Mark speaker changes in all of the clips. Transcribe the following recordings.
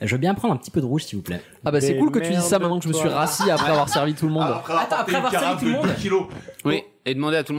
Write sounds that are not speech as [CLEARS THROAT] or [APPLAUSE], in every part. Speaker 1: Je veux bien prendre un petit peu de rouge, s'il vous plaît.
Speaker 2: Ah bah c'est
Speaker 3: Mais
Speaker 2: cool que tu dises ça
Speaker 3: merde
Speaker 2: maintenant que je me suis
Speaker 3: toi.
Speaker 2: rassis après avoir servi tout le monde.
Speaker 1: Attends, après avoir servi tout le monde.
Speaker 4: Oui, et demandez à tout le monde.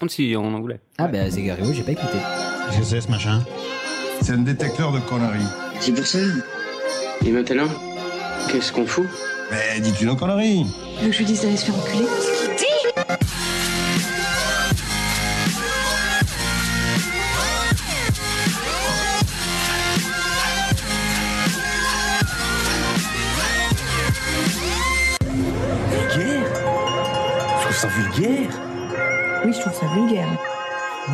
Speaker 4: Compte si en anglais.
Speaker 1: Ah bah Zegario, j'ai pas écouté.
Speaker 5: Qu'est-ce que c'est ce machin
Speaker 6: C'est un détecteur de conneries.
Speaker 7: C'est pour ça.
Speaker 4: Et maintenant, qu'est-ce qu'on fout
Speaker 6: Mais dis-tu nos conneries
Speaker 8: Donc je lui dis d'aller se faire enculer. Oui, je trouve ça vulgaire.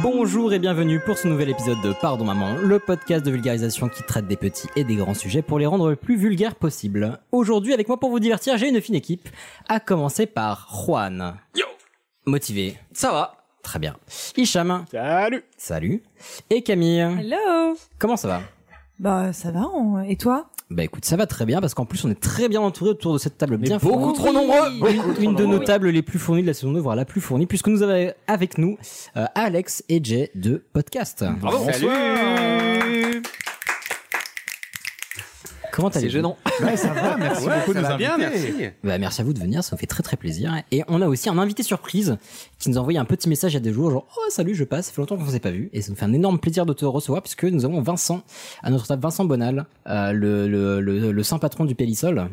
Speaker 1: Bonjour et bienvenue pour ce nouvel épisode de Pardon Maman, le podcast de vulgarisation qui traite des petits et des grands sujets pour les rendre le plus vulgaires possible. Aujourd'hui, avec moi pour vous divertir, j'ai une fine équipe, à commencer par Juan. Yo Motivé.
Speaker 2: Ça va
Speaker 1: Très bien. Hicham.
Speaker 3: Salut
Speaker 1: Salut. Et Camille.
Speaker 8: Hello
Speaker 1: Comment ça va
Speaker 8: Bah ça va, on- et toi
Speaker 1: Bah écoute, ça va très bien parce qu'en plus on est très bien entouré autour de cette table bien
Speaker 2: beaucoup
Speaker 1: fournie.
Speaker 2: trop nombreux.
Speaker 1: Une-
Speaker 2: Beaucoup trop
Speaker 1: Une, de nos
Speaker 2: nombreux.
Speaker 1: tables les plus fournies de la saison 2, voire la plus fournie, puisque nous avons avec nous euh, Alex et Jay de podcast.
Speaker 2: Bravo.
Speaker 4: Salut
Speaker 1: Comment
Speaker 2: C'est
Speaker 1: allez-vous
Speaker 2: gênant.
Speaker 5: Ouais, ça va, merci beaucoup de nous
Speaker 4: va bien,
Speaker 5: inviter.
Speaker 4: merci.
Speaker 1: Bah, merci à vous de venir, ça nous fait très très plaisir. Et on a aussi un invité surprise qui nous a envoyé un petit message il y a des jours, genre Oh salut, je passe, ça fait longtemps qu'on ne s'est pas vu. Et ça nous fait un énorme plaisir de te recevoir puisque nous avons Vincent à notre table, Vincent Bonal, euh, le, le, le, le saint patron du Pélisol.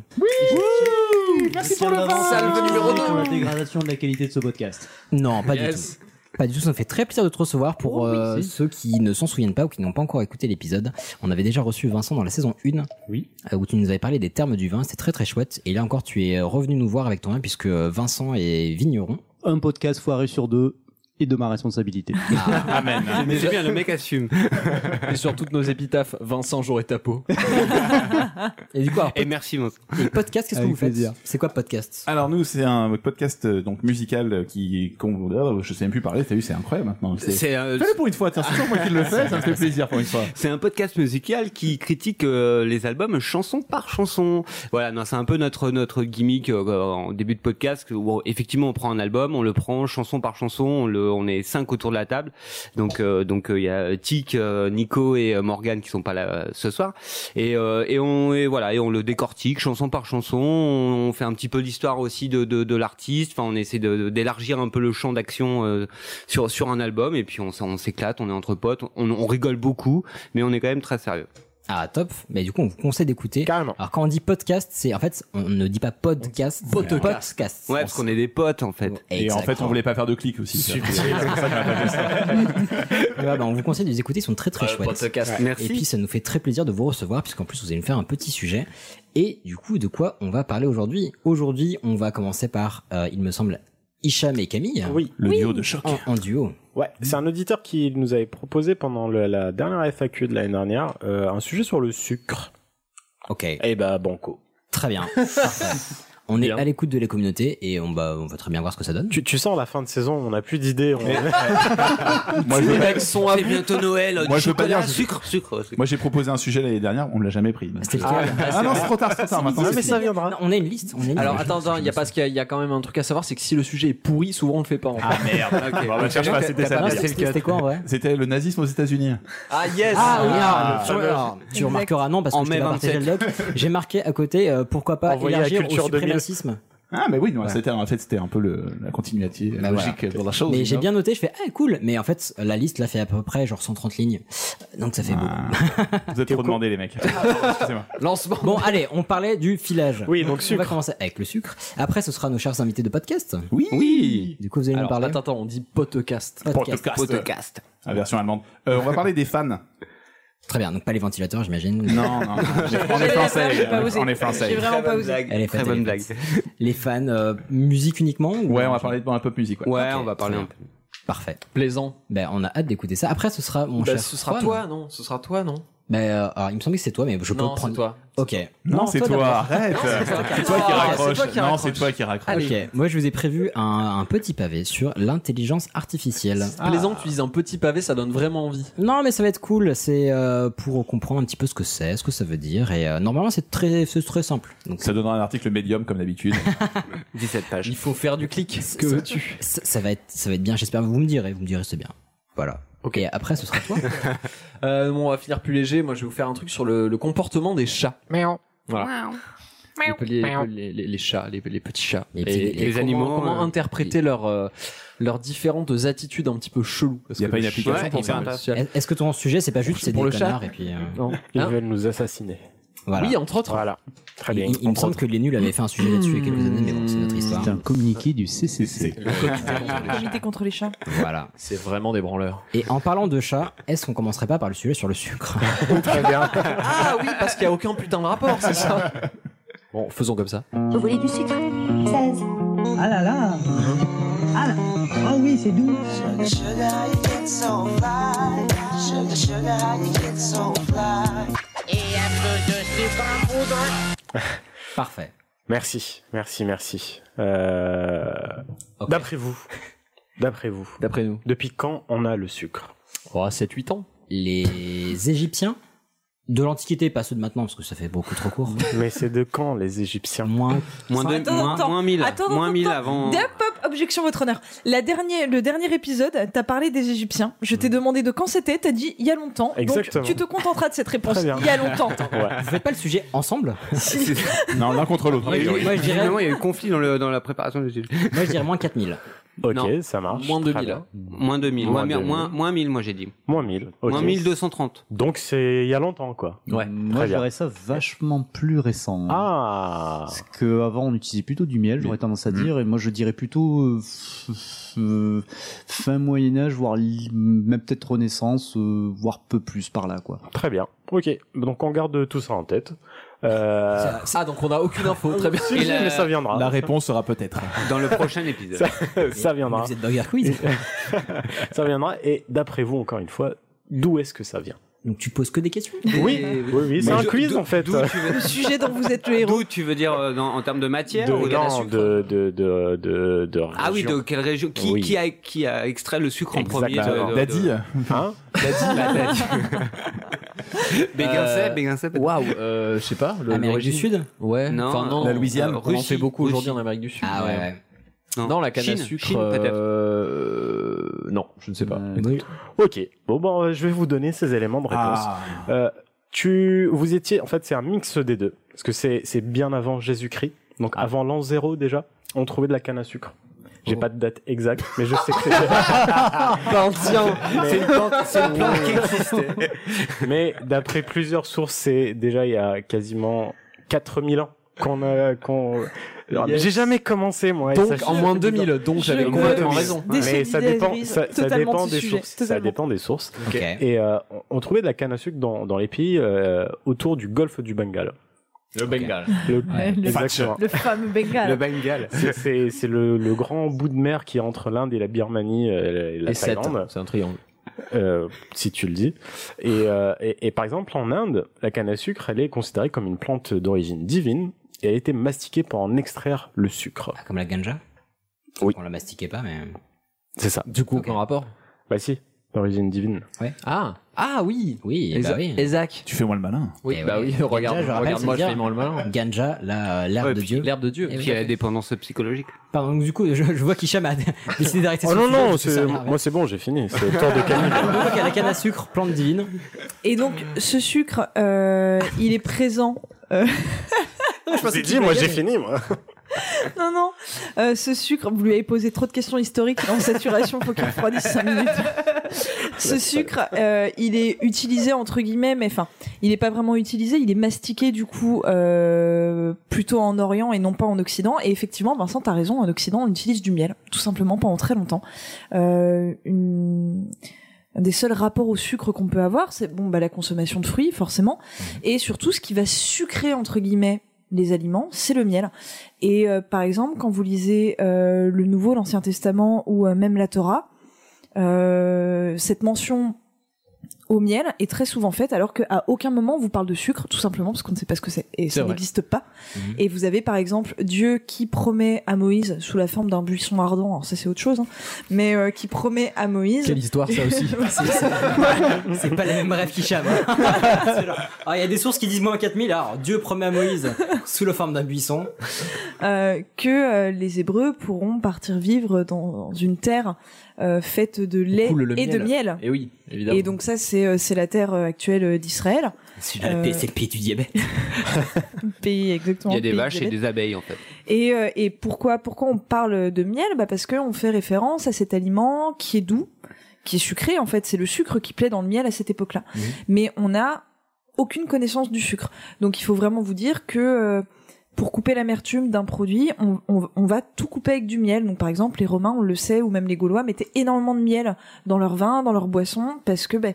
Speaker 3: Merci pour le vin
Speaker 2: Salve numéro
Speaker 9: pour la
Speaker 2: 2
Speaker 9: dégradation de la qualité de ce podcast.
Speaker 1: Non, pas du tout.
Speaker 4: Yes.
Speaker 1: Pas du tout, ça me fait très plaisir de te recevoir pour euh, ceux qui ne s'en souviennent pas ou qui n'ont pas encore écouté l'épisode. On avait déjà reçu Vincent dans la saison 1
Speaker 9: Oui.
Speaker 1: euh, où tu nous avais parlé des termes du vin, c'était très très chouette. Et là encore, tu es euh, revenu nous voir avec ton vin puisque euh, Vincent est vigneron.
Speaker 9: Un podcast foiré sur deux et de ma responsabilité.
Speaker 4: Mais c'est bien, le mec assume.
Speaker 2: Et sur toutes nos épitaphes, Vincent, j'aurai ta [LAUGHS] peau.
Speaker 1: Et du coup, alors,
Speaker 4: Et merci, Vincent.
Speaker 1: et podcast, qu'est-ce que
Speaker 9: Avec
Speaker 1: vous faites
Speaker 9: plaisir.
Speaker 1: C'est quoi podcast
Speaker 10: Alors nous, c'est un podcast euh, donc musical euh, qui, qu'on- oh, je sais même plus parler. T'as vu, c'est incroyable maintenant. C'est
Speaker 4: C'est euh,
Speaker 10: Fais-le pour une fois, tiens, c'est toujours moi qui le fais, ça me fait plaisir pour une fois.
Speaker 4: c'est un podcast musical qui critique euh, les albums chanson par chanson. Voilà, non, c'est un peu notre notre gimmick euh, en début de podcast où effectivement on prend un album, on le prend chanson par chanson, on, le, on est cinq autour de la table. Donc euh, donc euh, il y a Tic, euh, Nico et euh, Morgane qui sont pas là euh, ce soir et euh, et on et voilà et on le décortique chanson par chanson. On, on fait un petit peu l'histoire aussi de de, de l'artiste. Enfin, on essaie de- de- d'élargir un peu le champ d'action euh, sur sur un album et puis on, s'en- on s'éclate, on est entre potes, on, on rigole beaucoup, mais on est quand même très sérieux.
Speaker 1: Ah top, mais du coup on vous conseille d'écouter.
Speaker 3: Carrément.
Speaker 1: Alors quand on dit podcast, c'est en fait on ne dit pas podcast, c'est podcast.
Speaker 4: Ouais, parce qu'on est des potes en fait.
Speaker 10: Et en fait, on voulait pas faire de clics aussi. ça.
Speaker 1: Voilà, bah, on vous conseille de les écouter, ils sont très très chouettes.
Speaker 2: Podcast.
Speaker 1: Et puis
Speaker 4: Merci.
Speaker 1: ça nous fait très plaisir de vous recevoir puisqu'en plus vous allez nous faire un petit sujet. Et du coup de quoi on va parler aujourd'hui Aujourd'hui on va commencer par, euh, il me semble, Hicham et Camille
Speaker 3: Oui,
Speaker 10: Le duo de choc.
Speaker 1: en, en duo.
Speaker 3: ouais, c'est un auditeur qui nous avait proposé pendant le- la dernière FAQ de l'année dernière euh, un sujet sur le sucre.
Speaker 1: Ok,
Speaker 3: Eh bah, banco.
Speaker 1: très
Speaker 3: [LAUGHS]
Speaker 1: bien. Parfait. On est
Speaker 3: Bien.
Speaker 1: à l'écoute de la communauté et on, bah, on va très bien voir ce que ça donne.
Speaker 3: Tu, tu sens, la fin de saison, on n'a plus
Speaker 1: [LAUGHS]
Speaker 3: d'idées. on-
Speaker 10: Moi, je-
Speaker 2: sont à
Speaker 4: C'est bientôt Noël.
Speaker 10: Moi,
Speaker 4: du
Speaker 10: je veux pas
Speaker 4: chocolat,
Speaker 10: dire, je-
Speaker 4: sucre, sucre. sucre.
Speaker 10: moi, j'ai proposé un sujet l'année dernière, on ne l'a jamais pris.
Speaker 1: C'était le
Speaker 10: ah,
Speaker 1: cas.
Speaker 10: ah non, c'est trop tard, c'est trop tard. Maintenant,
Speaker 3: Non,
Speaker 10: c'est
Speaker 3: mais ça
Speaker 10: fini.
Speaker 3: viendra.
Speaker 1: Non, on a une liste. On a une
Speaker 2: Alors
Speaker 1: liste.
Speaker 2: attends, attends, il y a parce qu'il y, a- il y a quand même un truc à savoir, c'est que si le sujet est pourri, souvent on le fait pas. en fait.
Speaker 10: Ah,
Speaker 2: [LAUGHS]
Speaker 10: merde. Bon, bah, cherche pas, c'était ça.
Speaker 1: Ah, c'était c'était quoi en vrai
Speaker 10: C'était le nazisme aux États-Unis.
Speaker 2: Ah yes.
Speaker 1: Ah oui,
Speaker 10: Ah,
Speaker 1: ah, tu, alors, tu
Speaker 8: Exact.
Speaker 1: remarqueras non parce que
Speaker 4: En
Speaker 1: je t'ai
Speaker 4: mai
Speaker 1: pas partagé le doc. J'ai marqué à côté euh, pourquoi pas
Speaker 3: Envoyé à
Speaker 1: élargir au
Speaker 3: Culture 2000.
Speaker 1: suprémacisme.
Speaker 10: Ah, mais oui, non, c'était en fait, c'était un peu le, la continuité
Speaker 1: Bah,
Speaker 10: logique de la chose.
Speaker 1: Mais j'ai bien noté, je fais ah cool, mais en fait la liste là fait à peu près genre 130 lignes, donc ça fait beaucoup.
Speaker 10: Ah,
Speaker 1: [LAUGHS]
Speaker 10: vous êtes trop demandé, les mecs. [LAUGHS] Excusez-moi.
Speaker 2: Lancement.
Speaker 1: Bon allez, on parlait du filage.
Speaker 3: Oui, donc
Speaker 1: On va
Speaker 3: sucre.
Speaker 1: commencer avec le sucre. Après, ce sera nos chers invités de podcast.
Speaker 10: Oui.
Speaker 2: Oui.
Speaker 1: Du coup, vous allez
Speaker 2: Alors,
Speaker 1: nous parler.
Speaker 2: attends, attends, on dit podcast.
Speaker 1: Podcast.
Speaker 4: Podcast.
Speaker 10: La version allemande. Euh, on va parler des fans.
Speaker 1: Très bien, donc pas les ventilateurs, j'imagine.
Speaker 10: Non, non,
Speaker 1: [LAUGHS]
Speaker 10: non. on est
Speaker 8: J'ai- j'ai
Speaker 10: français.
Speaker 8: pas osé.
Speaker 10: On est
Speaker 8: J'ai
Speaker 10: français.
Speaker 8: vraiment pas osé.
Speaker 4: Blague.
Speaker 1: Elle est
Speaker 4: Très
Speaker 1: faite,
Speaker 4: bonne
Speaker 1: elle est
Speaker 4: blague.
Speaker 1: faite. Les fans, euh, musique uniquement ou-
Speaker 10: Ouais, on va parler de la pop music. Ouais.
Speaker 4: Ouais, on va parler
Speaker 1: Très
Speaker 4: un peu.
Speaker 1: Parfait.
Speaker 2: Plaisant.
Speaker 1: Ben, on a hâte d'écouter ça. Après, ce sera mon
Speaker 2: Bah,
Speaker 1: cher.
Speaker 2: ce sera
Speaker 1: Juan.
Speaker 2: toi, non Ce sera toi, non
Speaker 1: Mais euh, alors, il me semble que c'est toi, mais je peux
Speaker 2: Non,
Speaker 1: prendre
Speaker 2: c'est toi.
Speaker 1: Ok.
Speaker 10: Non, c'est toi,
Speaker 1: d'abord.
Speaker 10: arrête. C'est toi qui raccroche. Non, c'est toi qui raccroche.
Speaker 1: Ok. Moi, je vous ai prévu un, un petit pavé sur l'intelligence artificielle.
Speaker 2: C'est Ah. Plaisant, tu dises un petit pavé, ça donne vraiment envie.
Speaker 1: Non, mais ça va être cool. C'est euh, pour comprendre un petit peu ce que c'est, ce que ça veut dire. Et euh, normalement, c'est très, c'est très simple. Donc,
Speaker 10: Ça donnera un article médium comme
Speaker 4: [LAUGHS]
Speaker 10: d'habitude.
Speaker 4: 17 pages.
Speaker 2: Il faut faire du clic.
Speaker 1: que veux-tu ça, ça va être, ça va être bien. J'espère. Vous me direz, vous me direz, c'est bien. Voilà. Ok. Et après, ce sera toi.
Speaker 2: Euh, bon, on va finir plus léger. Moi, je vais vous faire un truc sur le, le comportement des chats. Voilà. Les, les- les- les chats, les, les petits chats.
Speaker 1: Les petits-
Speaker 4: les
Speaker 2: comment-
Speaker 4: animaux,
Speaker 2: Comment
Speaker 4: euh,
Speaker 2: interpréter leur, euh, leurs différentes attitudes un petit peu cheloues. Parce
Speaker 10: Y a
Speaker 2: que
Speaker 10: pas
Speaker 2: le
Speaker 10: une application
Speaker 2: chat,
Speaker 4: pour
Speaker 2: il
Speaker 4: ça
Speaker 2: va-
Speaker 1: Est-ce que ton sujet, c'est pas juste c'est des
Speaker 2: Pour le chat.
Speaker 1: connards et puis euh,
Speaker 2: Non.
Speaker 3: Ils
Speaker 2: Hein
Speaker 3: veulent nous
Speaker 2: [LAUGHS]
Speaker 3: assassiner.
Speaker 1: voilà.
Speaker 2: Oui, entre autres. Mmh.
Speaker 3: Voilà. Très
Speaker 1: il,
Speaker 3: bien.
Speaker 1: il- il me semble que les nuls avaient fait un sujet là-dessus il y a quelques années, mais bon, c'est notre histoire.
Speaker 9: C'est un communiqué du CCC.
Speaker 2: [LAUGHS]
Speaker 8: Comité contre les chats.
Speaker 1: Voilà.
Speaker 2: C'est vraiment des branleurs.
Speaker 1: Et en parlant de chat, est-ce qu'on commencerait pas par le sujet sur le sucre
Speaker 3: Très bien.
Speaker 2: Ah oui, parce qu'il n'y a aucun putain de rapport, c'est ça Bon, faisons comme ça.
Speaker 7: Vous voulez du sucre 16.
Speaker 5: Ah là là Ah, là. Ah oui, c'est doux
Speaker 1: Parfait.
Speaker 3: Merci, merci, merci. Euh, D'après vous, d'après vous,
Speaker 2: D'après nous.
Speaker 3: depuis quand on a le sucre
Speaker 2: Oh, 7-8 ans.
Speaker 1: Les Égyptiens de l'Antiquité, pas ceux de maintenant, parce que ça fait beaucoup trop court.
Speaker 3: [LAUGHS] Mais c'est de quand les Égyptiens
Speaker 1: Moins.
Speaker 4: Moins de,
Speaker 8: Attends,
Speaker 4: moins,
Speaker 8: attends.
Speaker 4: moins 1000.
Speaker 8: Attends,
Speaker 4: moins
Speaker 8: attends,
Speaker 4: 1000
Speaker 8: attends.
Speaker 4: avant.
Speaker 8: Dep, hop, objection, votre honneur. La dernière, le dernier épisode, t'as parlé des Égyptiens. Je t'ai demandé de quand c'était, t'as dit il y a longtemps.
Speaker 3: Mm. Exactement.
Speaker 8: Donc tu te contenteras de cette réponse.
Speaker 3: Très bien.
Speaker 8: Il y a
Speaker 4: [LAUGHS]
Speaker 8: longtemps.
Speaker 1: Vous faites pas le sujet ensemble [LAUGHS]
Speaker 4: C'est- c'est-
Speaker 10: non, l'un contre l'autre.
Speaker 1: Moi, je dirais- moi, je dirais,
Speaker 4: Finalement, il y a eu conflit dans, le, dans la préparation du sujet.
Speaker 1: moi, je dirais moins 4000.
Speaker 3: [LAUGHS] Ok,
Speaker 4: Non.
Speaker 3: ça marche.
Speaker 2: Moins
Speaker 3: très
Speaker 2: 2000,
Speaker 3: bien.
Speaker 2: hein.
Speaker 4: Moins 2000.
Speaker 3: Moins
Speaker 4: Moins, mi-
Speaker 3: 2000.
Speaker 4: moins, moins 1000, moi j'ai dit.
Speaker 3: Moins 1000. ok.
Speaker 4: Moins 1230.
Speaker 3: Donc c'est il y a longtemps, quoi.
Speaker 2: Ouais.
Speaker 9: Moi,
Speaker 3: Très
Speaker 9: je
Speaker 3: bien.
Speaker 9: verrais ça vachement plus récent. hein.
Speaker 3: Ah
Speaker 9: Parce qu'avant, on utilisait plutôt du miel, j'aurais tendance à dire, et moi, je dirais plutôt euh, f- f- euh, fin Moyen-Âge, voire li- même peut-être Renaissance, euh, voire peu plus par là, quoi.
Speaker 3: Très bien. Ok, donc on garde tout ça en tête. Euh...
Speaker 2: Ça- Ah, donc on n'a aucune info, très bien.
Speaker 3: si,
Speaker 4: Et
Speaker 3: si,
Speaker 4: la-
Speaker 3: mais ça viendra.
Speaker 10: La
Speaker 3: [LAUGHS]
Speaker 10: réponse sera peut-être.
Speaker 4: Dans le prochain épisode.
Speaker 3: ça viendra.
Speaker 1: Vous êtes Burger Quiz.
Speaker 3: [LAUGHS] Ça viendra. Et d'après vous, encore une fois, d'où est-ce que ça vient
Speaker 1: Donc tu poses que des questions.
Speaker 3: Oui, oui, oui. C'est
Speaker 4: Mais
Speaker 3: un
Speaker 4: d'o-
Speaker 3: quiz
Speaker 4: d'o-
Speaker 3: en fait.
Speaker 4: d'où tu
Speaker 3: [LAUGHS]
Speaker 4: veux-
Speaker 8: Le sujet dont vous êtes le héros.
Speaker 4: D'où tu veux dire euh, dans- en termes de matière
Speaker 3: de,
Speaker 4: ou de, la
Speaker 3: non,
Speaker 4: sucre
Speaker 3: de, de, de, de, de
Speaker 4: Ah oui,
Speaker 3: région.
Speaker 4: de quelle région qui,
Speaker 3: Oui.
Speaker 4: qui, a, qui a extrait le sucre en premier
Speaker 3: Exactement.
Speaker 4: de- de-
Speaker 10: Daddy,
Speaker 4: de-
Speaker 3: Hein
Speaker 4: Bah, Daddy. Béguincet,
Speaker 2: Euh,
Speaker 4: Béguincet, peut-être.
Speaker 2: Waouh, euh, je sais pas. le-
Speaker 1: Amérique du
Speaker 2: l'origine.
Speaker 1: Sud
Speaker 2: Ouais,
Speaker 4: Non,
Speaker 2: enfin, non,
Speaker 10: la Louisiane,
Speaker 2: euh,
Speaker 4: Russie,
Speaker 2: on en fait beaucoup
Speaker 4: Russie.
Speaker 2: aujourd'hui en Amérique du Sud.
Speaker 1: Ah ouais,
Speaker 2: mais-
Speaker 1: ouais.
Speaker 2: Non, la canne à
Speaker 4: Chine,
Speaker 2: sucre.
Speaker 4: Chine, peut-être.
Speaker 2: euh, Non, je ne sais pas.
Speaker 9: Euh,
Speaker 1: Oui.
Speaker 3: Ok. Bon, bon, euh, je vais vous donner ces éléments de réponse.
Speaker 10: Ah.
Speaker 3: Euh, tu, vous étiez, en fait, c'est un mix des deux. Parce que c'est, c'est bien avant Jésus-Christ. Donc, avant l'an zéro, déjà, on trouvait de la canne à sucre. J'ai pas de date exacte, mais je sais que [LAUGHS] c'est.
Speaker 4: Ah, C'est une plante, c'est une plante qui existait.
Speaker 3: Ah. [LAUGHS] mais d'après plusieurs sources, c'est déjà il y a quasiment 4000 ans qu'on a, qu'on. Alors,
Speaker 2: Yes.
Speaker 3: J'ai jamais commencé, moi. et ça,
Speaker 2: Donc
Speaker 3: je-
Speaker 2: en moins 2000, donc j'avais
Speaker 8: Je
Speaker 2: complètement
Speaker 8: ne
Speaker 2: raison.
Speaker 3: Mais ça dépend,
Speaker 8: désolidarise
Speaker 3: ça, ça
Speaker 8: totalement
Speaker 3: dépend
Speaker 8: de ce
Speaker 3: des
Speaker 8: sujet,
Speaker 3: sources. Ça
Speaker 8: totalement.
Speaker 3: dépend des sources.
Speaker 1: Ok.
Speaker 3: Et euh, on- on trouvait de la canne à sucre dans, dans les pays euh, autour du golfe du Bengale.
Speaker 2: Le Bengale.
Speaker 3: Le-
Speaker 8: Ouais, le-
Speaker 3: exactement.
Speaker 8: Le fameux
Speaker 3: [LAUGHS]
Speaker 8: Bengale.
Speaker 4: Bengale.
Speaker 3: C'est- C'est c'est le, le grand bout de mer qui est entre l'Inde et la Birmanie euh, et la
Speaker 2: Et 7,
Speaker 3: Thaïlande,
Speaker 2: c'est un triangle.
Speaker 3: euh, si tu le dis. Et, euh, et- et par exemple, en Inde, la canne à sucre, elle est considérée comme une plante d'origine divine et elle a été mastiquée pour en extraire le sucre.
Speaker 1: Ah, comme la ganja
Speaker 3: Oui.
Speaker 1: On la mastiquait pas, mais.
Speaker 3: C'est ça.
Speaker 2: Du coup,
Speaker 1: Ok.
Speaker 2: aucun rapport
Speaker 3: Bah si, d'origine divine.
Speaker 2: Ah, ah oui.
Speaker 1: Oui, bah
Speaker 2: Esa-
Speaker 1: oui.
Speaker 2: Isaac.
Speaker 10: Tu fais moi le malin.
Speaker 2: Oui,
Speaker 1: Eh
Speaker 2: bah
Speaker 1: ouais.
Speaker 2: oui,
Speaker 1: Ganja,
Speaker 2: regarde,
Speaker 1: je rappelle,
Speaker 2: regarde-moi,
Speaker 1: c'est
Speaker 2: je
Speaker 1: bien.
Speaker 2: fais mon le malin.
Speaker 1: Ganja, la- euh, l'herbe
Speaker 4: Ouais,
Speaker 1: de
Speaker 4: puis
Speaker 1: Dieu.
Speaker 2: L'herbe de Dieu.
Speaker 1: Et
Speaker 4: Puis il y a la dépendance psychologique.
Speaker 1: Pardon, donc, du coup, je, je vois qu'Hicham a [LAUGHS] décidé d'arrêter
Speaker 3: Oh
Speaker 1: son
Speaker 3: non,
Speaker 1: sujet,
Speaker 3: non,
Speaker 1: parce que
Speaker 3: c'est-
Speaker 1: ça m'énerve.
Speaker 3: moi c'est bon, j'ai fini. C'est le tour de Camille.
Speaker 1: Donc, la canne à sucre, plante divine.
Speaker 8: Et donc, ce sucre, euh, il est présent. euh,
Speaker 3: [LAUGHS] Je vous ai
Speaker 8: [LAUGHS]
Speaker 3: dit, moi j'ai fini. Moi.
Speaker 8: non, non. Euh, ce sucre, vous lui avez posé trop de questions historiques en saturation, faut qu'il refroidisse 5 minutes. [LAUGHS] ce sucre, euh, il est utilisé entre guillemets, mais enfin, il n'est pas vraiment utilisé, il est mastiqué du coup euh, plutôt en Orient et non pas en Occident. Et effectivement, Vincent, t'as raison, en Occident, on utilise du miel, tout simplement pendant très longtemps. Euh, une- Un des seuls rapports au sucre qu'on peut avoir, c'est bon, bah, la consommation de fruits, forcément, et surtout ce qui va sucrer entre guillemets les aliments, c'est le miel. Et euh, par exemple, quand vous lisez euh, le Nouveau, l'Ancien Testament ou euh, même la Torah, euh, cette mention au miel est très souvent faite alors qu'à aucun moment on vous parle de sucre tout simplement parce qu'on ne sait pas ce que c'est et
Speaker 11: C'est
Speaker 8: ça
Speaker 11: vrai.
Speaker 8: n'existe pas
Speaker 11: Mhm.
Speaker 8: et vous avez par exemple Dieu qui promet à Moïse sous la forme d'un buisson ardent alors ça c'est autre chose hein, mais euh, qui promet à Moïse
Speaker 1: [LAUGHS] Quelle histoire,
Speaker 8: [LAUGHS]
Speaker 1: ça
Speaker 3: [LAUGHS]
Speaker 1: aussi. C'est- c'est- C'est pas la même rêve qui chame. C'est genre, ah, Il y a des sources qui disent moins 4000. Alors, Dieu promet à Moïse, sous la forme d'un buisson,
Speaker 8: euh, que euh, les Hébreux pourront partir vivre dans une terre euh, faite de lait
Speaker 2: Coule le
Speaker 8: et de miel.
Speaker 2: Et oui, évidemment.
Speaker 8: Et donc ça, c'est euh, c'est la terre euh, actuelle euh, d'Israël.
Speaker 1: C'est
Speaker 8: Euh,
Speaker 1: le pays du diabète.
Speaker 8: pays exactement.
Speaker 4: Il y a des
Speaker 8: pays
Speaker 4: vaches et
Speaker 8: d'Israël.
Speaker 4: des abeilles en fait.
Speaker 8: Et, euh, et pourquoi pourquoi on parle de miel Bah parce qu'on fait référence à cet aliment qui est doux, qui est sucré. En fait, c'est le sucre qui plaît dans le miel à cette époque-là.
Speaker 4: Mhm.
Speaker 8: Mais on n'a aucune connaissance du sucre. Donc il faut vraiment vous dire que euh, pour couper l'amertume d'un produit, on, on- on va tout couper avec du miel. Donc par exemple, les Romains, on le sait, ou même les Gaulois mettaient énormément de miel dans leur vin, dans leur boisson, parce que ben,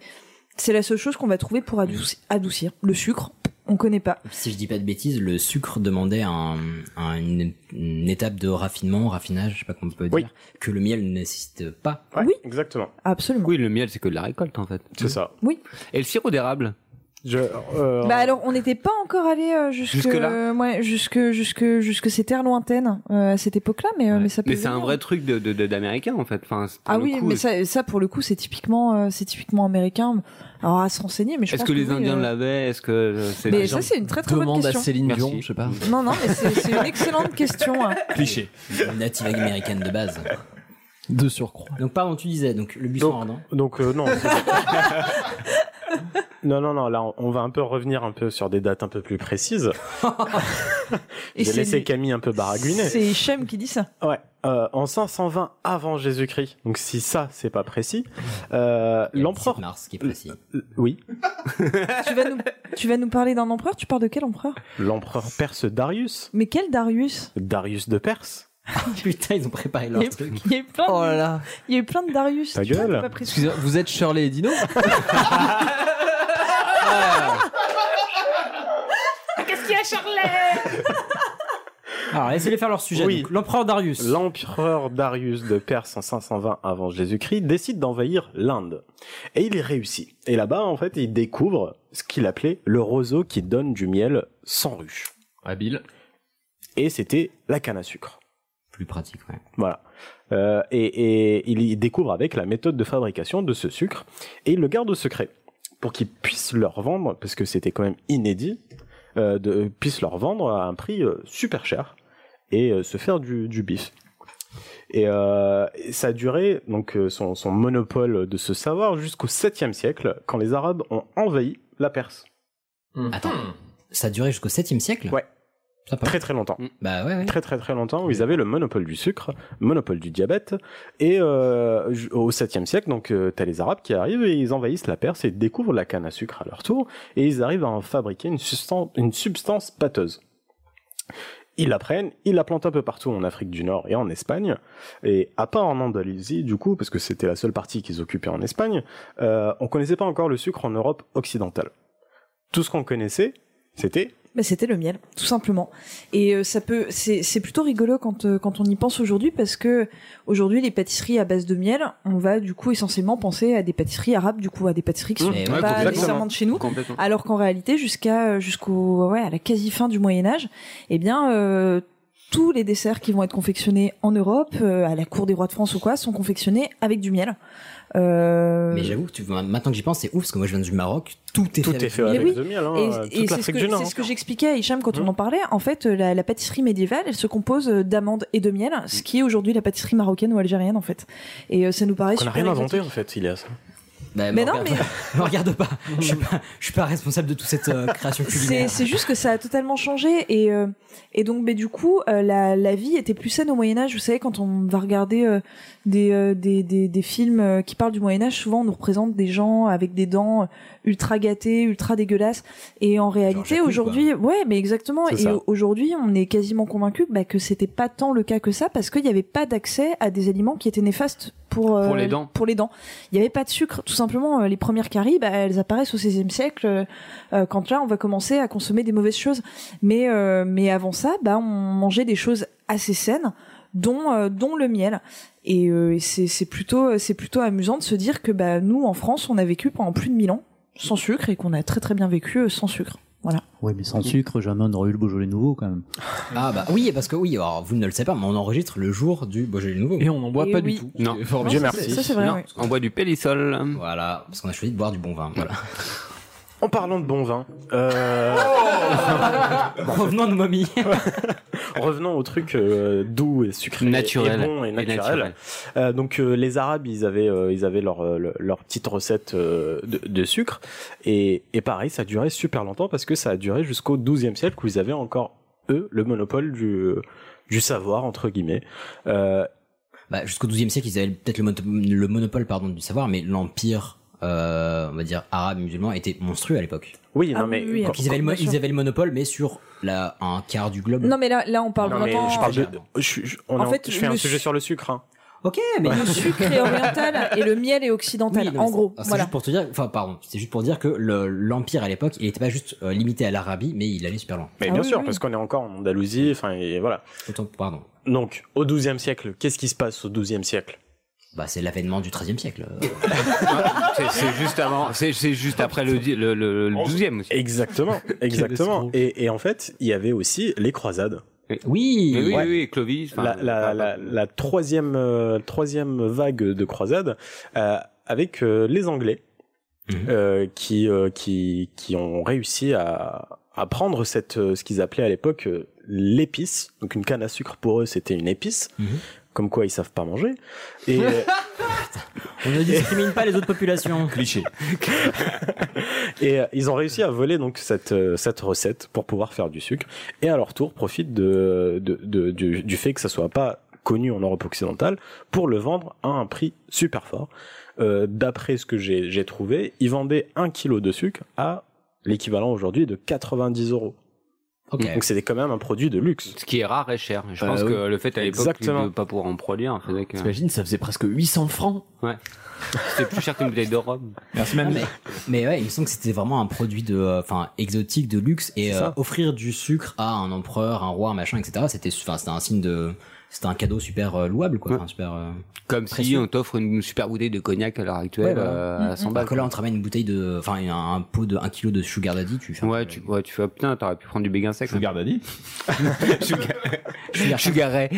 Speaker 8: c'est la seule chose qu'on va trouver pour adouci- adoucir. Le sucre, on connaît pas.
Speaker 1: Si je dis pas de bêtises, le sucre demandait un, un- une, une étape de raffinement, raffinage, je sais pas comment on peut dire, que le miel ne nécessite pas.
Speaker 8: oui,
Speaker 3: exactement.
Speaker 8: Absolument.
Speaker 4: Oui, le miel c'est que de la récolte en fait.
Speaker 3: C'est ça.
Speaker 8: Oui.
Speaker 4: Et le sirop d'érable
Speaker 3: euh,
Speaker 8: Bah alors, on n'était pas encore allé euh, jusque,
Speaker 4: Jusque-là
Speaker 8: euh, ouais, jusque, jusque, jusque ces terres lointaines euh, à cette époque-là, mais, euh, mais ça peut.
Speaker 4: Mais c'est un
Speaker 8: venir.
Speaker 4: vrai truc de- de- de- d'américain en fait. Enfin, c'est- pour
Speaker 8: Ah
Speaker 4: le
Speaker 8: oui,
Speaker 4: coup, euh,
Speaker 8: mais ça, ça pour le coup, c'est typiquement, euh, c'est typiquement américain. Alors à se renseigner, mais je
Speaker 4: Est-ce
Speaker 8: pense
Speaker 4: que les
Speaker 8: oui,
Speaker 4: Indiens
Speaker 8: euh,
Speaker 4: l'avaient Est-ce que euh, c'est
Speaker 8: Mais ça, c'est une très, très bonne Demande à question. Céline
Speaker 4: Merci.
Speaker 2: Dion, je sais pas.
Speaker 8: Non, non, mais c'est c'est une excellente question.
Speaker 2: [LAUGHS]
Speaker 8: hein.
Speaker 1: Cliché. Native américaine de base.
Speaker 2: De surcroît.
Speaker 1: Donc, pardon, tu disais, donc, le buisson ardent.
Speaker 3: Donc euh, non. c'est- non, non, non. Là, on- on va un peu revenir un peu sur des dates un peu plus précises.
Speaker 8: Et
Speaker 3: J'ai
Speaker 8: c'est
Speaker 3: laissé
Speaker 8: lui-
Speaker 3: Camille un peu baragouiner.
Speaker 8: C'est Hichem qui dit ça.
Speaker 3: Ouais. euh, en 520 avant Jésus-Christ. Donc si ça, c'est
Speaker 1: [LAUGHS]
Speaker 3: pas précis. Euh, L'empereur. Euh,
Speaker 1: Mars qui est précis.
Speaker 3: oui.
Speaker 8: tu, vas nous, tu vas nous parler d'un empereur. Tu parles de quel empereur
Speaker 3: L'empereur perse Darius.
Speaker 8: Mais quel Darius [LAUGHS]
Speaker 3: Darius de Perse.
Speaker 1: [LAUGHS] Putain, ils ont préparé
Speaker 8: il y, a, il y a eu plein de,
Speaker 2: Oh là là.
Speaker 8: il y a eu plein de Darius.
Speaker 3: Ta
Speaker 8: Tu vois,
Speaker 3: gueule.
Speaker 8: t'as pas pris-
Speaker 2: Excusez-moi, vous êtes Shirley et Dino
Speaker 11: Ah, Qu'est-ce qu'il y a, Charlet
Speaker 1: Alors, laissez-les faire leur sujet.
Speaker 3: Oui.
Speaker 1: donc, L'empereur Darius.
Speaker 3: L'empereur Darius de Perse en 520 avant Jésus-Christ décide d'envahir l'Inde. Et il y réussit. Et là-bas, en fait, il découvre ce qu'il appelait le roseau qui donne du miel sans ruche.
Speaker 2: Habile.
Speaker 3: Et c'était la canne à sucre.
Speaker 1: Plus pratique, ouais.
Speaker 3: Voilà. Euh, et, et il y découvre avec la méthode de fabrication de ce sucre. Et il le garde au secret pour qu'ils puissent le revendre, parce que c'était quand même inédit, euh, de, puissent le revendre à un prix euh, super cher et euh, se faire du, du bif. Et euh, et ça a duré, donc euh, son, son monopole de ce savoir, jusqu'au 7e siècle, quand les Arabes ont envahi la Perse.
Speaker 1: Attends, ça a duré jusqu'au 7 siècle
Speaker 3: Ouais. Très très longtemps.
Speaker 1: Bah ouais,
Speaker 3: Très très très longtemps où ils avaient le monopole du sucre, monopole du diabète. Et euh, ju- au 7e siècle, donc euh, t'as les Arabes qui arrivent et ils envahissent la Perse et découvrent la canne à sucre à leur tour. Et ils arrivent à en fabriquer une substance, une substance pâteuse. Ils la prennent, ils la plantent un peu partout en Afrique du Nord et en Espagne, et à part en Andalousie du coup, parce que c'était la seule partie qu'ils occupaient en Espagne, euh, on connaissait pas encore le sucre en Europe occidentale. Tout ce qu'on connaissait, c'était
Speaker 8: Bah, c'était le miel, tout simplement. Et euh, ça peut, c'est c'est plutôt rigolo quand euh, quand on y pense aujourd'hui parce que aujourd'hui les pâtisseries à base de miel, on va du coup essentiellement penser à des pâtisseries arabes, du coup à des pâtisseries qui sont
Speaker 11: Mmh, ouais,
Speaker 8: pas
Speaker 11: complètement.
Speaker 8: nécessairement de chez nous.
Speaker 11: Complètement.
Speaker 8: Alors qu'en réalité, jusqu'à euh, jusqu'au ouais à la quasi fin du Moyen Âge, eh bien euh, tous les desserts qui vont être confectionnés en Europe, euh, à la cour des rois de France ou quoi, sont confectionnés avec du miel. Euh,
Speaker 1: Mais j'avoue, que tu, maintenant que j'y pense, c'est ouf, parce que moi je viens du Maroc, tout est
Speaker 3: Tout
Speaker 1: fait
Speaker 3: est
Speaker 1: avec
Speaker 3: fait
Speaker 1: du
Speaker 3: avec
Speaker 1: miel.
Speaker 3: le miel, hein,
Speaker 8: Et-
Speaker 3: euh, toute
Speaker 8: et, c'est ce
Speaker 3: l'Afrique
Speaker 8: que,
Speaker 3: du Nord, Mmh.
Speaker 8: c'est
Speaker 3: hein.
Speaker 8: ce que j'expliquais à Hicham quand on en parlait. En fait, euh, la, la pâtisserie médiévale, elle se compose euh, d'amandes et de miel,
Speaker 3: Mmh.
Speaker 8: ce qui est aujourd'hui la pâtisserie marocaine ou algérienne, en fait. Et euh, ça nous paraît
Speaker 3: qu'on n'a
Speaker 8: super
Speaker 3: rien
Speaker 8: exotique.
Speaker 3: inventé en fait, Ilias.
Speaker 8: Mais non, mais
Speaker 1: [LAUGHS] Me Bah, regarde pas, je suis pas, je suis pas responsable de toute cette euh, création
Speaker 8: c'est
Speaker 1: culinaire.
Speaker 8: c'est juste que ça a totalement changé. Et, euh, et donc, mais du coup, euh, la, la vie était plus saine au Moyen-Âge. Vous savez, quand on va regarder euh, des, euh, des, des, des films euh, qui parlent du Moyen-Âge, souvent on nous représente des gens avec des dents euh, ultra gâtées, ultra dégueulasses. Et en réalité,
Speaker 11: Jacques
Speaker 8: aujourd'hui, ouais, mais exactement.
Speaker 11: C'est
Speaker 8: Et
Speaker 11: ça.
Speaker 8: au- aujourd'hui, on est quasiment convaincu bah, que c'était pas tant le cas que ça parce qu'il n'y avait pas d'accès à des aliments qui étaient néfastes pour, euh,
Speaker 4: Pour les dents.
Speaker 8: Pour les dents. Il n'y avait pas de sucre. Tout simplement, euh, les premières caries, bah, elles apparaissent au XVIe siècle euh, euh, quand là, on va commencer à consommer des mauvaises choses. Mais, euh, mais avant ça, bah, on mangeait des choses assez saines dont euh, dont le miel. Et euh, c'est c'est plutôt c'est plutôt amusant de se dire que bah nous en France on a vécu pendant plus de 1000 ans sans sucre et qu'on a très très bien vécu euh, sans sucre. Voilà.
Speaker 9: Oui, mais sans sucre, jamais on n'aurait eu le Beaujolais nouveau quand même.
Speaker 1: Ah bah oui, parce que oui, alors vous ne le savez pas, mais on enregistre le jour du Beaujolais Nouveau.
Speaker 2: Et on n'en boit Et pas du oui. tout.
Speaker 4: Non,
Speaker 2: C'est formidable.
Speaker 4: Dieu
Speaker 2: Ça,
Speaker 4: merci.
Speaker 2: c'est- ça, c'est vrai,
Speaker 4: Non,
Speaker 2: oui.
Speaker 4: On boit du Pélissol.
Speaker 1: Voilà, parce qu'on a choisi de boire du bon vin. Voilà.
Speaker 3: En parlant de bon vin, euh,
Speaker 1: [LAUGHS] revenons à nos mamies.
Speaker 3: revenons au truc euh, doux et sucré,
Speaker 4: Naturel.
Speaker 3: et bon et
Speaker 4: Et
Speaker 3: naturel.
Speaker 4: naturel.
Speaker 3: Euh, donc euh, les Arabes, ils avaient, euh, ils avaient leur, euh, leur petite recette euh, de, de sucre et, et pareil, ça durait super longtemps parce que ça a duré jusqu'au 12e siècle où ils avaient encore eux le monopole du euh, du savoir entre guillemets. Euh,
Speaker 1: Bah, jusqu'au XIIe siècle, ils avaient peut-être le, mono- le monopole pardon du savoir, mais l'empire, euh, on va dire arabe musulman, était monstrueux à l'époque.
Speaker 3: Oui,
Speaker 8: Ah non, mais- oui, oui,
Speaker 1: Donc, ils, avaient le,
Speaker 8: bien
Speaker 1: mo-
Speaker 8: sûr.
Speaker 1: ils avaient le monopole, mais sur la, un quart du globe.
Speaker 8: Non mais là là on parle
Speaker 1: Non, mais
Speaker 8: vraiment euh,
Speaker 1: je parle de-
Speaker 3: je, je- on
Speaker 8: En
Speaker 3: est en-
Speaker 8: fait,
Speaker 3: je fais un
Speaker 8: le
Speaker 3: sujet
Speaker 8: sucre-
Speaker 3: sur le sucre. hein.
Speaker 1: Ok, mais
Speaker 8: le sucre est oriental et le miel est occidental [LAUGHS]
Speaker 1: Oui, non, mais
Speaker 8: en
Speaker 1: c'est-
Speaker 8: gros.
Speaker 1: C'est
Speaker 8: Voilà.
Speaker 1: juste pour te dire, enfin pardon, c'est juste pour dire que le- l'empire à l'époque, il n'était pas juste euh, limité à l'Arabie, mais il allait super loin.
Speaker 8: Ah
Speaker 3: Mais bien sûr, parce qu'on est encore en Andalousie, enfin et voilà.
Speaker 1: pardon.
Speaker 3: Donc au 12e siècle, qu'est-ce qui se passe au 12e siècle
Speaker 1: Bah c'est l'avènement du 13e siècle.
Speaker 4: [LAUGHS] C'est- C'est juste avant, c'est c'est juste après le, di- le, le, le 12e aussi.
Speaker 3: Exactement, exactement. Et, et en fait, il y avait aussi les croisades.
Speaker 1: Oui,
Speaker 4: Mais oui,
Speaker 3: Ouais.
Speaker 4: oui, oui, Clovis. enfin, euh,
Speaker 3: La, la, la, la troisième, euh, troisième vague de croisades euh, avec euh, les Anglais euh, qui, euh, qui, qui ont réussi à, à prendre cette, euh, ce qu'ils appelaient à l'époque euh, l'épice. Donc une canne à sucre pour eux, c'était une épice. Comme quoi, ils savent pas manger.
Speaker 11: [LAUGHS]
Speaker 3: Et, euh,
Speaker 1: On ne discrimine pas les autres populations.
Speaker 2: Cliché.
Speaker 3: Et euh, ils ont réussi à voler donc cette, euh, cette recette pour pouvoir faire du sucre. Et à leur tour, profitent de, de- de- du, du fait que ça soit pas connu en Europe occidentale pour le vendre à un prix super fort. Euh, D'après ce que j'ai j'ai trouvé, ils vendaient un kilo de sucre à l'équivalent aujourd'hui de 90 euros.
Speaker 1: Ok.
Speaker 3: Donc c'était quand même un produit de luxe.
Speaker 4: Ce qui est rare et cher. Je
Speaker 3: Euh,
Speaker 4: pense que
Speaker 3: oui.
Speaker 4: le fait à l'époque
Speaker 3: Exactement.
Speaker 4: de pas pouvoir en produire faisait que.
Speaker 2: T'imagines, ça faisait presque 800 francs.
Speaker 4: Ouais. C'était plus cher qu'une bouteille de rhum.
Speaker 10: Merci,
Speaker 1: Ah, mais, mais ouais, il me semble que c'était vraiment un produit de, euh, enfin, exotique, de luxe, et
Speaker 4: C'est
Speaker 1: euh,
Speaker 4: ça.
Speaker 1: offrir du sucre à un empereur, un roi, un machin, etc. C'était, enfin, c'était un signe de, c'était un cadeau super euh, louable, quoi. Enfin, super. euh,
Speaker 4: Comme si
Speaker 1: précieux.
Speaker 4: on t'offre une super bouteille de cognac à l'heure actuelle
Speaker 1: Ouais, voilà.
Speaker 4: euh,
Speaker 8: Mm,
Speaker 4: à 100 balles.
Speaker 1: Alors que là, on te ramène une bouteille de, enfin, un, un pot de 1 kg de sugar daddy, tu fais. un-
Speaker 4: Ouais, tu, ouais, tu fais, putain, t'aurais pu prendre du béguin sec. hein.
Speaker 10: Sugar Daddy
Speaker 4: Sugar Sugaret.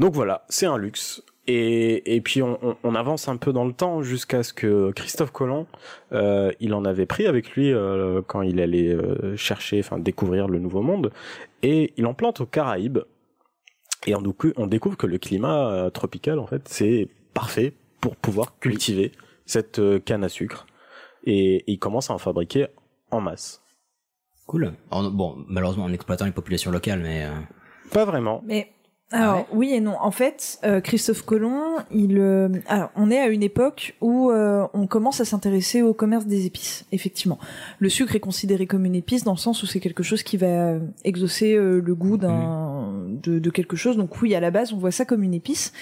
Speaker 3: Donc voilà, c'est un luxe. Et, et puis on, on- on avance un peu dans le temps jusqu'à ce que Christophe Colomb, euh, il en avait pris avec lui euh, quand il allait euh, chercher, enfin découvrir le Nouveau Monde, et il en plante aux Caraïbes. Et on, décou- on découvre que le climat euh, tropical, en fait, c'est parfait pour pouvoir cultiver cette euh, canne à sucre. Et, et il commence à en fabriquer en masse.
Speaker 1: Cool. En- bon, malheureusement, en exploitant les populations locales, mais. euh,
Speaker 3: Pas vraiment.
Speaker 8: Mais alors oui et non. En fait, euh, Christophe Colomb, il, euh, alors on est à une époque où euh, on commence à s'intéresser au commerce des épices. Effectivement, le sucre est considéré comme une épice dans le sens où c'est quelque chose qui va euh, exaucer euh, le goût d'un de, de quelque chose. Donc oui, à la base, on voit ça comme une épice.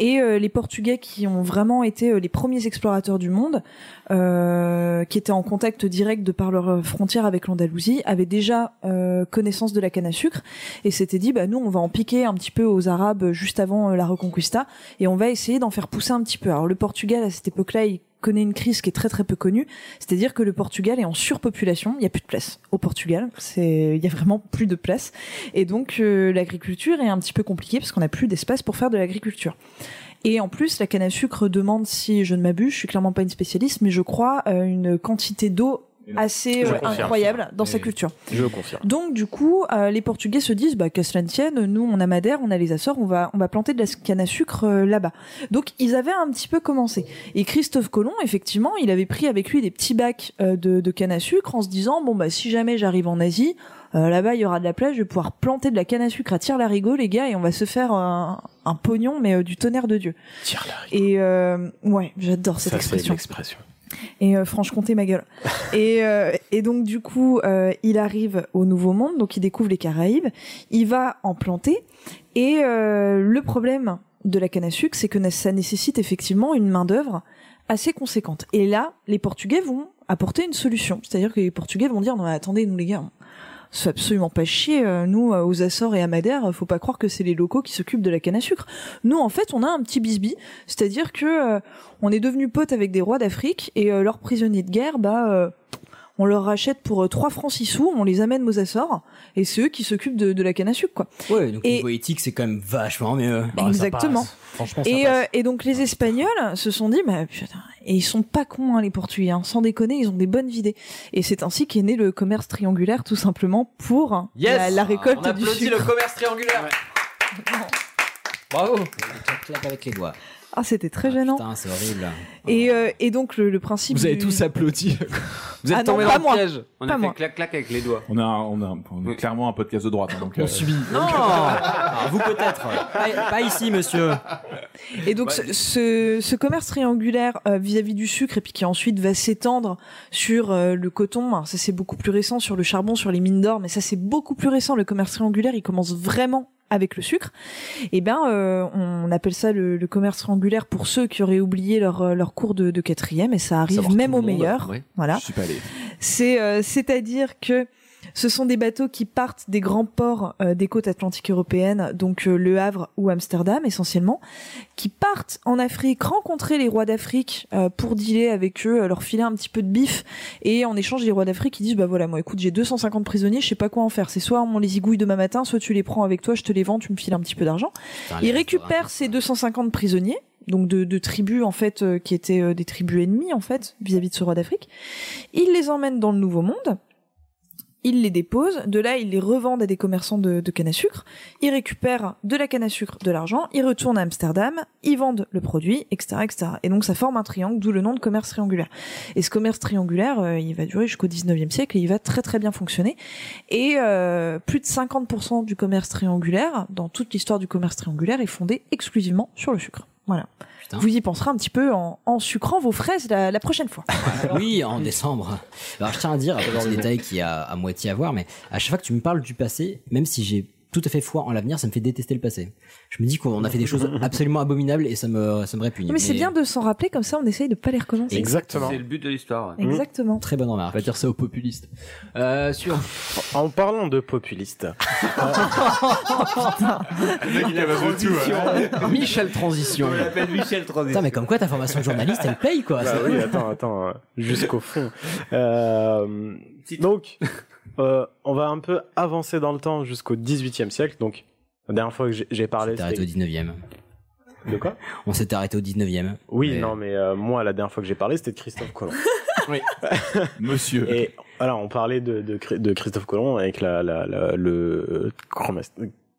Speaker 8: Et euh, les Portugais qui ont vraiment été euh, les premiers explorateurs du monde, euh, qui étaient en contact direct de par leurs frontières avec l'Andalousie, avaient déjà euh, connaissance de la canne à sucre et s'étaient dit, bah nous, on va en piquer un petit peu aux Arabes euh, juste avant euh, la Reconquista et on va essayer d'en faire pousser un petit peu. Alors le Portugal à cette époque-là, il connaît une crise qui est très très peu connue, c'est-à-dire que le Portugal est en surpopulation, il n'y a plus de place au Portugal, c'est il y a vraiment plus de place et donc euh, l'agriculture est un petit peu compliquée parce qu'on n'a plus d'espace pour faire de l'agriculture. Et en plus, la canne à sucre demande, si je ne m'abuse, je suis clairement pas une spécialiste, mais je crois euh, une quantité d'eau assez
Speaker 3: Je
Speaker 8: euh,
Speaker 3: confirme.
Speaker 8: incroyable dans sa
Speaker 3: Oui.
Speaker 8: culture.
Speaker 3: Je confirme.
Speaker 8: Donc du coup, euh, les Portugais se disent bah, que cela ne tienne, nous on a Madère, on a les Açores, on va on va planter de la canne à sucre euh, là-bas. Donc ils avaient un petit peu commencé. Et Christophe Colomb, effectivement, il avait pris avec lui des petits bacs euh, de, de canne à sucre en se disant bon bah si jamais j'arrive en Asie, euh, là-bas il y aura de la plage, je vais pouvoir planter de la canne à sucre à tire larigot les gars et on va se faire un, un pognon mais euh, du tonnerre de Dieu.
Speaker 3: Tire
Speaker 8: Et euh, ouais, j'adore cette
Speaker 3: Ça, c'est
Speaker 8: expression.
Speaker 3: l'expression.
Speaker 8: Et euh, Franche-Comté, ma gueule. et, euh, et donc, du coup, euh, il arrive au Nouveau Monde, donc il découvre les Caraïbes, il va en planter, et euh, le problème de la canne à sucre, c'est que na- ça nécessite effectivement une main-d'œuvre assez conséquente. Et là, les Portugais vont apporter une solution. C'est-à-dire que les Portugais vont dire, non, mais attendez, nous les gars, c'est absolument pas chier. euh, Nous, euh, aux Açores et à Madère, euh, faut pas croire que c'est les locaux qui s'occupent de la canne à sucre. Nous, en fait, on a un petit bisbis, c'est-à-dire que euh, on est devenu potes avec des rois d'Afrique et euh, leurs prisonniers de guerre, bah. euh, on leur rachète pour euh, 3 francs 6 sous, on les amène aux Açores, et c'est eux qui s'occupent de, de la canne à sucre, quoi.
Speaker 1: Ouais, donc niveau éthique, c'est quand même vachement mieux.
Speaker 8: Bah, ça Exactement. passe.
Speaker 1: Franchement, ça
Speaker 8: Et, euh,
Speaker 1: passe.
Speaker 8: et donc les Espagnols se sont dit, bah, putain, et ils sont pas cons hein, les Portugais, hein. sans déconner, ils ont des bonnes idées. Et c'est ainsi qu'est né le commerce triangulaire, tout simplement pour
Speaker 2: Yes
Speaker 8: la, la récolte
Speaker 2: Ah, On
Speaker 8: du
Speaker 2: applaudit
Speaker 8: sucre.
Speaker 2: le commerce triangulaire. Bravo.
Speaker 1: Clap Oh! avec les doigts.
Speaker 8: Ah, c'était très gênant.
Speaker 1: Putain, c'est horrible.
Speaker 8: Et, euh, et donc le, le principe.
Speaker 2: Vous avez
Speaker 8: du-
Speaker 2: tous
Speaker 8: [LAUGHS]
Speaker 2: applaudi.
Speaker 8: Vous êtes Ah non, tombés dans pas le moi. piège.
Speaker 4: On
Speaker 8: Pas
Speaker 4: a
Speaker 8: moi.
Speaker 4: fait clac-clac avec les doigts.
Speaker 10: On a, on a, on est clairement un podcast de droite. hein, Donc,
Speaker 2: On
Speaker 10: euh, [LAUGHS]
Speaker 2: subit.
Speaker 1: Non Ah, Vous peut-être. Pas, pas ici, monsieur.
Speaker 2: Bah,
Speaker 8: Et donc ce, ce, ce commerce triangulaire euh, vis-à-vis du sucre et puis qui ensuite va s'étendre sur euh, le coton, Alors, ça c'est beaucoup plus récent, sur le charbon, sur les mines d'or, mais ça c'est beaucoup plus récent. Le commerce triangulaire, il commence vraiment avec le sucre. Et ben euh, on appelle ça le, le commerce triangulaire pour ceux qui auraient oublié leur, euh, leur cours de, de quatrième et ça arrive
Speaker 2: Savoir
Speaker 8: même
Speaker 2: tout
Speaker 8: aux
Speaker 2: le monde,
Speaker 8: meilleurs.
Speaker 2: ouais.
Speaker 8: Voilà.
Speaker 10: Je suis pas allé.
Speaker 8: C'est euh, c'est-à-dire que ce sont des bateaux qui partent des grands ports euh, des côtes atlantiques européennes, donc euh, Le Havre ou Amsterdam essentiellement, qui partent en Afrique rencontrer les rois d'Afrique euh, pour dealer avec eux, euh, leur filer un petit peu de bif, et en échange les rois d'Afrique ils disent bah voilà moi écoute j'ai 250 prisonniers, je sais pas quoi en faire, c'est soit on les igouille demain matin, soit tu les prends avec toi, je te les vends, tu me files un petit peu d'argent.
Speaker 1: Putain, les
Speaker 8: Ils récupèrent ces 250 prisonniers, donc de, de tribus en fait euh, qui étaient euh, des tribus ennemies en fait vis-à-vis de ce roi d'Afrique. Ils les emmènent dans le Nouveau Monde. Ils les déposent, de là ils les revendent à des commerçants de, de canne à sucre, ils récupèrent de la canne à sucre, de l'argent, ils retournent à Amsterdam, ils vendent le produit, etc. etc. Et donc ça forme un triangle, d'où le nom de commerce triangulaire. Et ce commerce triangulaire, euh, il va durer jusqu'au 19e siècle et il va très très bien fonctionner. Et euh, plus de 50% du commerce triangulaire, dans toute l'histoire du commerce triangulaire, est fondé exclusivement sur le sucre. Voilà.
Speaker 1: Putain.
Speaker 8: Vous y penserez un petit peu en, en sucrant vos fraises la, la prochaine fois.
Speaker 1: Oui, en décembre. Alors, je tiens à dire, c'est un détail qui a à moitié à voir, mais à chaque fois que tu me parles du passé, même si j'ai tout à fait foi en l'avenir, ça me fait détester le passé. Je me dis qu'on a fait des choses absolument abominables et ça me, ça me répugne.
Speaker 8: mais c'est bien de s'en rappeler, comme ça on essaye de pas les recommencer.
Speaker 4: C'est le but de l'histoire. ouais.
Speaker 8: Exactement.
Speaker 1: Très bonne remarque.
Speaker 2: On va dire ça aux populistes. Euh, sur...
Speaker 3: En parlant de populistes. hein.
Speaker 2: Michel Transition.
Speaker 4: On l'appelle Michel Transition.
Speaker 1: Putain, mais comme quoi ta formation de journaliste, elle paye quoi.
Speaker 3: Bah
Speaker 1: C'est-
Speaker 3: oui, attends, attends, euh, jusqu'au fond. Euh, donc, euh, on va un peu avancer dans le temps jusqu'au 18e siècle. Donc, la dernière fois que j'ai- j'ai parlé,
Speaker 1: On s'est arrêté au 19e.
Speaker 3: De quoi
Speaker 1: On s'est arrêté au 19e.
Speaker 3: Oui, non, mais euh, moi, la dernière fois que j'ai parlé, c'était de Christophe Colomb. [LAUGHS]
Speaker 2: oui.
Speaker 3: Monsieur. Et alors, on parlait de, de, Chri- de Christophe Colomb avec la, la- la- le, commerce-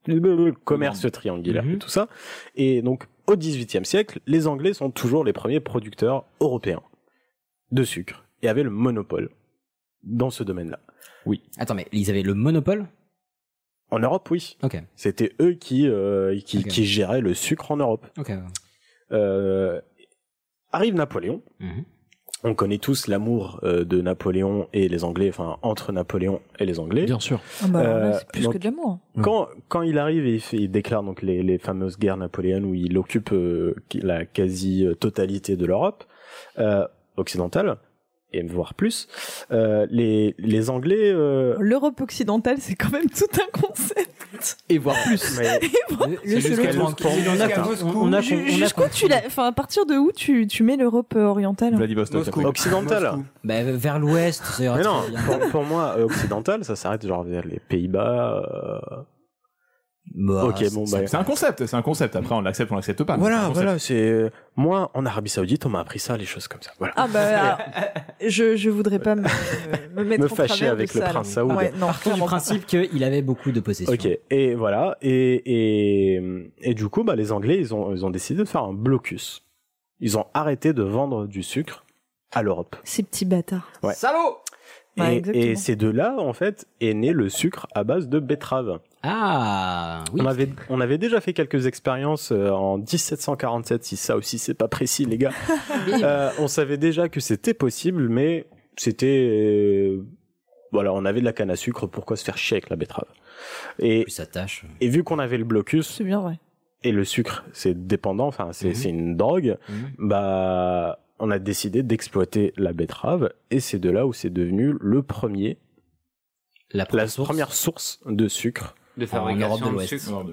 Speaker 3: le commerce triangulaire et tout ça. Et donc, au XVIIIe siècle, les Anglais sont toujours les premiers producteurs européens de sucre et avaient le monopole dans ce domaine-là.
Speaker 2: Oui.
Speaker 1: Attends, mais ils avaient le monopole
Speaker 3: En Europe, oui.
Speaker 1: Ok.
Speaker 3: C'était eux qui, euh, qui,
Speaker 1: Ok.
Speaker 3: qui géraient le sucre en Europe.
Speaker 1: Ok.
Speaker 3: Euh, arrive Napoléon. On connaît tous l'amour euh, de Napoléon et les Anglais, enfin entre Napoléon et les Anglais. Euh,
Speaker 2: Bien sûr.
Speaker 8: Ah bah, alors là,
Speaker 4: Euh,
Speaker 8: c'est plus que de l'amour. hein.
Speaker 3: Quand, quand il arrive et il, fait- il déclare donc les, les fameuses guerres napoléoniennes où il occupe euh, qui- la quasi-totalité de l'Europe euh, occidentale, et voire plus, euh, les, les Anglais... euh,
Speaker 8: [LAUGHS] L'Europe occidentale, c'est quand même tout un concept.
Speaker 2: Et voire [LAUGHS] plus.
Speaker 8: [LAUGHS]
Speaker 3: Mais-
Speaker 1: Le-
Speaker 3: C'est
Speaker 1: le seul
Speaker 3: jusqu'à
Speaker 1: autre-
Speaker 3: Moscou.
Speaker 1: on a-
Speaker 3: Jusqu'à
Speaker 1: on-
Speaker 3: Moscou.
Speaker 1: on a-
Speaker 8: Ju-
Speaker 1: on a-
Speaker 8: Jusqu'où tu l'as Enfin, à partir de où tu, tu mets l'Europe euh, orientale
Speaker 10: Vladivostok. après.
Speaker 3: Occidentale.
Speaker 1: Bah, vers l'ouest, c'est
Speaker 3: Mais non, pour, pour moi, euh, occidental, ça s'arrête genre vers les Pays-Bas. euh, ok, bon, bah.
Speaker 10: c'est un concept, c'est un concept. Après, on l'accepte, on l'accepte pas. mais c'est un
Speaker 3: Voilà,
Speaker 10: concept.
Speaker 3: voilà, c'est. Moi, en Arabie Saoudite, on m'a appris ça, les choses comme ça. Voilà.
Speaker 8: Ah
Speaker 3: [LAUGHS]
Speaker 8: bah, alors, je, je voudrais pas me, me mettre
Speaker 3: Me
Speaker 8: en
Speaker 3: fâcher
Speaker 8: travers de
Speaker 3: avec le
Speaker 8: ça, alors.
Speaker 3: prince Saoud.
Speaker 8: Ouais, non,
Speaker 1: Partons du
Speaker 8: clairement pas.
Speaker 1: principe qu'il avait beaucoup de possessions.
Speaker 3: Ok, et voilà, et, et, et du coup, bah, les Anglais, ils ont, ils ont décidé de faire un blocus. Ils ont arrêté de vendre du sucre à l'Europe.
Speaker 8: Ces petits bâtards.
Speaker 3: Ouais.
Speaker 2: Salaud
Speaker 8: Ouais,
Speaker 3: Et- et
Speaker 8: exactement.
Speaker 3: ces deux-là, en fait, est né le sucre à base de betterave.
Speaker 1: Ah, oui.
Speaker 3: On avait, on avait déjà fait quelques expériences euh, en 1747, si ça aussi c'est pas précis,
Speaker 1: [LAUGHS]
Speaker 3: les gars. Euh, on savait déjà que c'était possible, mais c'était. euh, voilà, on avait de la canne à sucre, pourquoi se faire chier avec la betterave Et,
Speaker 1: sa tâche.
Speaker 3: et vu qu'on avait le blocus,
Speaker 8: C'est bien vrai.
Speaker 3: et le sucre c'est dépendant, enfin c'est c'est une drogue, bah on a décidé d'exploiter la betterave, et c'est de là où c'est devenu le premier
Speaker 1: La
Speaker 3: première, source. de sucre
Speaker 1: De fabrication En Europe de de l'Ouest. sucre.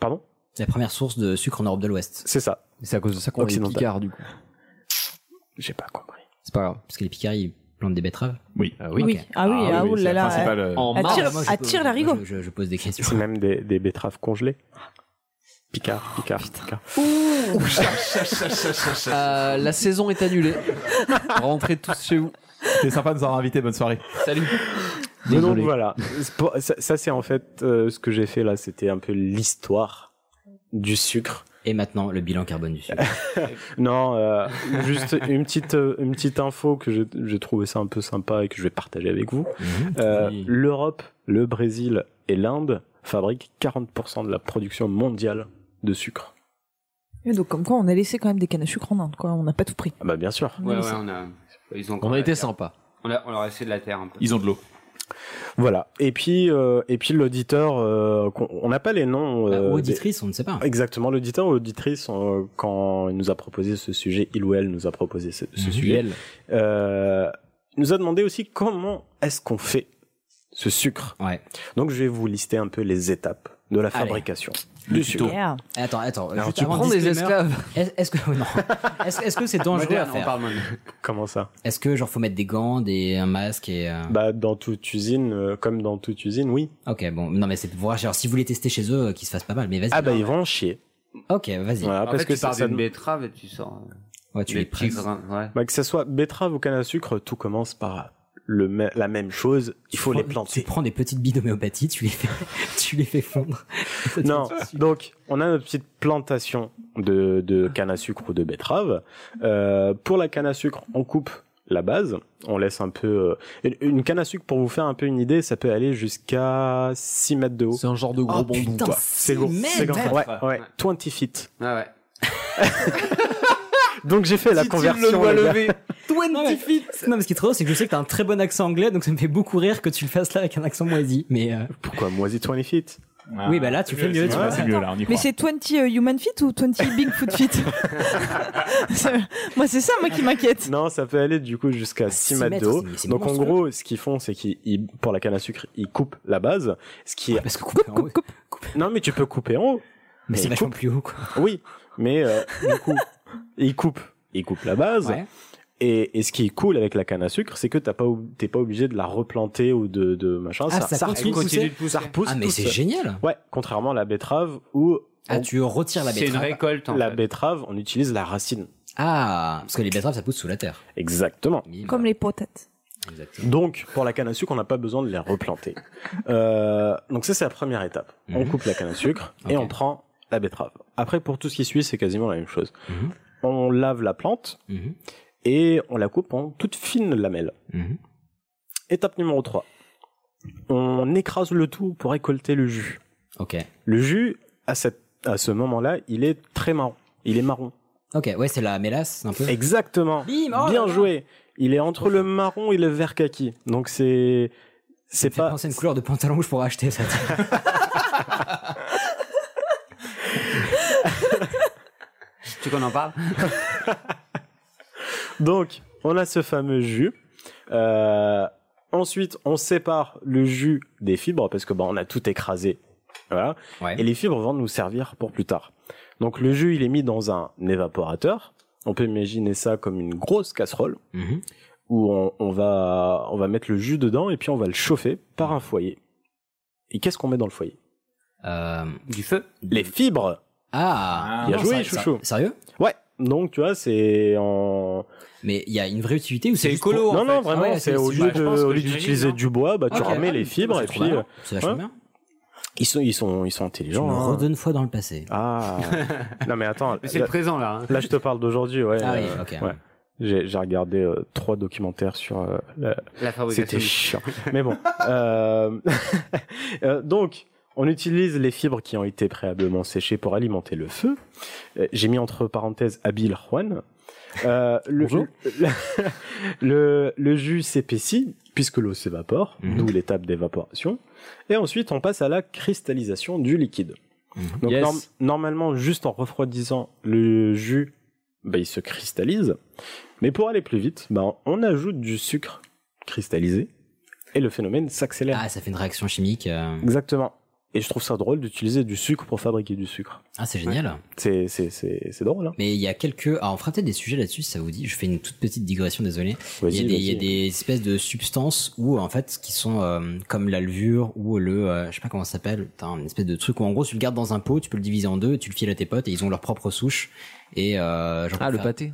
Speaker 3: Pardon
Speaker 1: La première source de sucre en Europe de l'Ouest.
Speaker 3: C'est ça.
Speaker 1: C'est à cause de ça
Speaker 3: qu'on est Occidental. picards,
Speaker 1: du coup.
Speaker 3: J'ai pas compris.
Speaker 1: C'est pas grave, parce que les Picards, ils plantent des betteraves. Ah,
Speaker 10: Oui.
Speaker 8: oui. Oui. Ah oui, ah, oh là là, En attire-
Speaker 1: Moi, je peux-
Speaker 8: attire la rigole.
Speaker 1: Je, je- je pose des questions.
Speaker 3: C'est même des, des betteraves congelées. Picard, Picard, Picard.
Speaker 2: Euh, la saison est annulée. Rentrez tous chez vous.
Speaker 10: C'était sympa de nous avoir invités. Bonne soirée.
Speaker 2: Salut.
Speaker 3: Mais donc voilà, C'est pour- ça, ça, c'est en fait euh, ce que j'ai fait là, c'était un peu l'histoire du sucre.
Speaker 1: Et maintenant, le bilan carbone du sucre.
Speaker 3: non, euh, juste une petite, euh, une petite info que j'ai- j'ai trouvé ça un peu sympa et que je vais partager avec vous. Euh, L'Europe, le Brésil et l'Inde fabriquent 40% de la production mondiale de sucre.
Speaker 8: Et donc, comme quoi, on a laissé quand même des cannes à sucre en Inde, quoi. On n'a pas tout pris.
Speaker 3: Ah bah bien sûr.
Speaker 4: Ouais, ouais, on a, ils ont
Speaker 3: On a été sympa.
Speaker 4: On, a, on leur a essayé de la terre un peu.
Speaker 10: ont de l'eau.
Speaker 3: Voilà. Et puis, euh, et puis l'auditeur, euh, qu'on- on n'a pas les noms. euh,
Speaker 1: ou Bah, auditrice, on ne sait pas.
Speaker 3: Exactement, l'auditeur ou auditrice, euh, quand il nous a proposé ce sujet, il ou elle nous a proposé ce, ce
Speaker 1: Mhm.
Speaker 3: sujet,
Speaker 1: Elle.
Speaker 3: euh, il nous a demandé aussi comment est-ce qu'on fait ce sucre. Donc je vais vous lister un peu les étapes de la
Speaker 1: Allez.
Speaker 3: fabrication
Speaker 1: Le
Speaker 3: [LAUGHS] du sucre.
Speaker 1: tuto. Attends, attends.
Speaker 3: Alors,
Speaker 1: juste
Speaker 3: tu
Speaker 1: avant,
Speaker 3: prends des
Speaker 1: disclaimer,
Speaker 3: esclaves.
Speaker 1: Est-ce est-ce que [LAUGHS] non. Est-ce est-ce que c'est dangereux à
Speaker 3: Moderne, [LAUGHS] on
Speaker 1: faire
Speaker 3: parle Comment ça
Speaker 1: Est-ce que genre faut mettre des gants, des un masque et euh,
Speaker 3: Bah dans toute usine, euh, comme dans toute usine, oui.
Speaker 1: Ok, bon, non mais c'est pour voir. genre, si vous les testez chez eux, euh, qu'ils se fassent pas mal. Mais vas-y.
Speaker 3: Ah bah ils vont en chier.
Speaker 1: Ok, vas-y.
Speaker 3: Voilà,
Speaker 4: En
Speaker 3: parce
Speaker 4: fait,
Speaker 3: que
Speaker 4: tu
Speaker 3: ça,
Speaker 4: pars
Speaker 3: ça
Speaker 4: d'une
Speaker 3: nous-
Speaker 4: betterave et tu sors. euh,
Speaker 1: Ouais, tu
Speaker 4: des
Speaker 1: les
Speaker 4: petits
Speaker 1: presses.
Speaker 4: grains, ouais.
Speaker 3: Bah, que ça soit betterave ou canne à sucre, tout commence par le me- la même chose. Il faut les planter.
Speaker 1: Tu prends des petites billes d'homéopathie, tu les fais, [LAUGHS] tu les fais fondre.
Speaker 3: Non, donc on a notre petite plantation de, de canne à sucre ou de betterave. Euh, pour la canne à sucre, on coupe la base, on laisse un peu... euh, une- une canne à sucre, pour vous faire un peu une idée, ça peut aller jusqu'à 6 mètres de haut. C'est
Speaker 2: un genre de
Speaker 1: gros Oh, bambou, putain, quoi.
Speaker 3: C'est
Speaker 1: 6
Speaker 3: gros,
Speaker 1: mètres
Speaker 3: c'est grand. Ouais, ouais, 20 feet.
Speaker 4: Ah ouais.
Speaker 3: donc j'ai fait la conversion. les gars.
Speaker 1: [LAUGHS] 20 feet. Non, mais ce qui est trop drôle, c'est que je sais que t'as un très bon accent anglais, donc ça me fait beaucoup rire que tu le fasses là avec un accent moisi. Mais euh,
Speaker 3: Pourquoi moisi 20 feet
Speaker 1: oui, bah là, tu fais mieux. tu vois.
Speaker 8: Mais c'est 20 euh, human fit ou
Speaker 3: [LAUGHS]
Speaker 8: 20 big foot fit Moi, c'est ça, moi, qui m'inquiète.
Speaker 3: Non, ça peut aller du coup
Speaker 1: Bah,
Speaker 3: jusqu'à
Speaker 8: six
Speaker 3: 6 mètres de
Speaker 8: mètres,
Speaker 3: haut.
Speaker 8: c'est- c'est
Speaker 3: Donc en
Speaker 8: monstrueux.
Speaker 3: gros, ce qu'ils font, c'est qu'ils, ils- pour la canne à sucre, ils coupent la base. Ce qui est...
Speaker 1: Parce que coupe, coupe, coupe,
Speaker 3: Non, mais tu peux couper en haut.
Speaker 1: Mais c'est
Speaker 3: ils
Speaker 1: vachement
Speaker 3: coupent.
Speaker 1: plus haut, quoi.
Speaker 3: Oui, mais euh, du coup, ils coupent, ils coupent la base.
Speaker 1: Ouais.
Speaker 3: Et, et ce qui est cool avec la canne à sucre, c'est que t'as pas, ob- t'es pas obligé de la replanter ou de, de machin.
Speaker 1: Ah, ça continue de pousser
Speaker 3: ça repousse
Speaker 1: Ah, mais
Speaker 3: tout
Speaker 1: c'est
Speaker 3: seul.
Speaker 1: génial.
Speaker 3: Ouais, contrairement à la betterave où.
Speaker 1: Ah,
Speaker 3: on-
Speaker 1: tu retires la C'est une betterave. récolte, en
Speaker 3: La
Speaker 1: fait.
Speaker 3: betterave, on utilise la racine.
Speaker 1: Ah, parce que les betteraves, ça pousse sous la terre.
Speaker 3: Exactement.
Speaker 8: Comme les potates.
Speaker 3: Donc, pour la canne à sucre, on n'a pas besoin de
Speaker 1: [LAUGHS]
Speaker 3: les replanter. Euh, donc ça, c'est la première étape.
Speaker 1: Mhm.
Speaker 3: On coupe la canne à sucre
Speaker 1: [LAUGHS]
Speaker 3: et on prend la betterave. Après, pour tout ce qui suit, c'est quasiment la même chose.
Speaker 1: Mhm.
Speaker 3: On lave la plante et on la coupe en toutes fines lamelles.
Speaker 1: Mhm.
Speaker 3: Étape numéro 3. On écrase le tout pour récolter le jus.
Speaker 1: Ok.
Speaker 3: Le jus, à, cette- à ce moment-là, il est très marron. Il est marron.
Speaker 1: Ok, ouais, c'est la mélasse, un peu.
Speaker 3: Exactement.
Speaker 1: Bim, oh là
Speaker 3: Bien
Speaker 1: là.
Speaker 3: joué. Il est entre le marron et le vert kaki. Donc c'est c'est
Speaker 1: J'ai
Speaker 3: pas
Speaker 1: pensé à une couleur de pantalon que je pourrais acheter, ça.
Speaker 4: Tu qu'on
Speaker 1: [LAUGHS]
Speaker 4: en parle
Speaker 3: Donc, on a ce fameux jus. Euh, ensuite, on sépare le jus des fibres parce que bah, on a tout écrasé. Voilà. Et les fibres vont nous servir pour plus tard. Donc, le jus, il est mis dans un évaporateur. On peut imaginer ça comme une grosse casserole où on, on va, on va mettre le jus dedans et puis on va le chauffer par un foyer. Et qu'est-ce qu'on met dans le foyer
Speaker 4: Du feu.
Speaker 3: Les fibres
Speaker 1: euh, Ah
Speaker 3: Bien
Speaker 1: non,
Speaker 3: joué,
Speaker 1: ça- ça-
Speaker 3: chouchou.
Speaker 1: Sérieux
Speaker 3: Ouais. Donc, tu vois, c'est en.
Speaker 1: Mais il y a une vraie utilité ou c'est juste
Speaker 3: écolo,
Speaker 1: pour-
Speaker 3: Non,
Speaker 1: en
Speaker 3: non,
Speaker 1: fait.
Speaker 3: vraiment,
Speaker 1: Ah ouais,
Speaker 3: c'est
Speaker 1: c'est-
Speaker 3: au
Speaker 1: c'est-
Speaker 3: lieu
Speaker 1: bah, je
Speaker 3: de-
Speaker 1: pense que
Speaker 3: au lieu
Speaker 1: j'imagine,
Speaker 3: d'utiliser
Speaker 1: hein.
Speaker 3: du bois, bah, tu
Speaker 1: Ok.
Speaker 3: remets les
Speaker 1: Ah,
Speaker 3: fibres
Speaker 1: c'est
Speaker 3: et
Speaker 1: trop
Speaker 3: puis.
Speaker 1: bien.
Speaker 3: euh,
Speaker 1: C'est vachement
Speaker 3: ouais.
Speaker 1: bien.
Speaker 3: Ils sont, ils sont, ils sont intelligents. hein.
Speaker 1: Redonne une fois dans le passé. [LAUGHS]
Speaker 3: Ah. non, mais attends.
Speaker 1: Mais c'est le présent, là, hein.
Speaker 3: Là, je te parle d'aujourd'hui, ouais.
Speaker 1: Ah oui,
Speaker 3: euh,
Speaker 1: ok.
Speaker 3: ouais. J'ai j'ai regardé euh, trois documentaires sur euh, la...
Speaker 4: La fabrication
Speaker 3: C'était
Speaker 4: du-
Speaker 3: chiant. Mais bon. euh, [LAUGHS] euh, donc, on utilise les fibres qui ont été préalablement séchées pour alimenter le feu. Euh, J'ai mis entre parenthèses Abil Juan. Euh, le, le, le- le jus s'épaissit puisque l'eau s'évapore,
Speaker 1: Mhm.
Speaker 3: d'où l'étape d'évaporation. Et ensuite, on passe à la cristallisation du liquide.
Speaker 1: Mhm.
Speaker 3: Donc,
Speaker 2: Yes.
Speaker 3: norm- normalement, juste en refroidissant le jus, bah, il se cristallise. Mais pour aller plus vite, bah, on ajoute du sucre cristallisé et le phénomène s'accélère.
Speaker 1: Ah, ça fait une réaction chimique. euh.
Speaker 3: Exactement. Et je trouve ça drôle d'utiliser du sucre pour fabriquer du sucre.
Speaker 1: Ah, c'est génial.
Speaker 3: C'est c'est- c'est- c'est drôle. Hein.
Speaker 1: Mais il y a quelques. Alors, on fera peut-être des sujets là-dessus, si ça vous dit. Je fais une toute petite digression, désolé. Il
Speaker 3: Vas-y,
Speaker 1: y, a des- il y a
Speaker 3: vas-y.
Speaker 1: des espèces de substances où, en fait, qui sont euh, comme la levure ou le. euh, je sais pas comment ça s'appelle. T'as une espèce de truc où, en gros, tu le gardes dans un pot, tu peux le diviser en deux, tu le files à tes potes et ils ont leur propre souche. Et, euh, ah, le
Speaker 2: pâté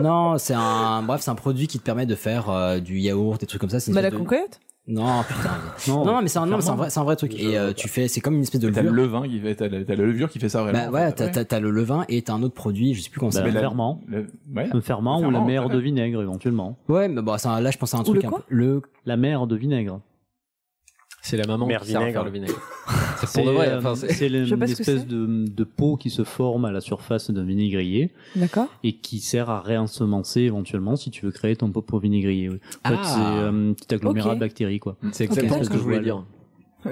Speaker 1: Non, [LAUGHS] c'est un. Bref, c'est un produit qui te permet de faire euh, du yaourt, des trucs comme ça. c'est une
Speaker 8: Bah, la
Speaker 1: espèce de-
Speaker 8: concoyote
Speaker 1: Non, putain. non, non, mais c'est un, non, mais c'est un vrai, c'est un vrai truc. Et euh, tu fais, c'est comme une espèce de
Speaker 10: T'as le
Speaker 1: levure.
Speaker 10: levain, qui fait- t'as la t'as la levure qui fait ça
Speaker 1: Bah
Speaker 10: vraiment.
Speaker 1: ouais, t'as- t'as t'as le levain et t'as un autre produit, je sais plus comment ça
Speaker 9: Bah,
Speaker 10: Mais
Speaker 1: s'appelle.
Speaker 10: la- le- ouais.
Speaker 9: Le ferment ou la
Speaker 1: ferment,
Speaker 9: mer
Speaker 1: ouais.
Speaker 9: de vinaigre éventuellement.
Speaker 1: Ouais, mais bon, ça, là je pense à un
Speaker 9: Ou
Speaker 1: truc.
Speaker 9: le
Speaker 1: un
Speaker 9: quoi
Speaker 1: peu- le
Speaker 9: La mer de vinaigre.
Speaker 2: C'est la maman
Speaker 9: Mer
Speaker 2: qui sert à
Speaker 9: vinaigre.
Speaker 2: faire le vinaigre.
Speaker 9: [LAUGHS]
Speaker 2: C'est pour de vrai.
Speaker 9: euh,
Speaker 2: enfin, c'est-
Speaker 8: [LAUGHS]
Speaker 9: c'est
Speaker 8: Je sais
Speaker 9: une
Speaker 8: pas ce que
Speaker 9: espèce
Speaker 8: c'est.
Speaker 9: de, de peau qui se forme à la surface d'un vinaigrier
Speaker 8: D'accord.
Speaker 9: et qui sert à réensemencer éventuellement si tu veux créer ton pot vinaigré. oui. En fait,
Speaker 8: Ah.
Speaker 9: c'est euh, un petit agglomérat
Speaker 8: Ok.
Speaker 9: de bactéries. quoi.
Speaker 2: C'est
Speaker 1: exactement
Speaker 9: Une
Speaker 1: ce que je
Speaker 9: espèce de
Speaker 1: voulais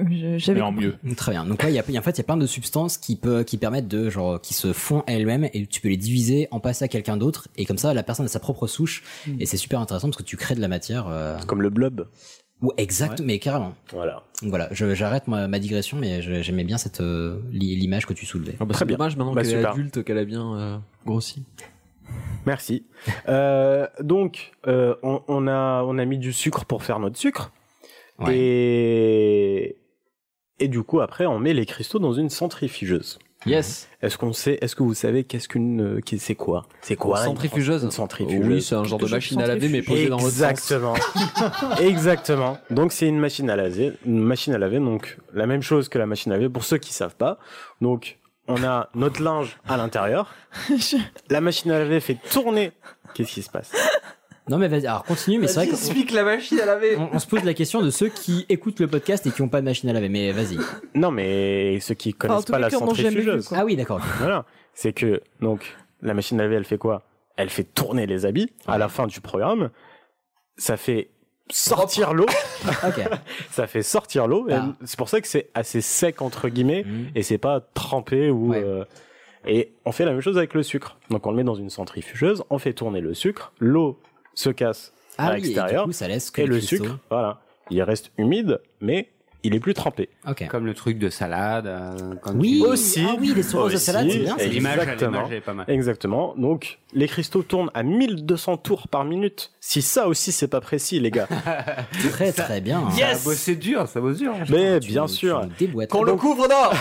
Speaker 9: voile.
Speaker 1: dire.
Speaker 8: Je- J'avais.
Speaker 10: mieux.
Speaker 1: [LAUGHS] Très bien. Donc là, il y a, il y a- en fait, il y a plein de substances qui peut, qui permettent de, genre, qui se font elles-mêmes et tu peux les diviser, en passer à quelqu'un d'autre et comme ça, la personne a sa propre souche et c'est super intéressant parce que tu crées de la matière. euh,
Speaker 3: Comme le blob.
Speaker 1: Ou exact, mais carrément.
Speaker 3: Voilà.
Speaker 1: Donc voilà, je- j'arrête ma, ma digression, mais je- j'aimais bien cette euh, li- l'image que tu soulevais.
Speaker 2: Ah bah, c'est dommage maintenant
Speaker 1: Bah,
Speaker 2: qu'elle est
Speaker 1: super.
Speaker 2: adulte, qu'elle a bien euh, grossi.
Speaker 3: Merci. Euh, donc, euh, on, on a, on a mis du sucre pour faire notre sucre. Et, et du coup, après, on met les cristaux dans une centrifugeuse.
Speaker 2: Yes.
Speaker 3: Est-ce qu'on sait, est-ce que vous savez qu'est-ce qu'une, euh, qu'est- c'est quoi? C'est quoi?
Speaker 2: Une
Speaker 3: une
Speaker 2: centrifugeuse
Speaker 3: cent- une centrifugeuse.
Speaker 2: Oh Oui, c'est un genre de machine à laver, mais posée dans l'autre sens.
Speaker 3: Exactement.
Speaker 1: [LAUGHS]
Speaker 3: Exactement. Donc, c'est une machine à laver, une machine à laver. Donc, la même chose que la machine à laver pour ceux qui savent pas. Donc, on a notre linge à l'intérieur. La machine à laver fait tourner. Qu'est-ce qui se passe?
Speaker 1: Non mais vas-y, alors continue, mais c'est vrai qu'on
Speaker 2: la machine à laver.
Speaker 1: on se pose la question de ceux qui écoutent le podcast et qui n'ont pas de machine à laver, mais vas-y.
Speaker 3: Non, mais ceux qui
Speaker 1: Enfin, en
Speaker 3: connaissent
Speaker 1: tous
Speaker 3: pas
Speaker 1: les
Speaker 3: la
Speaker 1: cas, on n'a jamais vu,
Speaker 3: centrifugeuse.
Speaker 1: quoi. Ah oui, d'accord.
Speaker 3: Voilà. C'est que, donc, la machine à laver, elle fait quoi Elle fait tourner les habits à la fin du programme. Ça fait
Speaker 1: [LAUGHS]
Speaker 3: sortir l'eau. [LAUGHS] ça fait sortir l'eau. et
Speaker 1: Ah.
Speaker 3: C'est pour ça que c'est assez sec, entre guillemets,
Speaker 1: Mm.
Speaker 3: et c'est pas trempé ou. euh, et on fait la même chose avec le sucre. Donc, on le met dans une centrifugeuse, on fait tourner le sucre, l'eau se casse
Speaker 1: Ah
Speaker 3: à
Speaker 1: oui, et du
Speaker 3: l'extérieur.
Speaker 1: coup, ça laisse que
Speaker 3: et
Speaker 1: les
Speaker 3: le
Speaker 1: cristaux.
Speaker 3: sucre, voilà. Il reste humide, mais il est plus trempé.
Speaker 4: Comme le truc de salade. euh, quand
Speaker 3: Oui,
Speaker 4: tu-
Speaker 3: aussi.
Speaker 1: Ah
Speaker 3: Aussi,
Speaker 4: L'image, elle-
Speaker 3: Exactement.
Speaker 4: l'image, elle est pas mal.
Speaker 3: Exactement. Donc, les cristaux tournent à 1200 tours par minute. Si ça aussi, c'est pas précis,
Speaker 1: [LAUGHS]
Speaker 3: les gars.
Speaker 1: très, très bien. hein. Ah,
Speaker 4: Yes Ça bossé Ah, bah, dur, ça bosse dur. hein.
Speaker 3: Mais bien sûr.
Speaker 1: Qu'on le
Speaker 3: couvre [LAUGHS] d'or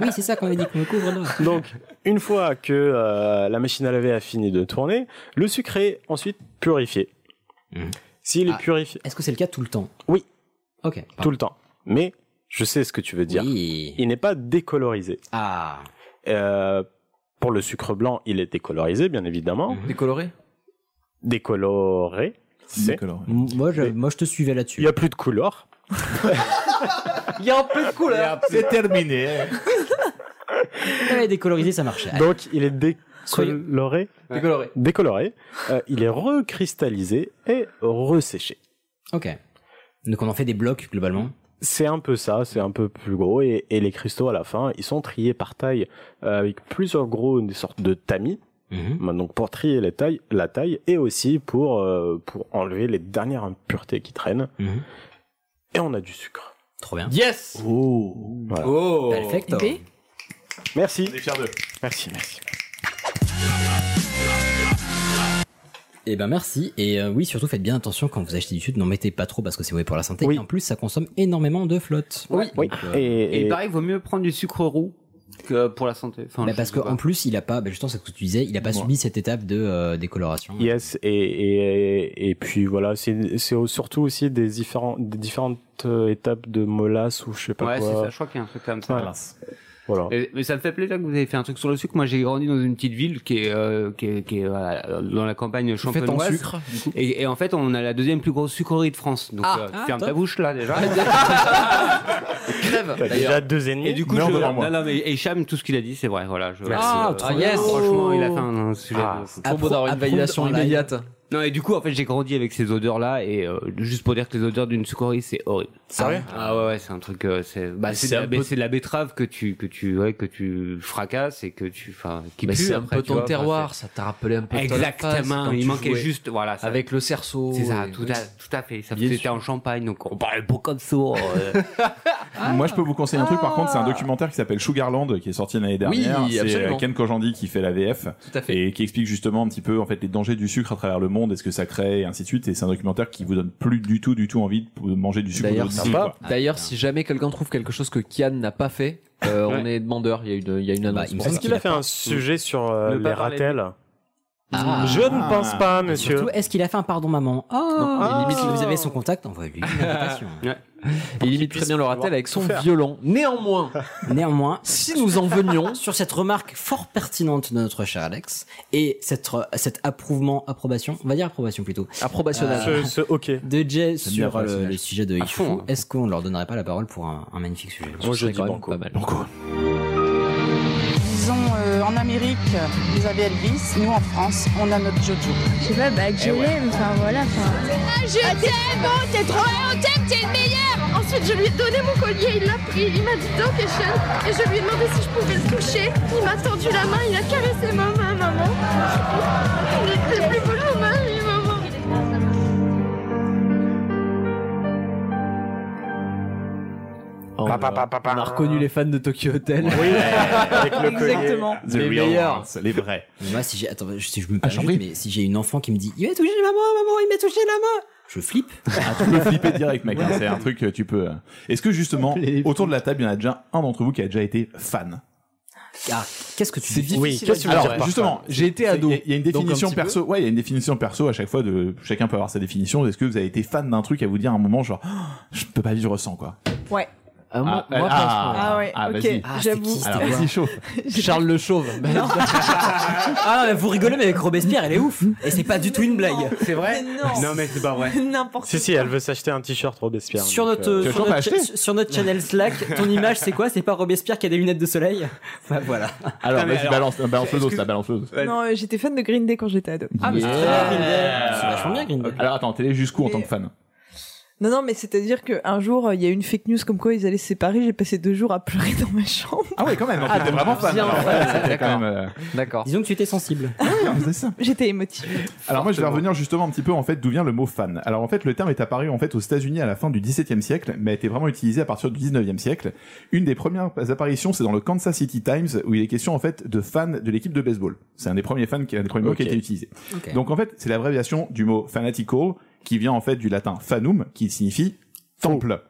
Speaker 1: Oui, c'est ça qu'on avait dit, qu'on le couvre là.
Speaker 3: Donc, une fois que euh, la machine à laver a fini de tourner, le sucre est ensuite purifié.
Speaker 1: Hmm.
Speaker 3: S'il
Speaker 1: Ah.
Speaker 3: est purifié.
Speaker 1: Est-ce que c'est le cas tout le temps
Speaker 3: Oui.
Speaker 1: Ok.
Speaker 3: Tout le temps. Mais je sais ce que tu veux dire. Il n'est pas décolorisé. Euh,
Speaker 1: Ah.
Speaker 3: pour le sucre blanc, il est décolorisé, bien évidemment.
Speaker 2: Décoloré
Speaker 3: Décoloré. C'est.
Speaker 1: M- Moi, je, moi, je te suivais là-dessus. Il
Speaker 3: n'y a plus de couleur.
Speaker 2: Il y a un peu de couleur.
Speaker 10: Ah, C'est terminé. hein.
Speaker 1: [LAUGHS] Ouais, décolorisé, ça marchait. Allez.
Speaker 3: Donc, il est décoloré.
Speaker 1: Ouais. Décoloré.
Speaker 3: Décoloré. Euh, il est recristallisé et resséché.
Speaker 1: Ok. Donc, on en fait des blocs, globalement.
Speaker 3: C'est un peu ça, c'est un peu plus gros. Et, et les cristaux, à la fin, ils sont triés par taille euh, avec plusieurs gros, des sortes de tamis.
Speaker 1: Mhm.
Speaker 3: Euh, Donc, pour trier les tailles, la taille et aussi pour, euh, pour enlever les dernières impuretés qui traînent. Et on a du sucre.
Speaker 1: Mhm. Trop bien.
Speaker 2: Yes
Speaker 3: Oh,
Speaker 2: Oh.
Speaker 1: Perfecto. Ok.
Speaker 3: Merci.
Speaker 10: On est fiers d'eux.
Speaker 3: Merci, merci.
Speaker 1: Eh ben merci et euh, oui surtout faites bien attention quand vous achetez du sucre n'en mettez pas trop parce que c'est mauvais pour la santé
Speaker 4: Oui.
Speaker 1: et en plus ça consomme énormément de flotte.
Speaker 4: Oui.
Speaker 1: Donc, euh,
Speaker 4: Et, il paraît qu'il vaut mieux prendre du sucre roux que pour la santé. Enfin,
Speaker 1: bah,
Speaker 4: je
Speaker 1: parce
Speaker 4: sais pas.
Speaker 1: qu'en plus il a pas bah, justement c'est ce que tu disais il a pas
Speaker 4: Ouais.
Speaker 1: subi cette étape de euh, décoloration.
Speaker 3: Yes, et, et, et puis voilà, c'est c'est au- surtout aussi des, différents, des différentes euh, étapes de molasse ou je sais pas
Speaker 4: Ouais,
Speaker 3: quoi.
Speaker 4: c'est ça, je crois qu'il y a un truc comme ça.
Speaker 3: Ouais. Voilà.
Speaker 4: Et- mais ça me fait plaisir que vous avez fait un truc sur le sucre. Moi, j'ai grandi dans une petite ville qui est, euh, qui est, qui est, euh, dans la campagne
Speaker 2: en
Speaker 4: champenoise.
Speaker 2: sucre, du coup.
Speaker 4: et, et en fait, on a la deuxième plus grosse sucrerie de France. Donc,
Speaker 2: Ah,
Speaker 4: euh,
Speaker 2: ah,
Speaker 4: ferme
Speaker 2: top.
Speaker 4: ta bouche
Speaker 2: [LAUGHS]
Speaker 4: là déjà.
Speaker 2: Crève.
Speaker 4: D'ailleurs.
Speaker 2: d'ailleurs.
Speaker 3: deux ennemis.
Speaker 4: Et du coup,
Speaker 2: Meurs
Speaker 4: je-
Speaker 2: devant moi.
Speaker 4: non, non, mais et Cham, tout ce qu'il a dit, c'est vrai. Voilà. Je,
Speaker 2: Merci. Ah, trop bien.
Speaker 4: Franchement, il a fait un, un sujet.
Speaker 2: Ah,
Speaker 4: de-
Speaker 2: trop beau d'avoir une validation immédiate.
Speaker 4: Non, et du coup, en fait, j'ai grandi avec ces odeurs-là, et euh, juste pour dire que les odeurs d'une sucrerie, c'est horrible.
Speaker 12: Sérieux
Speaker 4: Ah ouais, ouais, c'est un truc. euh, c'est bah,
Speaker 12: C'est
Speaker 4: c'est de,
Speaker 12: un
Speaker 4: la- mais
Speaker 12: peu-
Speaker 4: c'est de la betterave que tu que tu ouais, que tu fracasses et que tu enfin qui
Speaker 12: Bah,
Speaker 4: pue
Speaker 12: c'est un
Speaker 4: après,
Speaker 12: peu
Speaker 4: tu
Speaker 12: ton
Speaker 4: vois, enfin,
Speaker 12: terroir,
Speaker 4: c'est-
Speaker 12: ça t'a rappelé un peu ton enfance
Speaker 4: Exactement.
Speaker 12: quand
Speaker 4: Il
Speaker 12: tu
Speaker 4: manquait
Speaker 12: jouais.
Speaker 4: juste voilà ça.
Speaker 12: Avec le cerceau.
Speaker 4: C'est ça,
Speaker 12: et-
Speaker 4: tout, à, tout à fait. Ça
Speaker 10: Bien
Speaker 4: c'était en champagne, donc on parlait beaucoup comme ça.
Speaker 12: [LAUGHS]
Speaker 4: euh,
Speaker 10: Moi, je peux vous conseiller un truc. Par contre, c'est un documentaire qui s'appelle Sugarland, qui est sorti l'année dernière.
Speaker 12: Ah. Oui,
Speaker 10: c'est
Speaker 12: absolument.
Speaker 10: euh, Ken Kojandi qui fait la VF et qui explique justement un petit peu en fait les dangers du sucre à travers le monde, est-ce que ça crée et ainsi de suite. Et c'est un documentaire qui vous donne plus du tout, du tout envie de manger du sucre.
Speaker 12: D'ailleurs,
Speaker 10: aussi,
Speaker 12: si,
Speaker 10: quoi.
Speaker 12: d'ailleurs, si jamais quelqu'un trouve quelque chose que Kian n'a pas fait,
Speaker 4: [LAUGHS]
Speaker 12: euh, on est demandeur. Il y a une, Bah, il y a une annonce.
Speaker 3: Est-ce qu'il a fait un sujet sur euh,
Speaker 12: Ne pas
Speaker 3: les
Speaker 12: parler
Speaker 3: ratelles
Speaker 1: Ah.
Speaker 3: Je ne pense pas,
Speaker 1: Et
Speaker 3: monsieur.
Speaker 1: surtout, est-ce qu'il a fait un pardon maman Oh,
Speaker 12: mais limite,
Speaker 1: si
Speaker 12: le-
Speaker 1: vous avez son contact,
Speaker 12: [LAUGHS]
Speaker 1: envoyez-lui une invitation.
Speaker 12: Il
Speaker 3: Oh.
Speaker 12: imite très bien le ratel avec son
Speaker 1: tout faire.
Speaker 12: violon. Néanmoins,
Speaker 1: [LAUGHS] Néanmoins,
Speaker 12: si nous en
Speaker 1: [LAUGHS]
Speaker 12: venions
Speaker 1: sur cette remarque fort pertinente de notre cher Alex et cette re- cet approuvement approbation, on va dire approbation plutôt.
Speaker 12: Approbationnage.
Speaker 1: Euh,
Speaker 3: Ce, ce hockey.
Speaker 1: de Jay
Speaker 3: J'aime bien
Speaker 1: sur euh, le,
Speaker 3: approbationnage.
Speaker 1: sujet de
Speaker 3: À
Speaker 1: Ifu,
Speaker 3: fond, hein.
Speaker 1: est-ce qu'on leur donnerait pas la parole pour un, un magnifique sujet
Speaker 12: Moi, je dis banco.
Speaker 13: Disons, euh, en Amérique, vous avez Elvis, nous en France, on a notre Jojo. Je sais pas, bah, que
Speaker 11: je Eh ouais. l'aime,
Speaker 13: enfin Ah, voilà.
Speaker 11: Ah, je t'aime, oh, t'es trop. Ouais, on t'aime, t'es le meilleur. Ensuite, je lui ai donné mon collier, il l'a pris, il m'a dit location et je lui ai demandé si je pouvais le toucher. Il m'a tendu la main, il a caressé ma main, maman. Il était plus beau que ma vie, maman.
Speaker 12: on, a, on a reconnu les fans de Tokyo Hotel. [LAUGHS]
Speaker 3: avec
Speaker 12: le collier. Exactement. The Les real meilleurs. ones,
Speaker 10: les vrais.
Speaker 1: Moi, si j'ai, attends, je- si je
Speaker 10: Ah,
Speaker 1: me permets, mais si j'ai une enfant qui me dit, il m'a touché la main, maman, il m'a touché la main,
Speaker 10: [LAUGHS]
Speaker 1: je flippe.
Speaker 10: Ah, Tu peux flipper direct, mec. hein. C'est un truc que tu peux. euh. Est-ce que
Speaker 12: [LAUGHS]
Speaker 10: justement, autour de la table, il y en a déjà un d'entre vous qui a déjà été fan
Speaker 1: Ah, qu'est-ce que tu
Speaker 10: C'est
Speaker 1: dis
Speaker 10: difficile à dire. Alors, justement, j'ai été [LAUGHS] ado. Il y a- il y a une
Speaker 12: Donc, un
Speaker 10: définition
Speaker 12: petit peu.
Speaker 10: perso. Ouais, il y a une définition perso à chaque fois de chacun peut avoir sa définition. Est-ce que vous avez été fan d'un truc à vous dire à un moment genre Ah, je peux pas vivre sans quoi
Speaker 8: Ouais.
Speaker 12: Ah, moi-
Speaker 10: Ah,
Speaker 12: moi,
Speaker 10: ah,
Speaker 12: franchement.
Speaker 10: ah ouais, Ah, ok, vas-y.
Speaker 8: j'avoue.
Speaker 10: Alors, vas-y, chaud.
Speaker 12: Charles le Chauve.
Speaker 10: Bah,
Speaker 1: Ah, mais vous rigolez, mais avec Robespierre, elle est ouf. Et c'est pas du tout une blague.
Speaker 4: C'est vrai
Speaker 3: Non, mais c'est pas vrai.
Speaker 8: N'importe
Speaker 3: Si, si, elle veut s'acheter un t-shirt Robespierre.
Speaker 1: Sur
Speaker 3: donc,
Speaker 1: notre,
Speaker 3: euh,
Speaker 1: sur, notre, cha- sur notre channel Slack, ton image c'est quoi C'est pas Robespierre qui a des lunettes de soleil Bah voilà.
Speaker 10: Alors, vas-y, balance, euh, balance le dos, ça, balance le dos.
Speaker 8: Non, Ah, euh, j'étais fan de Green Day quand j'étais ado.
Speaker 10: mais c'est
Speaker 1: Ah, très bien, Green Day. C'est vachement bien,
Speaker 10: Alors, attends, t'es allé jusqu'où en tant que fan
Speaker 8: Non, non, mais c'est-à-dire qu'un jour, euh, il y a eu une fake news comme quoi ils allaient se séparer. J'ai passé deux jours à pleurer dans ma chambre.
Speaker 10: Ah ouais, quand même.
Speaker 12: Ah,
Speaker 10: T'es vraiment fan.
Speaker 12: bien,
Speaker 10: alors,
Speaker 12: ouais,
Speaker 10: ouais, c'était
Speaker 12: d'accord.
Speaker 10: quand même, euh, Ah,
Speaker 12: D'accord.
Speaker 1: Disons que tu étais sensible.
Speaker 8: J'étais émotive.
Speaker 10: Alors moi je vais revenir justement un petit peu en fait d'où vient le mot fan. Alors en fait le terme est apparu en fait aux États-Unis à la fin du XVIIe siècle, mais a été vraiment utilisé à partir du XIXe siècle. Une des premières apparitions c'est dans le Kansas City Times où il est question en fait de fans de l'équipe de baseball. C'est un des premiers fans qui un des premiers mots qui a
Speaker 3: Ok.
Speaker 10: été utilisé.
Speaker 1: Ok.
Speaker 10: Donc en fait c'est l'abréviation du mot fanatical qui vient en fait du latin fanum qui signifie temple.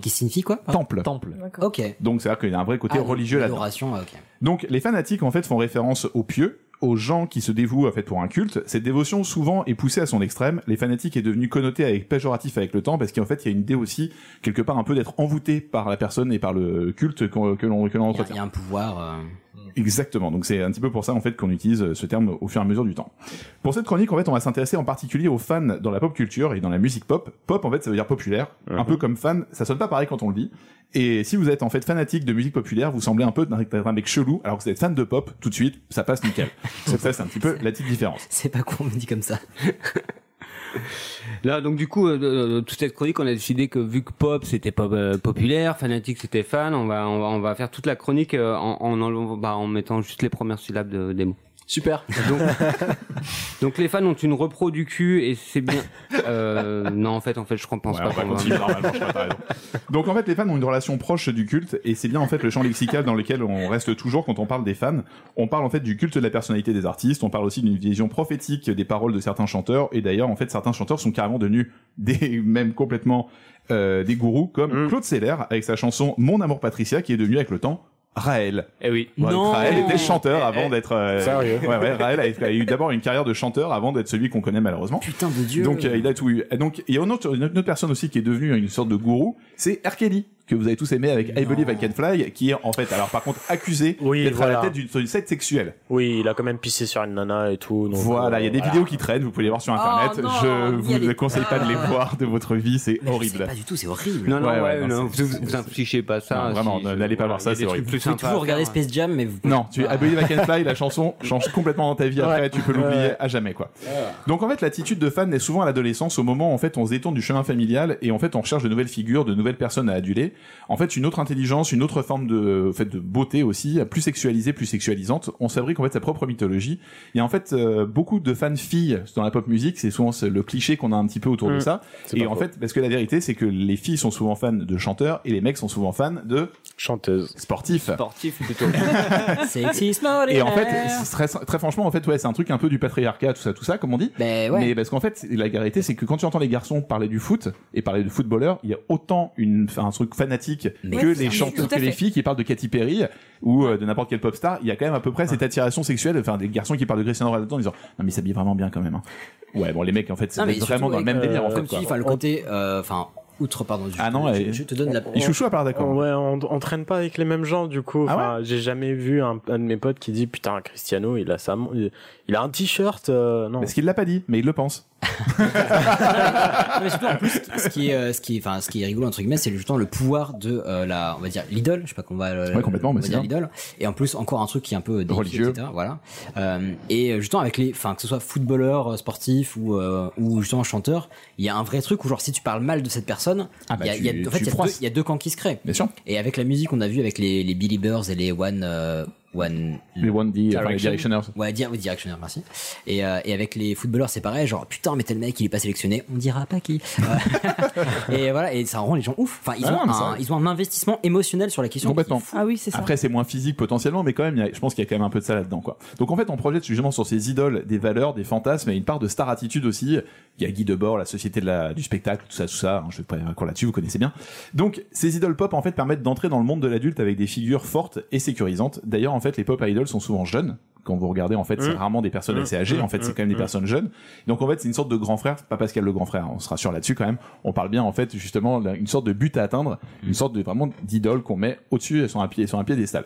Speaker 1: Qui signifie quoi
Speaker 10: Temple.
Speaker 12: Temple.
Speaker 1: Ok.
Speaker 10: Donc c'est à dire qu'il y a un vrai côté
Speaker 1: Ah,
Speaker 10: religieux là.
Speaker 1: Adoration, ah, ok.
Speaker 10: Donc les fanatiques en fait font référence aux pieux, aux gens qui se dévouent en fait pour un culte. Cette dévotion souvent est poussée à son extrême. Les fanatiques est devenu connoté avec péjoratif avec le temps parce qu'en fait il y a une idée aussi quelque part un peu d'être envoûté par la personne et par le culte qu'on- que l'on que l'on
Speaker 1: Il y a- il y,
Speaker 10: entretient.
Speaker 1: a un pouvoir. euh,
Speaker 10: Exactement. Donc c'est un petit peu pour ça en fait qu'on utilise ce terme au fur et à mesure du temps. Pour cette chronique, en fait, on va s'intéresser en particulier aux fans dans la pop culture et dans la musique pop. Pop, en fait, ça veut dire populaire. Un peu comme fan, ça sonne pas pareil quand on le dit. Et si vous êtes en fait fanatique de musique populaire, vous semblez un peu d'un- d'un mec chelou, alors que vous êtes fan de pop, tout de suite, ça passe nickel. Donc ça, c'est un petit peu la petite différence.
Speaker 1: C'est pas con, on me dit comme ça.
Speaker 4: Là, donc du coup, euh, euh, toute cette chronique, on a décidé que vu que pop c'était pas euh, populaire, fanatique c'était fan, on va, on va on va faire toute la chronique euh, en en, enlevant- bah, en mettant juste les premières syllabes de- des mots.
Speaker 12: Super.
Speaker 4: Donc, [LAUGHS] donc les fans ont une repro du cul et c'est bien. Euh, non, en fait, en fait, je pense
Speaker 10: Ouais, on
Speaker 4: pas.
Speaker 10: va
Speaker 4: qu'on va-
Speaker 10: continuer normalement, je crois, t'as raison. Donc en fait, les fans ont une relation proche du culte, et c'est bien en fait le champ lexical dans lequel on reste toujours quand on parle des fans. On parle en fait du culte de la personnalité des artistes, on parle aussi d'une vision prophétique des paroles de certains chanteurs, et d'ailleurs en fait certains chanteurs sont carrément devenus des [LAUGHS] même complètement euh, des gourous, comme Claude Seller avec sa chanson Mon amour Patricia, qui est devenu avec le temps Raël.
Speaker 4: Eh oui.
Speaker 10: Ouais,
Speaker 12: Non.
Speaker 10: Raël était chanteur avant d'être. euh,
Speaker 12: Sérieux
Speaker 10: Ouais, ouais, Raël a, a eu d'abord une carrière de chanteur avant d'être celui qu'on connaît malheureusement.
Speaker 1: Putain de Dieu.
Speaker 10: Donc euh, il a tout eu. Et donc il y a une autre, une autre personne aussi qui est devenue une sorte de gourou, c'est R. Kelly. que vous avez tous aimé avec I Believe I Can Fly, qui est en fait, [LAUGHS] alors par contre, accusé
Speaker 14: Oui,
Speaker 10: d'être à
Speaker 14: voilà.
Speaker 10: la tête d'une d'une secte sexuelle.
Speaker 14: Oui, il a quand même pissé sur une nana et tout. donc,
Speaker 3: euh,
Speaker 10: Voilà, il y a des
Speaker 14: voilà.
Speaker 10: vidéos qui traînent, vous pouvez les voir sur
Speaker 3: Oh,
Speaker 10: internet.
Speaker 14: non,
Speaker 10: je
Speaker 14: n'y
Speaker 10: vous
Speaker 14: allez
Speaker 10: ne conseille pas de [LAUGHS]
Speaker 3: Ah.
Speaker 10: les voir de votre vie, c'est horrible.
Speaker 1: Pas du tout, c'est horrible.
Speaker 4: Non, non, ouais, non, vous vous infligez pas ça.
Speaker 10: Non, vraiment,
Speaker 4: si-
Speaker 10: n'allez pas voir
Speaker 4: Ah, il
Speaker 10: ça,
Speaker 4: y a des
Speaker 10: c'est
Speaker 4: trucs
Speaker 10: horrible.
Speaker 4: plus
Speaker 10: Vous pouvez
Speaker 4: sympas à
Speaker 10: toujours
Speaker 1: regarder
Speaker 4: faire. hein.
Speaker 1: Space Jam, mais vous. Ah.
Speaker 10: Non, tu I Believe I Can
Speaker 1: [LAUGHS]
Speaker 10: Fly, la chanson change complètement dans ta vie après, tu peux l'oublier à jamais quoi.
Speaker 14: Ah.
Speaker 10: Donc en fait, l'attitude de fan est souvent à l'adolescence au moment où en fait on se détourne du chemin familial et en fait on cherche de nouvelles figures, de nouvelles personnes à aduler. En fait, une autre intelligence, une autre forme de en fait de beauté aussi, plus sexualisée, plus sexualisante. On fabrique en fait sa propre mythologie. Il y a en fait euh, beaucoup de fans filles dans la pop musique, c'est souvent ce- le cliché qu'on a un petit peu autour de
Speaker 14: Mm.
Speaker 10: ça.
Speaker 14: C'est
Speaker 10: Et
Speaker 14: pas
Speaker 10: en
Speaker 14: faux.
Speaker 10: fait, parce que la vérité c'est que les filles sont souvent fans de chanteurs et les mecs sont souvent fans de
Speaker 14: chanteuses.
Speaker 10: Sportifs.
Speaker 1: [LAUGHS]
Speaker 4: Sportif plutôt.
Speaker 1: Sexisme
Speaker 10: Et en
Speaker 1: ordinaire.
Speaker 10: fait, c'est très, très franchement, en fait, ouais, c'est un truc un peu du patriarcat, tout ça, tout ça, comme on dit.
Speaker 1: Ben ouais.
Speaker 10: Mais parce qu'en fait, c'est- la vérité, c'est que quand tu entends les garçons parler du foot et parler de footballeurs, il y a autant une, enfin, un truc fanatique que
Speaker 8: Ouais,
Speaker 10: les
Speaker 8: tout
Speaker 10: chanteurs,
Speaker 8: à
Speaker 10: que les
Speaker 8: fait.
Speaker 10: filles qui parlent de Katy Perry ou euh, de n'importe quel pop star. Il y a quand même à peu près cette attiration sexuelle, enfin, des garçons qui parlent de Cristiano Ronaldo en disant, non, mais il s'habille vraiment bien quand même. hein. Ouais, bon, les mecs, en fait, c'est
Speaker 1: Non, mais
Speaker 10: vraiment
Speaker 1: surtout
Speaker 10: dans le même
Speaker 1: avec,
Speaker 10: délire, en
Speaker 1: euh,
Speaker 10: fait.
Speaker 1: Comme tu
Speaker 10: quoi.
Speaker 1: dis, enfin, le côté. euh, Enfin, outre, pardon. je-
Speaker 10: Ah non,
Speaker 1: je-
Speaker 10: et-
Speaker 1: Je te donne la.
Speaker 10: Il chouchoute à part d'accord. Ah
Speaker 14: Ouais, on, on traîne pas avec les mêmes gens du coup. Enfin, j'ai jamais vu un, un de mes potes qui dit putain Cristiano, il a sa, mon- il, il a un t-shirt. euh, non.
Speaker 10: Parce qu'il l'a pas dit, mais il le pense.
Speaker 1: Non, mais surtout, en plus, ce qui est, euh, ce qui est, enfin, ce qui est rigolo entre guillemets, c'est justement le pouvoir de euh, la, on va dire l'idole. Je sais pas qu'on va, euh,
Speaker 10: Ouais, complètement,
Speaker 1: on va
Speaker 10: mais c'est
Speaker 1: dire
Speaker 10: bien.
Speaker 1: l'idole. Et en plus, encore un truc qui est un peu délicat,
Speaker 10: Religieux.
Speaker 1: etc., voilà. Euh, et justement avec les, enfin, que ce soit footballeur, euh, sportif ou euh, ou justement chanteur, il y a un vrai truc où genre si tu parles mal de cette personne,
Speaker 10: Ah bah,
Speaker 1: il y a- il y a,
Speaker 10: tu-
Speaker 1: en fait,
Speaker 10: tu
Speaker 1: il y a deux-
Speaker 10: froisses.
Speaker 1: il y a deux camps qui se créent.
Speaker 10: Bien sûr.
Speaker 1: Et avec la musique, on a vu avec les les Billy Birds et les One. euh, One,
Speaker 10: Les One D, enfin, les Directioners.
Speaker 1: Ouais, di- oui, Directioners, merci. Et, euh, et avec les footballeurs, c'est pareil, genre putain, mais tel mec, il est pas sélectionné, on dira pas qui. Euh, et voilà, et ça rend les gens ouf. Enfin, ils,
Speaker 10: Ah
Speaker 1: ont
Speaker 10: non, mais ça-
Speaker 1: un, ils ont un investissement émotionnel sur la question.
Speaker 10: Complètement.
Speaker 1: qui-
Speaker 8: Ah oui, c'est ça.
Speaker 10: Après, c'est moins physique potentiellement, mais quand même, il y a- je pense qu'il y a quand même un peu de ça là-dedans, quoi. Donc en fait, on projette justement sur ces idoles des valeurs, des fantasmes et une part de star attitude aussi. Il y a Guy Debord, la société de la, du spectacle, tout ça, tout ça. hein, je vais pas raccourcir là-dessus, vous connaissez bien. Donc, ces idoles pop, en fait, permettent d'entrer dans le monde de l'adulte avec des figures fortes et sécurisantes. D'ailleurs, en fait, les pop idoles sont souvent jeunes. Quand vous regardez, en fait, c'est
Speaker 14: Mm.
Speaker 10: rarement des personnes
Speaker 14: Mm.
Speaker 10: assez âgées. En fait, c'est quand même des
Speaker 14: Mm.
Speaker 10: personnes jeunes. Donc, en fait, c'est une sorte de grand frère. Pas Pascal le grand frère. On se rassure là-dessus quand même. On parle bien, en fait, justement, là, une sorte de but à atteindre,
Speaker 12: Mm.
Speaker 10: une sorte de vraiment d'idole qu'on met au-dessus sur un pied, sur un piédestal.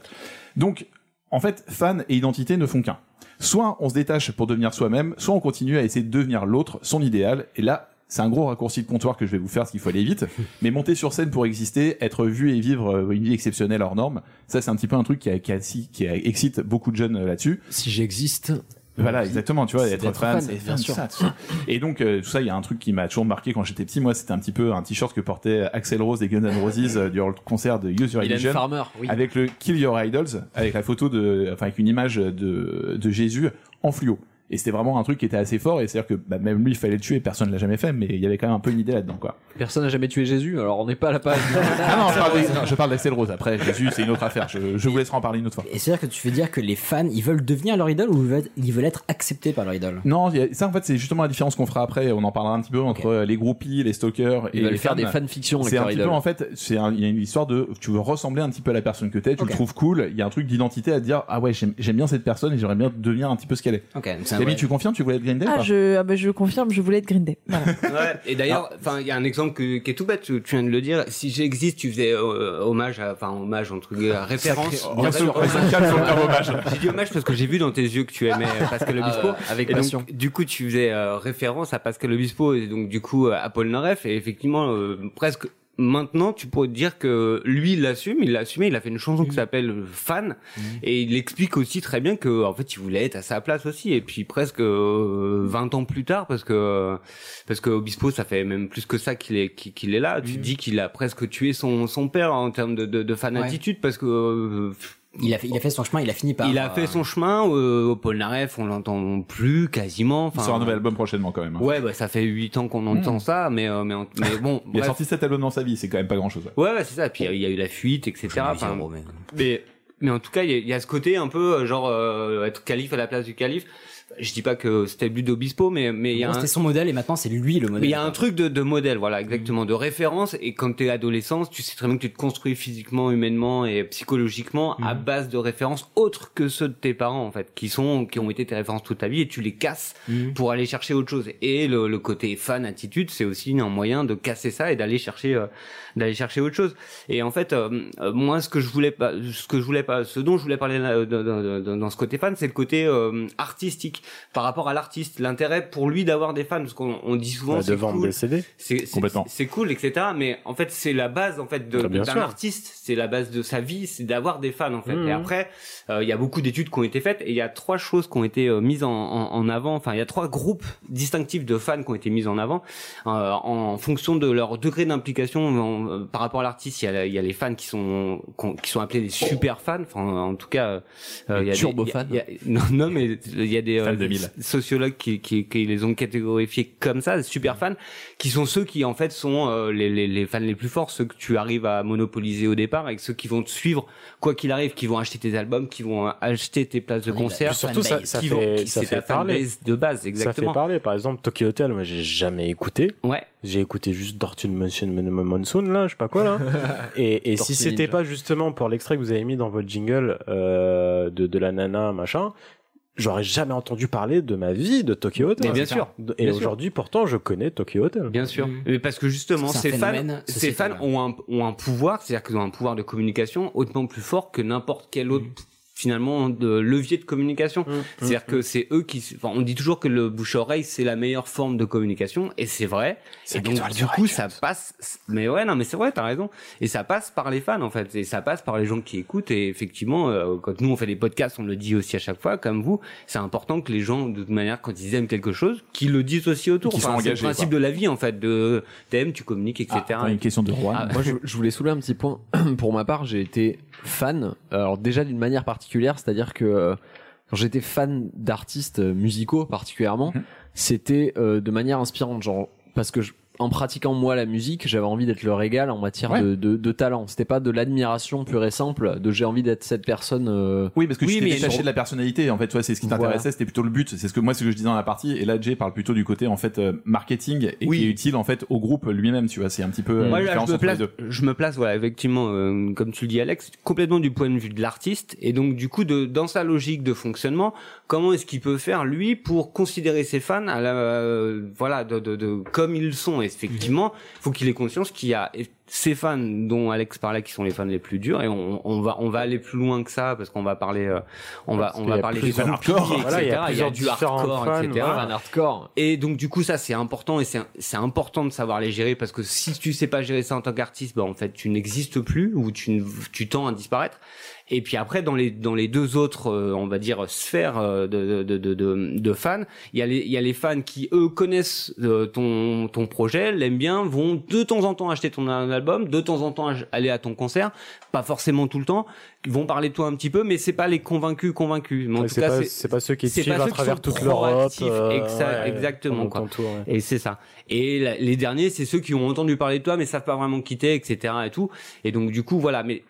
Speaker 10: Donc, en fait, fan et identité ne font qu'un. Soit on se détache pour devenir soi-même, soit on continue à essayer de devenir l'autre, son idéal. Et là, c'est un gros raccourci de comptoir que je vais vous faire parce qu'il faut aller
Speaker 12: [LAUGHS]
Speaker 10: vite. Mais monter sur scène pour exister, être vu et vivre euh, une vie exceptionnelle hors norme, ça c'est un petit peu un truc qui, a- qui, a- si- qui a- excite beaucoup de jeunes euh, là-dessus.
Speaker 12: Si j'existe.
Speaker 10: Voilà,
Speaker 12: c'est-
Speaker 10: exactement, tu vois,
Speaker 12: c'est
Speaker 10: être,
Speaker 12: d'être
Speaker 10: fan,
Speaker 12: fan,
Speaker 10: c'est
Speaker 12: bien
Speaker 10: bien
Speaker 12: sûr.
Speaker 10: ça, tout ça. Et donc, euh, tout ça, il y a un truc qui m'a toujours marqué quand j'étais petit. Moi, c'était un petit peu un t-shirt que portait Axel Rose des Guns N' Roses euh, durant le concert de Use Your
Speaker 12: Mylène
Speaker 10: Illusion.
Speaker 12: Farmer, oui.
Speaker 10: Avec le Kill Your Idols, avec la photo de, enfin, avec une image de, de Jésus en fluo. Et c'était vraiment un truc qui était assez fort, et c'est-à-dire que bah, même lui, il fallait le tuer, personne ne l'a jamais fait, mais il y avait quand même un peu une idée là-dedans, quoi.
Speaker 12: Personne n'a jamais tué Jésus, alors on n'est pas à la page.
Speaker 10: Ah non, je parle des- non, je parle d'Axel Rose, après, Jésus, c'est une autre affaire, je, je vous laisserai en parler une autre fois.
Speaker 1: Et c'est-à-dire que tu veux dire que les fans, ils veulent devenir leur idole ou ils veulent être, ils veulent être acceptés par leur idole
Speaker 10: Non, il y a- ça en fait c'est justement la différence qu'on fera après. On en parlera un petit peu entre euh, les groupies, les stalkers et
Speaker 12: Ils veulent
Speaker 10: les
Speaker 12: faire
Speaker 10: fans.
Speaker 12: des fanfictions avec
Speaker 10: C'est un
Speaker 12: leur
Speaker 10: petit
Speaker 12: idole.
Speaker 10: peu en fait, c'est un- il y a une histoire de tu veux ressembler un petit peu à la personne que t'es, tu
Speaker 1: Ok.
Speaker 10: le trouves cool. Il y a un truc d'identité à te dire ah ouais j'aime j'aime bien cette personne et j'aimerais bien devenir un petit peu ce qu'elle est.
Speaker 1: Ok. donc c'est un
Speaker 10: Camille,
Speaker 1: vrai-
Speaker 10: tu confirmes, tu voulais être Green Day ou
Speaker 8: Ah,
Speaker 10: pas
Speaker 8: je, ah bah, je confirme, je voulais être Green Day. Voilà.
Speaker 4: Et d'ailleurs, enfin, il y a un exemple que- qui est tout bête. Tu tu viens de le dire. Si j'existe, tu faisais euh, hommage, à- enfin hommage entre guillemets, à référence.
Speaker 10: Sacré- Reste- reste calme sur le terme hommage.
Speaker 4: J'ai dit hommage parce que j'ai vu dans tes yeux que tu aimais Pascal
Speaker 12: Ah,
Speaker 4: Obispo.
Speaker 12: euh, avec
Speaker 4: Et donc,
Speaker 12: passion.
Speaker 4: du coup, tu faisais euh, référence à Pascal Obispo et donc du coup à Paul Naref. Et effectivement, euh, presque. Maintenant, tu pourrais te dire que lui, il l'assume, il l'a assumé, il a fait une chanson qui s'appelle Fan, et il explique aussi très bien que, en fait, il voulait être à sa place aussi, et puis presque euh, 20 ans plus tard, parce que, parce que Obispo, ça fait même plus que ça qu'il est, qu'il qu'il est là, tu dis qu'il a presque tué son, son père en termes de, de, de fan
Speaker 1: Ouais.
Speaker 4: attitude, parce que, euh,
Speaker 1: Il a, fait, il a fait son chemin, il a fini par.
Speaker 4: il a
Speaker 10: euh,
Speaker 4: fait son chemin euh, au Polnareff, on l'entend plus quasiment. Enfin,
Speaker 10: Il sort un nouvel album prochainement quand même. hein.
Speaker 4: Ouais, bah, ça fait 8 ans qu'on entend
Speaker 1: Hmm.
Speaker 10: Mm.
Speaker 4: ça, mais, euh, mais, en-
Speaker 1: [LAUGHS]
Speaker 4: mais bon.
Speaker 10: Il a
Speaker 4: bref.
Speaker 10: sorti cet album dans sa vie, c'est quand même pas grand chose.
Speaker 4: Ouais, ouais, c'est ça. Puis euh, il y a eu la fuite, etc. Enfin,
Speaker 1: hein.
Speaker 4: mais... mais en tout cas, il y, a- il y a ce côté un peu euh, genre euh, être calife à la place du calife. je dis pas que c'était lui d'Obispo, mais mais il y a
Speaker 1: Bon,
Speaker 4: un-
Speaker 1: C'était son modèle et maintenant c'est lui le modèle. Mm.
Speaker 4: mais il y a un truc de, de modèle, voilà, exactement, de référence. Et quand t'es adolescent, tu sais très bien que tu te construis physiquement, humainement et psychologiquement
Speaker 1: Mm.
Speaker 4: à base de références autres que ceux de tes parents, en fait, qui sont, qui ont été tes références toute ta vie et tu les casses
Speaker 1: Mhm.
Speaker 4: pour aller chercher autre chose. Et le, le côté fan attitude, c'est aussi un moyen de casser ça et d'aller chercher, euh, d'aller chercher autre chose. Et en fait, euh, euh, moi, ce que je voulais pas, ce que je voulais pas, ce dont je voulais parler là, euh, dans, dans- dans- dans ce côté fan, c'est le côté euh, artistique par rapport à l'artiste, l'intérêt pour lui d'avoir des fans, parce qu'on on dit souvent
Speaker 14: Bah,
Speaker 4: c'est
Speaker 14: de vendre
Speaker 4: cool.
Speaker 14: des CD.
Speaker 4: C'est- c'est- C'est cool, etc. Mais en fait, c'est la base en fait de-
Speaker 14: Ah, bien
Speaker 4: d'un
Speaker 14: sûr.
Speaker 4: artiste, c'est la base de sa vie, c'est d'avoir des fans en fait.
Speaker 14: Mhm.
Speaker 4: Et après, euh, il y a beaucoup d'études qui ont été faites et il y a trois choses qui ont été euh, mises en, en- en avant. Enfin, il y a trois groupes distinctifs de fans qui ont été mis en avant euh, en fonction de leur degré d'implication en- euh, par rapport à l'artiste. Il y a, la- il y a les fans qui sont qu'on- qui sont appelés des super fans. Enfin, en tout cas, euh, euh, il y a des-
Speaker 12: turbo
Speaker 4: il y a-
Speaker 12: fans.
Speaker 4: il y a- non, non, mais il y a des
Speaker 12: Fan
Speaker 4: euh,
Speaker 12: 2000.
Speaker 4: sociologues qui, qui, qui les ont catégorifiés comme ça, des
Speaker 14: Mmh.
Speaker 4: super fans, qui sont ceux qui en fait sont euh, les, les, les fans les plus forts, ceux que tu arrives à monopoliser au départ et ceux qui vont te suivre quoi qu'il arrive, qui vont acheter tes albums, qui vont euh, acheter tes places de
Speaker 14: Oui, bah,
Speaker 4: concert,
Speaker 14: puis surtout, ça- ça
Speaker 4: qui vont-
Speaker 14: fait-
Speaker 4: qui-
Speaker 14: ça
Speaker 4: c'est
Speaker 14: fait
Speaker 4: ta
Speaker 14: parler.
Speaker 4: fanbase de base,
Speaker 14: Ça
Speaker 4: exactement.
Speaker 14: fait parler. Par exemple, Tokyo Hotel, moi, j'ai jamais écouté.
Speaker 4: Ouais.
Speaker 14: J'ai écouté juste Dortune Monsoon, Monsoon, là, je sais pas quoi,
Speaker 4: [LAUGHS]
Speaker 14: là. et et
Speaker 4: Tortue
Speaker 14: si c'était
Speaker 4: Ninja.
Speaker 14: pas justement pour l'extrait que vous avez mis dans votre jingle euh, de, de la nana, machin, j'aurais jamais entendu parler de ma vie de Tokyo Hotel.
Speaker 4: Mais bien sûr,
Speaker 14: Et
Speaker 4: bien sûr.
Speaker 14: aujourd'hui, pourtant, je connais Tokyo Hotel.
Speaker 4: Bien sûr.
Speaker 3: Mm.
Speaker 10: Mm.
Speaker 4: [LAUGHS] Mais parce que justement,
Speaker 14: C'est un
Speaker 4: ces fans,
Speaker 14: phénomène
Speaker 4: ces
Speaker 14: sociétal,
Speaker 4: fans ont un, ont un pouvoir, c'est-à-dire qu'ils ont un pouvoir de communication hautement plus fort que n'importe quel autre finalement de levier de communication. C'est-à-dire que c'est eux qui, enfin, on dit toujours que le bouche-oreille c'est la meilleure forme de communication et c'est vrai. Et donc du coup ça passe. Mais ouais non mais c'est vrai t'as raison et ça passe par les fans en fait et ça passe par les gens qui écoutent et effectivement euh, quand nous on fait des podcasts on le dit aussi à chaque fois comme vous c'est important que les gens de toute manière quand ils aiment quelque chose qu'ils le disent aussi autour.
Speaker 12: Qu'ils
Speaker 4: Enfin,
Speaker 12: soient
Speaker 4: c'est le
Speaker 12: engagés,
Speaker 4: principe
Speaker 12: quoi.
Speaker 4: de la vie en fait de t'aimes tu communiques etc
Speaker 12: Attends, une question de roi. Ah, moi, je, je voulais soulever un petit point. [CLEARS THROAT] Pour ma part, j'ai été fan. Alors déjà d'une manière particulière, c'est-à-dire que euh, quand j'étais fan d'artistes euh, musicaux particulièrement,
Speaker 10: Mhm.
Speaker 12: c'était euh, de manière inspirante, genre parce que je- en pratiquant moi la musique, j'avais envie d'être leur égal en matière
Speaker 10: Ouais.
Speaker 12: de, de, de talent. C'était pas de l'admiration pure et simple, de j'ai envie d'être cette personne. euh,
Speaker 10: Oui, parce que tu t'es
Speaker 12: mais
Speaker 10: détaché de la personnalité. En fait, toi, c'est ce qui t'intéressait,
Speaker 12: Voilà.
Speaker 10: c'était plutôt le but. C'est ce que moi, c'est ce que je disais dans la partie. Et là, Jay parle plutôt du côté en fait euh, marketing et qui est utile en fait au groupe lui-même. Tu vois, c'est un petit
Speaker 14: Ah,
Speaker 10: peu euh,
Speaker 4: Moi,
Speaker 10: la
Speaker 4: là,
Speaker 10: différence
Speaker 4: je, me
Speaker 10: entre les
Speaker 4: place,
Speaker 10: deux.
Speaker 4: je me place, voilà, effectivement, euh, comme tu le dis, Alex, complètement du point de vue de l'artiste. Et donc, du coup, de, dans sa logique de fonctionnement, comment est-ce qu'il peut faire, lui, pour considérer ses fans à la, euh, voilà, de, de, de- comme ils sont, effectivement,
Speaker 14: Mmh.
Speaker 4: faut qu'il ait conscience qu'il y a ces fans dont Alex parlait qui sont les fans les plus durs et on, on va on va aller plus loin que ça parce qu'on va parler euh, on va
Speaker 14: Parce
Speaker 4: on
Speaker 14: qu'il y
Speaker 4: va
Speaker 14: a
Speaker 4: parler
Speaker 14: plus
Speaker 4: des
Speaker 14: de fans
Speaker 4: groupies,
Speaker 14: hardcore.
Speaker 4: etc
Speaker 14: Voilà, il y a
Speaker 4: il y a
Speaker 14: plusieurs
Speaker 4: du
Speaker 14: différents
Speaker 4: hardcore
Speaker 14: fans,
Speaker 4: etc
Speaker 14: voilà.
Speaker 12: Fan hardcore
Speaker 4: et donc du coup ça c'est important et c'est c'est important de savoir les gérer parce que si tu sais pas gérer ça en tant qu'artiste, bah en fait tu n'existes plus ou tu ne- tu tends à disparaître. Et puis après dans les dans les deux autres euh, on va dire sphères euh, de de de de, de fans, il y a les il y a les fans qui eux connaissent euh, ton ton projet, l'aiment bien, vont de temps en temps acheter ton album, de temps en temps ach- aller à ton concert, pas forcément tout le temps, vont parler de toi un petit peu mais c'est pas les convaincus convaincus. Mais en
Speaker 14: Ouais,
Speaker 4: tout
Speaker 14: c'est
Speaker 4: cas
Speaker 14: pas- c'est pas ceux qui te
Speaker 4: c'est pas
Speaker 14: suivent à
Speaker 4: ceux qui
Speaker 14: travers
Speaker 4: sont
Speaker 14: toute l'Europe,
Speaker 4: proactifs,
Speaker 14: euh,
Speaker 4: exa-
Speaker 14: ouais,
Speaker 4: exactement
Speaker 14: pendant
Speaker 4: quoi.
Speaker 14: ton tour, ouais.
Speaker 4: Et c'est ça. Et la- les derniers, c'est ceux qui ont entendu parler de toi, mais savent pas vraiment quitter, etc. et tout. Et donc du coup, voilà. Mais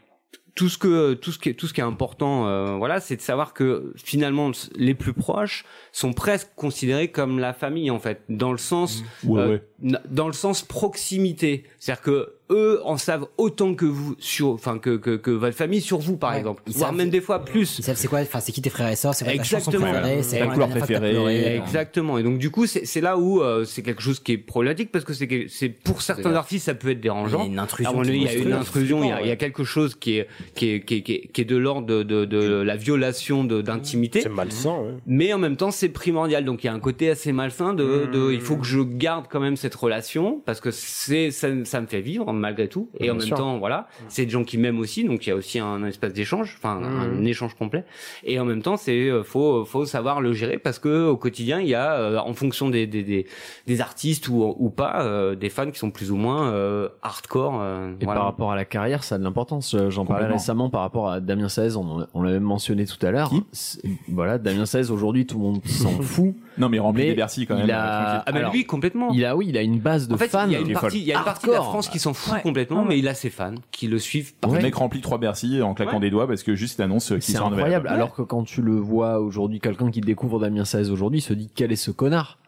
Speaker 4: tout ce que tout ce qui est- tout ce qui est important, euh, voilà, c'est de savoir que finalement les plus proches sont presque considérés comme la famille en fait, dans le sens
Speaker 14: Mmh.
Speaker 10: Ouais,
Speaker 4: euh,
Speaker 10: ouais.
Speaker 4: n- dans le sens proximité. C'est-à-dire que eux en savent autant que vous sur, enfin que, que que votre famille sur vous par exemple, voire même des fois plus.
Speaker 1: Ils savent c'est quoi, enfin c'est qui tes frères et sœurs, c'est quoi ta chanson
Speaker 4: Exactement.
Speaker 1: préférée, c'est quoi dernière fois que t'as pleuré.
Speaker 4: Exactement. Et donc du coup, c'est c'est là où euh, c'est quelque chose qui est problématique parce que c'est que- c'est pour certains
Speaker 1: grave.
Speaker 4: artistes ça peut être dérangeant.
Speaker 1: Il y a une intrusion
Speaker 4: À mon
Speaker 1: qui est
Speaker 4: avis, Il y a une
Speaker 1: monstrueuse.
Speaker 4: intrusion. Il y a, il y a quelque chose qui est qui est qui est, qui est- qui est de l'ordre de, de, de la violation de- d'intimité. C'est
Speaker 14: malsain.
Speaker 4: Mais en même temps, c'est primordial. Donc il y a un côté assez malsain de, de il faut que je garde quand même cette relation parce que c'est ça, ça me fait vivre malgré tout. Et
Speaker 12: Bien
Speaker 4: en même
Speaker 12: sûr.
Speaker 4: temps, voilà, c'est des gens qui m'aiment aussi. Donc il y a aussi un espace d'échange, enfin
Speaker 1: Mmh.
Speaker 4: un
Speaker 12: Mhm.
Speaker 4: échange complet. Et en même temps, c'est euh, faut faut savoir le gérer parce que au quotidien, il y a euh, en fonction des des, des, des artistes ou ou pas euh, des fans qui sont plus ou moins euh, hardcore. euh,
Speaker 12: Et
Speaker 4: voilà.
Speaker 12: par rapport à la carrière, ça a de l'importance. Euh, J'en parlais
Speaker 4: Complètement.
Speaker 12: récemment par rapport à Damien Saez, on, on l'a même mentionné tout à l'heure. C'est- Voilà, Damien Saez, aujourd'hui, tout le monde s'en fout.
Speaker 10: Non, mais rempli
Speaker 12: Mais
Speaker 10: des Bercy quand
Speaker 12: il
Speaker 10: même.
Speaker 12: a-
Speaker 10: euh, tranquille.
Speaker 4: Ah, mais lui, complètement.
Speaker 12: Il a, oui, il a une base de
Speaker 4: En fait,
Speaker 12: fans.
Speaker 4: il y a une partie, il y a une partie de la France qui s'en fout complètement, mais il a ses fans qui le suivent par
Speaker 10: Le mec remplit trois Bercy en claquant des doigts parce que juste il annonce euh, qu'il
Speaker 12: C'est
Speaker 10: sort un nouvel
Speaker 12: incroyable.
Speaker 10: album.
Speaker 12: Alors que quand tu le vois aujourd'hui, quelqu'un qui découvre Damien 16 aujourd'hui se dit quel est ce connard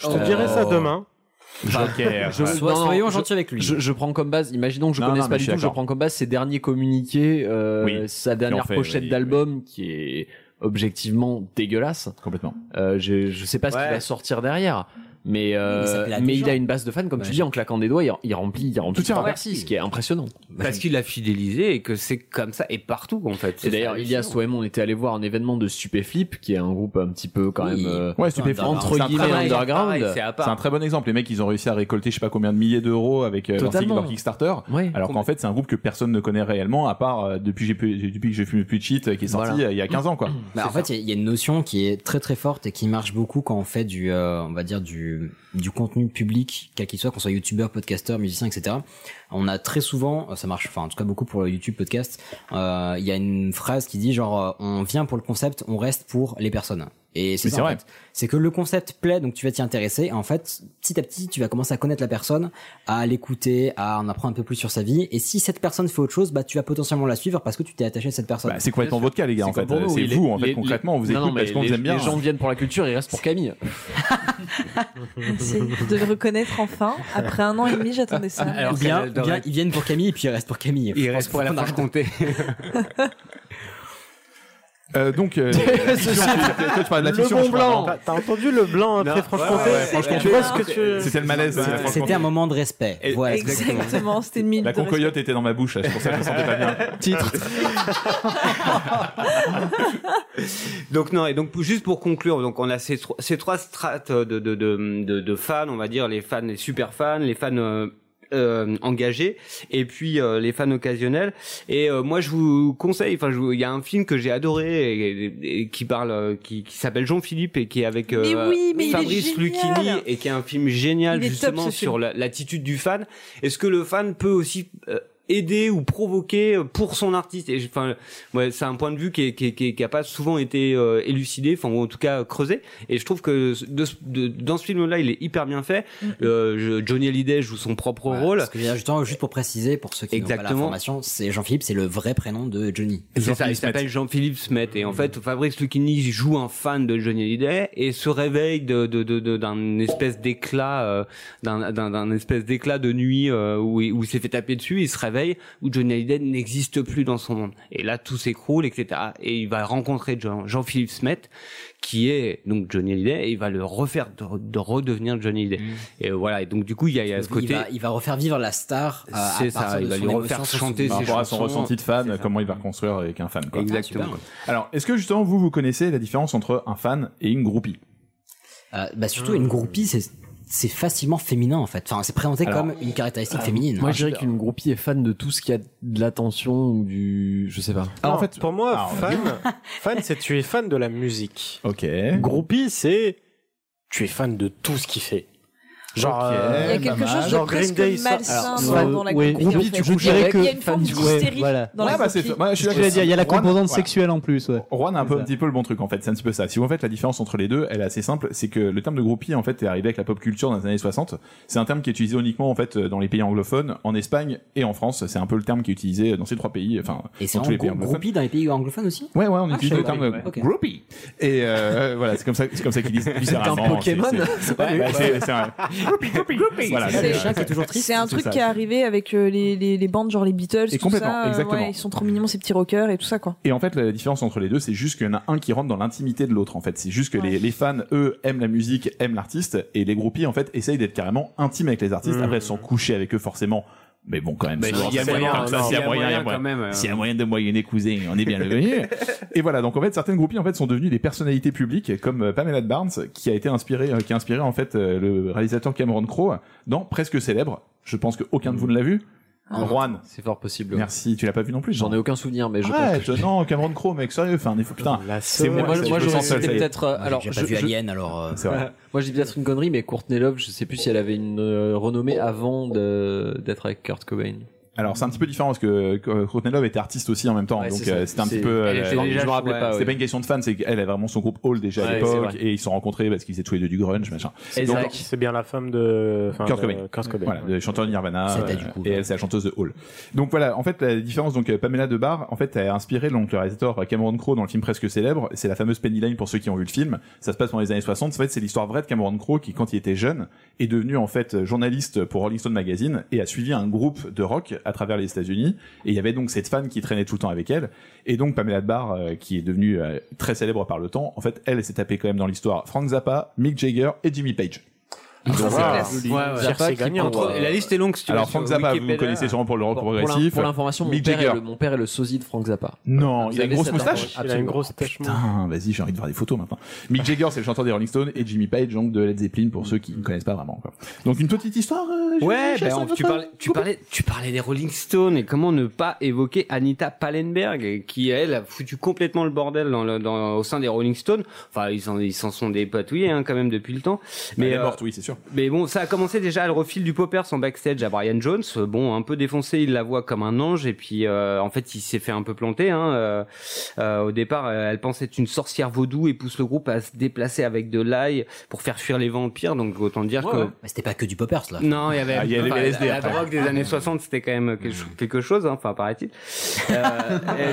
Speaker 10: Je te dirai ça demain.
Speaker 12: Enfin,
Speaker 10: Joker.
Speaker 12: je-
Speaker 10: Sois-
Speaker 12: non, non,
Speaker 10: soyons
Speaker 12: je-
Speaker 10: gentils avec lui.
Speaker 12: Je, je prends comme base, imaginons que je
Speaker 10: Non,
Speaker 12: connaisse
Speaker 10: non, mais
Speaker 12: pas
Speaker 10: je
Speaker 12: du
Speaker 10: suis
Speaker 12: tout, je
Speaker 10: d'accord.
Speaker 12: prends comme base ses derniers communiqués, euh,
Speaker 10: Oui.
Speaker 12: sa
Speaker 10: Qui
Speaker 12: dernière
Speaker 10: en fait,
Speaker 12: pochette
Speaker 10: oui,
Speaker 12: d'album qui est objectivement dégueulasse.
Speaker 10: Complètement.
Speaker 12: je, je sais pas ce
Speaker 10: Ouais.
Speaker 12: qu'il va sortir derrière. Mais, euh,
Speaker 4: Mais ça plaît à
Speaker 12: mais
Speaker 4: des
Speaker 12: il
Speaker 4: gens.
Speaker 12: a une base de fans, comme tu
Speaker 4: Ouais.
Speaker 12: dis, en claquant des doigts, il, il remplit, il remplit
Speaker 4: Tout ira.
Speaker 12: trois Bercy, ce qui est impressionnant.
Speaker 10: Bah,
Speaker 4: Parce qu'il l'a fidélisé et que c'est comme ça et partout en fait.
Speaker 12: Et d'ailleurs, Ilias, toi et moi, on était allé voir un événement de Stupéflip, qui est un groupe un petit peu quand même euh,
Speaker 10: Ouais, stupéfiant.
Speaker 12: entre guillemets underground.
Speaker 10: C'est un très bon exemple. Les mecs, ils ont réussi à récolter je sais pas combien de milliers d'euros avec euh, leur,
Speaker 12: Totalement.
Speaker 10: leur Kickstarter. Alors qu'en fait, c'est un groupe que personne ne connaît réellement, à part euh, depuis, que j'ai pu- depuis que j'ai fumé plus de shit, euh, qui est sorti
Speaker 1: Voilà.
Speaker 10: euh, il y a 15
Speaker 1: [CLEARS THROAT]
Speaker 10: ans, quoi.
Speaker 1: Bah, en fait, il y a- il y, a une notion qui est très très forte et qui marche beaucoup quand on fait du, euh, on va dire du, du contenu public, quel qu'il soit, qu'on soit youtubeur, podcasteur, musicien, etc. On a très souvent, euh, ça marche, enfin en tout cas beaucoup pour le YouTube podcast, euh, il y a une phrase qui dit genre, euh, on vient pour le concept, on reste pour les personnes. Et c'est
Speaker 10: Mais
Speaker 1: ça,
Speaker 10: c'est
Speaker 1: en
Speaker 10: vrai.
Speaker 1: fait. C'est que le concept plaît, donc tu vas t'y intéresser. Et en fait, petit à petit, tu vas commencer à connaître la personne, à l'écouter, à en apprendre un peu plus sur sa vie. Et si cette personne fait autre chose, bah tu vas potentiellement la suivre parce que tu t'es attaché à cette personne.
Speaker 10: Bah, c'est complètement votre cas, les gars, en fait.
Speaker 1: C'est
Speaker 10: euh,
Speaker 1: comme pour nous,
Speaker 10: C'est
Speaker 1: il
Speaker 10: vous,
Speaker 1: est-
Speaker 10: en fait,
Speaker 1: les-
Speaker 10: concrètement. On vous
Speaker 12: Non, non,
Speaker 10: écoute
Speaker 12: mais
Speaker 10: parce qu'on vous
Speaker 12: les-
Speaker 10: aime bien.
Speaker 12: Les gens viennent pour la culture, ils restent pour Camille.
Speaker 8: C'est de le reconnaître enfin. Après un an et demi, j'attendais ça.
Speaker 1: Ah, Alors, bien, bien, ils viennent pour Camille et puis ils restent pour Camille.
Speaker 4: Il reste pour la fin
Speaker 1: [LAUGHS]
Speaker 4: compter.
Speaker 10: Euh, donc,
Speaker 1: [LAUGHS]
Speaker 10: euh,
Speaker 14: Ceci
Speaker 10: fiction,
Speaker 14: dit,
Speaker 10: toi, tu parlais de la
Speaker 14: le
Speaker 10: fiction,
Speaker 14: Mont
Speaker 10: je crois,
Speaker 14: Blanc.
Speaker 10: non
Speaker 14: T'as- T'as entendu le blanc hein, après Franche-Comté
Speaker 10: ouais, ouais, Franche-Comté.
Speaker 14: Tu vois ce que tu.
Speaker 10: C'était le malaise.
Speaker 14: Ouais.
Speaker 1: C'était un moment de respect. Voilà.
Speaker 8: Exactement, c'était une minute
Speaker 10: La
Speaker 8: de
Speaker 10: concoyote était dans ma bouche, c'est pour ça que je me sentais pas bien.
Speaker 4: Titre. donc non et donc pour- juste pour conclure donc on a ces, tro- ces trois strates de de, de, de de fans on va dire les fans les super fans les fans euh, euh, engagés et puis euh, les fans occasionnels et euh, moi je vous conseille enfin je vous- il y a un film que j'ai adoré et, et- et qui parle euh, qui, qui s'appelle Jean-Philippe et qui est avec
Speaker 8: Mais
Speaker 4: euh,
Speaker 8: oui, mais il est
Speaker 4: Fabrice
Speaker 8: génial.
Speaker 4: Lucchini et qui est un film génial
Speaker 8: Il est top,
Speaker 4: justement
Speaker 8: ce film.
Speaker 4: sur la- l'attitude du fan. Est-ce que le fan peut aussi euh, aider ou provoquer euh, pour son artiste Et, je- Enfin, ouais, c'est un point de vue qui, est- qui, est- qui, est- qui a pas souvent été euh, élucidé, enfin ou en tout cas euh, creusé. Et je trouve que de ce- de- dans ce film-là, il est hyper bien fait. Euh, je- Johnny Hallyday joue son propre rôle.
Speaker 1: Parce que j'ai- justement, juste pour préciser, pour ceux qui n'ont pas
Speaker 4: Exactement.
Speaker 1: l'information, c'est Jean-Philippe, c'est le vrai prénom de Johnny.
Speaker 4: C'est ça, il s'appelle Jean-Philippe Smet. Et en fait, Fabrice Lucchini joue un fan de Johnny Hallyday et se réveille de, de, de- de- d'un espèce d'éclat, euh, d'un, d'un, d'un espèce d'éclat de nuit euh, où, il, où il s'est fait taper dessus. Il se réveille où Johnny Hallyday n'existe plus dans son monde. Et là, tout s'écroule, etc. Et il va rencontrer Jean, Jean-Philippe Smet qui est donc Johnny Hallyday et il va le refaire de, de redevenir Johnny Hallyday. Et voilà. Et donc, du coup, il y a, il y a ce
Speaker 1: Il
Speaker 4: côté.
Speaker 1: va, il va refaire vivre la star. euh, à
Speaker 4: C'est ça,
Speaker 1: partir de
Speaker 4: il va
Speaker 1: son
Speaker 4: lui
Speaker 1: émotion,
Speaker 4: refaire
Speaker 1: son
Speaker 4: [LAUGHS] chanter
Speaker 10: Par
Speaker 1: souvenir.
Speaker 10: rapport à son ressenti de fan, comment il va reconstruire avec un fan. Quoi. Ah,
Speaker 4: Exactement.
Speaker 10: Alors, est-ce que justement vous vous connaissez la différence entre un fan et une groupie
Speaker 1: Euh, bah, surtout, une groupie, c'est c'est facilement féminin en fait. Enfin, c'est présenté
Speaker 12: Alors,
Speaker 1: comme une caractéristique
Speaker 12: Ah,
Speaker 1: féminine.
Speaker 12: Moi, je dirais qu'une groupie est fan de tout ce qui a de l'attention ou du. Je sais pas.
Speaker 10: Ah,
Speaker 14: Ah, en fait, pour moi, fan, [LAUGHS] fan, c'est tu es fan de la musique.
Speaker 10: Ok.
Speaker 14: Groupie, c'est tu es fan de tout ce qu'il fait. Genre,
Speaker 10: Ok,
Speaker 14: euh,
Speaker 8: Ah, Il y a quelque chose de
Speaker 14: genre
Speaker 8: presque
Speaker 14: Green Day, ça-
Speaker 8: malsain
Speaker 14: Alors,
Speaker 8: dans-
Speaker 14: ouais,
Speaker 8: dans la
Speaker 14: ouais,
Speaker 8: groupie, en
Speaker 14: groupie,
Speaker 8: fait.
Speaker 14: tu
Speaker 8: Je
Speaker 14: dirais
Speaker 8: dirais
Speaker 14: que-
Speaker 8: qu'il y a une forme
Speaker 14: fan du- ouais,
Speaker 8: d'hystérie
Speaker 14: voilà.
Speaker 8: dans la
Speaker 10: Ouais, bah, c'est-
Speaker 8: groupie.
Speaker 10: moi, je suis
Speaker 9: Je voulais dire, il y a la
Speaker 10: Juan-
Speaker 9: composante
Speaker 10: voilà.
Speaker 9: sexuelle en plus, ouais.
Speaker 10: Juan a un, peu,
Speaker 9: C'est
Speaker 10: un
Speaker 9: ça.
Speaker 10: petit peu le bon truc en fait, c'est un petit peu ça. Si vous faites la différence entre les deux, elle est assez simple, c'est que le terme de groupie en fait est arrivé avec la pop culture dans les années 60. C'est un terme qui est utilisé uniquement en fait dans les pays anglophones, en Espagne et en France. C'est un peu le terme qui est utilisé dans ces trois pays, enfin
Speaker 1: Et c'est
Speaker 10: dans tous les
Speaker 1: en
Speaker 10: pays
Speaker 1: gros-
Speaker 10: anglophones.
Speaker 1: groupie dans les pays anglophones aussi
Speaker 10: Ouais, ouais, on
Speaker 1: Ah, je
Speaker 10: utilise
Speaker 1: savais
Speaker 10: le
Speaker 1: pas.
Speaker 10: terme
Speaker 1: Ouais. Ok.
Speaker 10: groupie. Et euh, voilà, c'est comme ça, c'est comme ça qu'ils disent. viscéralement,
Speaker 12: un Pokémon
Speaker 10: c'est-
Speaker 12: C'est
Speaker 10: C'est
Speaker 12: pas
Speaker 10: Ouais,
Speaker 12: lui.
Speaker 10: bah, c'est- c'est vrai. Voilà,
Speaker 8: C'est-
Speaker 10: c'est-
Speaker 8: C'est un
Speaker 10: C'est
Speaker 8: truc
Speaker 10: ça.
Speaker 8: qui est arrivé avec euh, les, les, les bandes genre les Beatles,
Speaker 10: Et
Speaker 8: tout
Speaker 10: complètement,
Speaker 8: ça. euh,
Speaker 10: exactement.
Speaker 8: ouais, ils sont trop mignons ces petits rockers et tout ça quoi.
Speaker 10: Et en fait, la différence entre les deux, c'est juste qu'il y en a un qui rentre dans l'intimité de l'autre. En fait, c'est juste que les, les fans, eux, aiment la musique, aiment l'artiste, et les groupies, en fait, essayent d'être carrément intimes avec les artistes.
Speaker 4: Mhm.
Speaker 10: Après, sans coucher avec eux forcément. Mais bon, quand même.
Speaker 4: Mais
Speaker 10: c'est-
Speaker 4: il y a
Speaker 10: c'est
Speaker 4: moyen,
Speaker 10: comme ça,
Speaker 4: non,
Speaker 10: s'il Ben, y a moyen, il y a
Speaker 4: quand même,
Speaker 10: moyen.
Speaker 4: euh.
Speaker 10: S'il y a moyen de moyenner cousin, on est bien le venu. [LAUGHS]
Speaker 4: [LAUGHS]
Speaker 10: Et voilà. Donc en fait, certaines groupies en fait sont devenues des personnalités publiques, comme euh, Pamela Barnes, qui a été inspirée, euh, qui a inspiré en fait euh, le réalisateur Cameron Crowe dans Presque célèbre. Je pense qu'aucun de vous ne l'a vu.
Speaker 12: Ah.
Speaker 10: Juan,
Speaker 12: C'est fort possible.
Speaker 10: Merci, tu l'as pas vu non plus.
Speaker 12: J'en ai aucun souvenir, mais je pense
Speaker 10: Arrête,
Speaker 12: que je-
Speaker 10: non, Cameron Crowe, mec, sérieux, enfin, il faut- putain, c'est
Speaker 12: Mais
Speaker 10: moi,
Speaker 12: moi,
Speaker 10: c'est-
Speaker 12: moi
Speaker 10: je me
Speaker 12: j'aurais
Speaker 10: sens seul,
Speaker 12: cité
Speaker 10: ça y est.
Speaker 12: peut-être. euh, alors,
Speaker 1: j'ai
Speaker 12: je,
Speaker 1: pas vu
Speaker 12: je-
Speaker 1: Alien, alors, euh.
Speaker 10: C'est vrai.
Speaker 12: [LAUGHS] moi, j'ai peut-être une connerie, mais Courtney Love, je sais plus si elle avait une euh, renommée avant de- d'être avec Kurt Cobain.
Speaker 10: Oh. Alors c'est un petit peu différent parce que euh, Courtney Love était artiste aussi en même temps,
Speaker 12: Ouais,
Speaker 10: donc
Speaker 12: c'est ça.
Speaker 10: euh, c'était un
Speaker 12: C'est-
Speaker 10: petit peu.
Speaker 12: elle était
Speaker 10: genre,
Speaker 12: déjà-
Speaker 10: je me rappelais
Speaker 12: ouais,
Speaker 10: pas.
Speaker 12: ouais.
Speaker 10: C'est pas une question de fan, c'est qu'elle a vraiment son groupe Hall déjà à
Speaker 14: Ouais, c'est
Speaker 10: l'époque
Speaker 14: vrai.
Speaker 10: et ils se sont rencontrés parce qu'ils étaient tous les deux du grunge machin.
Speaker 14: C'est
Speaker 10: Donc,
Speaker 14: vrai que c'est bien la femme de enfin,
Speaker 10: Kurt
Speaker 14: de-
Speaker 10: Cobain.
Speaker 14: Kurt Cobain.
Speaker 10: Voilà, le chanteur de Nirvana.
Speaker 14: C'est vrai,
Speaker 10: euh,
Speaker 14: du coup,
Speaker 10: et elle, c'est la chanteuse de Hall. Donc voilà, en fait, la différence, donc euh, Pamela Debar, en fait, a inspiré donc, le réalisateur Cameron Crowe dans le film presque célèbre. C'est la fameuse Penny Lane pour ceux qui ont vu le film. Ça se passe dans les années 60. En fait, c'est l'histoire vraie de Cameron Crowe qui, quand il était jeune, est devenu en fait journaliste pour Rolling Stone Magazine et a suivi un groupe de rock à travers les États-Unis. Et il y avait donc cette fan qui traînait tout le temps avec elle. Et donc Pamela Debar, euh, qui est devenue euh, très célèbre par le temps, en fait, elle, elle s'est tapée quand même dans l'histoire Frank Zappa, Mick Jagger et Jimmy Page.
Speaker 4: Ah, ça,
Speaker 10: Donc,
Speaker 4: c'est
Speaker 10: voilà.
Speaker 4: classe. Ouais, ouais.
Speaker 10: Zappa
Speaker 4: C'est
Speaker 10: qui
Speaker 4: gagnant.
Speaker 10: prend,
Speaker 4: Entre- la liste est longue, si tu veux,
Speaker 10: euh, Alors,
Speaker 4: sur
Speaker 10: Frank Zappa, vous
Speaker 4: Wikipédia.
Speaker 10: connaissez sûrement pour le rock
Speaker 12: Pour- pour l'in-
Speaker 10: progressif.
Speaker 12: pour l'information, mon
Speaker 10: Mick
Speaker 12: père est
Speaker 10: Jagger.
Speaker 12: le- mon père est le sosie de Frank Zappa.
Speaker 10: Non,
Speaker 12: Vous
Speaker 10: il a une
Speaker 12: avez
Speaker 10: grosse
Speaker 12: cette info-
Speaker 10: moustache.
Speaker 12: absolument.
Speaker 10: Putain, vas-y, j'ai envie de voir des photos maintenant. Mick Jagger, c'est le chanteur des Rolling Stones, et Jimmy Page, donc de Led Zeppelin, pour ceux qui ne connaissent pas vraiment. Quoi. Donc une petite histoire. euh,
Speaker 4: Ouais,
Speaker 10: Julien
Speaker 4: ben, on-
Speaker 10: Chasse,
Speaker 4: tu,
Speaker 10: votre-
Speaker 4: parlais, tu, parlais, tu parlais des Rolling Stones et comment ne pas évoquer Anita Pallenberg qui, elle, a foutu complètement le bordel dans le- dans- au sein des Rolling Stones. Enfin, ils s'en ils s'en sont dépatouillés hein, quand même depuis le temps. Mais,
Speaker 10: Elle est
Speaker 4: euh,
Speaker 10: morte, oui, c'est sûr.
Speaker 4: mais bon, ça a commencé déjà à le refil du popper son backstage à Brian Jones. Euh, Bon, un peu défoncé, il la voit comme un ange et puis euh, en fait, il s'est fait un peu planter. Hein. Euh, euh, au départ, euh, elle pense être une sorcière vaudou et pousse le groupe à se déplacer avec de l'ail pour faire fuir les vampires. Donc autant dire que
Speaker 1: ouais. Mais c'était pas que du poppers là.
Speaker 4: non, il y avait
Speaker 1: Ah, il y a les
Speaker 4: enfin,
Speaker 1: LSD
Speaker 4: la, la
Speaker 1: après.
Speaker 4: drogue des années 60, c'était quand même quelque, chose- quelque chose, hein, enfin paraît-il.
Speaker 14: [LAUGHS]
Speaker 4: Euh,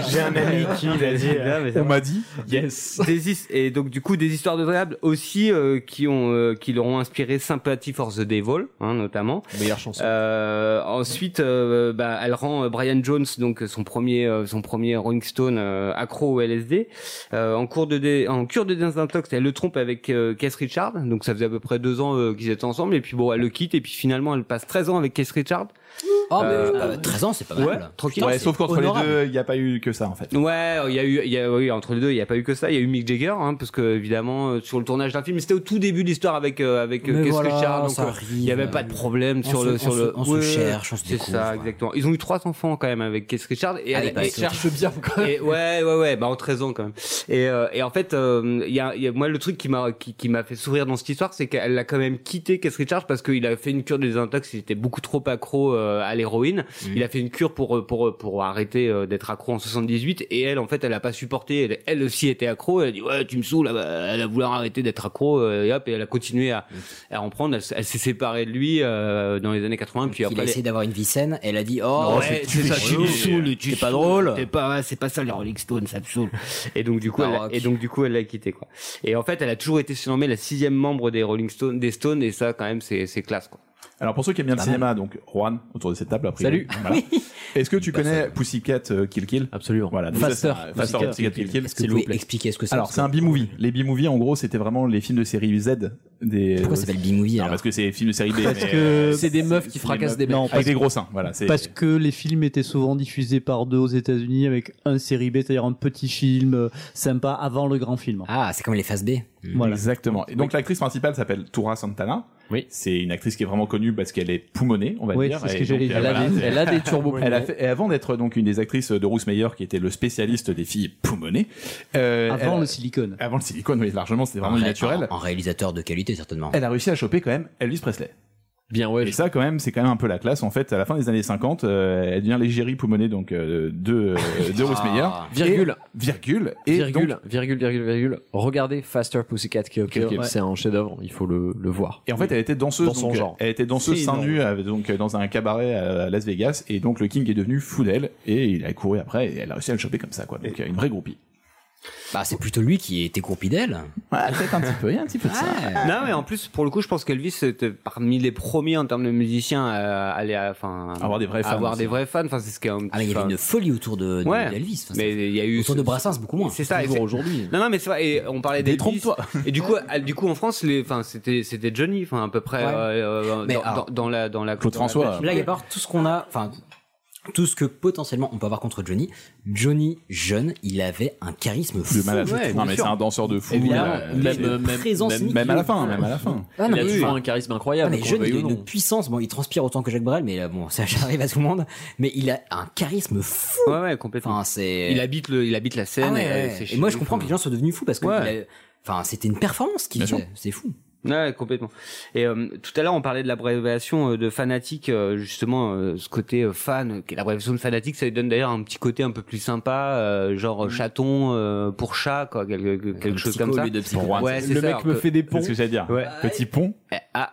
Speaker 14: J'ai un ami qui l'a
Speaker 4: [LAUGHS]
Speaker 14: dit,
Speaker 10: On m'a dit.
Speaker 4: Yes. Des his- et donc du coup des histoires de diable aussi euh, qui ont euh, qui l'auront inspiré Sympathy for the Devil hein, notamment.
Speaker 12: Meilleure chanson.
Speaker 4: Euh, ensuite, euh, bah, elle rend euh, Brian Jones donc son premier euh, son premier Rolling Stone euh, accro au LSD. Euh, en cours de dé- en cure de désintox, elle le trompe avec euh, Keith Richard. Donc ça faisait à peu près deux ans euh, qu'ils étaient ensemble et puis bon elle le quitte et puis finalement elle passe 13 ans avec Keith Richard.
Speaker 1: Oh, mais
Speaker 4: Euh,
Speaker 1: euh, 13 ans, c'est pas mal.
Speaker 4: ouais, tranquille.
Speaker 10: Ouais, sauf qu'entre les deux, il n'y a pas eu que ça, en fait.
Speaker 4: Ouais, il y a eu, il y a, oui, entre les deux, il n'y a pas eu que ça. Il y a eu Mick Jagger, hein, parce que évidemment, euh, sur le tournage d'un film, c'était au tout début de l'histoire avec euh, avec euh,
Speaker 1: Mais
Speaker 4: Keith
Speaker 1: voilà,
Speaker 4: Richards, donc
Speaker 1: ça
Speaker 4: euh, il n'y avait pas de problème
Speaker 1: On
Speaker 4: sur
Speaker 1: se-
Speaker 4: le
Speaker 1: on
Speaker 4: sur
Speaker 1: se-
Speaker 4: le.
Speaker 1: on se cherche, on se
Speaker 4: C'est
Speaker 1: découvre,
Speaker 4: ça,
Speaker 1: ouais.
Speaker 4: exactement. Ils ont eu trois enfants quand même avec Keith Richards et
Speaker 12: Ah,
Speaker 4: avec
Speaker 12: bah,
Speaker 4: Mick
Speaker 12: ils cherchent bien, quand même.
Speaker 4: Et ouais, ouais, ouais, bah en 13 ans quand même. Et, euh, et en fait, euh, il y, a, il y a- moi le truc qui m'a qui, qui m'a fait sourire dans cette histoire, c'est qu'elle l'a quand même quitté Keith Richards parce qu'il a fait une cure de désintox, il était beaucoup trop accro euh, à l'héroïne.
Speaker 1: Mm.
Speaker 4: Il a fait une cure pour euh, pour euh, pour arrêter euh, d'être accro en 78 et elle en fait, elle a pas supporté, elle, elle aussi était accro, elle a dit ouais, tu me saoules, elle va- elle a voulu arrêter d'être accro euh, et hop et elle a continué à,
Speaker 1: Mm.
Speaker 4: à en prendre, elle, s- elle s'est séparée de lui euh, dans les années 80 puis
Speaker 1: Il
Speaker 4: après
Speaker 1: a
Speaker 4: elle-
Speaker 1: essayé d'avoir une vie saine, elle a dit Oh,
Speaker 4: Ouais,
Speaker 1: c'est- tu fais
Speaker 4: ça,
Speaker 1: chier,
Speaker 4: me
Speaker 1: tu
Speaker 10: euh,
Speaker 4: saoules, tu
Speaker 1: t'es pas
Speaker 4: saoules,
Speaker 1: drôle.
Speaker 4: t'es pas- ouais, c'est pas ça les Rolling Stones, ça me saoule. Et donc du coup, elle, l'a- et donc du coup, elle l'a quitté quoi. Et en fait, elle a toujours été surnommée la sixième membre des Rolling Stones, des Stones, et ça quand même, c'est c'est classe quoi.
Speaker 10: Alors pour ceux qui aiment bien le
Speaker 4: Pas
Speaker 10: cinéma, donc Juan autour de cette table après.
Speaker 4: Salut.
Speaker 10: Est-ce que tu connais Pussycat euh, Kill Kill
Speaker 12: Absolument.
Speaker 10: Voilà.
Speaker 1: Faster.
Speaker 10: Faster, Faster Pussycat Kill Kill.
Speaker 1: Est-ce que vous pouvez expliquer ce que c'est
Speaker 10: Alors
Speaker 1: parce
Speaker 10: c'est un B-movie. Les B-movies en gros c'était vraiment les films de série Z des.
Speaker 1: Pourquoi ça s'appelle B-movie alors
Speaker 10: Parce que c'est les films de série B.
Speaker 9: Parce
Speaker 10: mais,
Speaker 9: que-
Speaker 10: euh,
Speaker 9: C'est des meufs qui
Speaker 10: c'est
Speaker 9: fracassent
Speaker 10: meufs-
Speaker 9: des mecs.
Speaker 10: Non,
Speaker 9: Parce-
Speaker 10: avec des gros seins. Voilà. c'est-
Speaker 9: Parce que les films étaient souvent diffusés par deux aux États-Unis avec un série B, c'est-à-dire un petit film euh, sympa avant le grand film.
Speaker 1: Ah, c'est comme les phases B.
Speaker 9: Voilà.
Speaker 10: Exactement. Et donc l'actrice principale s'appelle Tura Santana. Oui. C'est une actrice qui est vraiment connue parce qu'elle est poumonée, on va
Speaker 9: Oui,
Speaker 10: dire.
Speaker 9: c'est ce
Speaker 10: Et
Speaker 9: que j'allais
Speaker 10: donc, euh,
Speaker 9: dire. Elle
Speaker 10: voilà,
Speaker 9: a des-
Speaker 10: c'est-
Speaker 9: elle a des
Speaker 10: [LAUGHS]
Speaker 9: turbopulmons.
Speaker 10: Elle a fait- et avant d'être donc une des actrices de Rousse Meyer, qui était le spécialiste des filles poumonées. euh,
Speaker 9: Avant
Speaker 10: elle-
Speaker 9: le silicone.
Speaker 10: Avant le silicone, oui, largement, c'était vraiment
Speaker 1: Un ré-
Speaker 10: naturel. Eh,
Speaker 1: un- un réalisateur de qualité, certainement.
Speaker 10: Elle a réussi à choper quand même Elvis Presley.
Speaker 12: Bien ouais.
Speaker 10: Et ça quand même, c'est quand même un peu la classe. En fait, à la fin des années 50, euh, elle devient l'égérie poumonée donc euh, de euh, de Rousse Meyer.
Speaker 12: Ah. Virgule.
Speaker 10: Et- virgule et
Speaker 12: virgule,
Speaker 10: donc-
Speaker 12: virgule, virgule, virgule. Regardez Faster Pussycat Kill Kill.
Speaker 10: Kill Kill.
Speaker 12: C'est un chef-d'œuvre. Il faut le, le voir.
Speaker 10: Et en fait, elle était danseuse.
Speaker 12: Dans son
Speaker 10: donc, euh,
Speaker 12: genre.
Speaker 10: Elle était danseuse
Speaker 12: C'est
Speaker 10: seins
Speaker 12: énorme.
Speaker 10: nus, euh, donc euh, dans un cabaret à Las Vegas. Et donc le King est devenu fou d'elle et il a couru après et elle a réussi à le choper comme ça quoi. Donc euh, une vraie groupie.
Speaker 1: Bah, c'est plutôt lui qui était groupie d'elle.
Speaker 10: Ouais, peut-être un petit peu, il y a un petit peu de ça.
Speaker 4: Non mais en plus pour le coup je pense qu'Elvis était parmi les premiers en termes de musiciens euh, à aller à- enfin
Speaker 10: Avoir des vrais fans
Speaker 4: avoir
Speaker 10: aussi.
Speaker 4: des vrais fans enfin c'est ce qui est
Speaker 1: Ah, mais il y avait une folie autour de, de- d'Elvis. Enfin,
Speaker 4: mais il y a eu
Speaker 1: autour de Brassens, beaucoup moins.
Speaker 4: C'est ça. et
Speaker 1: Toujours
Speaker 4: c'est-
Speaker 1: aujourd'hui.
Speaker 4: Non, non, mais c'est vrai. Et on parlait des toi Et du coup, à- du coup, en France, les, enfin, c'était, c'était Johnny, enfin, à peu près,
Speaker 1: Ouais.
Speaker 4: euh, euh,
Speaker 1: Mais
Speaker 4: dans,
Speaker 1: alors-
Speaker 4: dans- dans la, dans la.
Speaker 1: Claude
Speaker 4: dans la-
Speaker 1: Blague à part, tout ce qu'on a, enfin, tout ce que potentiellement on peut avoir contre Johnny, Johnny jeune, il avait un charisme fou.
Speaker 10: De malade. non mais c'est un danseur de fou.
Speaker 1: Évidemment.
Speaker 10: euh,
Speaker 1: Même-
Speaker 10: c'est-
Speaker 1: même- présence
Speaker 10: même,
Speaker 1: mythique.
Speaker 10: même à la fin, même à la fin.
Speaker 1: Ah, non,
Speaker 12: il a
Speaker 1: mais-
Speaker 12: toujours
Speaker 1: enfin,
Speaker 12: un charisme incroyable.
Speaker 1: Ah, mais
Speaker 12: qu'on
Speaker 1: jeune,
Speaker 12: veuille
Speaker 1: il a
Speaker 12: ou non.
Speaker 1: une puissance. Bon, il transpire autant que Jacques Brel, mais là, bon, ça, [LAUGHS] j'arrive à tout le monde. Mais il a un charisme fou.
Speaker 4: Ouais, ouais, complètement.
Speaker 1: Enfin, c'est.
Speaker 4: Il habite le, il habite la
Speaker 1: Ah
Speaker 4: scène.
Speaker 1: ouais,
Speaker 4: et,
Speaker 1: ouais.
Speaker 4: euh, c'est
Speaker 1: Et moi,
Speaker 4: chez
Speaker 1: je
Speaker 4: lui,
Speaker 1: comprends que les gens soient devenus fous parce que,
Speaker 4: Ouais.
Speaker 1: il a- enfin, c'était une performance qu'il
Speaker 4: Bien
Speaker 1: faisait.
Speaker 4: sûr.
Speaker 1: C'est fou.
Speaker 4: Ouais, complètement. Et euh, tout à l'heure, on parlait de l'abréviation euh, de fanatique, euh, justement, euh, ce côté euh, fan, qui est l'abréviation de fanatique, ça lui donne d'ailleurs un petit côté un peu plus sympa, euh, genre euh, chaton euh, pour chat, quoi, quelque, quelque chose
Speaker 2: psycho,
Speaker 4: comme ça.
Speaker 2: lui, de psycho. Pour
Speaker 4: ouais,
Speaker 2: un-
Speaker 4: c'est
Speaker 2: le
Speaker 4: ça,
Speaker 2: mec
Speaker 4: alors
Speaker 2: me
Speaker 4: que-
Speaker 2: fait des ponts. C'est ce que j'allais dire.
Speaker 4: Ouais.
Speaker 2: Petit pont.
Speaker 4: Eh, Ah,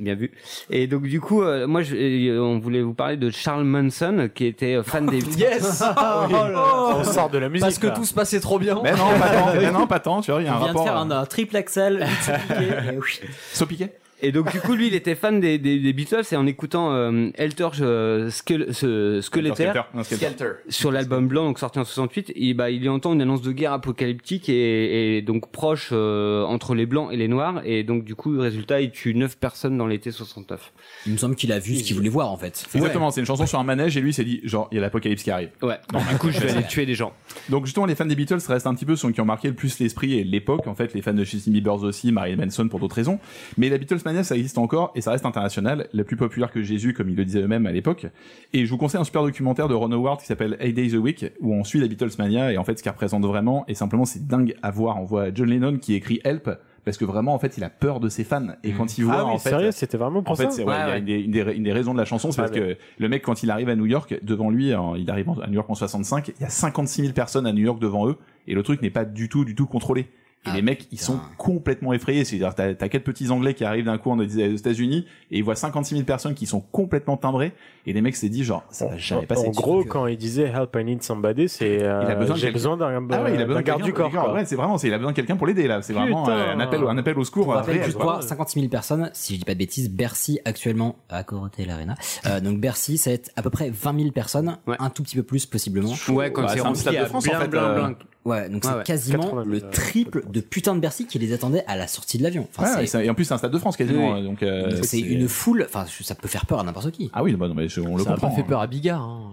Speaker 4: bien vu. Et donc du coup, euh, moi, je, euh, on voulait vous parler de Charles Manson, euh, qui était euh,
Speaker 2: [LAUGHS]
Speaker 4: fan des. [LAUGHS]
Speaker 2: Yes Oh là
Speaker 12: [LAUGHS]
Speaker 2: là. On sort de la musique, Parce que là. tout se passait trop bien. Mais
Speaker 4: [LAUGHS]
Speaker 2: non, pas tant, mais non, pas tant, tu vois, il y a un
Speaker 1: On vient
Speaker 2: rapport,
Speaker 1: de faire
Speaker 12: hein.
Speaker 1: un, un triple [LAUGHS] axel, et oui.
Speaker 10: Sopiquet
Speaker 4: Et donc du coup, lui, il était fan des, des, des Beatles et en écoutant euh, Helter euh, Skel- ce- Skeletor
Speaker 10: Skelter, non, Skelter. Skelter.
Speaker 4: sur l'album blanc, donc sorti en 68, et bah, il y entend une annonce de guerre apocalyptique et, et donc proche euh, entre les blancs et les noirs. Et donc du coup, résultat, il tue 9 personnes dans l'été 69.
Speaker 1: Il me semble qu'il a vu ce qu'il voulait voir en fait.
Speaker 10: Exactement, c'est une chanson sur un manège et lui il s'est dit genre il y a l'apocalypse qui arrive.
Speaker 4: Ouais.
Speaker 10: Donc
Speaker 4: du coup je vais aller tuer des gens.
Speaker 10: Donc justement les fans des Beatles restent un petit peu ceux qui ont marqué le plus l'esprit et l'époque en fait les fans de Justin Bieber aussi, Marilyn Manson pour d'autres raisons. Mais la Beatles mania ça existe encore et ça reste international, la plus populaire que Jésus comme ils le disaient eux-mêmes à l'époque. Et je vous conseille un super documentaire de Ron Howard qui s'appelle Eight Days a Week où on suit la Beatles mania et en fait ce qu'elle représente vraiment et simplement c'est dingue à voir. On voit John Lennon qui écrit Help parce que vraiment en fait il a peur de ses fans
Speaker 4: Mm.
Speaker 10: et quand il voit
Speaker 14: Ah oui,
Speaker 10: en fait
Speaker 14: sérieux, c'était vraiment pour
Speaker 10: en fait,
Speaker 14: ça
Speaker 10: c'est ouais,
Speaker 14: Ouais,
Speaker 10: il y a
Speaker 14: ouais.
Speaker 10: une des, une des- une des raisons de la chanson, c'est
Speaker 14: Ah,
Speaker 10: parce
Speaker 14: mais-
Speaker 10: que le mec, quand il arrive à New York, devant lui, en- il arrive en- à New York en 65, il y a 56 000 personnes à New York devant eux, et le truc n'est pas du tout, du tout contrôlé. Et les mecs, ils sont complètement effrayés. C'est-à-dire, t'as, t'as quatre petits Anglais qui arrivent d'un coup en, aux États-Unis, et ils voient 56 000 personnes qui sont complètement timbrées, et les mecs s'est dit genre, ça va jamais passer.
Speaker 14: en
Speaker 10: dessus.
Speaker 14: gros, quand il disait Help I need somebody, c'est
Speaker 10: il a
Speaker 14: euh,
Speaker 10: besoin de
Speaker 14: j'ai
Speaker 10: quelqu'un.
Speaker 14: besoin d'un
Speaker 10: Ah ouais, il a besoin
Speaker 14: d'un
Speaker 10: de
Speaker 14: garde
Speaker 10: quelqu'un
Speaker 14: du corps.
Speaker 10: pour le
Speaker 14: quoi.
Speaker 10: Ouais, c'est vraiment, c'est il a besoin de quelqu'un pour l'aider là. C'est vraiment
Speaker 14: Putain.
Speaker 10: euh, un appel, un appel au secours.
Speaker 1: Pour
Speaker 10: euh,
Speaker 1: rappel,
Speaker 10: réel,
Speaker 1: juste
Speaker 10: quoi.
Speaker 1: quoi, 56 000 personnes, si je dis pas de bêtises, Bercy actuellement à Corotel Arena. Euh, donc Bercy, ça va être à peu près 20 000 personnes, un tout petit peu plus possiblement.
Speaker 4: Ouais, quand Bah, c'est c'est un rempli stade de à France, en blin, fait, blin, euh. blin.
Speaker 1: Ouais, donc
Speaker 4: Ouais,
Speaker 1: c'est
Speaker 4: ouais.
Speaker 1: quasiment
Speaker 4: 80 000,
Speaker 1: le
Speaker 4: euh,
Speaker 1: triple de putain de Bercy qui les attendait à la sortie de l'avion. Enfin,
Speaker 10: Ouais,
Speaker 1: c'est-
Speaker 10: et ça- et en plus, c'est un stade de France quasiment.
Speaker 1: Oui.
Speaker 10: Donc, euh,
Speaker 1: Donc, c'est une foule, enfin ça peut faire peur à n'importe qui.
Speaker 10: Ah oui, bah non, mais je- on le
Speaker 1: Ça a pas
Speaker 10: comprend.
Speaker 1: fait
Speaker 10: hein.
Speaker 1: peur
Speaker 12: à Bigard. hein.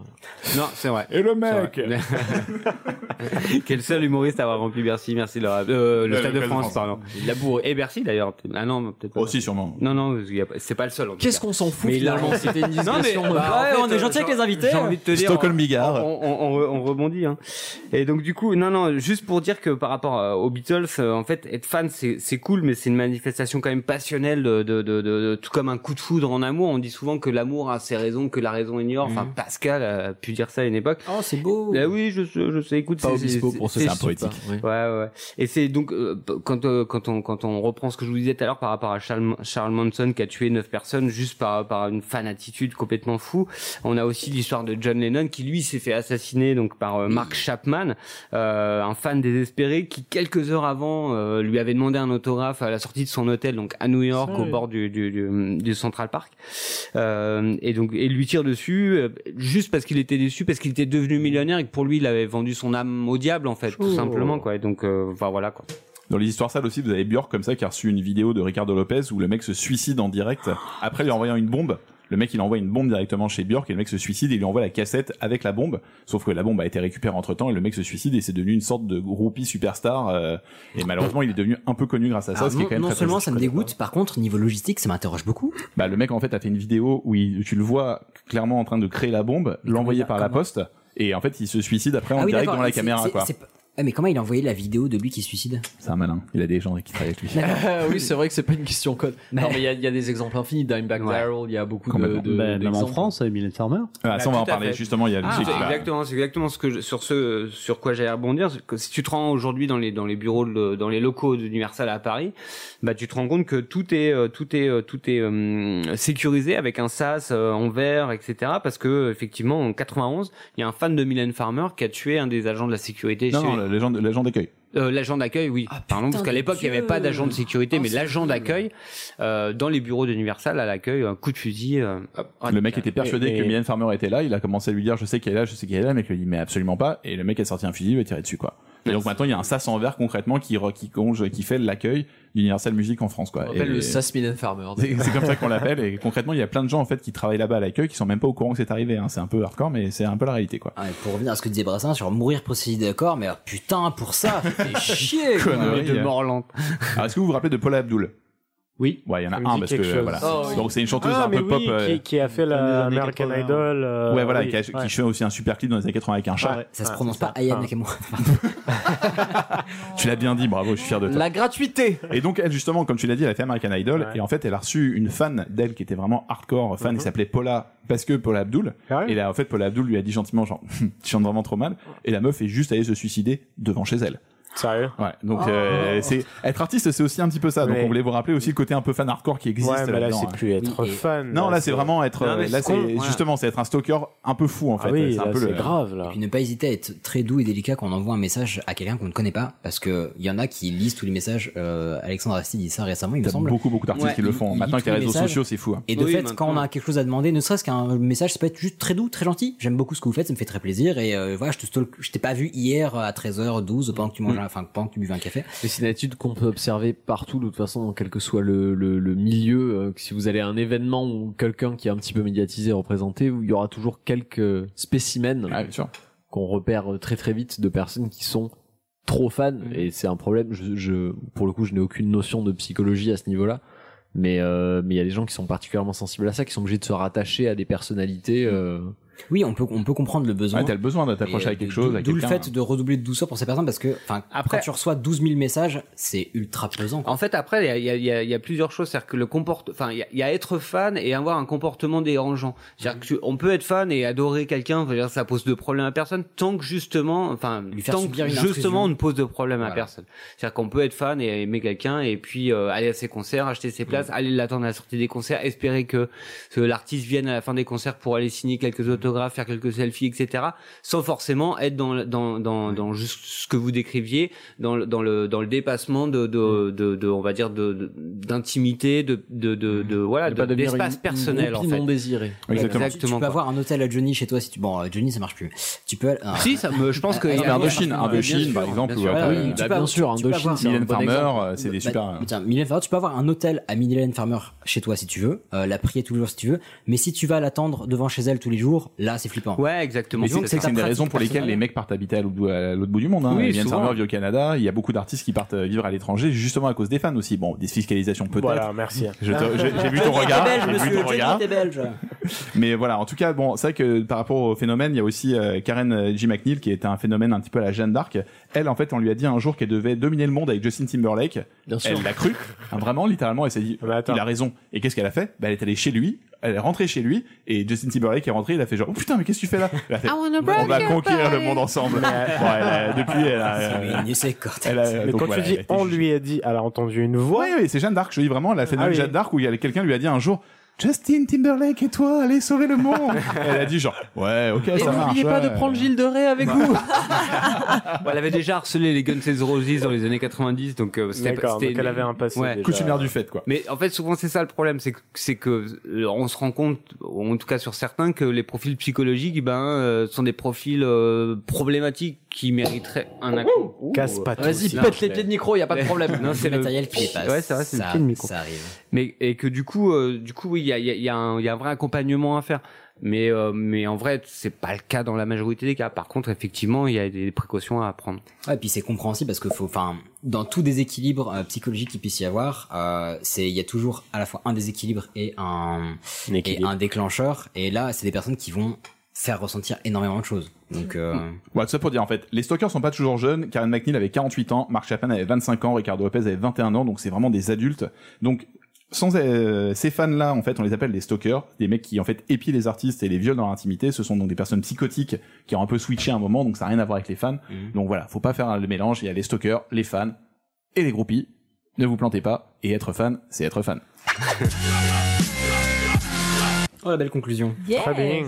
Speaker 4: Non, c'est vrai.
Speaker 10: Et le
Speaker 4: mec [LAUGHS] Quel seul humoriste à avoir rempli Bercy, merci Laura. Euh, le Stade de France, pardon. Il l'a bourré. Et Bercy d'ailleurs. Ah non, peut-être pas. Aussi
Speaker 10: Oh, sûrement.
Speaker 4: Non, non, il y a pas- c'est pas le seul. en tout
Speaker 1: Qu'est-ce
Speaker 4: cas.
Speaker 1: qu'on s'en fout,
Speaker 4: Mais il a
Speaker 1: finalement,
Speaker 4: rempli.
Speaker 1: c'était une
Speaker 4: Non, mais,
Speaker 1: discussion de-
Speaker 4: bah,
Speaker 1: Ouais,
Speaker 4: en
Speaker 1: on
Speaker 4: fait,
Speaker 1: est gentil
Speaker 4: euh,
Speaker 1: avec les invités. hein.
Speaker 4: J'ai envie de te dire. hein.
Speaker 1: Stockholm
Speaker 4: on-
Speaker 1: Bigard.
Speaker 4: On, on- on- on rebondit. hein. Et donc du coup, non, non, juste pour dire que par rapport euh, aux Beatles, euh, en fait, être fan, c'est c'est cool, mais c'est une manifestation quand même passionnelle, de, de- de- de- tout comme un coup de foudre en amour. On dit souvent que l'amour a ses raisons, que la raison ignore. Enfin, Pascal a pu dire ça à une époque.
Speaker 1: Oh, c'est beau.
Speaker 4: Ah oui, je, sais- je sais. Écoute,
Speaker 12: Pas
Speaker 4: c'est-
Speaker 12: Obispo pour ceux
Speaker 4: c'est
Speaker 12: qui
Speaker 4: super.
Speaker 12: sont poétiques. Oui.
Speaker 4: Ouais, ouais. Et c'est donc euh, p- quand euh, quand on quand on reprend ce que je vous disais tout à l'heure par rapport à Charles, Charles Manson qui a tué neuf personnes juste par par une fan attitude complètement fou. On a aussi l'histoire de John Lennon qui lui s'est fait assassiner donc par euh, Mark Chapman, euh, un fan désespéré qui quelques heures avant euh, lui avait demandé un autographe à la sortie de son hôtel donc à New York
Speaker 12: Ça,
Speaker 4: au
Speaker 12: oui.
Speaker 4: bord du du, du- du Central Park. Euh, et donc et lui tire dessus euh, juste parce qu'il était déçu parce qu'il était devenu millionnaire et que pour lui il avait vendu son âme au diable en fait tout
Speaker 10: Ouh.
Speaker 4: simplement quoi. Et donc euh, enfin voilà quoi.
Speaker 10: Dans les histoires sales aussi, vous avez Björk comme ça qui a reçu une vidéo de Ricardo Lopez où le mec se suicide en direct après lui envoyant une bombe. Le mec, il envoie une bombe directement chez Björk et le mec se suicide et il lui envoie la cassette avec la bombe. Sauf que la bombe a été récupérée entre temps et le mec se suicide et c'est devenu une sorte de groupie superstar. euh, et malheureusement, il est devenu un peu connu grâce à ça,
Speaker 1: Alors,
Speaker 10: ce qui est
Speaker 1: non
Speaker 10: quand même
Speaker 1: Ah, non
Speaker 10: très
Speaker 1: seulement
Speaker 10: triste.
Speaker 1: ça me dégoûte, par contre niveau logistique ça m'interroge beaucoup.
Speaker 10: Bah, le mec, en fait, a fait une vidéo où il- tu le vois clairement en train de créer la bombe, l'envoyer par la poste et en fait, il se suicide après en
Speaker 1: Ah oui,
Speaker 10: direct
Speaker 1: d'accord,
Speaker 10: devant la
Speaker 1: c'est-
Speaker 10: caméra,
Speaker 1: c'est-
Speaker 10: quoi.
Speaker 1: c'est pas- Ouais, mais comment il a envoyé la vidéo de lui qui se suicide
Speaker 10: C'est un malin. Il a des gens qui travaillent avec lui. [LAUGHS]
Speaker 12: Ah oui, c'est vrai que c'est pas une question code. Non,
Speaker 1: Mais-
Speaker 12: mais Bah, il y, a- il y a des exemples infinis. Dimebag Darrell, il y a beaucoup de.
Speaker 9: Complètement.
Speaker 12: de
Speaker 9: Ben, même en
Speaker 12: d'exemples.
Speaker 9: France, Mylène Farmer.
Speaker 10: Ah, ça, on
Speaker 4: Bah,
Speaker 10: va en
Speaker 4: tout à
Speaker 10: parler.
Speaker 4: fait.
Speaker 10: Justement, il y a le
Speaker 4: Ah,
Speaker 10: sujet qui
Speaker 4: c'est
Speaker 10: va-
Speaker 4: exactement, c'est exactement ce que je- sur ce sur quoi j'allais rebondir. c'est que Si tu te rends aujourd'hui dans les dans les bureaux de- dans les locaux d'Universal à Paris, bah tu te rends compte que tout est euh, tout est euh, tout est euh, sécurisé avec un sas euh, en verre, etc. Parce que effectivement en 91, il y a un fan de Mylène Farmer qui a tué un des agents de la sécurité.
Speaker 10: Non,
Speaker 4: chez-
Speaker 10: non, l'agent l'agent d'accueil.
Speaker 4: Euh, l'agent d'accueil, oui. Pardon, parce qu'à
Speaker 12: de
Speaker 4: l'époque, il n'y avait
Speaker 12: Dieu.
Speaker 4: pas d'agent de sécurité, mais l'agent d'accueil, euh, dans les bureaux d'Universal, à l'accueil, un coup de fusil. euh, hop,
Speaker 10: Le mec était persuadé
Speaker 4: Et-
Speaker 10: que
Speaker 4: et-
Speaker 10: Mylène Farmer était là, il a commencé à lui dire je sais qu'elle est là, je sais qu'elle est là, le mec lui a dit mais absolument pas, et le mec a sorti un fusil, il lui a tiré dessus quoi. Et donc maintenant il y a un sas en verre concrètement qui, re- qui conge, qui fait l'accueil d'Universal Music en France quoi.
Speaker 12: On appelle
Speaker 10: Et-
Speaker 12: le Sas Mylène [LAUGHS] Farmer.
Speaker 10: C'est c'est comme ça qu'on l'appelle, et concrètement il y a plein de gens en fait qui travaillent là-bas à l'accueil qui sont même pas au courant que c'est arrivé, hein. c'est un peu hardcore mais c'est un peu la réalité quoi.
Speaker 1: Ouais, Ah, pour revenir à ce que disait Brassin sur mourir possédé d'accord, mais ah, putain pour ça, ça fait chier. quoi.
Speaker 10: hein. Connerie. Ah, Est-ce que vous vous rappelez de Paula Abdul
Speaker 14: Oui.
Speaker 10: Ouais, il y en a
Speaker 14: Ça me
Speaker 10: un
Speaker 14: dit
Speaker 10: parce que
Speaker 14: quelque chose.
Speaker 10: voilà.
Speaker 14: Ah, oui.
Speaker 10: Donc c'est une chanteuse
Speaker 14: Ah,
Speaker 10: un
Speaker 14: mais
Speaker 10: peu
Speaker 14: oui,
Speaker 10: pop.
Speaker 14: qui-
Speaker 10: euh,
Speaker 14: qui a fait la American Idol. euh,
Speaker 10: ouais, voilà,
Speaker 14: oui,
Speaker 10: qui, a- qui
Speaker 14: ouais.
Speaker 10: fait aussi un super clip dans les années 80 avec un chat.
Speaker 14: ouais.
Speaker 1: Ça se prononce pas Aya Nakamura.
Speaker 10: Tu l'as bien dit, bravo, je suis fier de toi.
Speaker 12: La gratuité
Speaker 10: Et donc, elle, justement, comme tu l'as dit, elle a fait American Idol. Et en fait, elle a reçu une fan d'elle qui était vraiment hardcore
Speaker 14: Mhm.
Speaker 10: fan. Elle s'appelait Paula, parce que Paula Abdul.
Speaker 14: Ah
Speaker 10: Et là, en fait, Paula Abdul lui a dit gentiment, genre, [LAUGHS] tu chantes vraiment trop mal. Et la meuf est juste allée se suicider devant chez elle.
Speaker 14: Sérieux
Speaker 10: Ouais,
Speaker 14: Oh.
Speaker 10: donc euh, c'est être artiste, c'est aussi un petit peu ça. Donc
Speaker 14: Mais-
Speaker 10: on voulait vous rappeler aussi le côté un peu fan hardcore qui existe.
Speaker 14: Ouais, mais là,
Speaker 10: là-dedans,
Speaker 14: c'est
Speaker 10: hein.
Speaker 14: plus être Oui, et- fan,
Speaker 10: Non,
Speaker 14: là,
Speaker 10: là, c'est
Speaker 14: c'est-
Speaker 10: vraiment être.
Speaker 14: Non, mais
Speaker 10: là,
Speaker 14: c'est con,
Speaker 10: c'est
Speaker 14: ouais.
Speaker 10: justement, c'est être un stalker un peu fou en
Speaker 14: Ah
Speaker 10: fait. c'est un peu le-
Speaker 1: Ah là. Et puis ne pas hésiter à être très doux et délicat quand on envoie un message à quelqu'un qu'on ne connaît pas, parce que il y en a qui lisent tous les messages. euh, Alexandre Astier dit ça récemment, il me
Speaker 10: T'as
Speaker 1: semble.
Speaker 10: beaucoup, beaucoup d'artistes qui le
Speaker 1: ils-
Speaker 10: font.
Speaker 1: ils
Speaker 10: Maintenant,
Speaker 1: lisent
Speaker 10: avec les
Speaker 1: tous
Speaker 10: réseaux
Speaker 1: messages.
Speaker 10: sociaux, c'est fou, hein.
Speaker 1: Et de
Speaker 10: Oui,
Speaker 1: fait,
Speaker 10: maintenant.
Speaker 1: quand on a quelque chose à demander, ne serait-ce qu'un message, ça peut être juste très doux, très gentil. J'aime beaucoup ce que vous faites, ça me fait très plaisir. Et euh, voilà, je te stalk- je t'ai pas vu hier à 13h12 pendant que tu manges,
Speaker 10: Mm.
Speaker 1: un- enfin pendant que tu buvais un café.
Speaker 12: Mais c'est une attitude qu'on peut observer partout, de toute façon, quel que soit le, le, le milieu. euh, que si vous allez à un événement où quelqu'un qui est un petit peu médiatisé, représenté, où il y aura toujours quelques spécimens qu'on repère euh, très très vite de personnes qui sont trop fans. Et c'est un problème. Je, je- pour le coup, je n'ai aucune notion de psychologie à ce niveau-là. Mais euh, mais il y a des gens qui sont particulièrement sensibles à ça, qui sont obligés de se rattacher à des personnalités. euh,
Speaker 1: Oui, on peut, on peut comprendre le besoin.
Speaker 12: Ouais, t'as le besoin de t'accrocher
Speaker 1: Et,
Speaker 12: à quelque
Speaker 1: d'où-
Speaker 12: chose, à
Speaker 1: D'où le
Speaker 12: quelqu'un.
Speaker 1: fait
Speaker 10: hein.
Speaker 1: de redoubler de douceur pour ces personnes parce que, enfin, après, quand tu reçois 12 000 messages, c'est ultra pesant.
Speaker 4: En fait, après, il y a- il y a, il y a- il y a plusieurs choses. C'est-à-dire que le comporte, enfin, il y a- il y, a être fan et avoir un comportement dérangeant. C'est-à-dire
Speaker 1: Mhm.
Speaker 4: que tu- on peut être fan et adorer quelqu'un. je veux dire, Ça pose de problème à personne tant que justement, enfin,
Speaker 1: faire
Speaker 4: tant
Speaker 1: subir
Speaker 4: que
Speaker 1: une
Speaker 4: justement,
Speaker 1: intrusion.
Speaker 4: on ne pose de problème à
Speaker 1: Voilà.
Speaker 4: personne. C'est-à-dire qu'on peut être fan et aimer quelqu'un et puis euh, aller à ses concerts, acheter ses places,
Speaker 12: Mm.
Speaker 4: aller l'attendre à la sortie des concerts, espérer que que l'artiste vienne à la fin des concerts pour aller signer quelques autographes, faire quelques selfies, etc. Sans forcément être dans dans dans, dans juste ce que vous décriviez, dans le dans le dans le dépassement de de,
Speaker 12: Mm.
Speaker 4: de, de- on va dire de de- d'intimité, de de de, de- voilà,
Speaker 12: Mm. de pas
Speaker 4: de-
Speaker 12: devenir
Speaker 4: d'espace
Speaker 12: une- une
Speaker 4: personnel en
Speaker 12: groupie
Speaker 4: fait.
Speaker 12: non désirée.
Speaker 4: Exactement.
Speaker 1: Tu- Tu, peux
Speaker 4: quoi.
Speaker 1: avoir un hôtel à Johnny chez toi si tu. Bon, euh, Johnny, ça marche plus. Tu peux. euh,
Speaker 4: Si, ça me-
Speaker 1: [LAUGHS]
Speaker 4: je pense que-
Speaker 1: euh,
Speaker 4: Non, mais
Speaker 1: euh,
Speaker 4: Indochine,
Speaker 1: euh,
Speaker 10: Indochine,
Speaker 1: bien sûr,
Speaker 10: par exemple,
Speaker 1: bien
Speaker 10: ou
Speaker 1: sûr.
Speaker 10: après,
Speaker 1: Ouais,
Speaker 10: euh,
Speaker 1: tu peux
Speaker 10: bien
Speaker 1: avoir-
Speaker 10: sûr,
Speaker 1: tu peux
Speaker 10: Indochine,
Speaker 1: avoir-
Speaker 10: c'est un Mylène bon Farmer,
Speaker 1: exemple.
Speaker 10: euh, c'est des
Speaker 1: Bah,
Speaker 10: super-
Speaker 1: putain, Mylène Farmer, tu peux avoir un hôtel à Mylène Farmer chez toi si tu veux, euh, la prier tous les jours si tu veux, mais si tu vas l'attendre devant chez elle tous les jours, là, c'est flippant.
Speaker 4: Ouais, exactement.
Speaker 10: Mais donc, c'est que c'est une des raisons pour lesquelles les mecs partent habiter à l'autre bout- à l'autre bout du monde. Hein.
Speaker 4: Oui,
Speaker 10: Ils viennent
Speaker 4: souvent.
Speaker 10: Summer, vivent au Canada. Il y a beaucoup d'artistes qui partent euh, vivre à l'étranger justement à cause des fans aussi. Bon, des fiscalisations peut-être.
Speaker 14: Voilà, merci.
Speaker 10: Je te- J'ai j'ai vu [LAUGHS] ton regard.
Speaker 1: T'es belge,
Speaker 10: j'ai vu
Speaker 1: monsieur,
Speaker 10: ton
Speaker 1: Johnny,
Speaker 10: regard.
Speaker 1: t'es belge.
Speaker 10: Mais voilà, en tout cas, bon, c'est vrai que par rapport au phénomène, il y a aussi euh, Karen euh, G. McNeil qui était un phénomène un petit peu à la Jeanne d'Arc. Elle, en fait, on lui a dit un jour qu'elle devait dominer le monde avec Justin Timberlake.
Speaker 12: sûr.
Speaker 10: Elle l'a cru, hein, vraiment, littéralement, elle s'est dit, il a raison. Et qu'est-ce qu'elle a fait bah, Elle est allée chez lui, elle est rentrée chez lui, et Justin Timberlake est rentré, il a fait genre, oh putain, mais qu'est-ce que tu fais là Elle a fait,
Speaker 12: I wanna
Speaker 10: On
Speaker 12: break
Speaker 10: va
Speaker 12: your
Speaker 10: conquérir
Speaker 12: body.
Speaker 10: le monde
Speaker 12: [LAUGHS]
Speaker 10: ensemble.
Speaker 12: Mais-
Speaker 10: Bon, elle a- depuis, elle a...
Speaker 1: C'est
Speaker 10: euh,
Speaker 1: une essai cortex.
Speaker 10: elle a-
Speaker 14: Mais
Speaker 10: donc
Speaker 14: quand
Speaker 10: voilà,
Speaker 14: tu
Speaker 10: elle
Speaker 14: dis
Speaker 10: a été
Speaker 14: on lui a dit, elle a entendu une voix.
Speaker 10: oui, oui, c'est Jeanne d'Arc. Je dis vraiment la phénomène
Speaker 14: Ah oui.
Speaker 10: Jeanne d'Arc où il y a quelqu'un lui a dit un jour. Justin Timberlake et toi, allez sauver le
Speaker 14: [LAUGHS]
Speaker 10: monde. elle a dit genre ouais, ok,
Speaker 12: Et
Speaker 10: ça marche.
Speaker 12: n'oubliez pas de
Speaker 10: ouais. Bah.
Speaker 12: prendre Gilles de Ray avec vous.
Speaker 4: elle avait déjà harcelé les Guns N' Roses dans les années 90, donc euh, c'était
Speaker 14: D'accord,
Speaker 4: c'était
Speaker 14: donc elle avait un passé déjà. Coutumière du fait,
Speaker 10: quoi.
Speaker 4: Mais en fait, souvent c'est ça le problème, c'est que c'est que euh, on se rend compte, en tout cas sur certains, que les profils psychologiques, ben, euh, sont des profils euh, problématiques qui mériteraient un accro.
Speaker 14: Casse pas tout,
Speaker 4: Oh, Vas-y,
Speaker 14: s'il
Speaker 4: pète
Speaker 14: te
Speaker 4: les
Speaker 14: plaît.
Speaker 4: pieds de micro, y a
Speaker 12: [LAUGHS]
Speaker 4: pas de problème.
Speaker 1: Non, c'est le matériel qui dépasse.
Speaker 4: Ouais, c'est vrai, c'est le
Speaker 1: Ça-
Speaker 4: pied de micro.
Speaker 1: ça arrive.
Speaker 4: Mais et que du coup, euh, du coup, oui, il y a, il y, a, il y, a un- il y a un vrai accompagnement à faire. Mais euh, mais en vrai, c'est pas le cas dans la majorité des cas. Par contre, effectivement, il y a des précautions à prendre.
Speaker 1: Ouais, et puis c'est compréhensible parce que faut, enfin, dans tout déséquilibre euh, psychologique qu'il puisse y avoir, euh, c'est il y a toujours à la fois un déséquilibre et un et un déclencheur. Et là, c'est des personnes qui vont faire ressentir énormément de choses. Donc euh,
Speaker 10: [LAUGHS] Ouais, tout ça pour dire en fait, les stalkers sont pas toujours jeunes. Karen McNeil avait 48 ans, Mark Chapman avait 25 ans, Ricardo Lopez avait 21 ans, donc c'est vraiment des adultes. Donc sans euh, ces fans-là, en fait, on les appelle les stalkers, des mecs qui en fait épient les artistes et les violent dans leur intimité. Ce sont donc des personnes psychotiques qui ont un peu switché à un moment, donc ça n'a rien à voir avec les fans. Donc voilà, faut pas faire le mélange. Il y a les stalkers, les fans et les groupies. Ne vous plantez pas. Et être fan, c'est être fan.
Speaker 1: oh la belle conclusion.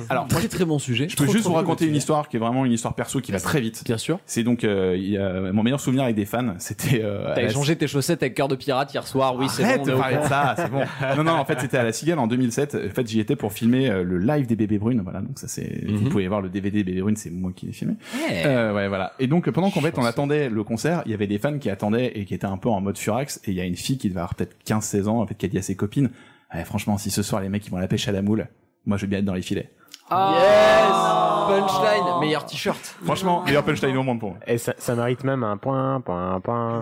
Speaker 10: Alors,
Speaker 12: très très bon sujet.
Speaker 10: Je peux juste vous raconter une histoire qui est vraiment une histoire perso qui va très vite.
Speaker 12: Bien sûr.
Speaker 10: C'est donc euh, il y a- mon meilleur souvenir avec des fans, [LAUGHS] c'était. euh, à
Speaker 12: T'as
Speaker 10: la-
Speaker 12: échangé hein. tes chaussettes avec cœur de pirate hier soir, oui, c'est
Speaker 10: Arrête
Speaker 12: bon.
Speaker 10: de parler de ça,
Speaker 12: [LAUGHS]
Speaker 10: c'est bon. Non, non, en fait, c'était à la Cigale en 2007. En fait, j'y étais pour filmer euh, le live des Bébés Brunes. Voilà, donc ça, c'est.
Speaker 12: Mhm.
Speaker 10: Vous pouvez voir le DVD Bébés Brunes, c'est moi qui l'ai filmé.
Speaker 1: Ouais.
Speaker 10: Euh, ouais, voilà. Et donc, pendant qu'en fait, on attendait le concert, il y avait des fans qui attendaient et qui étaient un peu en mode furax. Et il y a une fille qui devait avoir peut-être 15-16 ans, en fait, qui a dit à ses copines Eh,
Speaker 11: Ah.
Speaker 10: Ouais, Franchement, si ce soir les mecs ils vont à la pêche à la moule, moi je veux bien être dans les filets.
Speaker 12: Yes
Speaker 2: punchline, meilleur t-shirt.
Speaker 10: Franchement, meilleur punchline au monde pour moi.
Speaker 14: Et ça, ça mérite même un point, point,
Speaker 2: [LAUGHS]
Speaker 14: point.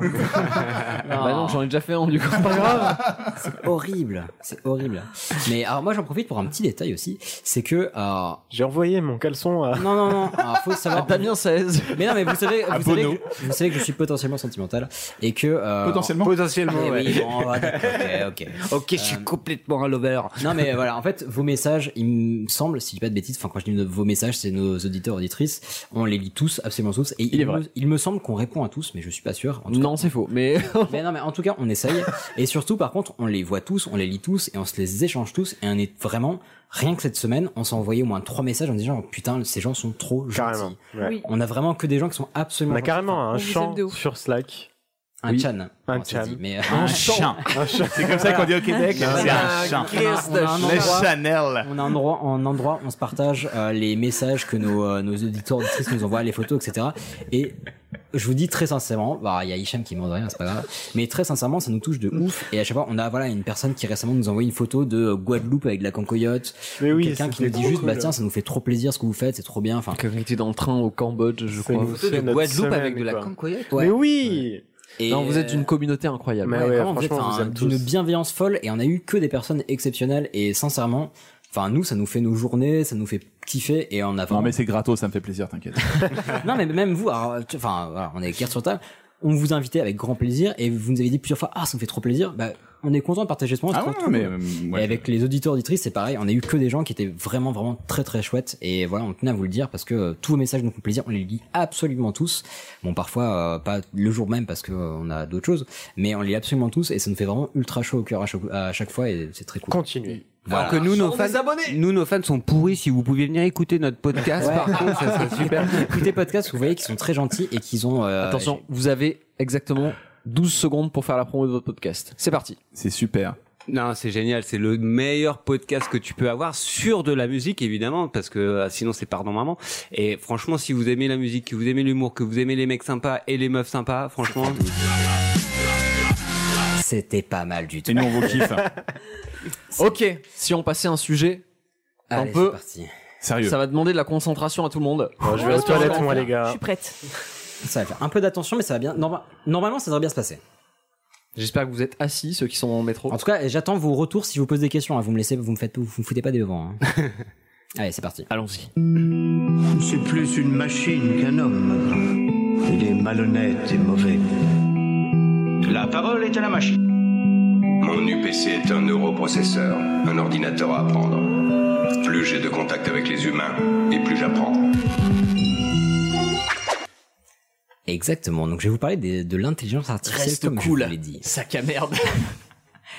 Speaker 2: Bah non, j'en ai déjà fait un, du coup.
Speaker 1: C'est pas grave. C'est horrible. C'est horrible. Mais alors moi j'en profite pour un petit détail aussi, c'est que euh,
Speaker 14: j'ai envoyé mon caleçon à
Speaker 1: non non non, alors, faut savoir.
Speaker 2: Damien 16.
Speaker 1: Mais non mais vous savez,
Speaker 10: À
Speaker 1: vous savez,
Speaker 10: Bono.
Speaker 1: que, vous savez que je suis potentiellement sentimental et que euh,
Speaker 10: Potentiellement
Speaker 1: Eh
Speaker 4: Potentiellement,
Speaker 1: oui,
Speaker 4: ouais. Euh,
Speaker 1: bon, ouais, d'accord,
Speaker 4: [LAUGHS]
Speaker 1: ok, ok.
Speaker 4: Ok, je suis complètement un lover.
Speaker 1: Non mais voilà, en fait, vos messages, il me semble, si je dis pas de bêtises, enfin quand je dis nos- vos messages, c'est nos auditeurs auditrices, on les lit tous, absolument tous, et il,
Speaker 2: est vrai.
Speaker 1: me, il me semble qu'on répond à tous, mais je suis pas sûr. En tout
Speaker 2: Non, c'est faux. Mais [LAUGHS]
Speaker 1: mais non, mais en tout cas, on essaye. Et surtout, par contre, on les voit tous, on les lit tous, et on se les échange tous. Et on est vraiment, rien que cette semaine, on s'est envoyé au moins trois messages en disant, oh, putain, ces gens sont trop gentils.
Speaker 14: Ouais.
Speaker 8: Oui.
Speaker 1: On a vraiment que des gens qui sont absolument.
Speaker 14: On a carrément un
Speaker 8: On vous
Speaker 14: champ
Speaker 8: aime de ouf.
Speaker 14: sur Slack.
Speaker 1: Un chan.
Speaker 14: Un
Speaker 1: on s'est
Speaker 14: chan.
Speaker 1: dit, mais- euh,
Speaker 10: Un chien.
Speaker 14: Un chat.
Speaker 10: C'est comme ça qu'on dit au Québec. Euh,
Speaker 1: Non,
Speaker 10: C'est
Speaker 1: mais-
Speaker 10: un chien.
Speaker 1: On a- on a un
Speaker 10: Les
Speaker 1: endroit-
Speaker 10: Chanel.
Speaker 1: on a un endroit, un endroit où on se partage euh, les messages que nos, euh, nos auditeurs, auditrices nous envoient, les photos, etc. Et je vous dis très sincèrement, bah, il y a Hicham qui m'en rien, c'est pas grave. Mais très sincèrement, ça nous touche de ouf. Et à chaque fois, on a voilà une personne qui récemment nous a envoyé une photo de Guadeloupe avec de la cancoyote.
Speaker 14: Mais
Speaker 1: Ou
Speaker 14: oui,
Speaker 1: Quelqu'un qui
Speaker 14: c'était
Speaker 1: nous dit
Speaker 14: trop
Speaker 1: juste, bah
Speaker 14: cool.
Speaker 1: tiens, ça nous fait trop plaisir ce que vous faites, c'est trop bien. Enfin,
Speaker 2: Quelqu'un qui était dans le train au Cambodge, je crois.
Speaker 14: nous- c'est notre
Speaker 4: Guadeloupe
Speaker 14: semaine,
Speaker 4: avec de la
Speaker 14: quoi.
Speaker 4: cancoyote.
Speaker 1: ouais.
Speaker 14: Mais Ah, oui
Speaker 1: Et
Speaker 2: Non, vous êtes
Speaker 1: euh,
Speaker 2: une communauté incroyable.
Speaker 14: Mais
Speaker 1: Ouais,
Speaker 14: ouais,
Speaker 1: vraiment, vous êtes,
Speaker 14: franchement, on
Speaker 1: enfin,
Speaker 14: vous aime
Speaker 1: d'une
Speaker 14: tous.
Speaker 1: bienveillance folle et on a eu que des personnes exceptionnelles et sincèrement, enfin nous ça nous fait nos journées, ça nous fait kiffer et on a
Speaker 10: Non
Speaker 1: vraiment.
Speaker 10: mais c'est gratos, ça me fait plaisir, t'inquiète.
Speaker 1: [LAUGHS] non mais même vous, alors, tu- enfin voilà, on est carte sur table, on vous invitait avec grand plaisir et vous nous avez dit plusieurs fois ah ça me fait trop plaisir, bah on est content de partager ce moment.
Speaker 10: Ah
Speaker 1: c'est
Speaker 10: ouais,
Speaker 1: trop cool.
Speaker 10: mais euh, ouais.
Speaker 1: Et avec les auditeurs auditrices, c'est pareil. On a eu que des gens qui étaient vraiment, vraiment très, très chouettes. Et voilà, on tenait à vous le dire parce que euh, tous vos messages nous font plaisir. On les lit absolument tous. Bon, parfois euh, pas le jour même parce que euh, on a d'autres choses, mais on les lit absolument tous et ça nous fait vraiment ultra chaud au cœur à chaque, à chaque fois et c'est très cool.
Speaker 14: Continuez.
Speaker 1: Voilà.
Speaker 4: Alors que nous, nos
Speaker 2: Sans
Speaker 4: fans,
Speaker 2: des abonnés.
Speaker 4: nous, nos fans sont pourris. Si vous pouviez venir écouter notre podcast,
Speaker 1: Ouais.
Speaker 4: par contre, ça
Speaker 1: [LAUGHS]
Speaker 4: serait super.
Speaker 1: Écoutez podcast, vous voyez qu'ils sont très gentils et qu'ils ont. euh,
Speaker 2: Attention, vous avez exactement 12 secondes pour faire la promo de votre podcast. C'est parti.
Speaker 10: C'est super.
Speaker 4: Non, c'est génial. C'est le meilleur podcast que tu peux avoir sur de la musique, évidemment, parce que euh, sinon c'est pardon maman. Et franchement, si vous aimez la musique, que vous aimez l'humour, que vous aimez les mecs sympas et les meufs sympas, franchement,
Speaker 1: C'était pas mal du tout.
Speaker 10: Et nous on vous kiffe. hein.
Speaker 4: [LAUGHS]
Speaker 2: Ok, si on passait un sujet,
Speaker 1: Allez,
Speaker 2: on peut-
Speaker 1: c'est parti.
Speaker 10: Sérieux.
Speaker 2: ça va demander de la concentration à tout le monde.
Speaker 14: Bon, Oh, je vais aux toilettes, moi, les
Speaker 8: Je
Speaker 14: gars.
Speaker 8: suis prête.
Speaker 1: Ça va faire un peu d'attention, mais ça va bien. norma- Normalement, ça devrait bien se passer.
Speaker 2: J'espère que vous êtes assis, ceux qui sont en métro.
Speaker 1: En tout cas, j'attends vos retours si je vous posez des questions. hein. Vous me laissez, vous me faites, vous me foutez pas des devants.
Speaker 4: [LAUGHS]
Speaker 1: hein. Allez, c'est parti.
Speaker 2: Allons-y.
Speaker 15: C'est plus une machine qu'un homme maintenant. Il est malhonnête et mauvais.
Speaker 6: La parole est à la machine.
Speaker 16: Mon UPC est un neuroprocesseur, un ordinateur à apprendre. Plus j'ai de contact avec les humains, et plus j'apprends.
Speaker 1: Exactement. Donc je vais vous parler des- de l'intelligence artificielle
Speaker 2: Reste
Speaker 1: comme
Speaker 2: cool.
Speaker 1: je vous l'ai dit.
Speaker 2: Sac à merde.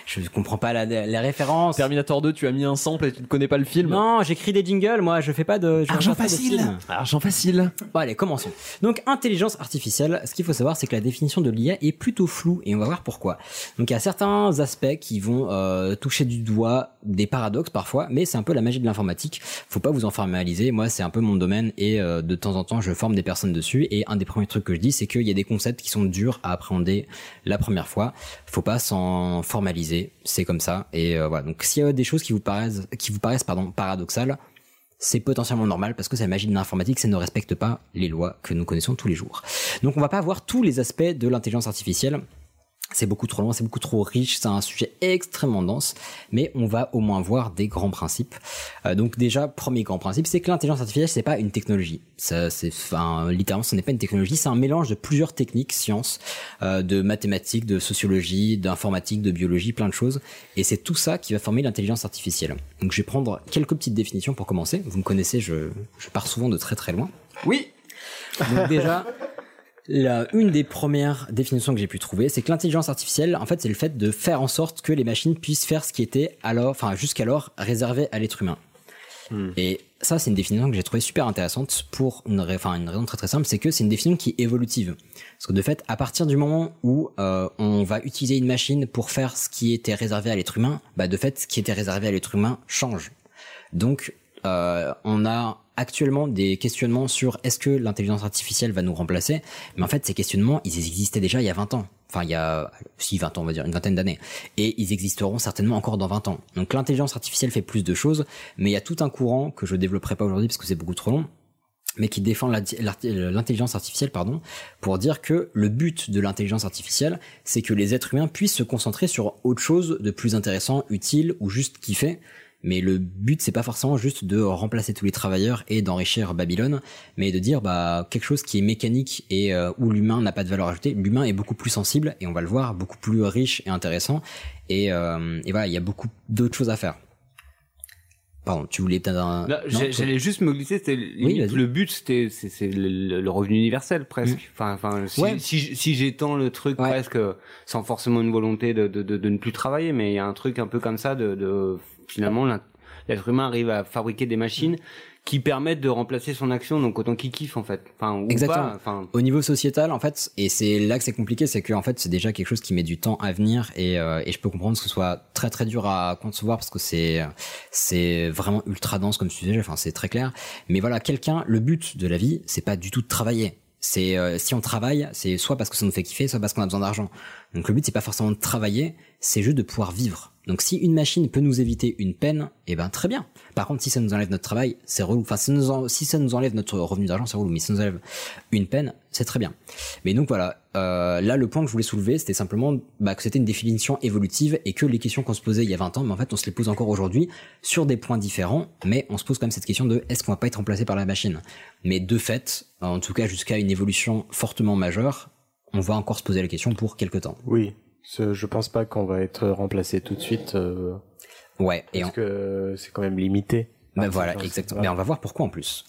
Speaker 1: Je comprends pas la, la référence.
Speaker 2: Terminator 2, tu as mis un sample et tu ne connais pas le film.
Speaker 1: Non, j'écris des jingles, moi, je fais pas de. je fais
Speaker 2: Argent
Speaker 1: pas de
Speaker 2: facile.
Speaker 1: film.
Speaker 2: Argent facile.
Speaker 1: Bon, allez, commençons. Donc, intelligence artificielle, ce qu'il faut savoir, c'est que la définition de l'IA est plutôt floue, et on va voir pourquoi. Donc, il y a certains aspects qui vont euh, toucher du doigt des paradoxes parfois, mais c'est un peu la magie de l'informatique. Faut pas vous en formaliser. Moi, c'est un peu mon domaine, et euh, de temps en temps, je forme des personnes dessus. Et un des premiers trucs que je dis, c'est qu'il y a des concepts qui sont durs à appréhender la première fois. Faut pas s'en formaliser. C'est comme ça. Et euh, voilà. Donc, s'il y a des choses qui vous paraissent, qui vous paraissent, pardon, paradoxales, c'est potentiellement normal parce que c'est la magie de l'informatique, ça ne respecte pas les lois que nous connaissons tous les jours. Donc on va pas voir tous les aspects de l'intelligence artificielle. C'est beaucoup trop long, c'est beaucoup trop riche, c'est un sujet extrêmement dense, mais on va au moins voir des grands principes. Euh, donc déjà, premier grand principe, c'est que l'intelligence artificielle, c'est pas une technologie. Ça, c'est, enfin, littéralement, ce n'est pas une technologie, c'est un mélange de plusieurs techniques, sciences, euh, de mathématiques, de sociologie, d'informatique, de biologie, plein de choses. Et c'est tout ça qui va former l'intelligence artificielle. Donc je vais prendre quelques petites définitions pour commencer. Vous me connaissez, je, je pars souvent de très très loin.
Speaker 2: Oui.
Speaker 1: Donc déjà, la- une des premières définitions que j'ai pu trouver, c'est que l'intelligence artificielle, en fait, c'est le fait de faire en sorte que les machines puissent faire ce qui était alors, enfin jusqu'alors réservé à l'être humain. Et ça, c'est une définition que j'ai trouvée super intéressante pour une, ra- enfin, une raison très très simple, c'est que c'est une définition qui est évolutive. Parce que de fait, à partir du moment où euh, on va utiliser une machine pour faire ce qui était réservé à l'être humain, bah de fait, ce qui était réservé à l'être humain change. Donc, euh, on a actuellement des questionnements sur est-ce que l'intelligence artificielle va nous remplacer, mais en fait ces questionnements ils existaient déjà il y a 20 ans, enfin il y a si 20 ans on va dire une vingtaine d'années, et ils existeront certainement encore dans 20 ans. Donc l'intelligence artificielle fait plus de choses, mais il y a tout un courant que je développerai pas aujourd'hui parce que c'est beaucoup trop long, mais qui défend la- l'art- l'intelligence artificielle, pardon, pour dire que le but de l'intelligence artificielle, c'est que les êtres humains puissent se concentrer sur autre chose de plus intéressant, utile ou juste kiffer. Mais le but, c'est pas forcément juste de remplacer tous les travailleurs et d'enrichir Babylone, mais de dire bah quelque chose qui est mécanique et euh, où l'humain n'a pas de valeur ajoutée. L'humain est beaucoup plus sensible et on va le voir, beaucoup plus riche et intéressant. Et, euh, et voilà, il y a beaucoup d'autres choses à faire. Pardon, tu voulais peut-être un.
Speaker 4: Là,
Speaker 1: non,
Speaker 4: j'ai-
Speaker 1: toi
Speaker 4: J'allais juste me glisser, c'était limite
Speaker 1: vas-y. Mm.
Speaker 4: le but, c'était c'est c'est le, le revenu universel presque. Enfin, enfin, si,
Speaker 1: Ouais.
Speaker 4: si, j- si j'étends le truc presque euh, sans forcément une volonté de, de, de, de ne plus travailler, mais il y a un truc un peu comme ça de, de finalement l'in- l'être humain arrive à fabriquer des
Speaker 1: Mm.
Speaker 4: machines qui permettent de remplacer son action, donc autant qu'il kiffe en fait. Enfin, ou
Speaker 1: Exactement.
Speaker 4: pas. Enfin,
Speaker 1: Au niveau sociétal, en fait, et c'est là que c'est compliqué, c'est que en fait, c'est déjà quelque chose qui met du temps à venir, et, euh, et je peux comprendre que ce soit très très dur à concevoir parce que c'est c'est vraiment ultra dense comme sujet. Enfin, c'est très clair. Mais voilà, quelqu'un, le but de la vie, c'est pas du tout de travailler. C'est euh, si on travaille, c'est soit parce que ça nous fait kiffer, soit parce qu'on a besoin d'argent. Donc le but c'est pas forcément de travailler, c'est juste de pouvoir vivre. Donc si une machine peut nous éviter une peine, eh ben très bien. Par contre si ça nous enlève notre travail, c'est relou. Enfin si, nous en- si ça nous enlève notre revenu d'argent, c'est relou. Mais si ça nous enlève une peine, c'est très bien. Mais donc voilà, euh, là le point que je voulais soulever, c'était simplement bah, que c'était une définition évolutive et que les questions qu'on se posait il y a 20 ans, mais en fait on se les pose encore aujourd'hui sur des points différents, mais on se pose quand même cette question de est-ce qu'on va pas être remplacé par la machine Mais de fait, en tout cas jusqu'à une évolution fortement majeure, on va encore se poser la question pour quelques temps.
Speaker 14: Oui, ce- je pense pas qu'on va être remplacé tout de suite. euh,
Speaker 1: Ouais, et
Speaker 14: parce
Speaker 1: on-
Speaker 14: que euh, c'est quand même limité.
Speaker 1: Ben voilà, exactement. Mais on va voir pourquoi en plus.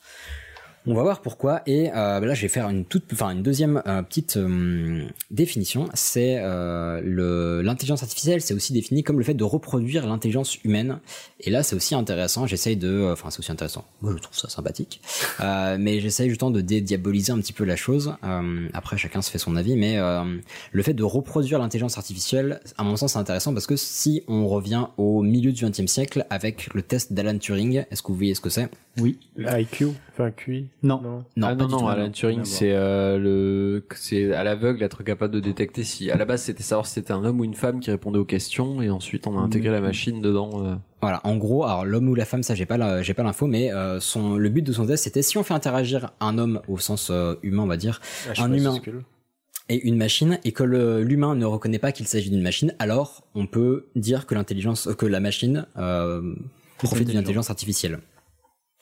Speaker 1: On va voir pourquoi. Et euh, ben là, je vais faire une toute, enfin une deuxième euh, petite euh, définition. C'est euh, le- l'intelligence artificielle, c'est aussi défini comme le fait de reproduire l'intelligence humaine. Et là, c'est aussi intéressant. J'essaye de, euh, enfin c'est aussi intéressant. Moi, je trouve ça sympathique. Euh, mais j'essaye justement de dédiaboliser un petit peu la chose. Euh, après, chacun se fait son avis. Mais euh, le fait de reproduire l'intelligence artificielle, à mon sens, c'est intéressant parce que si on revient au milieu du XXe siècle avec le test d'Alan Turing, est-ce que vous voyez ce que c'est
Speaker 9: Oui.
Speaker 14: IQ, enfin QI.
Speaker 9: Non.
Speaker 1: Non,
Speaker 12: ah
Speaker 1: pas
Speaker 12: non,
Speaker 1: du
Speaker 12: non,
Speaker 1: tout,
Speaker 12: Alan
Speaker 1: non.
Speaker 12: Turing, c'est euh, le, c'est à l'aveugle être capable de détecter si, à la base, c'était savoir si c'était un homme ou une femme qui répondait aux questions, et ensuite on a intégré la machine dedans. euh.
Speaker 1: Voilà, en gros, alors l'homme ou la femme, ça j'ai pas la- j'ai pas l'info, mais euh, son, le but de son test c'était si on fait interagir un homme au sens euh, humain, on va dire,
Speaker 14: Ah, je sais
Speaker 1: un
Speaker 14: pas si
Speaker 1: humain
Speaker 14: c'est cool.
Speaker 1: et une machine, et que le- l'humain ne reconnaît pas qu'il s'agit d'une machine, alors on peut dire que l'intelligence, euh, que la machine euh, profite d'une intelligence artificielle.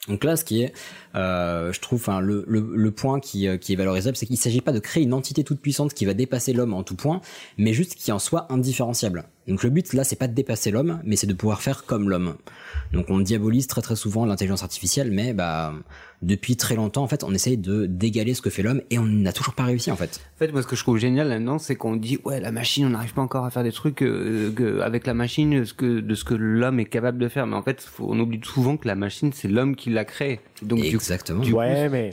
Speaker 1: Donc là, ce qui est, euh, je trouve, enfin, le, le, le point qui, euh, qui est valorisable, c'est qu'il ne s'agit pas de créer une entité toute puissante qui va dépasser l'homme en tout point, mais juste qui en soit indifférenciable. Donc le but là, c'est pas de dépasser l'homme, mais c'est de pouvoir faire comme l'homme. Donc on diabolise très très souvent l'intelligence artificielle, mais bah depuis très longtemps, en fait, on essaye de d'égaler ce que fait l'homme et on n'a toujours pas réussi en fait.
Speaker 4: En fait, moi, ce que je trouve génial là-dedans, c'est qu'on dit, ouais, la machine, on n'arrive pas encore à faire des trucs euh, que- avec la machine ce que, de ce que l'homme est capable de faire. Mais en fait, faut- on oublie souvent que la machine, c'est l'homme qui l'a créée. Donc, du-
Speaker 1: Exactement.
Speaker 4: du coup,
Speaker 14: ouais, mais.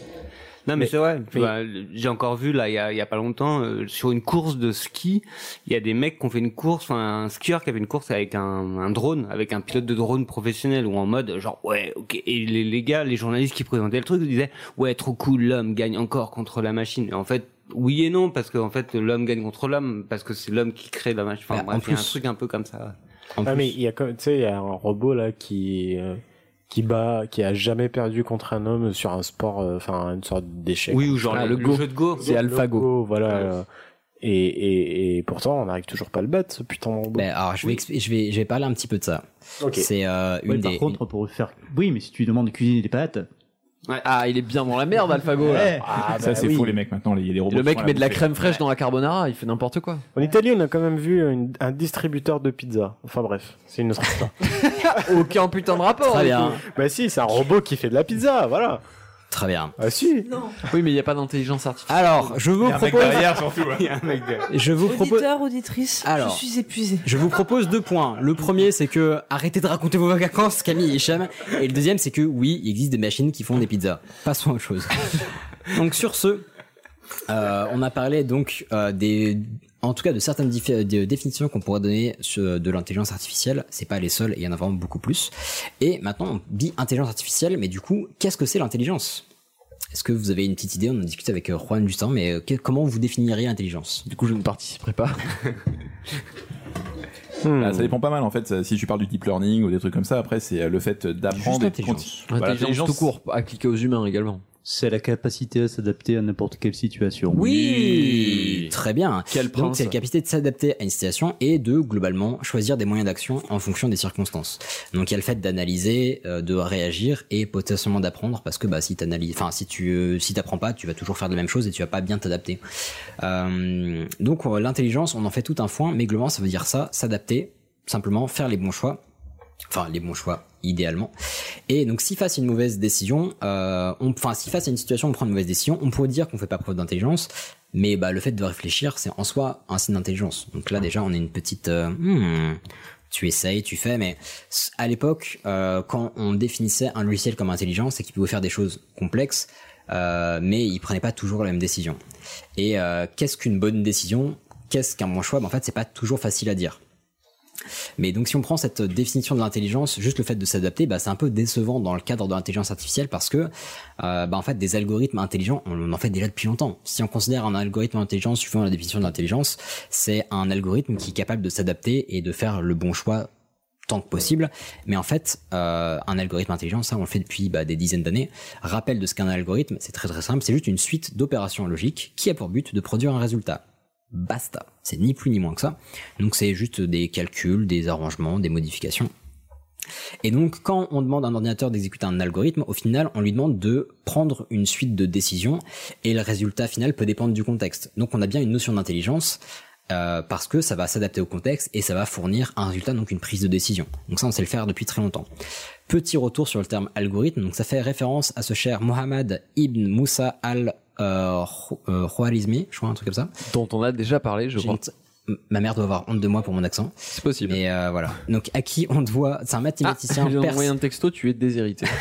Speaker 4: Non, mais,
Speaker 14: Mais-
Speaker 4: c'est vrai. Tu
Speaker 14: mais-
Speaker 4: vois, le- J'ai encore vu, là, il y a, il y a pas longtemps, euh, sur une course de ski, il y a des mecs qui ont fait une course, enfin, un skieur qui avait une course avec un, un drone, avec un pilote de drone professionnel, ou en mode, genre, ouais, ok. Et les, les gars, les journalistes qui présentaient le truc, ils disaient, ouais, trop cool, l'homme gagne encore contre la machine. Et en fait, oui et non, parce que en fait, l'homme gagne contre l'homme, parce que c'est l'homme qui crée la machine. Enfin,
Speaker 14: Bah,
Speaker 4: bref,
Speaker 14: en
Speaker 4: il y a un
Speaker 14: plus-
Speaker 4: truc un peu comme ça. ouais.
Speaker 14: Ah, mais il y a comme, tu sais, il y a un robot là qui, euh, qui bat, qui a jamais perdu contre un homme sur un sport, euh, enfin, une sorte d'échec.
Speaker 4: Oui, ou genre
Speaker 1: Ah,
Speaker 4: le- le jeu de Go. C'est AlphaGo.
Speaker 14: Le Go, voilà. euh, Et, et, et pourtant, on n'arrive toujours pas à le battre, ce putain de robot.
Speaker 1: Ben, alors je vais, expli- je vais je vais parler un petit peu de ça.
Speaker 14: Ok.
Speaker 1: C'est euh, une
Speaker 9: Ouais,
Speaker 1: des
Speaker 9: Par contre, pour faire. Oui, mais si tu lui demandes de cuisiner des pâtes.
Speaker 12: Ah, il est bien dans la merde, AlphaGo. là.
Speaker 9: Ouais.
Speaker 14: Ah,
Speaker 10: Ça,
Speaker 14: bah
Speaker 10: c'est
Speaker 14: oui.
Speaker 10: fou, les mecs, maintenant. Il y a les robots.
Speaker 12: le
Speaker 10: qui
Speaker 12: mec
Speaker 10: font
Speaker 12: met de la
Speaker 10: bouffe.
Speaker 12: crème fraîche dans la carbonara, il fait n'importe quoi.
Speaker 14: En Italie, on a quand même vu une- un distributeur de pizza. Enfin bref, c'est une autre
Speaker 4: [LAUGHS]
Speaker 14: histoire.
Speaker 12: Aucun putain de rapport.
Speaker 14: Très
Speaker 12: avec
Speaker 14: bien.
Speaker 12: nous.
Speaker 14: bah si, c'est un robot qui fait de la pizza, voilà.
Speaker 1: Très bien.
Speaker 14: Ah si.
Speaker 12: Oui, mais il n'y a pas d'intelligence artificielle.
Speaker 1: Alors, je vous
Speaker 12: Il y a un mec
Speaker 1: propose.
Speaker 12: derrière,
Speaker 10: surtout, [LAUGHS] hein.
Speaker 1: Il y a un mec derrière. Je vous propose.
Speaker 8: Auditeur, auditrice,
Speaker 1: Alors.
Speaker 8: je suis épuisé.
Speaker 1: Je vous propose deux points. Le premier, c'est que arrêtez de raconter vos vacances, Camille et Hicham. Et le deuxième, c'est que oui, il existe des machines qui font des pizzas. Passons à autre chose. Donc sur ce, euh, on a parlé donc euh, des, en tout cas de certaines diffé- de- définitions qu'on pourrait donner sur- de l'intelligence artificielle. C'est pas les seules, il y en a vraiment beaucoup plus. Et maintenant, on dit intelligence artificielle, mais du coup, qu'est-ce que c'est l'intelligence Est-ce que vous avez une petite idée On en discutait avec euh, Juan Justin, mais euh, que- comment vous définiriez l'intelligence
Speaker 12: Du coup, je ne participerai pas.
Speaker 10: Ah, ça dépend pas mal en fait. ça- Si tu parles du deep learning ou des trucs comme ça, après c'est euh, le fait d'apprendre. et de
Speaker 12: Juste
Speaker 10: conti- Voilà,
Speaker 12: Intelligence tout court, appliquée aux humains également.
Speaker 9: C'est la capacité à s'adapter à n'importe quelle situation.
Speaker 1: Oui, Très bien. Donc c'est la capacité de s'adapter à une situation et de globalement choisir des moyens d'action en fonction des circonstances. Donc il y a le fait d'analyser, euh, de réagir et potentiellement d'apprendre parce que bah si t'analyses, enfin si tu euh, si t'apprends pas, tu vas toujours faire la même chose et tu vas pas bien t'adapter. Euh, donc euh, l'intelligence, on en fait tout un foin, mais globalement ça veut dire ça, s'adapter, simplement faire les bons choix enfin les bons choix idéalement. Et donc si face à une mauvaise décision, euh, on- enfin si face à une situation on prend une mauvaise décision, on pourrait dire qu'on fait pas preuve d'intelligence, mais bah le fait de réfléchir c'est en soi un signe d'intelligence. Donc là déjà on est une petite, euh, hmm, tu essayes, tu fais, mais s- à l'époque euh, quand on définissait un logiciel comme intelligent, c'est qu'il pouvait faire des choses complexes. euh, mais il prenait pas toujours la même décision. Et euh, qu'est-ce qu'une bonne décision Qu'est-ce qu'un bon choix Ben, En fait, c'est pas toujours facile à dire. Mais donc si on prend cette définition de l'intelligence, juste le fait de s'adapter, bah, c'est un peu décevant dans le cadre de l'intelligence artificielle parce que euh, bah, en fait des algorithmes intelligents, on en fait déjà depuis longtemps. Si on considère un algorithme intelligent suivant la définition de l'intelligence, c'est un algorithme qui est capable de s'adapter et de faire le bon choix tant que possible. Mais en fait, euh, un algorithme intelligent, ça on le fait depuis bah, des dizaines d'années. Rappel de ce qu'est un algorithme, c'est très très simple, c'est juste une suite d'opérations logiques qui a pour but de produire un résultat. Basta, c'est ni plus ni moins que ça. Donc c'est juste des calculs, des arrangements, des modifications. Et donc, quand on demande à un ordinateur d'exécuter un algorithme, au final, on lui demande de prendre une suite de décisions et le résultat final peut dépendre du contexte. Donc, on a bien une notion d'intelligence euh, parce que ça va s'adapter au contexte et ça va fournir un résultat, donc une prise de décision. Donc ça, on sait le faire depuis très longtemps. Petit retour sur le terme algorithme. Donc ça fait référence à ce cher Mohamed Ibn Moussa al euh, Khou- euh, Khwarizmi, je crois un truc comme ça. Dont on a déjà parlé, je crois. Ma mère doit avoir honte de moi pour mon accent. C'est possible. Mais euh, voilà. Donc à qui on doit C'est un mathématicien
Speaker 12: Ah, j'ai
Speaker 1: perse.
Speaker 12: envoyé un texto, tu es déshérité.
Speaker 1: [LAUGHS]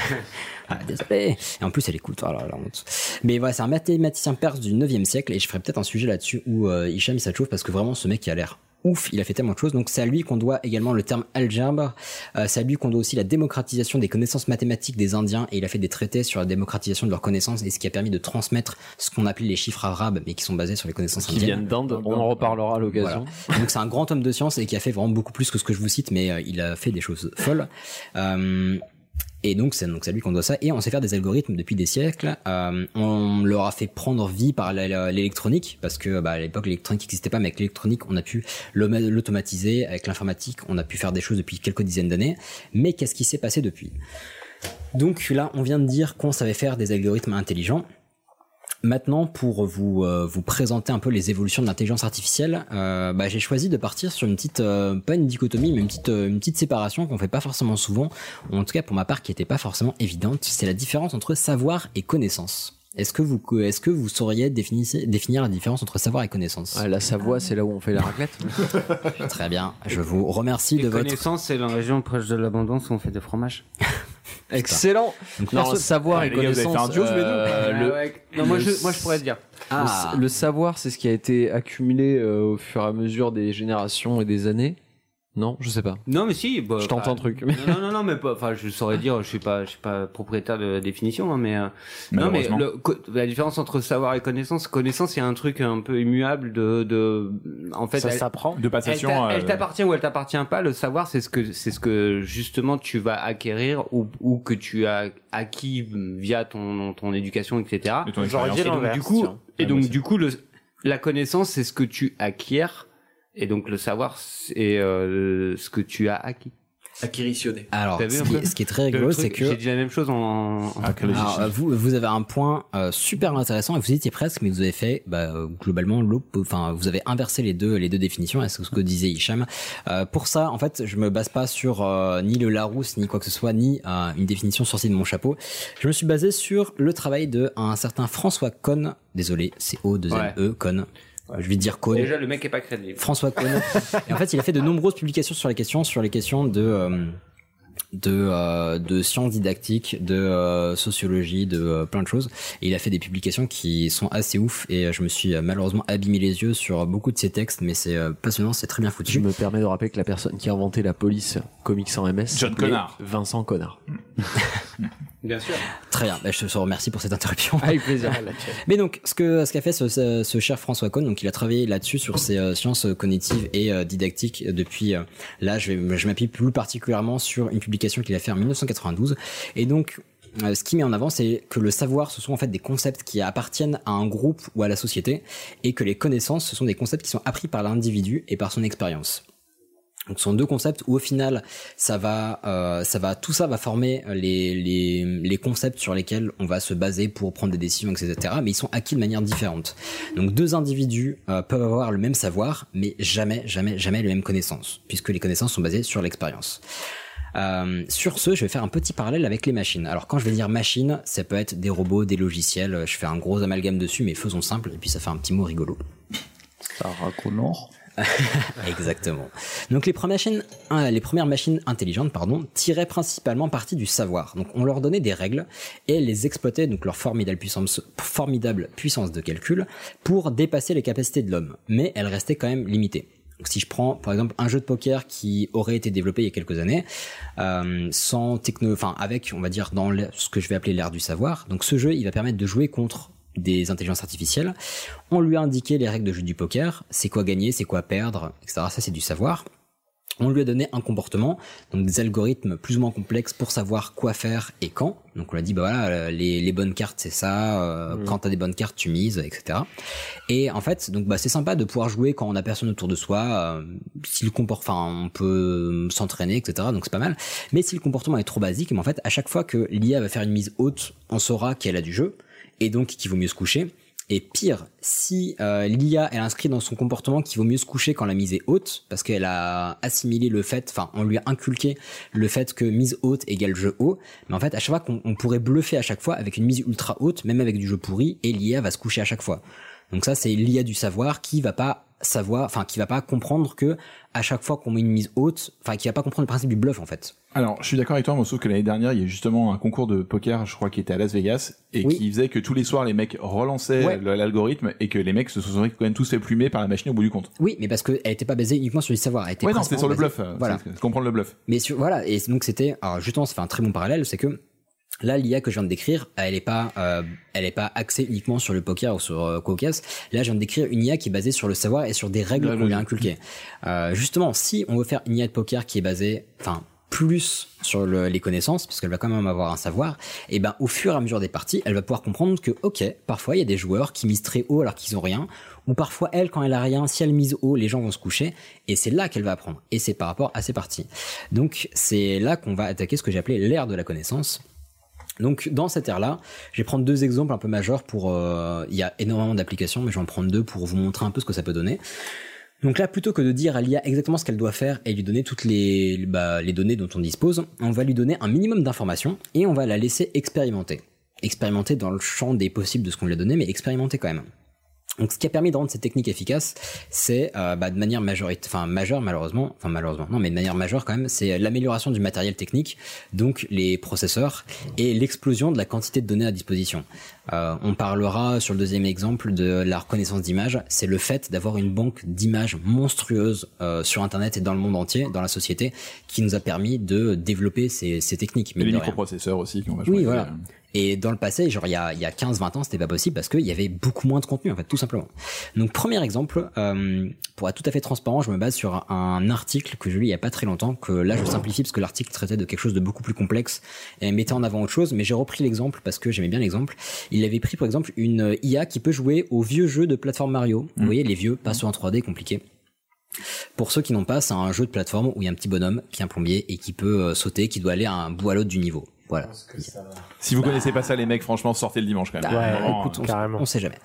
Speaker 1: Ah, désolé. Et en plus, elle écoute. Oh là là, la honte. Mais voilà, c'est un mathématicien perse du 9e siècle et je ferai peut-être un sujet là-dessus où euh, Hicham il s'achauffe parce que vraiment, ce mec, il a l'air ouf. Il a fait tellement de choses. Donc, c'est à lui qu'on doit également le terme algèbre. Euh, c'est à lui qu'on doit aussi la démocratisation des connaissances mathématiques des Indiens et il a fait des traités sur la démocratisation de leurs connaissances et ce qui a permis de transmettre ce qu'on appelait les chiffres arabes mais qui sont basés sur les connaissances
Speaker 12: Qui
Speaker 1: indiennes.
Speaker 12: viennent d'Inde, on en reparlera à l'occasion.
Speaker 1: Voilà. Donc c'est un grand homme de science et qui a fait vraiment beaucoup plus que ce que je vous cite, mais euh, il a fait des choses folles. Euh, et donc c'est donc c'est à lui qu'on doit ça. Et on sait faire des algorithmes depuis des siècles. Euh, on leur a fait prendre vie par la- la- l'électronique parce que bah, à l'époque l'électronique n'existait pas, mais avec l'électronique on a pu l'homa- l'automatiser, avec l'informatique on a pu faire des choses depuis quelques dizaines d'années. Mais qu'est-ce qui s'est passé depuis Donc là on vient de dire qu'on savait faire des algorithmes intelligents. Maintenant, pour vous, euh, vous présenter un peu les évolutions de l'intelligence artificielle, euh, bah, j'ai choisi de partir sur une petite, euh, pas une dichotomie, mais une petite, euh, une petite séparation qu'on fait pas forcément souvent, ou en tout cas pour ma part qui n'était pas forcément évidente, c'est la différence entre savoir et connaissance. Est-ce que vous, est-ce que vous sauriez définir, définir la différence entre savoir et connaissance La Savoie, c'est là où on fait la raclette.
Speaker 4: [LAUGHS]
Speaker 1: Très bien, je vous remercie de votre
Speaker 4: Connaissance, c'est la région proche de l'abondance où on fait des fromages.
Speaker 12: Excellent. Non, savoir et connaissance. euh, le-
Speaker 4: Ah Non, moi,
Speaker 12: le- Ah.
Speaker 4: je, moi je pourrais te dire.
Speaker 1: Ah.
Speaker 12: Le- Le, savoir, c'est ce qui a été accumulé euh, au fur et à mesure des générations et des années. Non, je sais pas.
Speaker 4: Non mais si, bah,
Speaker 12: Je tente
Speaker 4: enfin,
Speaker 12: un truc.
Speaker 4: Non non non, non, mais pas- enfin je saurais dire, je suis pas je suis pas propriétaire de la définition hein, mais euh, non mais
Speaker 12: Malheureusement.
Speaker 4: le- co- la différence entre savoir et connaissance, connaissance il y a un truc un peu immuable de de en fait
Speaker 10: Ça
Speaker 4: elle-
Speaker 10: s'apprend. De passation,
Speaker 4: Elle t'a-
Speaker 10: euh,
Speaker 4: Elle t'appartient ou elle t'appartient pas, le savoir c'est ce que c'est ce que justement tu vas acquérir ou ou que tu as acquis via ton ton éducation etc.
Speaker 10: Et ton
Speaker 4: Genre,
Speaker 10: expérience.
Speaker 4: et donc,
Speaker 10: L'inverse,
Speaker 4: du coup
Speaker 10: tiens.
Speaker 4: et
Speaker 10: Ouais,
Speaker 4: donc
Speaker 10: moi,
Speaker 4: du coup le la connaissance c'est ce que tu acquiers et donc le savoir c'est euh, ce que tu as acquis.
Speaker 2: Acquisitionné.
Speaker 1: Alors,
Speaker 4: T'as vu
Speaker 1: ce
Speaker 4: un
Speaker 1: qui,
Speaker 4: peu
Speaker 1: ce qui est très
Speaker 4: Le
Speaker 1: rigolo,
Speaker 4: truc,
Speaker 1: c'est que.
Speaker 4: j'ai dit la même chose en.
Speaker 1: Alors, euh, vous, vous avez un point euh, super intéressant et vous y étiez presque, mais vous avez fait bah, euh, globalement l'op- Enfin, vous avez inversé les deux les deux définitions. C'est ce que disait Hicham. Euh, pour ça, en fait, je me base pas sur euh, ni le Larousse ni quoi que ce soit, ni euh, une définition sortie de mon chapeau. Je me suis basé sur le travail de un certain François Cohn. Désolé, c'est O 2
Speaker 4: Ouais.
Speaker 1: E Cohn. Je vais dire Cohn.
Speaker 4: Déjà, le mec est pas crédible.
Speaker 1: François Cohn. et en fait, il a fait de nombreuses publications sur les questions, sur les questions de euh, de, euh, de sciences didactiques, de euh, sociologie, de euh, plein de choses. Et il a fait des publications qui sont assez ouf. Et je me suis euh, malheureusement abîmé les yeux sur beaucoup de ses textes, mais c'est euh, passionnant, c'est très bien foutu.
Speaker 12: Je me permets de rappeler que la personne qui a inventé la police comics en MS, John
Speaker 1: Connard.
Speaker 12: Vincent Connard.
Speaker 1: Ah,
Speaker 4: Bien sûr.
Speaker 1: Très bien, Bah, je te remercie pour cette interruption.
Speaker 12: Avec plaisir.
Speaker 1: [LAUGHS] Mais donc, ce que ce qu'a fait ce, ce- ce cher François Cohn, donc il a travaillé là-dessus sur ces euh, sciences cognitives et euh, didactiques depuis. euh, là, je, vais- je m'appuie plus particulièrement sur une publication qu'il a faite en 1992. Et donc, euh, ce qui met en avant, c'est que le savoir, ce sont en fait des concepts qui appartiennent à un groupe ou à la société, et que les connaissances, ce sont des concepts qui sont appris par l'individu et par son expérience. Donc ce sont deux concepts où au final ça va, euh, ça va, tout ça va former les, les, les concepts sur lesquels on va se baser pour prendre des décisions, etc. Mais ils sont acquis de manière différente. Donc deux individus euh, peuvent avoir le même savoir, mais jamais, jamais, jamais les mêmes connaissances, puisque les connaissances sont basées sur l'expérience. Euh, sur ce, je vais faire un petit parallèle avec les machines. Alors quand je vais dire machine, ça peut être des robots, des logiciels. Je fais un gros amalgame dessus, mais faisons simple, et puis ça fait un petit mot rigolo.
Speaker 9: Sarah Connor.
Speaker 1: [LAUGHS] Exactement. Donc les premières machines, euh, les premières machines intelligentes, pardon, tiraient principalement parti du savoir. Donc on leur donnait des règles et elles les exploitaient donc leur formidable puissance, formidable puissance de calcul pour dépasser les capacités de l'homme. Mais elles restaient quand même limitées. Donc, si je prends par exemple un jeu de poker qui aurait été développé il y a quelques années, euh, sans techno, enfin avec, on va dire dans ce que je vais appeler l'ère du savoir. Donc ce jeu, il va permettre de jouer contre des intelligences artificielles. On lui a indiqué les règles de jeu du poker, c'est quoi gagner, c'est quoi perdre, etc. Ça, c'est du savoir. On lui a donné un comportement, donc des algorithmes plus ou moins complexes pour savoir quoi faire et quand. Donc on a dit bah voilà les, les bonnes cartes c'est ça, euh, mmh. quand t'as des bonnes cartes tu mises, etc. Et en fait donc bah c'est sympa de pouvoir jouer quand on a personne autour de soi. Euh, si le comport, enfin on peut euh, s'entraîner, etc. Donc c'est pas mal. Mais si le comportement est trop basique, mais en fait à chaque fois que l'IA va faire une mise haute, on saura qu'elle a du jeu et donc qu'il vaut mieux se coucher. Et pire, si euh, l'IA elle inscrit dans son comportement qu'il vaut mieux se coucher quand la mise est haute, parce qu'elle a assimilé le fait, enfin on lui a inculqué le fait que mise haute égale jeu haut, mais en fait à chaque fois qu'on on pourrait bluffer à chaque fois avec une mise ultra haute, même avec du jeu pourri, et l'IA va se coucher à chaque fois. Donc ça c'est l'IA du savoir qui va pas savoir, enfin qui va pas comprendre que à chaque fois qu'on met une mise haute, enfin qui va pas comprendre le principe du bluff en fait.
Speaker 10: Alors, je suis d'accord avec toi, mais sauf que l'année dernière, il y a justement un concours de poker, je crois, qui était à Las Vegas, et
Speaker 1: Oui.
Speaker 10: qui faisait que tous les soirs, les mecs relançaient
Speaker 1: Ouais.
Speaker 10: le- l'algorithme, et que les mecs se sont quand même tous fait plumer par la machine au bout du compte.
Speaker 1: Oui, mais parce qu'elle était pas basée uniquement sur du savoir. Elle était
Speaker 10: Ouais, non, c'était sur le
Speaker 1: principalement
Speaker 10: bluff,
Speaker 1: basée-
Speaker 10: euh,
Speaker 1: Voilà.
Speaker 10: c'est- c'est comprendre le bluff.
Speaker 1: Mais sur, voilà, et donc c'était, alors justement, ça fait un très bon parallèle, c'est que là, l'IA que je viens de décrire, elle est pas, euh, elle est pas axée uniquement sur le poker ou sur euh, quoi au casse. Là, je viens de décrire une IA qui est basée sur le savoir et sur des règles qu'on lui a inculquées. Euh, justement, si on veut faire une IA de poker qui est basée, enfin, plus sur le- les connaissances, parce qu'elle va quand même avoir un savoir, et ben au fur et à mesure des parties, elle va pouvoir comprendre que, ok, parfois il y a des joueurs qui misent très haut alors qu'ils ont rien, ou parfois elle, quand elle a rien, si elle mise haut, les gens vont se coucher, et c'est là qu'elle va apprendre, et c'est par rapport à ces parties. Donc c'est là qu'on va attaquer ce que j'ai appelé l'ère de la connaissance. Donc dans cette ère-là, je vais prendre deux exemples un peu majeurs pour... euh, Il y a énormément d'applications, mais je vais en prendre deux pour vous montrer un peu ce que ça peut donner. Donc là, plutôt que de dire à l'IA exactement ce qu'elle doit faire et lui donner toutes les, bah, les données dont on dispose, on va lui donner un minimum d'informations et on va la laisser expérimenter. Expérimenter dans le champ des possibles de ce qu'on lui a donné, mais expérimenter quand même. Donc, ce qui a permis de rendre cette technique efficace, c'est euh, bah, de manière majorite, enfin majeure malheureusement, enfin malheureusement non, mais de manière majeure quand même, c'est l'amélioration du matériel technique, donc les processeurs et l'explosion de la quantité de données à disposition. Euh, on parlera sur le deuxième exemple de la reconnaissance d'images. C'est le fait d'avoir une banque d'images monstrueuse euh, sur Internet et dans le monde entier, dans la société, qui nous a permis de développer ces, ces techniques.
Speaker 10: Et
Speaker 1: mine
Speaker 10: les
Speaker 1: de rien.
Speaker 10: microprocesseurs aussi, qui ont vachement
Speaker 1: Oui,
Speaker 10: aidé,
Speaker 1: voilà.
Speaker 10: euh.
Speaker 1: Et dans le passé, genre il y a, il y a 15-20 ans, c'était pas possible parce qu'il y avait beaucoup moins de contenu, en fait, tout simplement. Donc, premier exemple, euh, pour être tout à fait transparent, je me base sur un article que je lis il y a pas très longtemps, que là je simplifie parce que l'article traitait de quelque chose de beaucoup plus complexe et mettait en avant autre chose, mais j'ai repris l'exemple parce que j'aimais bien l'exemple. Il avait pris, par exemple, une IA qui peut jouer aux vieux jeux de plateforme Mario. Vous voyez, les vieux, pas sur en 3D, compliqué. Pour ceux qui n'ont pas, c'est un jeu de plateforme où il y a un petit bonhomme qui est un plombier et qui peut euh, sauter, qui doit aller à un bout à l'autre du niveau. Voilà.
Speaker 10: Si vous connaissez pas ça, les mecs, franchement, sortez le dimanche quand même.
Speaker 1: Bah,
Speaker 10: Vraiment,
Speaker 1: écoute,
Speaker 10: euh,
Speaker 1: on, on sait jamais.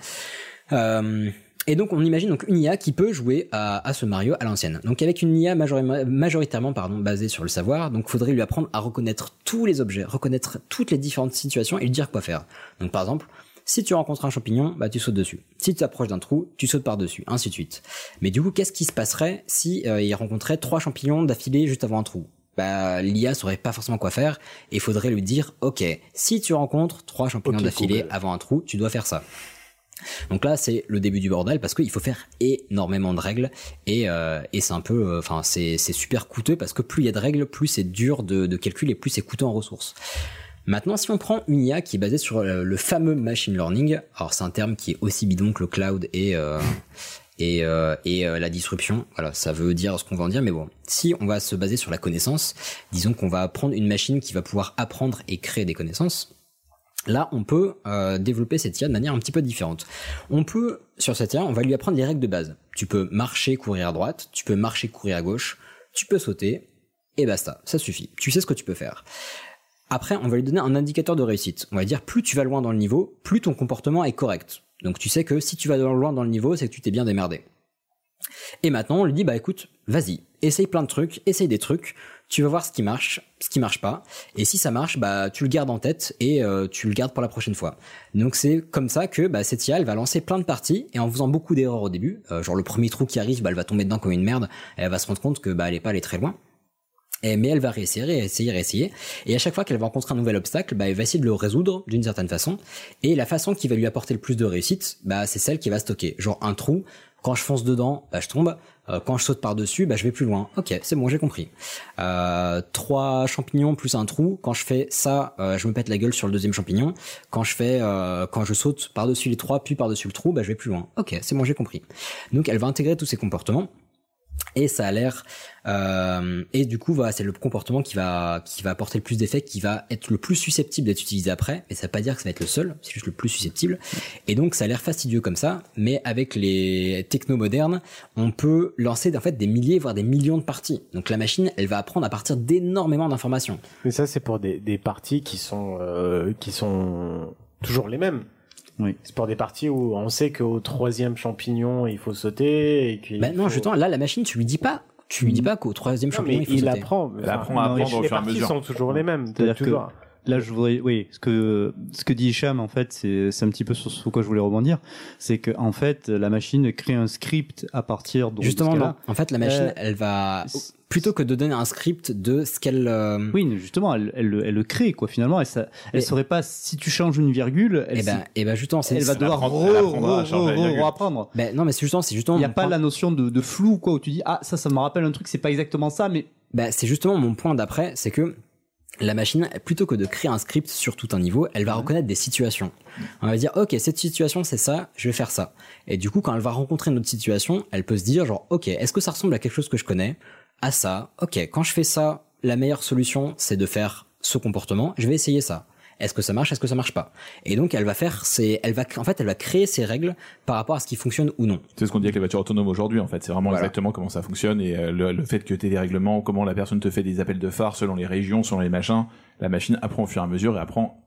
Speaker 1: Euh, et donc, on imagine donc une IA qui peut jouer à, à ce Mario à l'ancienne. Donc, avec une IA majori- majoritairement pardon, basée sur le savoir, donc faudrait lui apprendre à reconnaître tous les objets, reconnaître toutes les différentes situations et lui dire quoi faire. Donc, par exemple, si tu rencontres un champignon, bah tu sautes dessus. Si tu t'approches d'un trou, tu sautes par-dessus, ainsi de suite. Mais du coup, qu'est-ce qui se passerait si euh, il rencontrait trois champignons d'affilée juste avant un trou bah, l'IA saurait pas forcément quoi faire et faudrait lui dire, ok, si tu rencontres trois champignons
Speaker 14: Ok,
Speaker 1: d'affilée
Speaker 14: Google.
Speaker 1: avant un trou, tu dois faire ça. Donc là, c'est le début du bordel parce qu'il faut faire énormément de règles et, euh, et c'est un peu, euh, enfin, c'est c'est super coûteux parce que plus il y a de règles, plus c'est dur de, de calcul et plus c'est coûteux en ressources. Maintenant, si on prend une IA qui est basée sur euh, le, fameux machine learning, alors c'est un terme qui est aussi bidon que le cloud et euh, et, euh, et euh, la disruption. Voilà, ça veut dire ce qu'on va en dire, mais bon, si on va se baser sur la connaissance, disons qu'on va prendre une machine qui va pouvoir apprendre et créer des connaissances. Là, on peut euh, développer cette IA de manière un petit peu différente. On peut, sur cette IA, on va lui apprendre les règles de base. Tu peux marcher, courir à droite, tu peux marcher, courir à gauche, tu peux sauter, et basta, ça suffit. Tu sais ce que tu peux faire. Après, on va lui donner un indicateur de réussite. On va dire, plus tu vas loin dans le niveau, plus ton comportement est correct. Donc tu sais que si tu vas loin dans le niveau, c'est que tu t'es bien démerdé. Et maintenant, on lui dit, bah écoute, vas-y, essaye plein de trucs, essaye des trucs, tu vas voir ce qui marche, ce qui marche pas, et si ça marche, bah tu le gardes en tête et euh, tu le gardes pour la prochaine fois. Donc c'est comme ça que bah, cette IA, elle va lancer plein de parties, et en faisant beaucoup d'erreurs au début, euh, genre le premier trou qui arrive, bah elle va tomber dedans comme une merde, et elle va se rendre compte que bah elle est pas allée très loin. Et- mais elle va réessayer, réessayer, réessayer. Et à chaque fois qu'elle va rencontrer un nouvel obstacle, bah, elle va essayer de le résoudre d'une certaine façon. Et la façon qui va lui apporter le plus de réussite, bah, c'est celle qui va stocker. Genre un trou, quand je fonce dedans, bah, je tombe. Euh, quand je saute par-dessus, bah, je vais plus loin. Ok, c'est bon, j'ai compris. Euh, trois champignons plus un trou. Quand je fais ça, euh, je me pète la gueule sur le deuxième champignon. Quand je fais, euh, quand je saute par-dessus les trois, puis par-dessus le trou, bah, je vais plus loin. Ok, c'est bon, j'ai compris. Donc elle va intégrer tous ces comportements et ça a l'air euh, et du coup voilà c'est le comportement qui va qui va apporter le plus d'effets qui va être le plus susceptible d'être utilisé après mais ça veut pas dire que ça va être le seul c'est juste le plus susceptible et donc ça a l'air fastidieux comme ça mais avec les techno modernes on peut lancer en fait des milliers voire des millions de parties donc la machine elle va apprendre à partir d'énormément d'informations
Speaker 14: Mais ça, c'est pour des, des parties qui sont, euh, qui sont toujours les mêmes.
Speaker 9: Oui.
Speaker 14: C'est pour des parties où on sait qu'au troisième champignon, il faut sauter. Et qu'il
Speaker 1: bah non
Speaker 14: faut-
Speaker 1: justement là la machine tu lui dis pas tu lui dis pas qu'au troisième
Speaker 14: Mm. Non,
Speaker 1: champignon
Speaker 14: mais
Speaker 1: il faut
Speaker 14: il
Speaker 1: sauter.
Speaker 14: apprend. mais enfin, non, les- Les parties sont toujours les mêmes.
Speaker 9: C'est-à-dire que
Speaker 14: toujours.
Speaker 9: là, je voudrais, oui, ce que ce que dit Hicham, en fait, c'est c'est un petit peu sur ce sur quoi je voulais rebondir, c'est que en fait, la machine crée un script à partir de
Speaker 1: Justement,
Speaker 9: de ce
Speaker 1: non.
Speaker 9: qu'elle a.
Speaker 1: En fait, la machine,
Speaker 9: Euh,
Speaker 1: elle va plutôt que de donner un script de ce qu'elle. euh,
Speaker 9: Oui, mais justement, elle, elle, le- elle le crée, quoi. Finalement, elle, sa-
Speaker 1: Mais-
Speaker 9: elle saurait pas si tu changes une virgule. Elle,
Speaker 1: Eh ben-
Speaker 9: sait-
Speaker 1: eh ben, justement, c'est-
Speaker 9: elle va
Speaker 1: Elle
Speaker 9: devoir
Speaker 1: apprend-
Speaker 9: re-
Speaker 1: elle apprendra à
Speaker 9: re-
Speaker 1: changer la
Speaker 9: re- re-
Speaker 1: virgule.
Speaker 9: reapprendre.
Speaker 1: Ben, non, mais c'est justement, c'est justement.
Speaker 9: Il n'y a
Speaker 1: mon
Speaker 9: pas
Speaker 1: point-
Speaker 9: la notion de, de flou, quoi, où tu dis ah ça, ça me rappelle un truc, c'est pas exactement ça, mais
Speaker 1: Bah, c'est justement mon point d'après, c'est que la machine, plutôt que de créer un script sur tout un niveau, elle va reconnaître des situations. On va dire, ok, cette situation, c'est ça, je vais faire ça. Et du coup, quand elle va rencontrer une autre situation, elle peut se dire, genre, ok, est-ce que ça ressemble à quelque chose que je connais À ça, ok, quand je fais ça, la meilleure solution, c'est de faire ce comportement, je vais essayer ça. Est-ce que ça marche Est-ce que ça marche pas Et donc, elle va faire ses, elle va, en fait, elle va créer ses règles par rapport à ce qui fonctionne ou non.
Speaker 10: C'est ce qu'on dit avec les voitures autonomes aujourd'hui, en fait. C'est vraiment exactement comment ça fonctionne et euh, le, le fait que tu aies des règlements, comment la personne te fait des appels de phare selon les régions, selon les machins. La machine apprend au fur et à mesure et apprend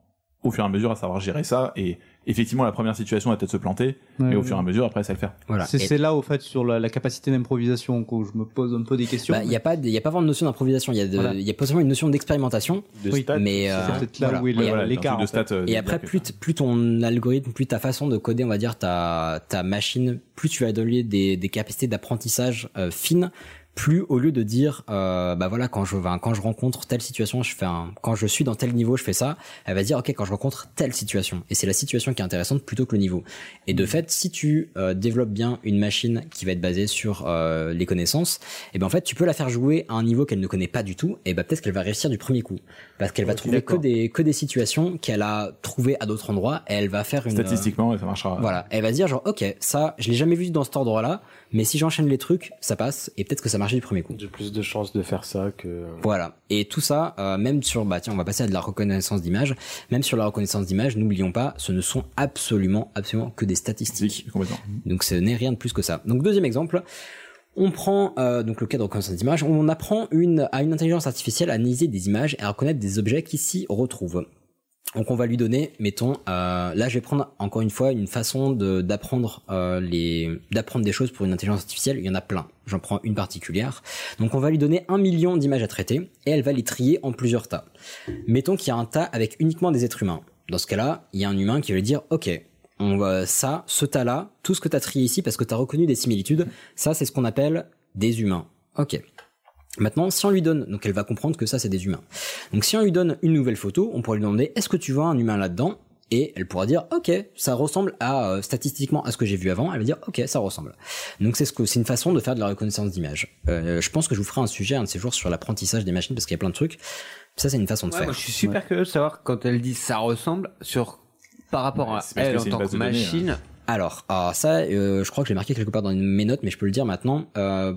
Speaker 10: au fur et à mesure à savoir gérer ça. Et effectivement, la première situation va peut-être se planter,
Speaker 9: Ouais,
Speaker 10: mais au
Speaker 9: ouais.
Speaker 10: fur et à mesure, après, ça le faire.
Speaker 9: c'est c'est là, au fait, sur la, la capacité d'improvisation, que je me pose un peu des questions.
Speaker 1: Bah, Il n'y a pas, il y a pas vraiment de notion d'improvisation. Il y a, de,
Speaker 9: Voilà.
Speaker 1: il y a possiblement une notion d'expérimentation.
Speaker 9: De Oui. stats,
Speaker 1: mais
Speaker 9: c'est
Speaker 1: euh,
Speaker 9: peut-être là où il y a Ouais, voilà, l'écart, un truc de en fait. stats, euh,
Speaker 1: Et
Speaker 9: de
Speaker 1: après,
Speaker 9: dire
Speaker 1: plus, t- plus ton algorithme, plus ta façon de coder, on va dire ta ta machine, plus tu vas donner des, des capacités d'apprentissage euh, fines. Plus au lieu de dire euh, bah voilà quand je ben, quand je rencontre telle situation je fais un quand je suis dans tel niveau je fais ça elle va dire ok quand je rencontre telle situation et c'est la situation qui est intéressante plutôt que le niveau et de fait si tu euh, développes bien une machine qui va être basée sur euh, les connaissances et ben en fait tu peux la faire jouer à un niveau qu'elle ne connaît pas du tout et ben peut-être qu'elle va réussir du premier coup parce qu'elle va trouver que
Speaker 10: d'accord.
Speaker 1: des que des situations qu'elle a trouvées à d'autres endroits et elle va faire une
Speaker 10: Statistiquement, ça marchera.
Speaker 1: voilà, elle va se dire genre ok ça je l'ai jamais vu dans cet ordre-là, mais si j'enchaîne les trucs ça passe et peut-être que ça marchait du premier coup.
Speaker 14: J'ai plus de chances de faire ça que. euh,
Speaker 1: Voilà. Et tout ça, euh, même sur, bah tiens, on va passer à de la reconnaissance d'image. Même sur la reconnaissance d'image, n'oublions pas, ce ne sont absolument, absolument que des statistiques. Donc ce n'est rien de plus que ça. Donc deuxième exemple. On prend euh, donc le cas de reconnaissance d'image. On apprend une, à une intelligence artificielle à analyser des images et à reconnaître des objets qui s'y retrouvent. Donc on va lui donner, mettons, euh, là je vais prendre encore une fois une façon de- d'apprendre euh, les d'apprendre des choses pour une intelligence artificielle. Il y en a plein. J'en prends une particulière. Donc on va lui donner un million d'images à traiter et elle va les trier en plusieurs tas. Mettons qu'il y a un tas avec uniquement des êtres humains. Dans ce cas-là, il y a un humain qui va lui dire, ok, on va ça, ce tas-là, tout ce que t'as trié ici parce que t'as reconnu des similitudes, ça c'est ce qu'on appelle des humains. Ok. Maintenant, si on lui donne, donc elle va comprendre que ça c'est des humains. Donc si on lui donne une nouvelle photo, on pourrait lui demander est-ce que tu vois un humain là-dedans Et elle pourra dire ok, ça ressemble à euh, statistiquement à ce que j'ai vu avant. Elle va dire ok, ça ressemble. Donc c'est ce que c'est une façon de faire de la reconnaissance d'image. Euh, je pense que je vous ferai un sujet un de ces jours sur l'apprentissage des machines parce qu'il y a plein de trucs. Ça c'est une façon de
Speaker 4: Ouais,
Speaker 1: faire.
Speaker 4: moi, je suis super curieux de savoir quand elle dit ça ressemble sur par rapport à
Speaker 1: Eh,
Speaker 4: elle en tant que
Speaker 1: hein.
Speaker 4: machine.
Speaker 1: Alors, ah, ça, euh, je crois que j'ai marqué quelque part dans une- mes notes, mais je peux le dire maintenant. Euh,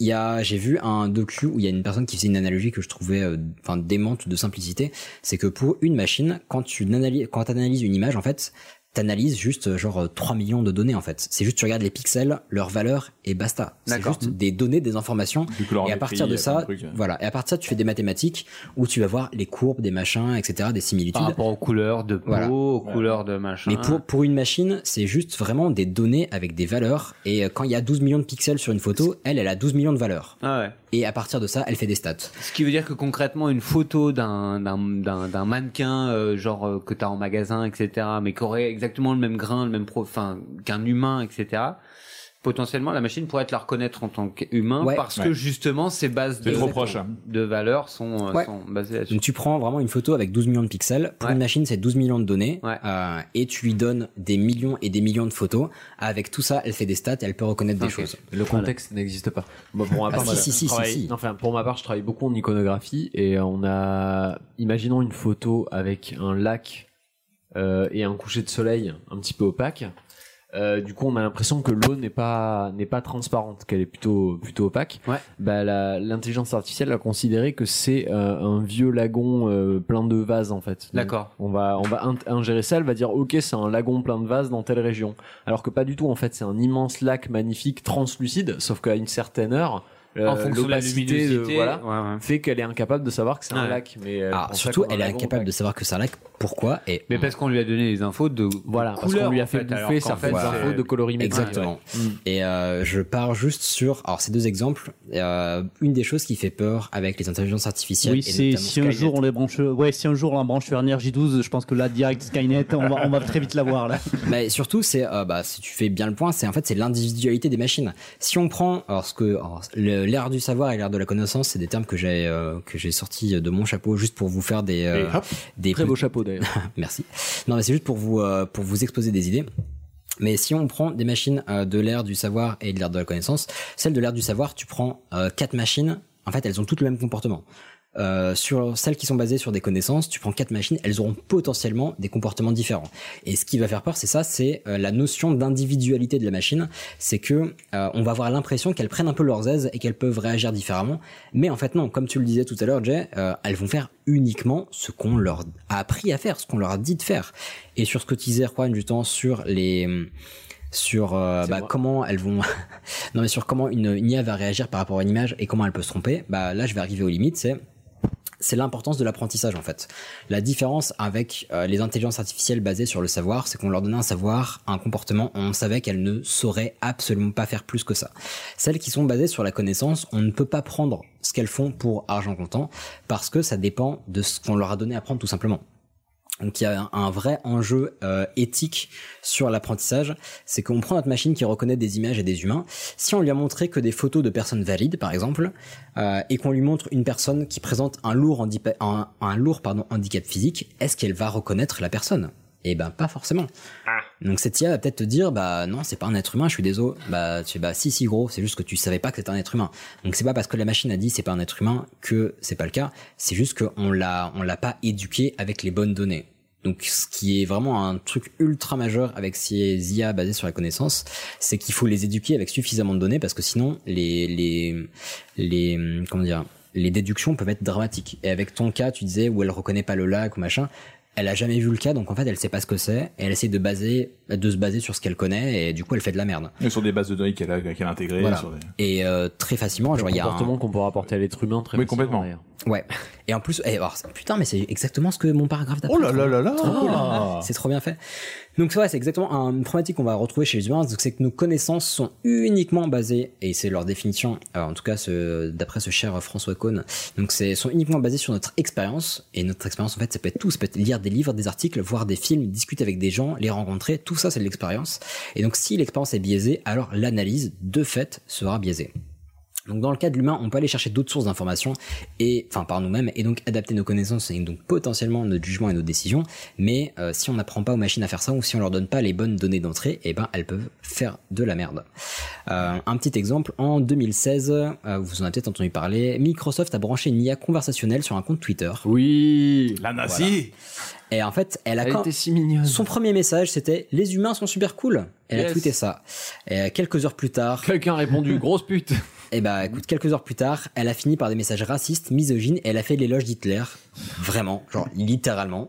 Speaker 1: il y a, j'ai vu un docu où il y a une personne qui faisait une analogie que je trouvais euh, enfin démente de simplicité, c'est que pour une machine, quand tu analyses, quand analyses une image en fait, t'analyses juste euh, genre euh, 3 millions de données en fait. C'est juste tu regardes les pixels, leur valeur et basta. C'est
Speaker 2: D'accord.
Speaker 1: juste des données, des informations.
Speaker 2: Du colorimétrie,
Speaker 1: Et à partir
Speaker 4: euh,
Speaker 1: de
Speaker 2: il y a plein
Speaker 1: ça,
Speaker 2: de trucs, ouais.
Speaker 1: voilà. Et à partir de ça, tu fais des mathématiques où tu vas voir les courbes, des machins, etc., des similitudes.
Speaker 4: Par rapport aux couleurs de peau,
Speaker 1: Voilà.
Speaker 4: aux couleurs de machin.
Speaker 1: Mais pour, pour une machine, c'est juste vraiment des données avec des valeurs. Et euh, quand il y a 12 millions de pixels sur une photo, elle, elle a 12 millions de valeurs.
Speaker 4: Ah ouais.
Speaker 1: Et à partir de ça, elle fait des stats.
Speaker 4: Ce qui veut dire que concrètement, une photo d'un d'un d'un- d'un mannequin, euh, genre euh, que t'as en magasin, etc., mais qui aurait exactement le même grain, le même pro, enfin qu'un humain, etc. Potentiellement, la machine pourrait te la reconnaître en tant qu'humain
Speaker 1: Ouais.
Speaker 4: parce que
Speaker 1: Ouais.
Speaker 4: justement, ses bases
Speaker 1: C'est
Speaker 4: de,
Speaker 1: trop proche, hein.
Speaker 4: de valeurs sont, euh,
Speaker 1: Ouais.
Speaker 4: sont basées là-dessus.
Speaker 1: Donc tu prends vraiment une photo avec 12 millions de pixels. Pour une machine, c'est 12 millions de données. Euh, et tu lui donnes des millions et des millions de photos. Avec tout ça, elle fait des stats et elle peut reconnaître des
Speaker 2: Ok.
Speaker 1: choses.
Speaker 2: Le contexte n'existe pas. Moi, pour ma
Speaker 1: Ah,
Speaker 2: part,
Speaker 1: si,
Speaker 2: voilà,
Speaker 1: si, si,
Speaker 2: je
Speaker 1: si,
Speaker 2: travaille-
Speaker 1: si.
Speaker 2: Enfin, pour ma part, je travaille beaucoup en iconographie et on a, imaginons une photo avec un lac euh, et un coucher de soleil un petit peu opaque. Euh, du coup, on a l'impression que l'eau n'est pas n'est pas transparente, qu'elle est plutôt plutôt opaque. Bah, la- l'intelligence artificielle a considéré que c'est euh, un vieux lagon euh, plein de vases en fait. Donc,
Speaker 4: D'accord.
Speaker 2: On va on va in- ingérer ça, elle va dire ok c'est un lagon plein de vases dans telle région. Alors que pas du tout en fait, c'est un immense lac magnifique translucide, sauf qu'à une certaine heure.
Speaker 12: Euh,
Speaker 4: En fonction de la
Speaker 2: l'opacité
Speaker 4: luminosité,
Speaker 2: voilà,
Speaker 4: ouais, ouais.
Speaker 2: fait qu'elle est incapable de savoir que c'est un
Speaker 4: Ouais.
Speaker 2: lac. Mais
Speaker 12: euh,
Speaker 2: elle
Speaker 1: Ah,
Speaker 2: prend ça
Speaker 1: surtout,
Speaker 2: comme un
Speaker 1: elle est
Speaker 2: lagon
Speaker 1: incapable de savoir que c'est un lac. Pourquoi et
Speaker 4: Mais parce qu'on lui a donné les infos de
Speaker 2: voilà, parce qu'on lui a fait bouffer certaines infos de colorimétrie.
Speaker 1: Exactement.
Speaker 2: Mm.
Speaker 1: Et euh, je pars juste sur alors ces deux exemples. Euh, une des choses qui fait peur avec les intelligences artificielles.
Speaker 9: Oui,
Speaker 1: et
Speaker 9: c'est
Speaker 1: notamment
Speaker 9: si un
Speaker 1: Skynet,
Speaker 9: jour on les branche, ouais, si un jour on la branche sur NRJ12, je pense que là direct Skynet, on va, on va très vite l'avoir là.
Speaker 1: Mais surtout, c'est euh, bah, si tu fais bien le point, c'est en fait c'est l'individualité des machines. Si on prend alors ce que alors, le- l'ère du savoir et l'ère de la connaissance, c'est des termes que j'ai euh, que j'ai sortis de mon chapeau juste pour vous faire des euh,
Speaker 2: Et hop,
Speaker 1: des
Speaker 2: très beau chapeau d'ailleurs.
Speaker 1: [LAUGHS] Merci. Non, mais c'est juste pour vous euh, pour vous exposer des idées. Mais si on prend des machines euh, de l'ère du savoir et de l'ère de la connaissance, celle de l'ère du savoir, tu prends euh, quatre machines, en fait, elles ont toutes le même comportement. Euh, sur celles qui sont basées sur des connaissances, tu prends quatre machines, elles auront potentiellement des comportements différents. Et ce qui va faire peur, c'est ça, c'est euh, la notion d'individualité de la machine. C'est que euh, on va avoir l'impression qu'elles prennent un peu leurs aises et qu'elles peuvent réagir différemment. Mais en fait, non. Comme tu le disais tout à l'heure, Jay, euh, elles vont faire uniquement ce qu'on leur a appris à faire, ce qu'on leur a dit de faire. Et sur ce que tu disais, Juan, du temps sur les sur euh, bah, comment elles vont [LAUGHS] non mais sur comment une, une IA va réagir par rapport à une image et comment elle peut se tromper bah là je vais arriver aux limites c'est c'est l'importance de l'apprentissage en fait. La différence avec euh, les intelligences artificielles basées sur le savoir, c'est qu'on leur donnait un savoir, un comportement, on savait qu'elles ne sauraient absolument pas faire plus que ça. Celles qui sont basées sur la connaissance, on ne peut pas prendre ce qu'elles font pour argent comptant parce que ça dépend de ce qu'on leur a donné à prendre tout simplement. Donc il y a un- un vrai enjeu euh, éthique sur l'apprentissage, c'est qu'on prend notre machine qui reconnaît des images et des humains. Si on lui a montré que des photos de personnes valides, par exemple, euh, et qu'on lui montre une personne qui présente un lourd, handipa- un, un lourd pardon, handicap physique, est-ce qu'elle va reconnaître la personne Eh ben pas forcément. Donc cette IA va peut-être te dire bah non c'est pas un être humain je suis désolé bah tu bah si si gros c'est juste que tu savais pas que c'était un être humain donc c'est pas parce que la machine a dit c'est pas un être humain que c'est pas le cas c'est juste qu'on l'a on l'a pas éduqué avec les bonnes données donc ce qui est vraiment un truc ultra majeur avec ces IA basées sur la connaissance c'est qu'il faut les éduquer avec suffisamment de données parce que sinon les les les comment dire les déductions peuvent être dramatiques et avec ton cas tu disais où elle reconnaît pas le lac ou machin elle a jamais vu le cas, donc en fait elle sait pas ce que c'est, et elle essaie de baser, de se baser sur ce qu'elle connaît, et du coup elle fait de la merde.
Speaker 10: Et sur des bases de données qu'elle a, qu'elle a intégrées.
Speaker 1: Voilà.
Speaker 10: sur des-
Speaker 1: Et euh, très facilement, genre il y a
Speaker 2: comportement
Speaker 1: un...
Speaker 2: qu'on pourra apporter à l'être humain très
Speaker 10: Oui,
Speaker 2: facilement,
Speaker 10: complètement.
Speaker 2: d'ailleurs.
Speaker 1: Ouais. Et en plus, eh, alors, c'est- putain, mais c'est exactement ce que mon paragraphe d'après.
Speaker 2: Oh là là là là
Speaker 1: Trop cool.
Speaker 2: Ah.
Speaker 1: C'est trop bien fait. Donc c'est vrai, c'est exactement un- une problématique qu'on va retrouver chez les humains, donc c'est que nos connaissances sont uniquement basées, et c'est leur définition, alors, en tout cas ce- d'après ce cher François Cohn, donc c'est sont uniquement basées sur notre expérience, et notre expérience en fait ça peut être tout, ça peut être lire des livres, des articles, voir des films, discuter avec des gens, les rencontrer, tout ça c'est de l'expérience. Et donc si l'expérience est biaisée, alors l'analyse de fait sera biaisée. Donc dans le cas de l'humain, on peut aller chercher d'autres sources d'informations et enfin par nous-mêmes et donc adapter nos connaissances et donc potentiellement notre jugement et nos décisions. Mais euh, si on n'apprend pas aux machines à faire ça ou si on leur donne pas les bonnes données d'entrée, eh ben elles peuvent faire de la merde. Euh, un petit exemple en 2016, euh, vous en avez peut-être entendu parler, Microsoft a branché une IA conversationnelle sur un compte Twitter.
Speaker 2: Oui,
Speaker 10: la
Speaker 1: nazie. Et en fait, elle a
Speaker 2: Elle
Speaker 1: quand-
Speaker 2: était si mignonne.
Speaker 1: Son premier message, c'était les humains sont super cool. Elle a
Speaker 2: Yes.
Speaker 1: tweeté ça. Et euh, quelques heures plus tard, [LAUGHS]
Speaker 2: Quelqu'un a répondu grosse pute.
Speaker 1: Et bah écoute, quelques heures plus tard, elle a fini par des messages racistes, misogynes, et elle a fait l'éloge d'Hitler. Vraiment, genre littéralement.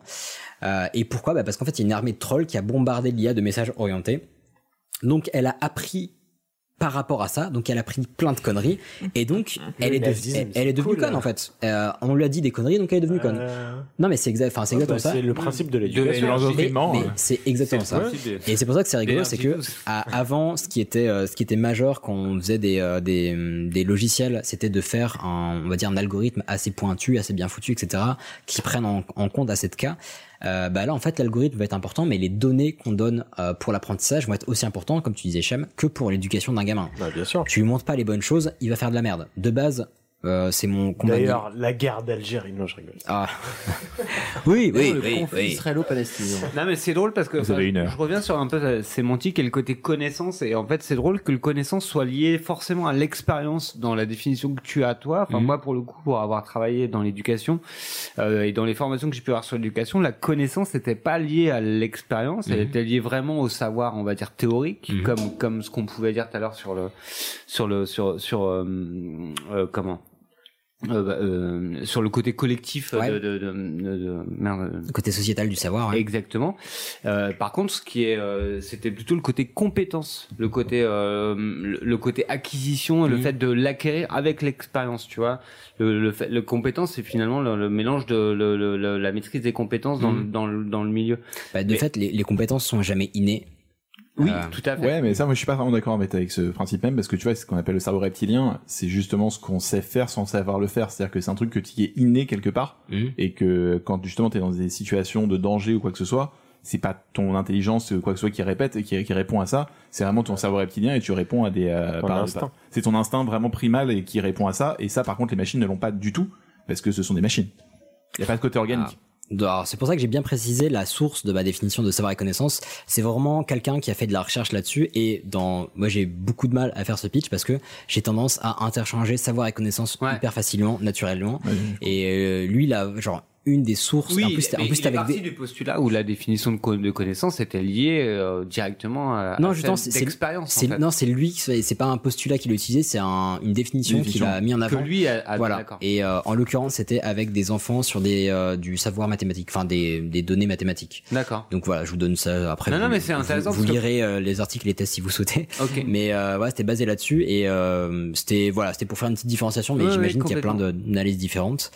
Speaker 1: Euh, et pourquoi bah Parce qu'en fait, il y a une armée de trolls qui a bombardé l'IA de messages orientés. Donc elle a appris par rapport à ça, donc elle a pris plein de conneries et donc elle
Speaker 14: mais
Speaker 1: est,
Speaker 14: elle
Speaker 1: devenue-
Speaker 14: se dit,
Speaker 1: elle,
Speaker 14: mais c'est
Speaker 1: elle est devenue
Speaker 14: cool,
Speaker 1: conne en
Speaker 14: hein.
Speaker 1: fait. Euh, on lui a dit des conneries donc elle est devenue conne.
Speaker 14: Euh.
Speaker 1: Non mais c'est exact, enfin c'est
Speaker 14: Ah,
Speaker 1: exactement
Speaker 14: bah,
Speaker 1: ça.
Speaker 14: c'est le principe de l'éducation. De l'enseignement,
Speaker 1: Mais, mais
Speaker 14: hein.
Speaker 1: c'est exactement
Speaker 14: C'est le
Speaker 1: ça.
Speaker 14: principe des-
Speaker 1: Et c'est pour ça que c'est rigolo,
Speaker 14: des
Speaker 1: c'est que
Speaker 14: RGPD.
Speaker 1: à- avant ce qui était euh, ce qui était majeur quand on faisait des euh, des, hum, des logiciels, c'était de faire un on va dire un algorithme assez pointu, assez bien foutu, etc. qui prennent en, en compte assez de cas. Euh, bah là en fait l'algorithme va être important mais les données qu'on donne euh, pour l'apprentissage vont être aussi importantes comme tu disais Shem que pour l'éducation d'un gamin
Speaker 14: Bah, bien sûr
Speaker 1: tu lui montres pas les bonnes choses il va faire de la merde de base euh, c'est mon combat de-
Speaker 14: D'ailleurs, la guerre d'Algérie, non, je rigole.
Speaker 1: ah. [LAUGHS] oui oui
Speaker 4: Le
Speaker 1: oui,
Speaker 4: conflit
Speaker 1: oui.
Speaker 4: israélo-palestinien. Non mais c'est drôle parce que
Speaker 1: Vous
Speaker 4: enfin,
Speaker 1: avez une heure.
Speaker 4: je reviens sur un peu la sémantique et le côté connaissance et en fait c'est drôle que le connaissance soit lié forcément à l'expérience dans la définition que tu as toi.
Speaker 1: Mhm.
Speaker 4: Enfin moi pour le coup pour avoir travaillé dans l'éducation euh, et dans les formations que j'ai pu avoir sur l'éducation, la connaissance n'était pas liée à l'expérience, elle
Speaker 14: Mhm.
Speaker 4: était liée vraiment au savoir on va dire théorique
Speaker 14: Mhm.
Speaker 4: comme comme ce qu'on pouvait dire tout à l'heure sur le sur le sur sur euh, euh, comment euh, bah, euh, sur le côté collectif euh,
Speaker 1: Ouais.
Speaker 4: de, de, de, de- de- merde, euh,
Speaker 1: le côté sociétal du savoir hein. ouais.
Speaker 4: Exactement. Euh, par contre, ce qui est, euh, c'était plutôt le côté compétence, le côté, euh, le, le côté acquisition, le fait de l'acquérir avec l'expérience, tu vois. Le, le, fait- le compétence, c'est finalement le, le mélange de le- le- le- la maîtrise des compétences dans, le-
Speaker 1: Mhm.
Speaker 4: dans, le, dans le milieu.
Speaker 1: Bah, de fait les, les compétences sont jamais innées
Speaker 4: Oui,
Speaker 1: Euh,
Speaker 4: tout à fait.
Speaker 10: Ouais, mais ça, moi, je suis pas vraiment d'accord mais avec ce principe même, parce que tu vois, ce qu'on appelle le cerveau reptilien, c'est justement ce qu'on sait faire sans savoir le faire. C'est-à-dire que c'est un truc que tu es inné quelque part,
Speaker 1: Mmh.
Speaker 10: et que quand justement t'es dans des situations de danger ou quoi que ce soit, c'est pas ton intelligence euh, quoi que ce soit qui répète qui, qui répond à ça. C'est vraiment ton cerveau reptilien et tu réponds à des. euh,
Speaker 14: Ton instinct.
Speaker 10: c'est ton instinct vraiment primal et qui répond à ça. Et ça, par contre, les machines ne l'ont pas du tout, parce que ce sont des machines. Il y a pas de côté organique.
Speaker 1: Ah. Alors, c'est pour ça que j'ai bien précisé la source de ma définition de savoir et connaissance. C'est vraiment quelqu'un qui a fait de la recherche là-dessus et dans, moi j'ai beaucoup de mal à faire ce pitch parce que j'ai tendance à interchanger savoir et connaissance hyper facilement, naturellement. Et euh, lui, là, genre, une des sources, en plus,
Speaker 4: mais
Speaker 1: en plus
Speaker 4: il est
Speaker 1: avec
Speaker 4: parti
Speaker 1: des...
Speaker 4: du postulat où la définition de, co- de connaissance était liée euh, directement à,
Speaker 1: Non,
Speaker 4: à
Speaker 1: justement,
Speaker 4: celle
Speaker 1: c'est
Speaker 4: d'expérience. en
Speaker 1: c'est-
Speaker 4: fait.
Speaker 1: Non, c'est lui. C'est c'est pas un postulat qu'il a utilisé, c'est un- une définition
Speaker 4: Une
Speaker 1: qu'il a
Speaker 4: définition
Speaker 1: mis en
Speaker 4: que
Speaker 1: avant.
Speaker 4: lui a- a-
Speaker 1: voilà.
Speaker 4: d'accord.
Speaker 1: Et euh, en l'occurrence, c'était avec des enfants sur des euh, du savoir mathématique, enfin des, des données mathématiques.
Speaker 4: D'accord.
Speaker 1: Donc voilà, je vous donne ça après.
Speaker 4: Non,
Speaker 1: vous,
Speaker 4: non, mais c'est
Speaker 1: vous-
Speaker 4: intéressant
Speaker 1: Vous,
Speaker 4: parce que-
Speaker 1: lirez euh, les articles, les tests si vous souhaitez.
Speaker 4: Ok.
Speaker 1: [LAUGHS] Mais euh, voilà, c'était basé là-dessus et euh, c'était voilà, c'était pour faire une petite différenciation, mais
Speaker 4: Ouais,
Speaker 1: j'imagine
Speaker 4: ouais,
Speaker 1: qu'il y a plein
Speaker 4: complètement.
Speaker 1: de- d'analyses différentes.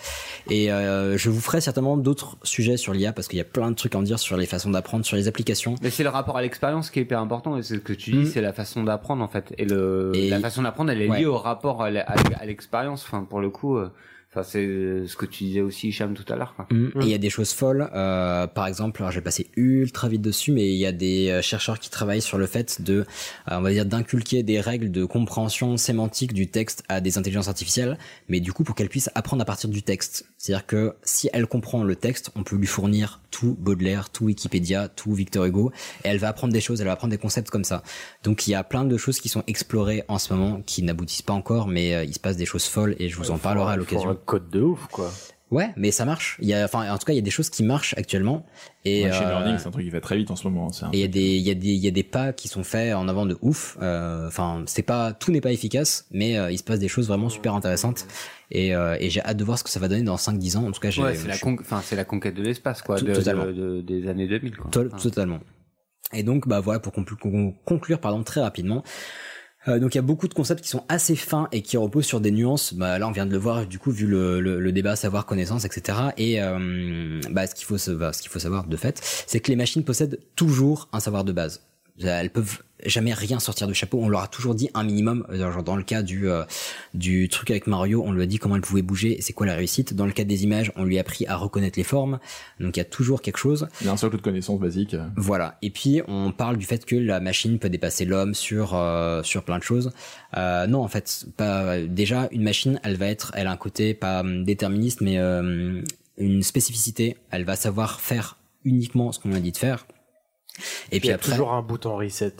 Speaker 1: Et euh, je vous ferai certainement d'autres sujets sur l'IA parce qu'il y a plein de trucs à en dire sur les façons d'apprendre, sur les applications.
Speaker 4: Mais c'est le rapport à l'expérience qui est hyper important et c'est ce que tu dis, c'est la façon d'apprendre en fait. Et, le, la façon d'apprendre, elle est
Speaker 1: Ouais.
Speaker 4: liée au rapport à la- à à l'expérience. Enfin, pour le coup, euh, enfin, c'est euh, ce que tu disais aussi, Hicham, tout à l'heure. quoi.
Speaker 1: Mm. Et il y a des choses folles. euh, par exemple, alors j'ai passé ultra vite dessus, mais il y a des euh, chercheurs qui travaillent sur le fait de, euh, on va dire, d'inculquer des règles de compréhension sémantique du texte à des intelligences artificielles, mais du coup pour qu'elles puissent apprendre à partir du texte. C'est-à-dire que si elle comprend le texte, on peut lui fournir tout Baudelaire, tout Wikipédia, tout Victor Hugo, et elle va apprendre des choses, elle va apprendre des concepts comme ça. Donc il y a plein de choses qui sont explorées en ce moment, qui n'aboutissent pas encore, mais euh, il se passe des choses folles et je vous en parlerai à
Speaker 14: Ils font
Speaker 1: l'occasion.
Speaker 14: un code de ouf, quoi.
Speaker 1: Ouais, mais ça marche. Il y a, enfin, en tout cas, il y a des choses qui marchent actuellement. Et
Speaker 10: Machine
Speaker 1: euh,
Speaker 10: learning, c'est un truc qui va très vite en ce moment. hein, C'est un- euh,
Speaker 1: et il y a des, il y a des, il y a des pas qui sont faits en avant de ouf. Euh, Enfin, c'est pas, tout n'est pas efficace, mais euh, il se passe des choses vraiment super intéressantes. Et, euh, et j'ai hâte de voir ce que ça va donner dans 5-10 ans. En tout cas, j'ai.
Speaker 4: Ouais, c'est la,
Speaker 1: je-
Speaker 4: con- enfin, c'est la conquête de l'espace, quoi,
Speaker 1: Tout-
Speaker 4: de-
Speaker 1: totalement.
Speaker 4: de- de- des années 2000. Quoi.
Speaker 1: Tol-
Speaker 4: Enfin.
Speaker 1: Totalement. Et donc, bah voilà, pour conclu- con- conclure, pardon, très rapidement. Euh, donc il y a beaucoup de concepts qui sont assez fins et qui reposent sur des nuances. Bah, là, on vient de le voir, du coup, vu le, le- le débat savoir connaissance, etc. Et euh, bah, ce qu'il faut, sa- bah, ce qu'il faut savoir de fait, c'est que les machines possèdent toujours un savoir de base. Elles peuvent jamais rien sortir du chapeau. On leur a toujours dit un minimum. Euh, Genre dans le cas du euh, du truc avec Mario, on lui a dit comment elle pouvait bouger, et c'est quoi la réussite. Dans le cas des images, on lui a appris à reconnaître les formes. Donc il y a toujours quelque chose.
Speaker 10: Il y a un socle de connaissances basique.
Speaker 1: Voilà. Et puis on parle du fait que la machine peut dépasser l'homme sur euh, sur plein de choses. Euh, non, en fait, pas. Déjà, une machine, elle va être, elle a un côté pas hum, déterministe, mais euh, une spécificité. Elle va savoir faire uniquement ce qu'on lui a dit de faire. Et
Speaker 14: Il
Speaker 1: puis
Speaker 14: y a
Speaker 1: après,
Speaker 14: toujours un bouton reset.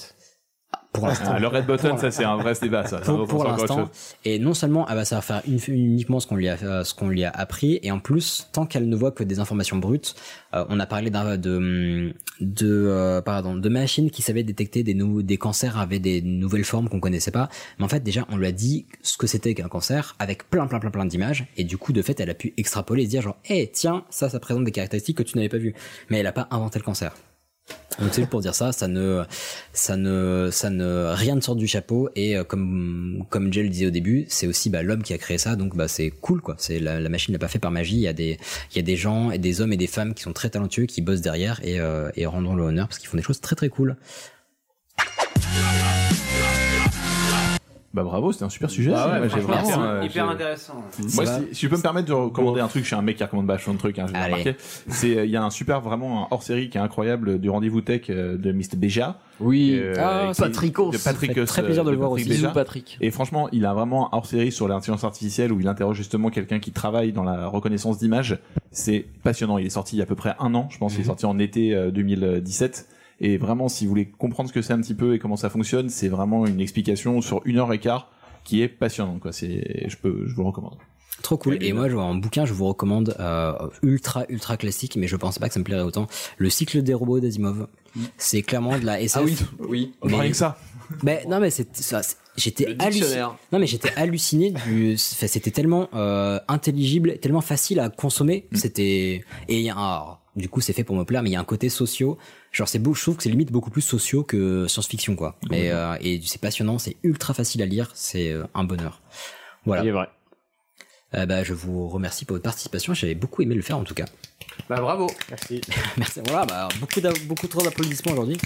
Speaker 1: pour l'instant.
Speaker 10: Ah, le red button, ça c'est un vrai débat, ça. Ça
Speaker 1: pour,
Speaker 10: vaut
Speaker 1: pour
Speaker 10: encore autre
Speaker 1: l'instant.
Speaker 10: chose.
Speaker 1: Et non seulement, ah bah, ça va faire une- uniquement ce qu'on lui a, euh, ce qu'on lui a appris, et en plus, tant qu'elle ne voit que des informations brutes, euh, on a parlé d'un, de, de, euh, pardon, de machines qui savaient détecter des nouveaux, des cancers avec des nouvelles formes qu'on connaissait pas. Mais en fait, déjà, on lui a dit ce que c'était qu'un cancer avec plein, plein, plein, plein d'images, et du coup, de fait, elle a pu extrapoler et se dire genre, eh, tiens, ça, ça présente des caractéristiques que tu n'avais pas vues. Mais elle a pas inventé le cancer. Donc c'est juste pour dire ça, ça ne, ça ne, ça ne, rien ne sort du chapeau et euh, comme comme Jay le disait au début, c'est aussi bah, l'homme qui a créé ça, donc bah c'est cool quoi. C'est la, la machine n'est pas fait par magie. Il y a des, il y a des gens et des hommes et des femmes qui sont très talentueux, qui bossent derrière et euh, et rendons le honneur parce qu'ils font des choses très très cool.
Speaker 10: Bah bravo, c'était un super sujet.
Speaker 4: Ah ouais,
Speaker 10: Moi, j'ai
Speaker 4: franchement,
Speaker 10: vraiment,
Speaker 4: c'est
Speaker 10: euh,
Speaker 4: hyper
Speaker 10: j'ai-
Speaker 4: intéressant.
Speaker 10: Moi,
Speaker 4: Ça va
Speaker 10: si, si je peux me permettre de recommander un truc, je suis un mec qui recommande vachement de trucs. Hein, je l'ai remarqué. C'est euh, il y a un super vraiment un hors série qui est incroyable du rendez-vous tech euh, de Mr Beja.
Speaker 12: Oui.
Speaker 10: euh,
Speaker 1: Ah,
Speaker 10: qui-
Speaker 1: Patricos.
Speaker 10: de Patricos,
Speaker 1: Ça fait très plaisir de le voir
Speaker 10: Patrick
Speaker 1: aussi.
Speaker 10: Béja.
Speaker 1: Bisous, Patrick.
Speaker 10: Et franchement, il a vraiment un hors série sur l'intelligence artificielle où il interroge justement quelqu'un qui travaille dans la reconnaissance d'images. C'est passionnant. Il est sorti il y a à peu près un an, je pense.
Speaker 1: Mhm.
Speaker 10: Il est sorti en été euh, 2017. Et vraiment, si vous voulez comprendre ce que c'est un petit peu et comment ça fonctionne, c'est vraiment une explication sur une heure et quart qui est passionnante. Quoi. C'est, je peux, je vous le recommande.
Speaker 1: Trop cool. Et moi, je vois en bouquin, je vous recommande euh, ultra ultra classique, mais je pense pas que ça me plairait autant. Le cycle des robots d'Asimov. C'est clairement de la SF.
Speaker 12: Mm. Ah oui, [LAUGHS] oui.
Speaker 1: Mais-
Speaker 12: Rien que ça.
Speaker 1: Mais non, mais c'est ça. c'est- J'étais
Speaker 12: Le
Speaker 1: halluciné.
Speaker 12: dictionnaire.
Speaker 1: Non, mais j'étais halluciné du. enfin, C'était tellement euh, intelligible, tellement facile à consommer.
Speaker 12: Mm.
Speaker 1: C'était et il y a un. alors, du coup, c'est fait pour me plaire, mais il y a un côté socio. Genre, c'est beau. Je trouve que c'est limite beaucoup plus socio que science-fiction, quoi. Mais euh, et c'est passionnant, c'est ultra facile à lire, c'est euh, un bonheur. Voilà.
Speaker 12: Il est vrai.
Speaker 1: bah, je vous remercie pour votre participation. J'avais beaucoup aimé le faire, en tout cas.
Speaker 12: Bah bravo.
Speaker 1: Merci. [LAUGHS] Merci. Voilà, bah, beaucoup, d'a- beaucoup trop d'applaudissements aujourd'hui.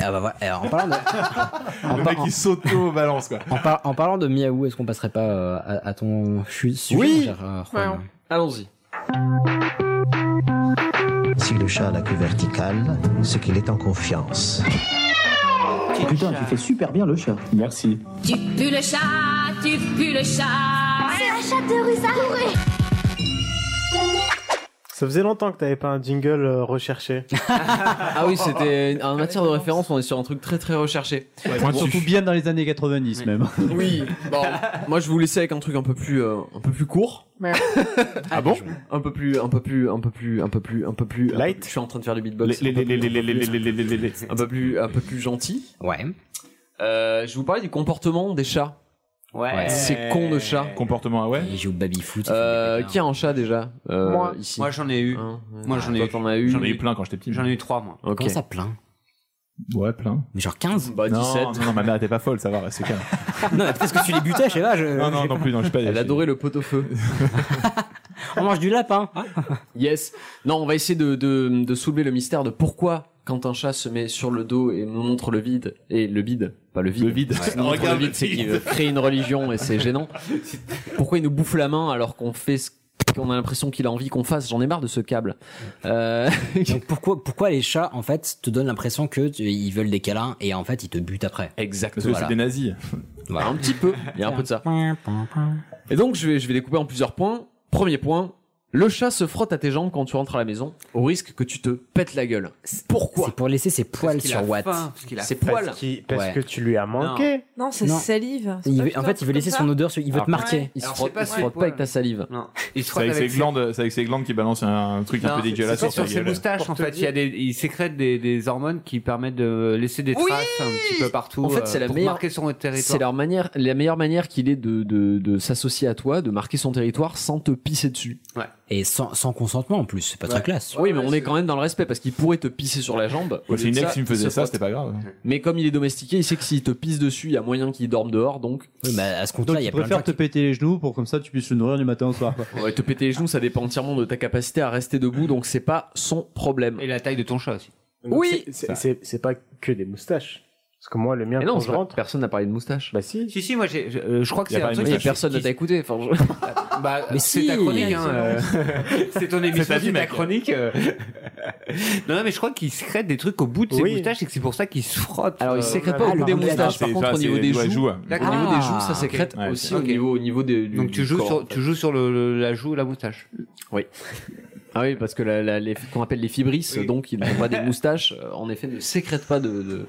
Speaker 1: Ah bah voilà. Alors, en hein. parlant de,
Speaker 4: [LAUGHS]
Speaker 10: Le mec, il s'auto-balance, quoi.
Speaker 1: En, par- en parlant de Miaou, est-ce qu'on passerait pas euh, à, à ton chu- sujet
Speaker 12: Oui.
Speaker 1: mon cher, euh, Juan
Speaker 12: Allons-y.
Speaker 17: Si le chat n'a que vertical, c'est qu'il est en confiance.
Speaker 5: Putain, tu fais super bien le chat. Merci.
Speaker 11: Tu pues le chat, tu pues le chat. C'est un chat de rue, ça
Speaker 12: Ça faisait longtemps que t'avais pas un jingle
Speaker 14: euh,
Speaker 12: recherché. ah oui, c'était en matière de référence, on est sur un truc très très recherché.
Speaker 9: Surtout bien dans les années
Speaker 1: [LAUGHS]
Speaker 9: 90 même.
Speaker 12: Oui. Bon, moi je vais vous laisser avec un truc un peu plus euh, un peu plus court. ah bon Un peu plus un peu plus un peu plus un peu plus un peu plus un peu plus- Je suis en train de faire du beatbox.
Speaker 10: Les-
Speaker 12: Un peu
Speaker 10: les- les-
Speaker 12: plus-
Speaker 10: les- les- les- les- les- les-
Speaker 12: Un peu plus un peu plus gentil. Euh,
Speaker 1: Ouais.
Speaker 12: je vais vous parler du comportement des chats.
Speaker 4: Ouais.
Speaker 12: Ces cons de chats.
Speaker 10: Comportement ah ouais.
Speaker 1: Il joue baby foot.
Speaker 12: qui a un chat déjà euh, ici Hein Ah,
Speaker 4: Moi, j'en ai eu. Moi, j'en ai
Speaker 12: Toi,
Speaker 4: eu.
Speaker 12: t'en as eu.
Speaker 4: J'en ai eu
Speaker 10: plein quand j'étais petit.
Speaker 4: J'en ai eu trois, moi.
Speaker 12: Ok.
Speaker 1: Comment ça plein
Speaker 10: Ouais, plein.
Speaker 1: Mais genre 15
Speaker 12: Bah
Speaker 10: non,
Speaker 12: 17.
Speaker 10: Non, non, ma mère était pas folle, ça va, reste
Speaker 1: [LAUGHS]
Speaker 10: calme.
Speaker 1: Non, parce que tu les butais, je sais pas. je-
Speaker 10: Non, non,
Speaker 1: j'ai
Speaker 10: non
Speaker 1: pas-
Speaker 10: plus, non, je suis pas.
Speaker 12: Elle adorait le pot au feu.
Speaker 1: [LAUGHS] On mange du lapin. hein.
Speaker 12: [LAUGHS] yes. Non, on va essayer de, de, de soulever le mystère de pourquoi quand un chat se met sur le dos et nous montre le vide et le vide, pas le vide.
Speaker 10: Le [LAUGHS] vide.
Speaker 12: Ouais, nous montre
Speaker 10: Regarde
Speaker 12: le
Speaker 10: le
Speaker 12: vide, c'est qu'il
Speaker 10: vide.
Speaker 12: veut créer une religion et c'est
Speaker 10: [LAUGHS]
Speaker 12: gênant. Pourquoi il nous bouffe la main alors qu'on fait ce qu'on a l'impression qu'il a envie qu'on fasse J'en ai marre de ce câble. Euh...
Speaker 1: Donc pourquoi, pourquoi les chats, en fait, te donnent l'impression que tu- ils veulent des câlins et en fait, ils te butent après
Speaker 12: Exactement.
Speaker 10: Parce que c'est des nazis.
Speaker 12: Un petit peu. Il y a un peu de ça. Et donc, je vais, je vais découper en plusieurs points. Premier point, le chat se frotte à tes jambes quand tu rentres à la maison, au risque que tu te pètes la gueule. Pourquoi
Speaker 1: C'est pour laisser ses poils
Speaker 12: qu'il
Speaker 1: sur
Speaker 12: a
Speaker 1: Watt.
Speaker 12: faim, parce qu'il a
Speaker 1: Ses
Speaker 12: faim.
Speaker 1: poils.
Speaker 12: Parce qu'il- parce que
Speaker 1: tu lui as
Speaker 12: manqué.
Speaker 8: Non, c'est
Speaker 1: Non.
Speaker 8: salive. c'est
Speaker 1: Il
Speaker 8: pas
Speaker 1: veut-
Speaker 8: plutôt
Speaker 1: en
Speaker 8: un
Speaker 1: fait, il veut
Speaker 8: truc
Speaker 1: laisser
Speaker 8: comme
Speaker 1: son
Speaker 8: ça
Speaker 1: odeur, sur- il veut
Speaker 10: Alors,
Speaker 1: te marquer.
Speaker 10: ouais.
Speaker 12: Il se
Speaker 10: Alors,
Speaker 12: frotte,
Speaker 10: c'est pas
Speaker 12: il se
Speaker 10: sur les
Speaker 12: frotte pas
Speaker 10: poils.
Speaker 12: avec ta salive.
Speaker 4: Il se
Speaker 10: C'est avec, ses glandes, c'est avec ses glandes qui balancent un truc un peu dégueulasse
Speaker 4: C'est pas
Speaker 10: sur
Speaker 4: sur
Speaker 10: sa
Speaker 4: ses
Speaker 10: gueule.
Speaker 4: moustaches, en fait. Il, y a des, il sécrète des, des hormones qui permettent de laisser des traces
Speaker 12: Oui
Speaker 4: un petit peu partout.
Speaker 12: En fait,
Speaker 4: euh,
Speaker 12: c'est la
Speaker 4: pour
Speaker 12: meilleure.
Speaker 4: marquer son territoire.
Speaker 12: C'est leur manière, la meilleure manière qu'il ait de, de, de s'associer à toi, de marquer son territoire sans te pisser dessus.
Speaker 1: Et sans, sans consentement en plus, c'est pas très classe.
Speaker 12: Oui, mais on est quand même dans le respect parce qu'il pourrait te pisser sur la jambe.
Speaker 10: Ouais, c'est une ex
Speaker 12: ex
Speaker 10: qui me faisait ça, c'était pas grave.
Speaker 12: [LAUGHS] Mais comme il est domestiqué, il sait que s'il te pisse dessus, il y a moyen qu'il dorme dehors, donc.
Speaker 1: bah, à ce
Speaker 12: compte-là,
Speaker 9: Donc il préfère te péter les genoux pour comme ça tu puisses le nourrir du matin au soir. quoi.
Speaker 12: Ouais, euh, te péter les genoux, ça dépend entièrement de ta capacité à rester debout, donc c'est pas son problème.
Speaker 4: Et la taille de ton chat aussi.
Speaker 12: Oui
Speaker 14: C'est- C'est c'est pas que des moustaches. Parce que moi, le mien,
Speaker 12: Mais
Speaker 14: quand
Speaker 12: non,
Speaker 14: je
Speaker 12: c'est pas-
Speaker 14: rentre.
Speaker 12: personne n'a parlé de moustache.
Speaker 14: Bah si.
Speaker 4: Si, si, moi, j'ai- je euh, je crois que
Speaker 12: Il y a
Speaker 4: c'est
Speaker 12: pas
Speaker 4: un
Speaker 12: une
Speaker 4: truc.
Speaker 12: moustache.
Speaker 4: qui-
Speaker 12: Personne ne
Speaker 4: qui-
Speaker 12: t'a écouté. Enfin, je-
Speaker 4: [LAUGHS] Bah,
Speaker 12: Mais
Speaker 4: c'est
Speaker 12: si,
Speaker 4: ta chronique,
Speaker 12: c'est
Speaker 4: hein,
Speaker 12: vrai.
Speaker 4: euh, [LAUGHS] c'est ton émission,
Speaker 12: ta vie,
Speaker 4: c'est ta
Speaker 12: mec.
Speaker 4: chronique. euh. non, non, mais je crois qu'il sécrète des trucs au bout de ses
Speaker 12: Oui.
Speaker 4: moustaches et que c'est pour ça qu'il se frotte.
Speaker 12: Euh, Ah, Alors, il sécrète pas au bout des moustaches, par contre, au niveau des joues.
Speaker 4: hein.
Speaker 12: Au niveau des
Speaker 4: Ah,
Speaker 12: joues, ça sécrète aussi. Au niveau, au niveau des.
Speaker 4: Donc, tu joues sur, tu joues sur le, le- la joue, la moustache.
Speaker 12: Oui. Ah oui, parce que la, la- les, qu'on appelle les fibrisses, donc ils n'ont pas [LAUGHS] des moustaches, euh, en effet, ne sécrètent pas de, de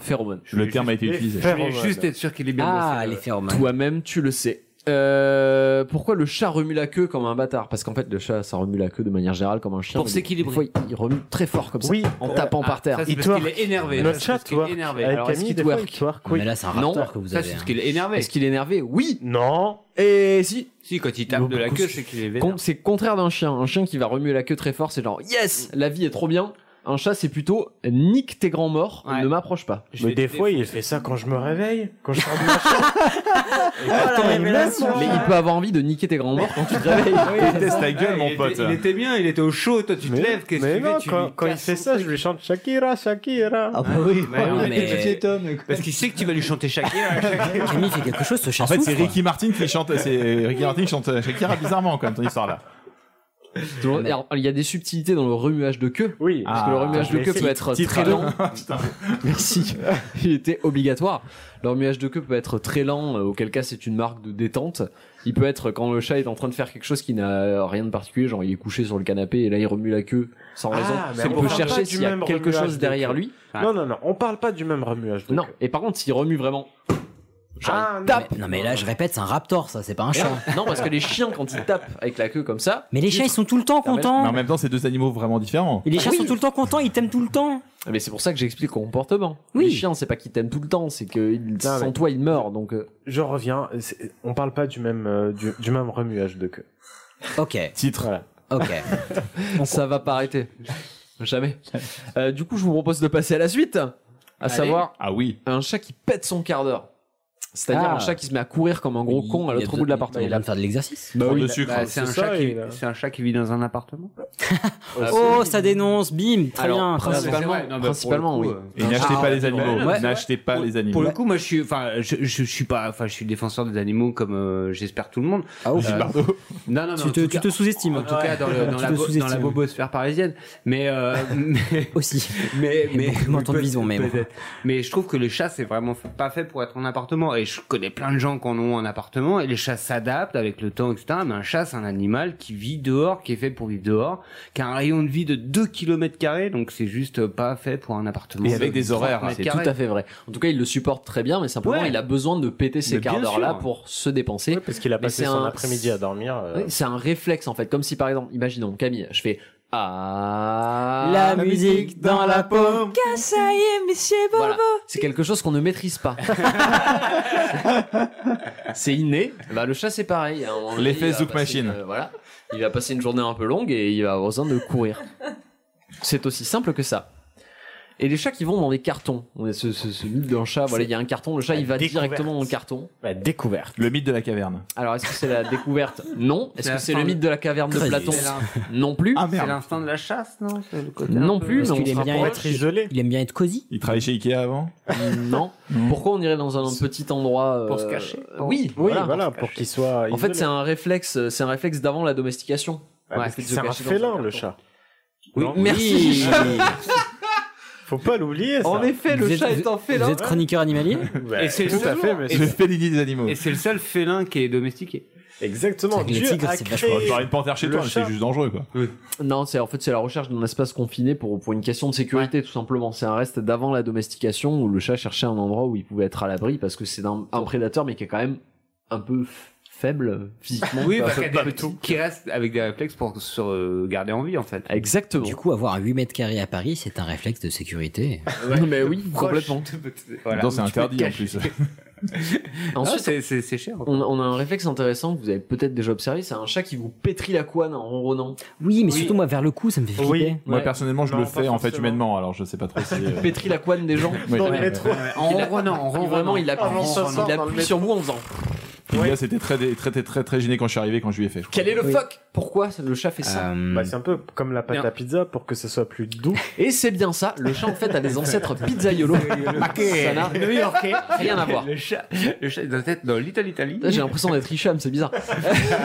Speaker 12: phéromones.
Speaker 10: Le terme a été utilisé.
Speaker 12: Je voulais juste être sûr qu'il est bien euh.
Speaker 1: Ah,
Speaker 12: bossé.
Speaker 1: les phéromones.
Speaker 12: Toi-même, tu le sais. Euh, pourquoi le chat remue la queue comme un bâtard Parce qu'en fait, le chat, ça remue la queue de manière générale comme un chien.
Speaker 4: Pour
Speaker 12: mais
Speaker 4: s'équilibrer.
Speaker 12: des fois, il- il remue très fort comme ça,
Speaker 4: Oui,
Speaker 12: en
Speaker 4: euh,
Speaker 12: tapant
Speaker 4: ah,
Speaker 12: par terre.
Speaker 4: ça, c'est Il parce qu'il twerk. est énervé. Notre Ça, c'est chat parce qu'il est twerk. énervé. Avec
Speaker 12: Alors, est-ce
Speaker 4: Camille,
Speaker 12: qu'il
Speaker 4: des fois,
Speaker 12: twerk
Speaker 4: il twerk, oui. Mais là, c'est un
Speaker 12: Non.
Speaker 4: raptor que vous Ça, avez, c'est parce hein. qu'il est énervé.
Speaker 12: Est-ce qu'il est énervé Oui.
Speaker 14: Non. bah,
Speaker 12: Et si.
Speaker 4: Si, quand il tape de la queue, c'est qu'il est vénère.
Speaker 12: Con- C'est contraire d'un chien. Un chien qui va remuer la queue très fort, c'est genre yes, la vie est trop bien. Un chat, c'est plutôt nique tes grands morts, ne m'approche pas.
Speaker 14: Mais des fois, il fait ça quand je me réveille, quand je sors
Speaker 12: [LAUGHS]
Speaker 14: de hein.
Speaker 12: Mais il peut avoir envie de niquer tes grands morts quand
Speaker 14: [LAUGHS]
Speaker 12: tu te réveilles.
Speaker 4: il Était, il était bien, il était au chaud, toi tu te lèves, qu'est-ce que
Speaker 14: Mais
Speaker 4: tu fais
Speaker 14: non,
Speaker 4: tu
Speaker 14: quand,
Speaker 4: lui
Speaker 14: quand il
Speaker 4: casses
Speaker 14: fait ça, je lui chante Shakira, Shakira.
Speaker 9: Ah bah
Speaker 4: oui. Mais non, mais-
Speaker 9: Parce
Speaker 4: qu'il sait que tu vas lui chanter Shakira. Shakira.
Speaker 1: Camille fait quelque chose, ce chat
Speaker 10: En fait, c'est
Speaker 1: souffre.
Speaker 10: Ricky Martin qui chante, c'est Ricky Martin qui chante
Speaker 1: [LAUGHS]
Speaker 10: Shakira bizarrement quand même ton histoire là.
Speaker 12: Toujours- alors, Il y a des subtilités dans le remuage de queue. Oui. Parce que le
Speaker 10: Ah,
Speaker 12: remuage de
Speaker 10: mais
Speaker 12: queue
Speaker 10: c'est
Speaker 12: peut être
Speaker 10: titre,
Speaker 12: très
Speaker 10: hein. [LAUGHS]
Speaker 12: lent. [LAUGHS]
Speaker 1: [LAUGHS]
Speaker 12: Merci. Il était obligatoire. Le remuage de queue peut être très lent, euh, auquel cas c'est une marque de détente. Il peut être quand le chat est en train de faire quelque chose qui n'a rien de particulier, genre il est couché sur le canapé et là il remue la queue sans
Speaker 14: Ah,
Speaker 12: raison.
Speaker 14: mais
Speaker 12: il
Speaker 14: on
Speaker 12: peut
Speaker 14: parle pas
Speaker 12: chercher
Speaker 14: du
Speaker 12: s'il y a
Speaker 14: même
Speaker 12: quelque
Speaker 14: remuage
Speaker 12: chose
Speaker 14: de
Speaker 12: derrière
Speaker 14: queue.
Speaker 12: lui.
Speaker 14: Non, non, non, on parle pas du même remuage.
Speaker 12: Non. Et par contre, s'il remue vraiment. Genre, il
Speaker 1: non,
Speaker 12: tape.
Speaker 1: mais- non, mais là, je répète, c'est un raptor, ça, c'est pas un chat.
Speaker 12: Ah, [LAUGHS] Non, parce que les chiens, quand ils tapent avec la queue comme ça.
Speaker 1: Mais les chats, ils sont tout le temps
Speaker 12: Non, mais-
Speaker 1: contents.
Speaker 10: Mais en même temps, c'est deux animaux vraiment différents.
Speaker 1: Et les chats sont tout le temps contents, ils t'aiment tout le temps.
Speaker 12: Mais c'est pour ça que j'explique le comportement. Les chiens, c'est pas qu'ils t'aiment tout le temps, c'est que ils-
Speaker 14: Non,
Speaker 12: sans
Speaker 14: mais-
Speaker 12: toi, ils meurent. Donc, euh,
Speaker 14: Je reviens, c'est- on parle pas du même, euh, du, du même remuage de queue.
Speaker 1: Ok.
Speaker 10: Titre.
Speaker 1: Ok.
Speaker 12: [LAUGHS] ça va pas arrêter. Jamais. Euh, du coup, je vous propose de passer à la suite. À
Speaker 10: Allez.
Speaker 12: savoir.
Speaker 10: Ah oui.
Speaker 12: Un chat qui pète son quart d'heure. C'est-à-dire
Speaker 1: Ah.
Speaker 12: un chat qui se met à courir comme un gros con à
Speaker 1: Il a
Speaker 12: l'autre
Speaker 1: besoin-
Speaker 12: bout de l'appartement.
Speaker 1: Il a besoin de faire de l'exercice.
Speaker 12: Bah oui,
Speaker 4: Bah,
Speaker 12: de sucre.
Speaker 4: bah, c'est un,
Speaker 12: C'est
Speaker 4: chat
Speaker 12: ça,
Speaker 4: qui-
Speaker 12: il a-
Speaker 4: c'est un chat qui vit dans un appartement.
Speaker 10: Ah,
Speaker 1: Oh, ça dénonce, bim, très
Speaker 4: Alors,
Speaker 1: bien.
Speaker 4: principalement- Non, bah, pour principalement, le coup, oui. euh,
Speaker 10: Et n'achetez
Speaker 4: Ah,
Speaker 10: pas les
Speaker 4: ouais,
Speaker 10: animaux.
Speaker 4: ouais.
Speaker 10: N'achetez pas les animaux.
Speaker 4: Pour le coup, moi, je suis, enfin, je, je, je suis pas, enfin, je suis défenseur des animaux comme euh, j'espère tout le monde.
Speaker 1: Ah
Speaker 4: oui,
Speaker 10: Gilles Bardot.
Speaker 4: Non, non, mais
Speaker 1: Tu
Speaker 4: en
Speaker 1: te-
Speaker 4: tout
Speaker 1: tu
Speaker 4: cas-
Speaker 1: te sous-estimes.
Speaker 4: En tout
Speaker 1: Ouais.
Speaker 4: cas, dans, le- dans
Speaker 1: Tu
Speaker 4: la,
Speaker 1: te
Speaker 4: bo- dans la
Speaker 1: sous-estimes.
Speaker 4: bobosphère parisienne.
Speaker 1: [LAUGHS]
Speaker 4: Mais, euh, mais
Speaker 1: aussi.
Speaker 4: Mais mais
Speaker 1: beaucoup de mentons de
Speaker 4: peut-
Speaker 1: bison, mais bon.
Speaker 4: peut-être. Mais je trouve que les chats, c'est vraiment f- pas fait pour être en appartement. Et je connais plein de gens qui en ont en appartement. Et les chats s'adaptent avec le temps, etc. Mais un chat, c'est un animal qui vit dehors, qui est fait pour vivre dehors, qui a un rayon de vie de 2 km carrés. Donc c'est juste pas fait pour un appartement.
Speaker 12: Et
Speaker 4: de
Speaker 12: avec des
Speaker 4: 30
Speaker 12: horaires, hein,
Speaker 4: mètres
Speaker 12: c'est
Speaker 4: carrés.
Speaker 12: tout à fait vrai. En tout cas, il le supporte très bien, mais simplement,
Speaker 4: Ouais.
Speaker 12: il a besoin de péter ses
Speaker 4: Mais
Speaker 12: quarts
Speaker 4: bien
Speaker 12: d'heure là
Speaker 4: sûr.
Speaker 12: pour se dépenser.
Speaker 14: parce qu'il a
Speaker 12: Mais
Speaker 14: passé
Speaker 12: c'est
Speaker 14: son
Speaker 12: un-
Speaker 14: après-midi à dormir. euh,
Speaker 12: Oui, c'est un réflexe en fait. Comme si par exemple, imaginons Camille, je fais ah
Speaker 1: La musique dans la peau.
Speaker 8: ça y est, monsieur Bobo.
Speaker 12: Voilà. C'est quelque chose qu'on ne maîtrise
Speaker 10: [LAUGHS]
Speaker 12: pas. c'est inné. Bah, le chat c'est pareil. À un moment donné,
Speaker 10: L'effet
Speaker 12: il va
Speaker 10: Zouk
Speaker 12: passer
Speaker 10: Machine.
Speaker 12: une- euh, voilà. Il va passer une journée un peu longue et il va avoir besoin de courir. C'est aussi simple que ça. Et les chats qui vont dans des cartons. On a ce, ce- ce mythe d'un chat. Voilà, il y a un carton. Le chat, il va directement dans le carton.
Speaker 14: La découverte.
Speaker 10: Le mythe de la caverne.
Speaker 12: Alors, est-ce que c'est
Speaker 10: [LAUGHS]
Speaker 12: la découverte Non. Est-ce
Speaker 4: C'est
Speaker 12: que
Speaker 4: la
Speaker 12: c'est
Speaker 4: fin
Speaker 12: le
Speaker 4: de-
Speaker 12: mythe de la caverne de
Speaker 4: Crédit.
Speaker 12: Platon
Speaker 4: C'est la-
Speaker 12: [LAUGHS] Non plus.
Speaker 10: Ah,
Speaker 4: C'est l'instinct de la chasse, non C'est le côté un
Speaker 12: Non
Speaker 4: peu-
Speaker 12: plus.
Speaker 1: Parce
Speaker 12: mais on
Speaker 1: qu'il
Speaker 12: se
Speaker 1: aime bien
Speaker 12: rapproche.
Speaker 1: être isolé. Il aime bien être cosy.
Speaker 10: Il travaillait chez Ikea avant.
Speaker 12: [LAUGHS] Non. Pourquoi on irait dans un petit endroit euh,
Speaker 4: Pour se cacher.
Speaker 12: euh, Oui.
Speaker 14: Oui, voilà, pour qu'il soit.
Speaker 12: En fait, c'est un réflexe. euh, C'est un réflexe d'avant la domestication.
Speaker 14: parce que
Speaker 12: de se
Speaker 14: Ah, c'est un
Speaker 12: cacher dans
Speaker 14: félin,
Speaker 12: un
Speaker 14: le
Speaker 12: carton.
Speaker 14: chat.
Speaker 12: Oui.
Speaker 14: Non
Speaker 12: Merci.
Speaker 14: [LAUGHS] Faut pas l'oublier. ça.
Speaker 12: En effet, le chat est en félin.
Speaker 1: Vous êtes
Speaker 10: [LAUGHS]
Speaker 1: chroniqueur animalier
Speaker 14: Bah,
Speaker 4: Et c'est
Speaker 14: tout à
Speaker 4: toujours-
Speaker 14: fait,
Speaker 10: C'est le
Speaker 14: monsieur.
Speaker 10: félinie des animaux.
Speaker 4: Et c'est le seul félin qui est domestiqué.
Speaker 14: Exactement.
Speaker 1: C'est que les
Speaker 14: Dieu
Speaker 1: tigres,
Speaker 14: a
Speaker 1: c'est
Speaker 14: créé
Speaker 1: vachement-
Speaker 10: On va parler de panthère chez
Speaker 14: le
Speaker 10: toi, mais
Speaker 14: chat.
Speaker 10: c'est juste dangereux quoi.
Speaker 12: Non, c'est en fait c'est la recherche d'un espace confiné pour pour une question de sécurité tout simplement. C'est un reste d'avant la domestication où le chat cherchait un endroit où il pouvait être à l'abri parce que c'est un, un prédateur mais qui est quand même un peu f- faible physiquement.
Speaker 4: [LAUGHS] Oui,
Speaker 12: Pas-
Speaker 4: parce qu'il y a
Speaker 12: Bah, pas
Speaker 4: des petits qui restent avec des réflexes pour se euh, garder en vie, en fait.
Speaker 12: Exactement.
Speaker 1: Du coup, avoir un 8 mètres carrés à Paris, c'est un réflexe de sécurité.
Speaker 12: Non, mais oui, complètement.
Speaker 4: Voilà.
Speaker 10: Dans, c'est
Speaker 4: Tu peux te
Speaker 10: interdit en
Speaker 4: cacher. [LAUGHS]
Speaker 10: plus.
Speaker 4: Ah,
Speaker 12: Ensuite,
Speaker 4: c'est- c'est c'est cher. quoi.
Speaker 12: on, on a un réflexe intéressant que vous avez peut-être déjà observé, c'est un chat qui vous pétrit la couane en ronronnant.
Speaker 1: Oui, mais surtout, moi, vers le cou, ça me fait flipper.
Speaker 10: Moi
Speaker 12: Ouais.
Speaker 10: personnellement, je
Speaker 14: Non,
Speaker 10: le
Speaker 14: pas
Speaker 10: fais en fait
Speaker 14: forcément.
Speaker 10: [LAUGHS] humainement, alors je sais pas trop si. euh,
Speaker 12: Pétrit la couane des gens.
Speaker 10: Oui.
Speaker 14: Dans le
Speaker 10: Ouais.
Speaker 14: métro.
Speaker 4: En ronronnant, en
Speaker 12: Et
Speaker 4: ronronnant.
Speaker 12: vraiment, il appuie,
Speaker 14: Avant ce soir,
Speaker 12: il
Speaker 14: dans le
Speaker 12: appuie sur vous en faisant.
Speaker 10: Les gars, c'était très, dé- très, très, très, très gêné quand je suis arrivé, quand je lui ai fait. je crois.
Speaker 12: Quel est le
Speaker 1: Oui.
Speaker 12: fuck Pourquoi le chat fait ça
Speaker 1: Euh,
Speaker 14: Bah, c'est un peu comme la pâte
Speaker 12: Non.
Speaker 14: à pizza pour que ce soit plus doux.
Speaker 12: [LAUGHS] Et c'est bien ça, le chat en fait a
Speaker 3: [LAUGHS]
Speaker 12: des
Speaker 4: [LAUGHS]
Speaker 12: ancêtres pizzaïolo. [LAUGHS] ça n'a
Speaker 4: New-Yorkais.
Speaker 12: rien à voir.
Speaker 4: Le chat, le chat doit être dans l'Italie, Italie.
Speaker 12: Putain, J'ai l'impression d'être Hicham, c'est bizarre.
Speaker 10: [LAUGHS]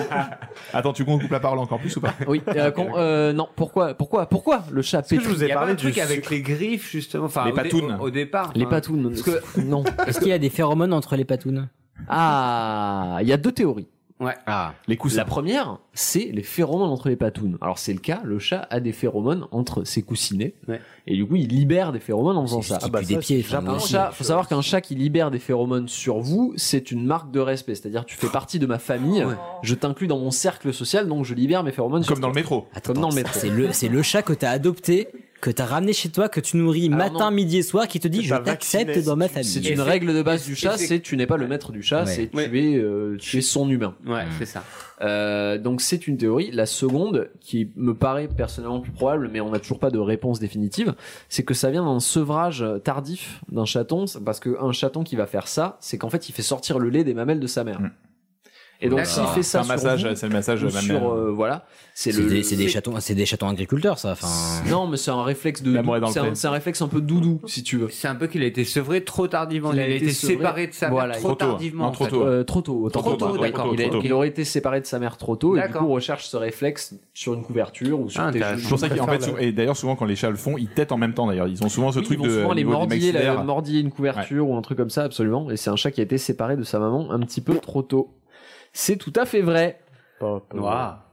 Speaker 10: Attends, tu comptes coupe la parole encore plus ou pas
Speaker 12: Oui, euh, con- euh, non, pourquoi, pourquoi, pourquoi le chat
Speaker 14: que je
Speaker 12: pétrit
Speaker 14: vous ai
Speaker 4: Il y a pas
Speaker 14: parlé
Speaker 4: un
Speaker 14: du
Speaker 4: truc avec
Speaker 14: sucre.
Speaker 4: les griffes, justement. Enfin,
Speaker 10: Les
Speaker 4: au dé-
Speaker 10: patounes.
Speaker 4: Au, au départ.
Speaker 12: les
Speaker 4: hein.
Speaker 12: patounes
Speaker 4: Parce que
Speaker 12: Non.
Speaker 4: [LAUGHS]
Speaker 1: Est-ce qu'il y a des phéromones entre les patounes
Speaker 12: Ah, il y a deux théories. Ouais. Ah. Les coussins. La première, c'est les phéromones entre les patounes. Alors c'est le cas, le chat a des phéromones entre ses coussinets. Ouais. Et du coup, il libère des phéromones en faisant ça.
Speaker 1: Ah bah ça, des pieds. Enfin,
Speaker 12: un chat, faut savoir qu'un chat qui libère des phéromones sur vous, c'est une marque de respect. C'est-à-dire, tu fais partie de ma famille, ouais. je t'inclus dans mon cercle social, donc je libère mes phéromones.
Speaker 10: Comme sur dans toi. le métro.
Speaker 1: Attends, Comme dans le métro. C'est le, c'est le chat que t'as adopté que t'as ramené chez toi, que tu nourris Alors matin, non. midi et soir, qui te dit je t'accepte dans ma famille.
Speaker 12: C'est une règle de base du chat, c'est tu n'es pas le maître du chat, ouais. Mm. c'est tu, ouais. es, euh, tu es son humain.
Speaker 4: Ouais, mmh. c'est ça.
Speaker 12: Euh, donc c'est une théorie. La seconde, qui me paraît personnellement plus probable, mais on n'a toujours pas de réponse définitive, c'est que ça vient d'un sevrage tardif d'un chaton, parce qu'un chaton qui va faire ça, c'est qu'en fait il fait sortir le lait des mamelles de sa mère. Mmh. Et donc s'il fait ça
Speaker 10: un massage, c'est le massage
Speaker 12: sur euh, voilà,
Speaker 1: c'est le des, c'est des chatons, c'est des chatons agriculteurs ça. Enfin...
Speaker 12: [LAUGHS] Non, mais c'est un réflexe de c'est un, un, réflexe un peu doudou si tu veux.
Speaker 4: C'est un peu qu'il a été sevré trop tardivement, il, il a, été, été séparé de sa voilà, mère trop,
Speaker 10: trop tôt,
Speaker 4: tardivement,
Speaker 10: non, trop, tôt.
Speaker 12: Euh, trop tôt, autant trop tôt, d'accord. Il, il, aurait été séparé de sa mère trop tôt et du coup on recherche ce réflexe sur une couverture ou sur ah, tes
Speaker 10: C'est pour ça qu'en fait et d'ailleurs souvent quand les chats le font, ils têtent en même temps d'ailleurs, ils ont souvent ce truc de
Speaker 12: souvent les mordiller, mordiller une couverture ou un truc comme ça absolument et c'est un chat qui a été séparé de sa maman un petit peu trop tôt. C'est tout à fait vrai.
Speaker 4: Wow.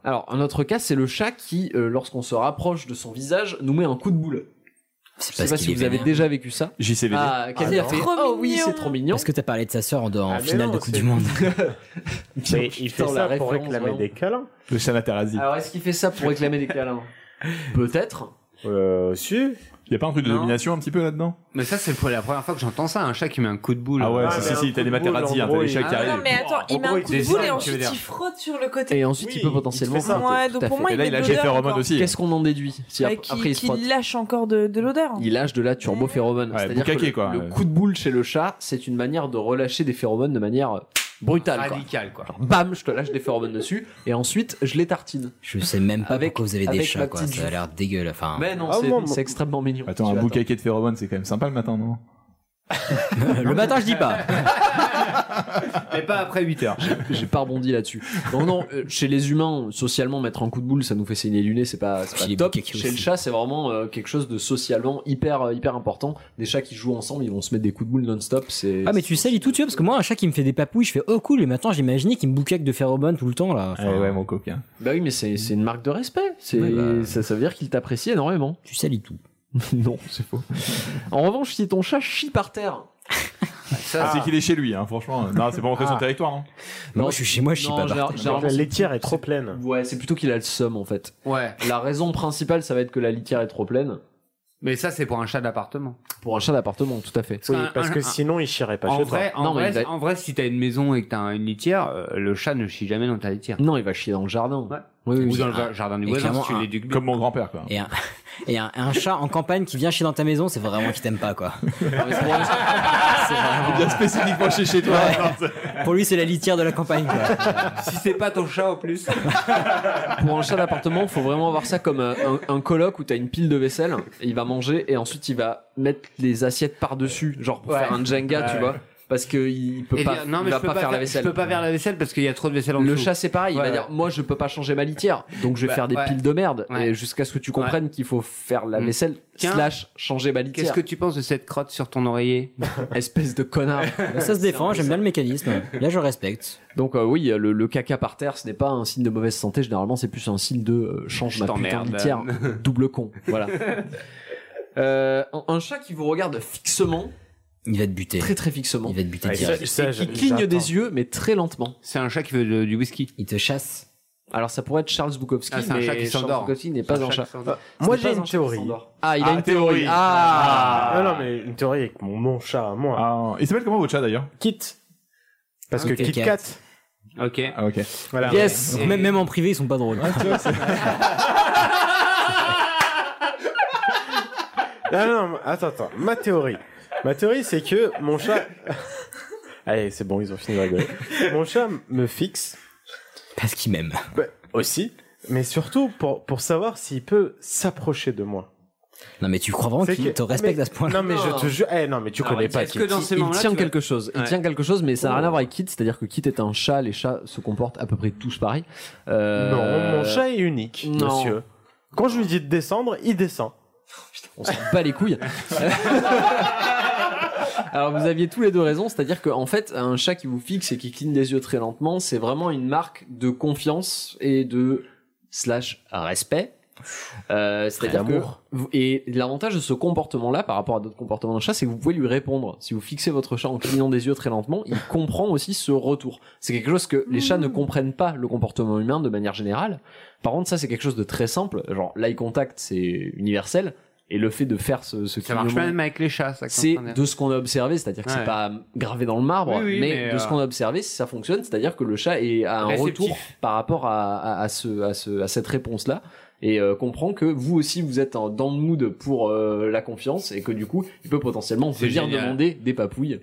Speaker 12: Alors, un autre cas, c'est le chat qui, euh, lorsqu'on se rapproche de son visage, nous met un coup de boule. Je sais pas si vous vénère. avez déjà vécu ça.
Speaker 10: JCVD.
Speaker 12: Ah, Camille ah, a fait. Oh oui, c'est trop mignon.
Speaker 1: Est-ce que t'as parlé de sa sœur en, en ah, finale non, de Coupe du Monde
Speaker 3: [LAUGHS] Mais il fait ça pour réclamer vraiment. des câlins.
Speaker 10: Le chat Materazzi.
Speaker 12: Alors, est-ce qu'il fait
Speaker 10: [LAUGHS]
Speaker 12: ça pour réclamer des câlins Peut-être.
Speaker 3: Euh, si.
Speaker 10: Y a pas un truc de non. domination un petit peu là-dedans
Speaker 4: Mais ça, c'est la première fois que j'entends ça, un chat qui met un coup de boule.
Speaker 10: Ah ouais, ah, si, si, t'as des materazzi, t'as des chats qui arrivent.
Speaker 8: Ah Non, mais attends, il met un coup de boule et ensuite il frotte sur le côté.
Speaker 12: Et ensuite, oui, il peut potentiellement.
Speaker 8: Ça. Ouais, donc pour moi,
Speaker 10: et là, il, il a des phéromones aussi.
Speaker 12: Qu'est-ce qu'on en déduit
Speaker 8: si après, il, il, il Bah, lâche encore de, de l'odeur. hein.
Speaker 12: Il lâche de la turbo-phéromone. C'est-à-dire que le coup de boule chez le chat, c'est une manière de relâcher des phéromones de manière brutal
Speaker 4: radical quoi.
Speaker 12: quoi. Alors, bam, je te lâche des phéromones dessus et ensuite je les tartine.
Speaker 1: Je sais même pas
Speaker 12: [LAUGHS]
Speaker 1: avec, pourquoi vous avez des chats quoi, ça a l'air dégueulasse. Enfin...
Speaker 12: Mais non, ah, c'est bon, extrêmement mignon.
Speaker 10: Attends, un bouquet de phéromones, c'est quand même sympa le matin, non
Speaker 1: Le matin, je dis pas.
Speaker 4: [LAUGHS] Mais pas après 8 heures.
Speaker 12: J'ai pas rebondi là-dessus. Non, non, euh, chez les humains, socialement, mettre un coup de boule, ça nous fait saigner les nez, c'est pas, pas top. Chez aussi. le chat, c'est vraiment euh, quelque chose de socialement hyper, euh, hyper important. Des chats qui jouent ensemble, ils vont se mettre des coups de boule non-stop.
Speaker 1: Ah, mais tu salis tout, tu vois, parce que moi, un chat qui me fait des papouilles, je fais oh cool, et maintenant j'imaginais qu'il me bouquaque de phéromones tout le temps là.
Speaker 10: Enfin, ah ouais, mon coquin.
Speaker 12: Bah oui, mais c'est une marque de respect. c'est ouais, bah... ça, ça veut dire qu'il t'apprécie énormément.
Speaker 1: Tu salis tout.
Speaker 12: [LAUGHS] non, c'est faux. en revanche, si ton chat chie par terre. Ah.
Speaker 10: Ah, c'est qu'il est chez lui, hein, franchement. Non, c'est pas rentrer sur le territoire. hein. Non,
Speaker 1: non, je suis chez moi, je suis pas par
Speaker 3: terre. La litière est trop pleine.
Speaker 12: Ouais, c'est plutôt qu'il a le seum en fait.
Speaker 4: Ouais.
Speaker 12: La raison principale, ça va être que la litière est trop pleine.
Speaker 4: Mais ça, c'est pour un chat d'appartement.
Speaker 12: Pour un chat d'appartement, tout à fait.
Speaker 3: Oui, parce que sinon, il chierait pas
Speaker 4: en
Speaker 3: chez
Speaker 4: vrai,
Speaker 3: toi.
Speaker 4: En, non, vrai, va... en vrai, si t'as une maison et que t'as une litière, euh, le chat ne chie jamais dans ta litière.
Speaker 12: Non, il va chier dans le jardin.
Speaker 4: Ouais. Oui, oui, ou dans
Speaker 12: Ah,
Speaker 1: Ah,
Speaker 4: un... le jardin du voisin, si tu l'éduques
Speaker 10: Comme mon grand-père, quoi.
Speaker 1: Et, un... [LAUGHS] et un... un, chat en campagne qui vient chier dans ta maison, c'est vraiment qu'il t'aime pas,
Speaker 4: [LAUGHS]
Speaker 1: quoi. c'est
Speaker 4: Ah,
Speaker 10: vraiment... bien spécifiquement chez, chez toi.
Speaker 1: Ouais. [LAUGHS] Pour lui, c'est la litière de la campagne,
Speaker 4: [LAUGHS]
Speaker 1: quoi.
Speaker 4: [LAUGHS] si c'est pas ton chat,
Speaker 12: [LAUGHS]
Speaker 4: en plus.
Speaker 12: pour un chat d'appartement, faut vraiment voir ça comme un, un colloque où t'as une pile de vaisselle, et il va manger, et ensuite il va mettre les assiettes par-dessus, genre pour ouais. faire un Jenga, ouais. tu vois parce qu'il peut eh bien, pas, non, mais il va
Speaker 4: je peux
Speaker 12: pas, faire, faire la vaisselle.
Speaker 4: Je peux pas faire la vaisselle parce qu'il y a trop de vaisselle en
Speaker 12: Le
Speaker 4: dessous.
Speaker 12: chat, c'est pareil. Ouais, il va dire, moi, je peux pas changer ma litière, donc je vais bah, faire des ouais. piles de merde. Ouais. Mm. Et jusqu'à ce que tu comprennes qu'il faut faire la vaisselle slash changer ma litière.
Speaker 4: Mm. Qu'est-ce que tu penses de cette crotte sur ton oreiller
Speaker 12: [LAUGHS] Espèce de [LAUGHS] connard.
Speaker 1: ça se défend. J'aime bien le mécanisme. Là, je respecte.
Speaker 12: Donc euh, oui, le, le, caca par terre, ce n'est pas un signe de mauvaise santé. Généralement, c'est plus un signe de euh, change je ma putain
Speaker 10: [LAUGHS]
Speaker 12: de [LAUGHS] litière. Double con. Voilà. euh, un chat qui vous regarde fixement.
Speaker 1: Il va te buter.
Speaker 12: Très très fixement.
Speaker 1: Il va te buter
Speaker 12: ouais, direct. Ça, ça, il cligne des yeux, mais très lentement.
Speaker 4: C'est un chat qui veut de, du whisky.
Speaker 1: Il te chasse.
Speaker 12: Alors ça pourrait être Charles Bukowski,
Speaker 4: ah, un mais
Speaker 12: chat qui Charles Bukowski n'est pas un chat.
Speaker 3: Ah, moi j'ai une théorie.
Speaker 12: Ah, il ah, a une théorie. théorie.
Speaker 3: Ah. Non, non, mais une théorie avec mon, mon chat à moi.
Speaker 10: Ah, il s'appelle comment votre chat d'ailleurs Ah,
Speaker 3: Kit. Parce que Kit Kat.
Speaker 4: Ok.
Speaker 10: ok.
Speaker 1: Voilà, yes. Ouais. Et... Même, même en privé, ils sont pas drôles.
Speaker 3: non, Ah non, attends, attends. Ma théorie. Ma théorie, c'est que mon chat. Allez, c'est bon, ils ont fini de rigoler. Mon chat me fixe.
Speaker 1: Parce qu'il m'aime.
Speaker 3: Bah, aussi, mais surtout pour, pour savoir s'il peut s'approcher de moi.
Speaker 1: Non mais tu crois vraiment qu'il que... te respecte
Speaker 3: mais...
Speaker 1: à ce point-là
Speaker 3: Non mais je te jure, eh, non mais tu non, connais pas.
Speaker 12: Kit. Que dans ces il tient quelque vois... chose. Il ouais. Oh. tient quelque chose, mais ça n'a rien à voir avec Kit. C'est-à-dire que Kit est un chat. Les chats se comportent à peu près tous pareil.
Speaker 3: Euh... Non, mon chat est unique, non. monsieur. Quand je lui dis de descendre, il descend.
Speaker 12: Putain, on s'en bat les couilles. [LAUGHS] Alors vous aviez tous les deux raison, c'est-à-dire qu'en fait, un chat qui vous fixe et qui cligne les yeux très lentement, c'est vraiment une marque de confiance et de slash respect. Euh, c'est-à-dire que vous- et l'avantage de ce comportement-là par rapport à d'autres comportements d'un chat, c'est que vous pouvez lui répondre. Si vous fixez votre chat en clignant des yeux très lentement, il comprend aussi ce retour. C'est quelque chose que les chats ne comprennent pas le comportement humain de manière générale. Par contre, ça c'est quelque chose de très simple. Genre l'eye contact, c'est universel. Et le fait de faire ce, ce
Speaker 4: Ça marche
Speaker 12: clignement-
Speaker 4: pas même avec les chats, ça.
Speaker 12: c'est
Speaker 4: quand on est-
Speaker 12: de ce qu'on a observé, c'est-à-dire que
Speaker 4: Ouais.
Speaker 12: c'est pas gravé dans le marbre,
Speaker 4: Oui, oui,
Speaker 12: mais,
Speaker 4: mais,
Speaker 12: de ce
Speaker 4: euh,
Speaker 12: qu'on a observé, ça fonctionne, c'est-à-dire que le chat est, a un
Speaker 4: Réceptif.
Speaker 12: retour par rapport à, à, à ce, à, ce, à cette réponse-là et euh, comprend que vous aussi vous êtes en- dans le mood pour euh, la confiance et que du coup il peut potentiellement
Speaker 4: C'est
Speaker 12: venir
Speaker 4: génial.
Speaker 12: demander des papouilles.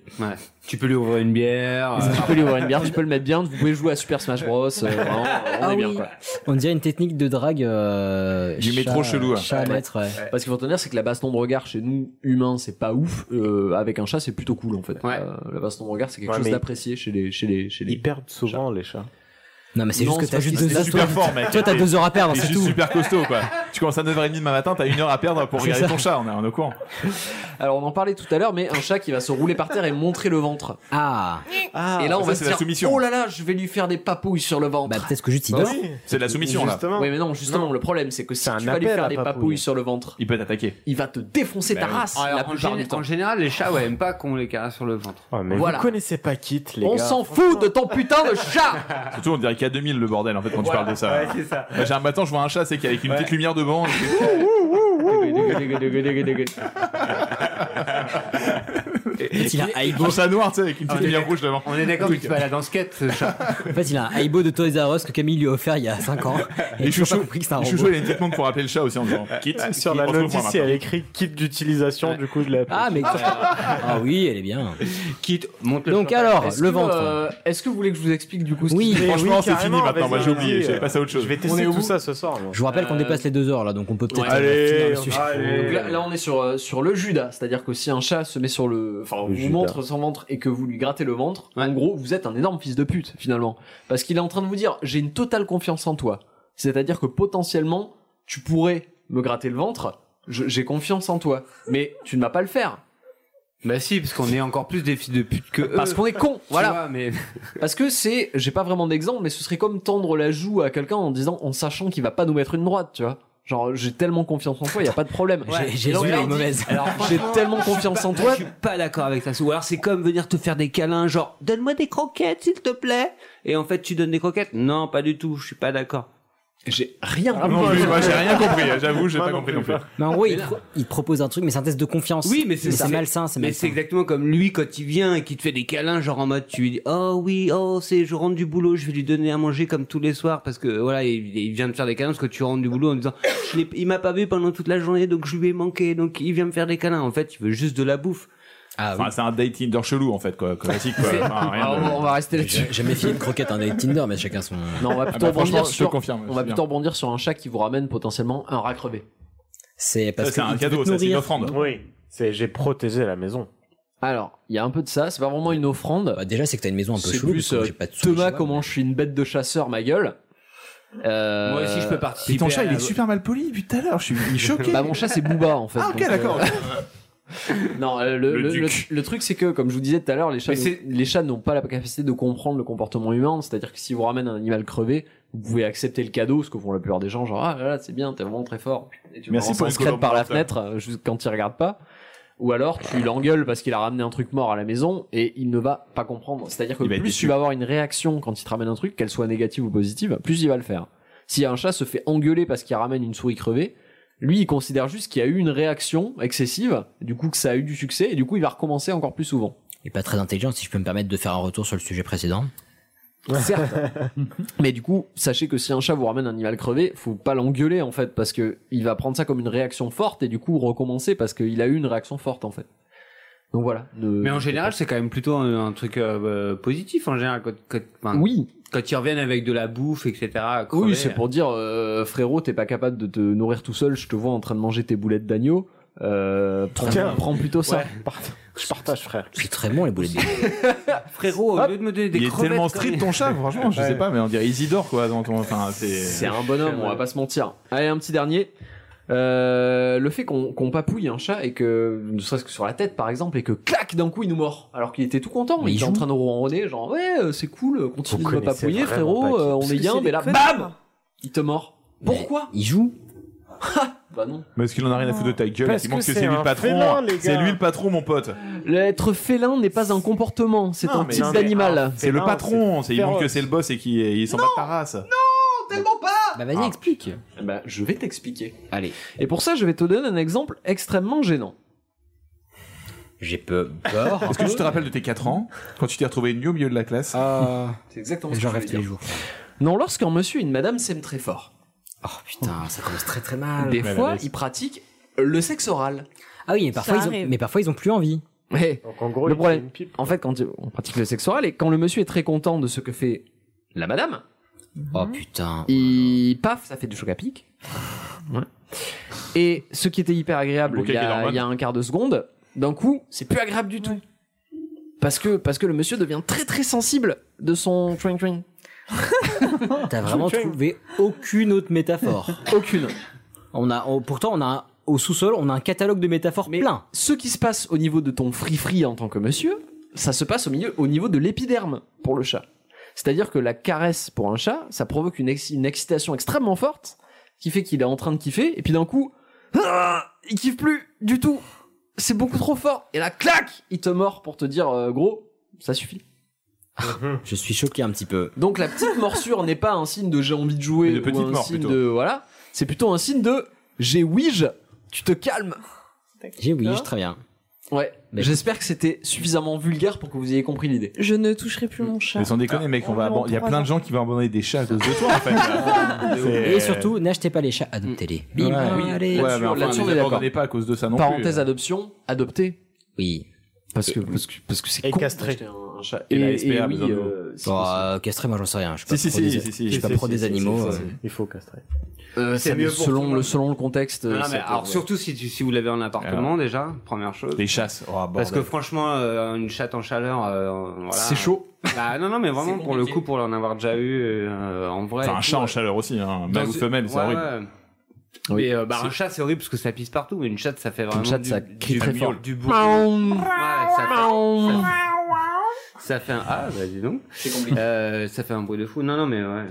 Speaker 4: Tu peux lui ouvrir une bière. euh,
Speaker 12: tu peux lui ouvrir une bière, tu peux le mettre bien, vous pouvez jouer à Super Smash Bros. euh, vraiment, on
Speaker 1: Ah
Speaker 12: est bien
Speaker 1: oui.
Speaker 12: quoi.
Speaker 1: On dirait une technique de drague euh,
Speaker 12: Du
Speaker 1: chat-
Speaker 12: métro chelou, hein.
Speaker 1: Chat à
Speaker 12: Ouais.
Speaker 1: maître, ouais.
Speaker 12: Parce qu'il faut retenir, c'est que la baston de regard chez nous, humains, c'est pas ouf. Euh, avec un chat, c'est plutôt cool en fait. Euh, la baston de regard, c'est quelque
Speaker 1: Ouais,
Speaker 12: chose
Speaker 1: mais-
Speaker 12: d'apprécié chez les, chez les, chez les. Ils
Speaker 14: perdent souvent les chats.
Speaker 1: Non, mais c'est juste que t'as
Speaker 10: parce
Speaker 1: juste
Speaker 10: qu'ils
Speaker 1: deux
Speaker 10: sont
Speaker 1: heures.
Speaker 10: super
Speaker 1: Toi,
Speaker 10: fort,
Speaker 1: t'as-
Speaker 10: mec.
Speaker 1: toi, t'as deux heures à perdre,
Speaker 10: T'es
Speaker 1: c'est
Speaker 10: juste
Speaker 1: tout.
Speaker 10: super costaud, quoi. Tu commences à 9h30 demain matin, t'as une heure à perdre pour
Speaker 12: C'est
Speaker 10: regarder
Speaker 12: ça.
Speaker 10: ton chat, on est, on est au courant.
Speaker 12: Alors on en parlait tout à l'heure, mais un chat qui va se rouler par terre et montrer le ventre.
Speaker 1: Ah.
Speaker 12: et là on
Speaker 10: ça,
Speaker 12: va
Speaker 10: c'est
Speaker 12: se
Speaker 10: la
Speaker 12: dire,
Speaker 10: soumission.
Speaker 12: oh là là, je vais lui faire des papouilles sur le ventre. Bah
Speaker 1: peut-être que juste
Speaker 10: il dort. oui, c'est de la soumission, là. Justement.
Speaker 12: Oui mais non, justement le problème c'est que si tu vas lui
Speaker 10: appel
Speaker 12: faire
Speaker 10: à
Speaker 12: des
Speaker 10: papouille.
Speaker 12: papouilles sur le ventre,
Speaker 10: il peut t'attaquer.
Speaker 12: Il va te défoncer ta
Speaker 4: Bah oui.
Speaker 12: race
Speaker 4: Alors,
Speaker 12: la
Speaker 4: en,
Speaker 12: plupart
Speaker 4: gén-
Speaker 12: du temps.
Speaker 4: en général, les chats, ouais, aiment pas qu'on les caresse sur le ventre.
Speaker 10: Oh,
Speaker 14: mais
Speaker 12: Voilà.
Speaker 14: vous connaissez pas Kit, les
Speaker 12: On
Speaker 14: gars.
Speaker 12: s'en fout de ton putain de
Speaker 10: [LAUGHS]
Speaker 12: chat.
Speaker 10: Surtout, on dirait qu'il y a 2000 le bordel en fait quand tu parles de ça.
Speaker 12: Ouais, c'est ça.
Speaker 10: Moi, j'ai un matin, je vois un chat, c'est qu'avec une petite lumière
Speaker 12: [LAUGHS]
Speaker 10: devant. et-
Speaker 1: Il a un
Speaker 10: Un chat noir, tu sais, avec une petite
Speaker 1: On est
Speaker 10: lumière rouge devant.
Speaker 4: On est d'accord qu'il se balade en skate, ce chat.
Speaker 1: [LAUGHS] En fait, il a un Aibo de Toys R Us que Camille lui a offert il y a 5 ans. Et
Speaker 10: Les
Speaker 1: il a Ah, toujours
Speaker 10: chouchous,
Speaker 1: pas compris que c'était un
Speaker 10: les
Speaker 1: robot.
Speaker 10: chouchous, il y a une petite montre pour appeler le chat aussi en disant Kit.
Speaker 14: Sur
Speaker 10: Kit,
Speaker 14: la
Speaker 10: retrouve-moi
Speaker 14: notice,
Speaker 10: maintenant.
Speaker 14: elle écrit kit d'utilisation, du coup je l'ai appelé.
Speaker 1: Ah, mais. Ah oui, elle est bien.
Speaker 4: Kit, monte
Speaker 1: le Donc alors,
Speaker 12: Est-ce
Speaker 1: le
Speaker 12: que,
Speaker 1: ventre.
Speaker 12: euh, Est-ce que vous voulez que je vous explique du coup ce
Speaker 1: Oui.
Speaker 12: qui-
Speaker 1: Eh
Speaker 10: Franchement,
Speaker 1: oui,
Speaker 10: c'est fini
Speaker 1: carrément,
Speaker 10: maintenant. Moi,
Speaker 1: vas-y,
Speaker 10: j'ai oublié,
Speaker 1: vas-y,
Speaker 10: j'ai
Speaker 1: euh,
Speaker 10: passé à autre chose.
Speaker 1: je vais tester
Speaker 10: On est
Speaker 1: tout
Speaker 10: où
Speaker 14: ça ce soir.
Speaker 1: Je vous rappelle qu'on
Speaker 12: Euh,
Speaker 1: dépasse les 2 heures là, donc on peut peut-être. euh,
Speaker 12: Ouais. Donc là, là, on est sur, euh, sur le Judas, c'est-à-dire que si un chat se met sur le, enfin, vous
Speaker 1: Judas.
Speaker 12: montre son ventre et que vous lui grattez le ventre, en gros, vous êtes un énorme fils de pute finalement, parce qu'il est en train de vous dire, j'ai une totale confiance en toi. C'est-à-dire que potentiellement, tu pourrais me gratter le ventre, je- j'ai confiance en toi, mais tu ne vas pas le faire.
Speaker 4: Bah si, parce qu'on est encore plus des fils de pute que eux.
Speaker 12: Parce qu'on est con,
Speaker 4: Tu
Speaker 12: voilà.
Speaker 4: vois, mais... [LAUGHS]
Speaker 12: Parce que c'est, j'ai pas vraiment d'exemple, mais ce serait comme tendre la joue à quelqu'un en disant, en sachant qu'il va pas nous mettre une droite, tu vois. Genre, j'ai tellement confiance en toi, y a pas de problème.
Speaker 1: J'ai- Jésus,
Speaker 12: Donc,
Speaker 1: il est
Speaker 12: dit,
Speaker 1: mauvaise.
Speaker 12: Alors, j'ai
Speaker 4: franchement,
Speaker 12: tellement
Speaker 4: je suis
Speaker 12: confiance
Speaker 4: pas-
Speaker 12: en toi.
Speaker 4: Je suis pas d'accord avec ça. Ou alors c'est comme venir te faire des câlins, genre donne-moi des croquettes s'il te plaît. Et en fait tu donnes des croquettes. Non, pas du tout. Je suis pas d'accord.
Speaker 12: J'ai rien
Speaker 10: Ah non plus, moi j'ai rien compris, hein, j'avoue, j'ai pas compris non plus.
Speaker 1: Mais en gros, il, pro- il te propose un truc, mais c'est un test de confiance.
Speaker 4: Oui, mais c'est ça.
Speaker 1: malsain, c'est
Speaker 4: Mais
Speaker 1: malsain.
Speaker 4: c'est exactement comme lui quand il vient et qu'il te fait des câlins, genre en mode tu lui dis oh oui oh c'est je rentre du boulot, je vais lui donner à manger comme tous les soirs parce que voilà il, il vient de faire des câlins parce que tu rentres du boulot en disant je l'ai- il m'a pas vu pendant toute la journée donc je lui ai manqué donc il vient me faire des câlins. En fait il veut juste de la bouffe.
Speaker 10: Enfin, c'est un date Tinder chelou en fait, quoi. Classique, quoi. Enfin, Ah, rien de-
Speaker 12: on va rester là-dessus.
Speaker 1: J'ai jamais filé de croquette un date Tinder, mais chacun son.
Speaker 12: Non, on va
Speaker 10: Ah
Speaker 12: plutôt
Speaker 10: bah, franchement,
Speaker 12: rebondir
Speaker 10: je te
Speaker 12: sur,
Speaker 10: confirme,
Speaker 12: on
Speaker 10: c'est
Speaker 12: va
Speaker 10: bien.
Speaker 12: plutôt rebondir sur un chat qui vous ramène potentiellement un rat crevé.
Speaker 1: C'est
Speaker 12: parce
Speaker 10: c'est
Speaker 12: que
Speaker 10: un
Speaker 12: il
Speaker 10: cadeau,
Speaker 12: veut te
Speaker 10: ça, c'est une
Speaker 12: nourrir.
Speaker 10: offrande.
Speaker 14: Oui, c'est j'ai protégé la maison.
Speaker 12: Alors, il y a un peu de ça, c'est pas vraiment une offrande.
Speaker 1: Bah, déjà, c'est que t'as une maison un peu
Speaker 12: C'est
Speaker 1: chelou.
Speaker 12: plus
Speaker 1: parce que
Speaker 12: euh,
Speaker 1: j'ai pas de sous.
Speaker 12: Thomas, comment je suis une bête de chasseur, ma gueule. Euh,
Speaker 4: Moi aussi, je peux participer
Speaker 10: Et ton chat,
Speaker 4: à la-
Speaker 10: il est super mal poli depuis tout à l'heure, je suis choqué.
Speaker 12: Bah, mon chat, c'est Booba en fait.
Speaker 10: Ah, ok,
Speaker 12: donc, euh,
Speaker 10: d'accord.
Speaker 12: [LAUGHS] Non, euh, le,
Speaker 10: Le
Speaker 12: le-
Speaker 10: duc.
Speaker 12: le- le truc c'est que, comme je vous disais tout à l'heure, les chats,
Speaker 4: Mais c'est-
Speaker 12: les chats n'ont pas la capacité de comprendre le comportement humain. C'est-à-dire que si vous ramènez un animal crevé, vous pouvez accepter le cadeau, ce que font la plupart des gens, genre ah là là, c'est bien, t'es vraiment très fort. Et tu
Speaker 10: Merci
Speaker 12: Merci
Speaker 10: pour
Speaker 12: en
Speaker 10: le
Speaker 12: scred par la
Speaker 10: collaborateur.
Speaker 12: fenêtre euh, juste quand il regarde pas. Ou alors tu l'engueules parce qu'il a ramené un truc mort à la maison et il ne va pas comprendre. C'est-à-dire que
Speaker 10: Il va être
Speaker 12: plus
Speaker 10: déçu.
Speaker 12: tu vas avoir une réaction quand il te ramène un truc, qu'elle soit négative ou positive, plus il va le faire. Si un chat se fait engueuler parce qu'il ramène une souris crevée, lui, il considère juste qu'il y a eu une réaction excessive, du coup que ça a eu du succès, et du coup il va recommencer encore plus souvent.
Speaker 1: Et pas très intelligent, si je peux me permettre de faire un retour sur le sujet précédent.
Speaker 10: [LAUGHS]
Speaker 12: Certes. Mais du coup, sachez que si un chat vous ramène un animal crevé, faut pas l'engueuler en fait, parce que il va prendre ça comme une réaction forte et du coup recommencer parce qu'il a eu une réaction forte en fait. Donc voilà. Ne-
Speaker 4: Mais en général, c'est quand même plutôt un, un truc euh, euh, positif en général. Quand, quand- enfin,
Speaker 12: Oui.
Speaker 4: Quand ils reviennent avec de la bouffe, etc.
Speaker 12: Oui,
Speaker 4: hein.
Speaker 12: c'est pour dire, euh, frérot, t'es pas capable de te nourrir tout seul, je te vois en train de manger tes boulettes d'agneau. Euh, prends,
Speaker 14: Tiens.
Speaker 12: prends plutôt ça.
Speaker 14: Ouais, pardon. je partage, frère.
Speaker 1: C'est très bon, les boulettes de
Speaker 12: Oh,
Speaker 4: frérot, au lieu de me donner des
Speaker 10: Il est
Speaker 4: crevettes,
Speaker 10: tellement
Speaker 4: quand
Speaker 10: strict
Speaker 4: même.
Speaker 10: ton chat, franchement, je
Speaker 4: Ouais.
Speaker 10: sais pas, mais on dirait Isidore, quoi. Dans ton... Enfin, c'est.
Speaker 12: C'est un bonhomme, on va pas se mentir. Allez, un petit dernier. Euh, le fait qu'on qu'on papouille un chat et que, ne serait-ce que sur la tête par exemple, et que clac d'un coup il nous mord, alors qu'il était tout content,
Speaker 1: Mais
Speaker 12: il
Speaker 1: il
Speaker 12: était en
Speaker 1: joue.
Speaker 12: train de ronronner, genre ouais, euh, c'est cool, continue
Speaker 1: Vous
Speaker 12: de me
Speaker 1: connaissez
Speaker 12: papouiller
Speaker 1: vraiment pas
Speaker 12: frérot,
Speaker 1: qui-
Speaker 12: euh, on
Speaker 1: Parce
Speaker 12: est
Speaker 1: que
Speaker 12: bien,
Speaker 1: c'est
Speaker 12: mais
Speaker 1: des
Speaker 12: là
Speaker 1: connards.
Speaker 12: BAM Il te mord. Pourquoi
Speaker 1: Il joue
Speaker 12: Bah non.
Speaker 10: Mais est-ce qu'il en a rien à foutre de ta gueule
Speaker 12: Parce
Speaker 10: Il montre
Speaker 12: que
Speaker 10: que
Speaker 12: c'est
Speaker 10: c'est lui
Speaker 12: un
Speaker 10: le
Speaker 12: félin,
Speaker 10: patron. hein.
Speaker 12: les
Speaker 10: C'est
Speaker 12: gars.
Speaker 10: lui le patron, mon pote.
Speaker 12: L'être félin n'est pas un comportement, c'est
Speaker 10: Non,
Speaker 12: un
Speaker 10: mais
Speaker 12: type
Speaker 10: non, mais
Speaker 12: d'animal.
Speaker 10: un C'est le patron. C'est Oh, il montre que c'est le boss et qui il s'en bat de ta race.
Speaker 12: tellement pas Bah vas-y,
Speaker 10: Ah.
Speaker 1: explique.
Speaker 10: Eh ben,
Speaker 12: Bah je vais t'expliquer. Allez. Et pour ça, je vais te donner un exemple extrêmement gênant.
Speaker 10: J'ai peur. Est-ce que tu te
Speaker 1: Ah,
Speaker 10: rappelles de tes 4 ans quand tu t'es retrouvé nu au milieu de la classe Ah,
Speaker 12: C'est exactement
Speaker 10: J'en rêve tous les
Speaker 12: jours. Non, lorsqu'un monsieur et une madame s'aiment très fort,
Speaker 1: Putain, ça commence très très mal.
Speaker 12: des fois, ils pratiquent le sexe oral.
Speaker 1: Ah oui, mais parfois,
Speaker 12: Ça
Speaker 1: ils ont,
Speaker 12: arrive.
Speaker 1: mais parfois ils ont plus envie.
Speaker 12: Mais le
Speaker 1: il fait
Speaker 12: problème,
Speaker 1: une
Speaker 12: en fait, quand on pratique le sexe oral et quand le monsieur est très content de ce que fait la madame,
Speaker 1: Oh putain.
Speaker 12: il paf, ça fait du choc à pic. Ouais. Et ce qui était hyper agréable
Speaker 1: Le
Speaker 12: il
Speaker 1: bouquet
Speaker 12: y,
Speaker 1: qui est
Speaker 12: a,
Speaker 1: normal.
Speaker 12: il y a un quart de seconde, d'un coup, c'est plus agréable du tout. Parce que parce que le monsieur devient très très sensible de son train train. Ah,
Speaker 1: T'as vraiment
Speaker 12: [LAUGHS]
Speaker 1: trouvé aucune autre métaphore.
Speaker 12: aucune.
Speaker 1: On a, on- pourtant, on a au sous-sol, on a un catalogue de métaphores plein.
Speaker 12: Ce qui se passe au niveau de ton free-free en tant que monsieur, ça se passe au, milieu, au niveau de l'épiderme pour le chat. C'est-à-dire que la caresse pour un chat, ça provoque une, ex- une excitation extrêmement forte qui fait qu'il est en train de kiffer et puis d'un coup, ah, il kiffe plus du tout. C'est beaucoup trop fort. Et là, clac, il te mord pour te dire, euh, gros, ça suffit. Mm-hmm. Ah,
Speaker 1: Je suis choqué un petit peu.
Speaker 12: Donc la petite [LAUGHS] morsure n'est pas un signe de j'ai envie de jouer
Speaker 1: Mais de
Speaker 12: ou
Speaker 1: petite
Speaker 12: un
Speaker 1: mort,
Speaker 12: signe
Speaker 1: plutôt.
Speaker 12: de voilà, c'est plutôt un signe de j'ai ouige, tu te calmes.
Speaker 1: J'ai oui,
Speaker 12: Hein
Speaker 1: très bien.
Speaker 12: Ouais.
Speaker 1: Mais-
Speaker 12: J'espère que c'était suffisamment vulgaire pour que vous ayez compris l'idée.
Speaker 8: Je ne toucherai plus mon chat.
Speaker 10: Mais sans
Speaker 1: Ah,
Speaker 10: déconner, mec, on va.
Speaker 8: est
Speaker 10: abon- Il y a
Speaker 8: trois
Speaker 10: plein
Speaker 8: ans.
Speaker 10: de gens qui vont abandonner des chats à cause de toi, en
Speaker 12: Ah, [LAUGHS]
Speaker 10: fait.
Speaker 1: Et surtout, n'achetez pas les chats,
Speaker 12: Mm.
Speaker 1: adoptez-les. Bim,
Speaker 10: oui,
Speaker 1: allez.
Speaker 10: ouais, mais enfin,
Speaker 12: là-dessus, on
Speaker 10: les
Speaker 12: est d'accord.
Speaker 10: abandonnez pas à cause de ça non
Speaker 12: Parenthèse
Speaker 10: plus. euh.
Speaker 12: adoption, adopté.
Speaker 1: Oui.
Speaker 12: Parce que parce que parce que c'est
Speaker 1: Et
Speaker 12: con
Speaker 1: castré.
Speaker 12: d'acheter un, un chat.
Speaker 1: Et
Speaker 12: Et,
Speaker 1: la
Speaker 12: et
Speaker 1: SPA,
Speaker 12: oui,
Speaker 1: besoin de-
Speaker 12: euh, si
Speaker 1: Bon,
Speaker 12: possible.
Speaker 1: euh, castré, moi j'en sais rien. Je suis
Speaker 12: Si,
Speaker 1: pas
Speaker 12: si,
Speaker 1: pro
Speaker 12: si,
Speaker 1: des,
Speaker 12: si,
Speaker 1: je
Speaker 12: si,
Speaker 1: suis
Speaker 12: si,
Speaker 1: pas
Speaker 12: si,
Speaker 1: pro
Speaker 12: si,
Speaker 1: des
Speaker 12: si,
Speaker 1: animaux.
Speaker 12: si, si,
Speaker 1: euh.
Speaker 12: si.
Speaker 14: Il faut castrer.
Speaker 12: Euh,
Speaker 4: C'est
Speaker 12: ça-
Speaker 4: mieux pour tout
Speaker 12: selon
Speaker 4: le
Speaker 12: le selon le contexte.
Speaker 4: Non, non,
Speaker 12: ça
Speaker 4: mais
Speaker 12: peut-
Speaker 4: alors
Speaker 12: ouais.
Speaker 4: surtout si, tu- si vous l'avez en appartement déjà, première chose.
Speaker 10: Les chasses. oh,
Speaker 4: Parce
Speaker 10: bordel.
Speaker 4: que franchement, euh, une chatte en chaleur, euh, voilà.
Speaker 10: C'est chaud.
Speaker 4: Bah, non, non, mais vraiment pour le coup, pour en avoir déjà eu euh, en vrai.
Speaker 10: Enfin,
Speaker 4: et
Speaker 10: un
Speaker 4: tout,
Speaker 10: chat en
Speaker 4: euh,
Speaker 10: chaleur aussi, hein.
Speaker 4: dans
Speaker 10: mâle ou
Speaker 4: ce-
Speaker 10: femelle, c'est
Speaker 4: ouais,
Speaker 10: horrible.
Speaker 4: ouais.
Speaker 10: Oui.
Speaker 4: Mais euh, bah,
Speaker 10: C'est-
Speaker 4: un chat c'est horrible parce que ça pisse partout, mais une chatte ça fait vraiment
Speaker 10: chatte,
Speaker 4: du,
Speaker 10: ça
Speaker 4: du,
Speaker 10: crie très
Speaker 4: miaule,
Speaker 10: fort.
Speaker 4: du bourreau.
Speaker 12: Miaou.
Speaker 4: Ouais, ça fait- ça fait- ça fait un ah bah dis donc. C'est compliqué. ça fait un bruit de fou. Non non mais ouais.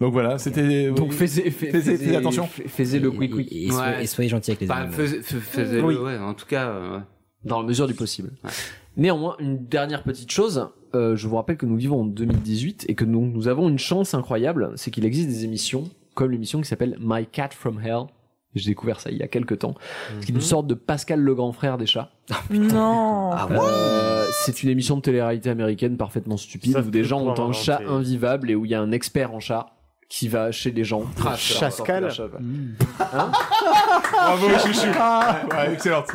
Speaker 10: Donc voilà, c'était.
Speaker 12: Donc
Speaker 10: oui.
Speaker 12: fais, fais,
Speaker 10: Fais- fais attention.
Speaker 12: Fais le quick quick.
Speaker 1: Et, soyez, et soyez gentils avec les
Speaker 4: Bah,
Speaker 1: animaux.
Speaker 4: fais- fais- fais-le,
Speaker 12: Oui.
Speaker 4: ouais, en tout cas. euh, ouais.
Speaker 12: Dans la mesure du possible. Néanmoins, une dernière petite chose. euh, je vous rappelle que nous vivons en 2018 et que nous, nous avons une chance incroyable, c'est qu'il existe des émissions comme l'émission qui s'appelle My Cat from Hell. J'ai découvert ça il y a quelques temps. qui est une sorte de Pascal le grand frère des chats.
Speaker 8: Non.
Speaker 10: Ah,
Speaker 12: Euh, c'est une émission de télé-réalité américaine parfaitement stupide
Speaker 14: Ça,
Speaker 12: où des
Speaker 14: faut
Speaker 12: gens ont
Speaker 14: pouvoir
Speaker 12: un chat
Speaker 14: l'inventer.
Speaker 12: invivable et où il y a un expert en chat qui va chez les gens. Hein pour
Speaker 14: Ah,
Speaker 12: faire en sorte que
Speaker 14: Pascal.
Speaker 12: leur chat va-
Speaker 10: Bravo, chouchou. Ouais, excellente.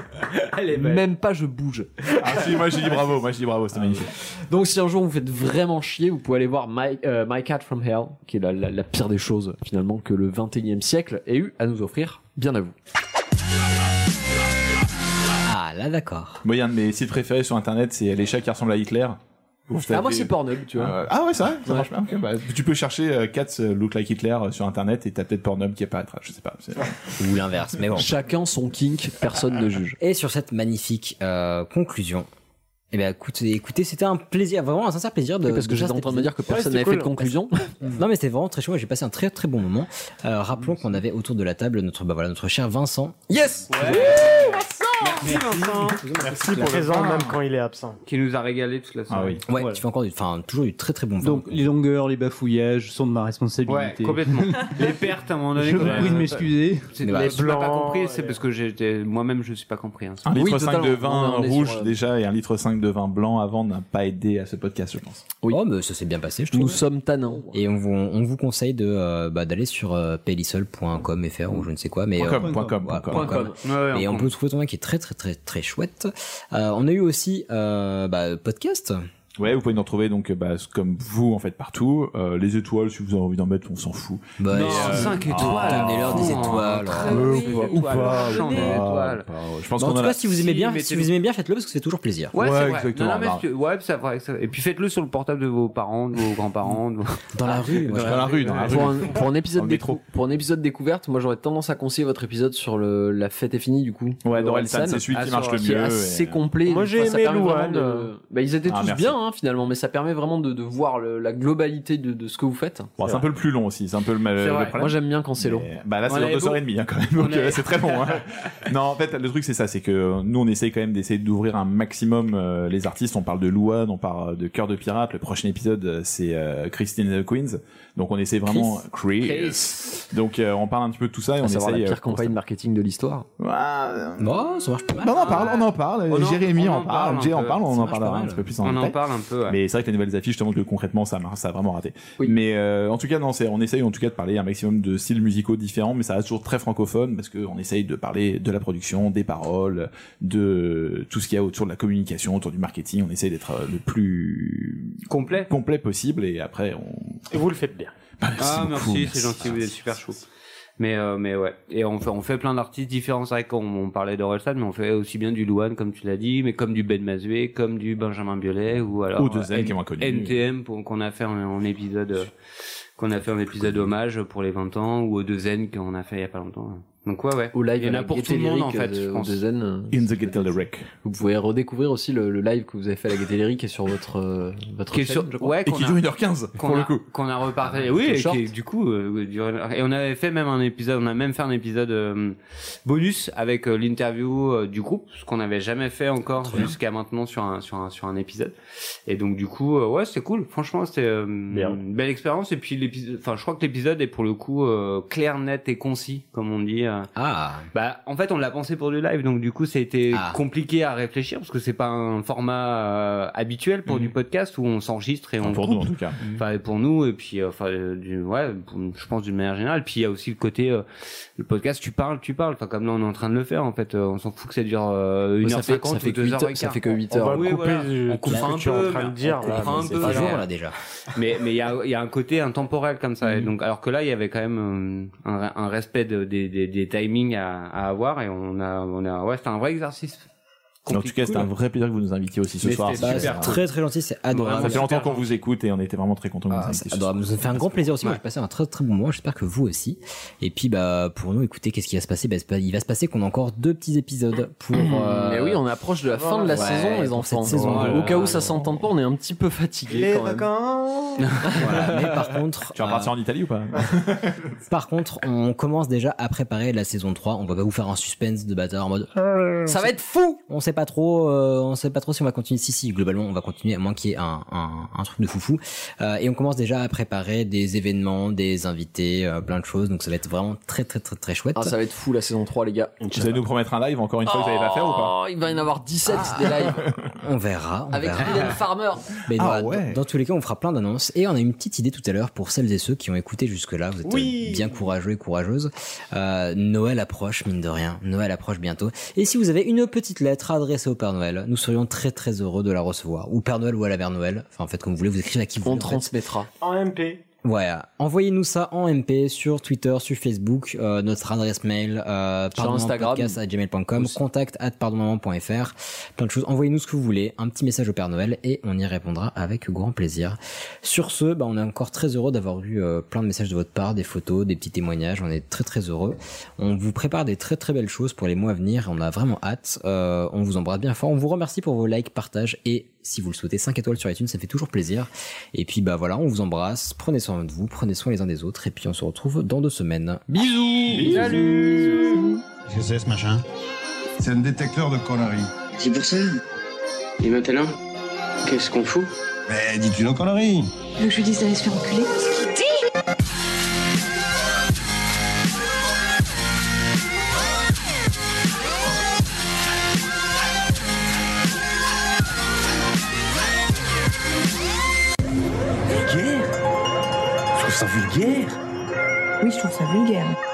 Speaker 12: Même pas je bouge.
Speaker 10: Ah si, moi j'ai dit bravo, moi j'ai dit bravo, c'était magnifique.
Speaker 12: Donc si un jour vous faites vraiment chier, vous pouvez aller voir My, euh, My Cat from Hell, qui est la, la- la pire des choses finalement que le 21e siècle ait eu à nous offrir. Bien à vous.
Speaker 1: Ah là d'accord.
Speaker 10: Moi, il y a un de mes sites préférés sur internet, c'est les chats qui ressemblent à Hitler.
Speaker 12: Ah, moi, c'est Pornhub, tu vois.
Speaker 10: Euh, ah ouais, c'est vrai, ça marche bien. ok, bah, tu peux chercher euh, Cats Look Like Hitler euh, sur internet et t'as peut-être Pornhub qui apparaîtra, je sais pas. c'est-
Speaker 1: Ou l'inverse, mais bon.
Speaker 12: Chacun son kink, personne ne juge.
Speaker 1: Et sur cette magnifique euh, conclusion. Eh bien, écoutez, écoutez, c'était un plaisir, vraiment un sincère plaisir de.
Speaker 12: Oui, parce que
Speaker 1: de faire
Speaker 12: j'étais en
Speaker 1: cet
Speaker 12: train de me dire que
Speaker 1: épisode.
Speaker 12: personne Ouais, n'avait c'était fait de cool. conclusion.
Speaker 1: [LAUGHS]
Speaker 12: [LAUGHS]
Speaker 1: non, mais c'était vraiment très chouette. J'ai passé un très très bon moment. Euh, rappelons qu'on avait autour de la table notre, bah voilà, notre cher Vincent.
Speaker 12: Yes
Speaker 4: Merci Vincent.
Speaker 14: Merci pour présent même quand il est absent.
Speaker 4: Qui nous a régalé toute la soirée.
Speaker 1: Ouais, tu fais encore, du- enfin, toujours du très très bon.
Speaker 9: Ah Donc les longueurs, les bafouillages sont de ma
Speaker 4: Ouais,
Speaker 9: responsabilité. [LAUGHS]
Speaker 4: complètement. [LAUGHS] Les pertes à un moment donné.
Speaker 9: Je
Speaker 4: quand
Speaker 9: vous
Speaker 4: même.
Speaker 9: prie de m'excuser.
Speaker 4: C'est-
Speaker 9: Mais bah,
Speaker 4: Les tu m'as pas
Speaker 9: blanc,
Speaker 4: compris, c'est parce que j'étais moi-même je suis pas compris. hein.
Speaker 10: Un litre 5
Speaker 4: totalement.
Speaker 10: de vin
Speaker 4: Non, mais on est
Speaker 10: rouge
Speaker 4: sur, euh,
Speaker 10: déjà et un litre 5 de vin blanc avant n'a pas aidé à ce podcast, je pense.
Speaker 12: Oui.
Speaker 1: Oh, mais ça s'est bien passé, je trouve.
Speaker 12: Nous sommes tannants.
Speaker 1: Et on vous, on vous conseille de euh, bah, d'aller sur euh, pellisol.com fr ou je ne sais quoi, mais
Speaker 10: Point com, point com,
Speaker 1: ouais,
Speaker 10: point
Speaker 1: point
Speaker 10: com.
Speaker 1: com.
Speaker 10: Ouais, ouais,
Speaker 1: et
Speaker 10: on
Speaker 1: on peut trouver ton qui est très très très très chouette. Euh, on a eu aussi euh, bah, podcast.
Speaker 10: Ouais, vous pouvez nous retrouver donc bah, comme vous en fait partout. Euh, les étoiles, si vous avez envie d'en mettre, on s'en fout.
Speaker 4: Bah, Non, euh, cinq étoiles.
Speaker 1: ah,
Speaker 4: Oh, hein.
Speaker 1: Donnez-leur des étoiles. oh.
Speaker 10: Euh, ou pas, ou pas, ou pas,
Speaker 4: Donnez des étoiles.
Speaker 10: ou pas, ouais. Je pense
Speaker 1: Bon, Bah, en
Speaker 10: qu'on
Speaker 1: tout
Speaker 10: a.
Speaker 1: cas, si vous aimez
Speaker 4: Si,
Speaker 1: bien, si
Speaker 4: mettez-le.
Speaker 1: vous aimez bien, faites-le parce que c'est toujours plaisir.
Speaker 4: Ouais, c'est vrai. Non, non, mais
Speaker 1: Bah,
Speaker 4: c'est- ouais, c'est vrai, c'est vrai. Et puis faites-le sur le portable de vos parents, de vos grands-parents.
Speaker 1: Dans la rue,
Speaker 2: moi, je- Pour un, pour un épisode décou- pour un épisode découverte, moi j'aurais tendance à conseiller votre épisode sur le, la fête est finie du coup.
Speaker 10: Ouais,
Speaker 2: de
Speaker 10: d'Orelsan,
Speaker 2: Orelsan.
Speaker 10: c'est celui qui
Speaker 2: Ah,
Speaker 10: marche
Speaker 2: sur-
Speaker 10: le
Speaker 2: qui est
Speaker 10: mieux,
Speaker 2: assez
Speaker 10: et-
Speaker 2: complet.
Speaker 10: Moi, j'ai
Speaker 2: ça
Speaker 10: aimé
Speaker 2: permet vraiment
Speaker 10: Louane,
Speaker 2: de-
Speaker 10: euh.
Speaker 2: Bah, ils étaient
Speaker 10: Ah,
Speaker 2: tous
Speaker 10: merci.
Speaker 2: bien hein, finalement, mais ça permet vraiment de, de voir le- la globalité de, de ce que vous faites.
Speaker 10: Bon, c'est un peu le plus long aussi, c'est un peu le, mal-
Speaker 2: C'est
Speaker 10: le
Speaker 2: vrai.
Speaker 10: problème.
Speaker 2: Moi, j'aime bien quand c'est long.
Speaker 10: Mais, Bah là
Speaker 2: On
Speaker 10: c'est genre
Speaker 2: avait
Speaker 10: deux heures
Speaker 2: beau-
Speaker 10: et demie hein, quand même, donc
Speaker 2: On avait-
Speaker 10: euh, c'est
Speaker 2: [LAUGHS]
Speaker 10: très long. hein. non en fait le truc c'est ça, c'est que euh, nous on essaye quand même d'essayer d'ouvrir un maximum euh, les artistes. On parle de Louane, on parle euh, de Cœur de Pirate. Le prochain épisode euh, c'est euh, Christine and the Queens, donc on essaie vraiment Chris. Donc euh, on parle un petit peu de tout ça et on
Speaker 2: à savoir
Speaker 10: essaye.
Speaker 2: la
Speaker 10: euh,
Speaker 2: pire campagne marketing de l'histoire.
Speaker 1: Non, Oh, ça marche pas mal.
Speaker 10: Non, Bah, on en parle, on en parle.
Speaker 2: On en-
Speaker 10: Jérémy
Speaker 2: on
Speaker 10: en,
Speaker 2: en
Speaker 10: parle,
Speaker 2: parle
Speaker 10: Jay
Speaker 2: un
Speaker 10: en
Speaker 2: peu.
Speaker 10: parle,
Speaker 2: Ça
Speaker 10: on en
Speaker 2: marche
Speaker 10: parlera
Speaker 2: pas
Speaker 10: un
Speaker 2: mal.
Speaker 10: petit peu plus en
Speaker 2: On en
Speaker 10: détail.
Speaker 2: parle un peu, ouais.
Speaker 10: Mais c'est vrai que les nouvelles affiches, je te montre que concrètement, ça marche, ça a vraiment raté. Mais euh, en tout cas, non, c'est, on essaye en tout cas de parler un maximum de styles musicaux différents, mais ça reste toujours très francophone parce qu'on essaye de parler de la production, des paroles, de tout ce qu'il y a autour de la communication, autour du marketing. On essaye d'être euh, le plus
Speaker 4: complet,
Speaker 10: complet possible et après on. Bah,
Speaker 14: Et vous le faites bien.
Speaker 4: ah, merci,
Speaker 10: beaucoup,
Speaker 4: c'est gentil, vous êtes super chaud. Mais, euh, mais ouais. Et on fait, on fait plein d'artistes différents. C'est vrai qu'on on parlait d'Orelsan, mais on fait aussi bien du Louane, comme tu l'as dit, mais comme du Ben Mazué, comme du Benjamin Biolay, ou alors.
Speaker 10: Ou de Zen,
Speaker 4: euh,
Speaker 10: qui est moins connu.
Speaker 4: NTM, pour- qu'on a fait en, en épisode, euh, qu'on a fait en épisode hommage pour les 20 ans, ou au de Zen, qu'on a fait il y a pas longtemps. Donc ouais, ouais.
Speaker 2: Au live
Speaker 4: Il y en a
Speaker 2: avec
Speaker 4: pour
Speaker 2: Gaieté
Speaker 4: tout le monde, en
Speaker 2: Lyrique,
Speaker 4: fait,
Speaker 2: euh,
Speaker 4: je
Speaker 2: au
Speaker 4: pense.
Speaker 2: De Zen, euh,
Speaker 10: In the Get Lyric.
Speaker 2: Vous pouvez redécouvrir aussi le, le live que vous avez fait à la Gaieté Lyrique qui est sur votre, euh, votre
Speaker 4: Qui est
Speaker 2: chaîne,
Speaker 4: sur-
Speaker 2: je crois.
Speaker 4: ouais, qu'on a- qu'on a- Qu'on a
Speaker 2: Ah,
Speaker 4: reparlé.
Speaker 2: plutôt
Speaker 4: Oui, et
Speaker 2: short.
Speaker 4: qui, du coup, euh, du- et on avait fait même un épisode, on a même fait un épisode euh, bonus avec euh, l'interview euh, du groupe, ce qu'on n'avait jamais fait encore jusqu'à maintenant sur un, sur un, sur un épisode. Et donc, du coup, euh, ouais, c'était cool. Franchement, c'était euh, une belle expérience. Et puis, l'épisode, enfin, je crois que l'épisode est pour le coup euh, clair, net et concis, comme on dit.
Speaker 1: Ah.
Speaker 4: Bah, en fait, on l'a pensé pour du live, donc du coup, ça a été
Speaker 10: Ah.
Speaker 4: compliqué à réfléchir parce que c'est pas un format euh, habituel pour du podcast où on s'enregistre et on
Speaker 10: Mm. Ah, pour
Speaker 4: coupe.
Speaker 10: nous, en tout cas.
Speaker 2: Mm.
Speaker 4: Enfin, pour nous et puis euh, enfin euh, du- ouais, pour- je pense d'une manière générale. Puis il y a aussi le côté euh, le podcast, tu parles, tu parles. Enfin, comme là, on est en train de le faire. En fait, euh, on s'en fout que ça dure euh,
Speaker 2: Ouais,
Speaker 4: une
Speaker 2: ça
Speaker 4: heure
Speaker 2: fait- ça
Speaker 4: cinquante
Speaker 2: fait
Speaker 4: ou
Speaker 2: que
Speaker 4: deux
Speaker 2: huit
Speaker 4: heures
Speaker 2: heures,
Speaker 4: et
Speaker 2: ça
Speaker 4: quart.
Speaker 2: fait que huit heures. On va
Speaker 4: Oui,
Speaker 2: couper,
Speaker 4: voilà.
Speaker 2: euh,
Speaker 4: On coupe
Speaker 2: ce que
Speaker 4: un
Speaker 2: tu es en
Speaker 4: peu,
Speaker 2: train de
Speaker 4: mais
Speaker 2: dire,
Speaker 4: on
Speaker 2: là,
Speaker 4: coupe
Speaker 2: mais
Speaker 4: un
Speaker 2: c'est
Speaker 4: peu,
Speaker 2: pas grave.
Speaker 4: voilà.
Speaker 2: là, déjà.
Speaker 4: Mais mais il y a il y a un côté intemporel comme ça. Et donc alors que là il y avait quand même euh, un, un respect de- des des des timings à, à avoir et on a on a ouais c'était un vrai exercice.
Speaker 10: En tout cas, c'était un vrai plaisir que vous nous invitiez aussi ce
Speaker 4: Mais
Speaker 10: soir. Bah,
Speaker 4: c'était
Speaker 10: Ça,
Speaker 4: super
Speaker 10: c'est
Speaker 4: cool.
Speaker 1: Très très gentil, c'est adorable.
Speaker 10: Ah. Ça fait longtemps qu'on vous écoute et on était vraiment très contents que vous nous
Speaker 1: Ah,
Speaker 10: invitiez
Speaker 1: c'est
Speaker 10: ce
Speaker 1: adorable. Ça
Speaker 10: soir.
Speaker 1: me fait un grand plaisir aussi. Moi, j'ai passé un très très bon moment. J'espère que vous aussi. Et puis, bah, pour nous, écoutez, qu'est-ce qui va se passer Bah, c'est pas- Il va se passer qu'on a encore deux petits épisodes pour. euh,
Speaker 2: Mais oui, on approche de la fin de la
Speaker 1: Ouais,
Speaker 2: saison, les
Speaker 1: pour
Speaker 2: enfants.
Speaker 1: cette saison.
Speaker 4: Oh
Speaker 2: Au cas où ça s'entend pas, on est un petit peu fatigué. quand même. Ah,
Speaker 14: vacances
Speaker 1: [LAUGHS] Voilà, mais par contre. euh,
Speaker 10: Tu vas partir en Italie ou pas
Speaker 1: Par contre, on commence déjà à préparer la saison 3. On va pas vous faire un suspense de bâtard en mode.
Speaker 2: Ça va être
Speaker 1: fou On sait pas trop, euh, on sait pas trop si on va continuer. Si, si, globalement, on va continuer, à moins qu'il y ait un, un, un truc de foufou. Euh, et on commence déjà à préparer des événements, des invités, euh, plein de choses. Donc ça va être vraiment très, très, très, très chouette.
Speaker 2: Ah, ça va être fou la saison 3, les gars.
Speaker 10: Vous allez nous promettre un live encore une fois que vous allez pas faire ou pas Ah.
Speaker 2: Oh, il va y en avoir 17 des lives
Speaker 1: On verra. On
Speaker 2: avec
Speaker 1: verra.
Speaker 2: Hélène Farmer.
Speaker 1: Mais
Speaker 2: Ah
Speaker 1: dans,
Speaker 2: ouais.
Speaker 1: dans tous les cas, on fera plein d'annonces et on a une petite idée tout à l'heure pour celles et ceux qui ont écouté jusque-là. Vous êtes
Speaker 2: Oui.
Speaker 1: euh, bien courageux et courageuses. Euh, Noël approche, mine de rien. Noël approche bientôt. Et si vous avez une petite lettre adressée au Père Noël, nous serions très très heureux de la recevoir. Ou Père Noël ou à la Mère Noël. Enfin, en fait, comme vous voulez, vous écrivez à qui vous
Speaker 2: On
Speaker 1: voulez. en fait.
Speaker 2: transmettra.
Speaker 14: En MP.
Speaker 1: Ouais, envoyez-nous ça en MP sur Twitter, sur Facebook, euh, notre adresse mail, euh,
Speaker 2: Sur
Speaker 1: pardonnement
Speaker 2: Instagram.
Speaker 1: podcast à gmail.com,
Speaker 2: Aussi.
Speaker 1: contact at pardonmaman.fr, plein de choses. Envoyez-nous ce que vous voulez, un petit message au Père Noël et on y répondra avec grand plaisir. Sur ce, bah, on est encore très heureux d'avoir eu euh, plein de messages de votre part, des photos, des petits témoignages. On est très très heureux. On vous prépare des très très belles choses pour les mois à venir. On a vraiment hâte. Euh, on vous embrasse bien fort. On vous remercie pour vos likes, partages et si vous le souhaitez 5 étoiles sur iTunes, ça fait toujours plaisir. Et puis bah voilà, on vous embrasse. Prenez soin de vous, prenez soin les uns des autres et puis on se retrouve dans deux semaines.
Speaker 2: Bisous
Speaker 15: Salut
Speaker 17: Qu'est-ce que c'est ce machin C'est un détecteur de conneries.
Speaker 6: C'est pour ça. Et maintenant, qu'est-ce qu'on fout
Speaker 17: Mais dis-tu nos conneries
Speaker 7: Le je lui dis d'aller se faire enculer.
Speaker 15: Vulgaire Je trouve ça vulgaire
Speaker 7: Oui, je trouve ça vulgaire.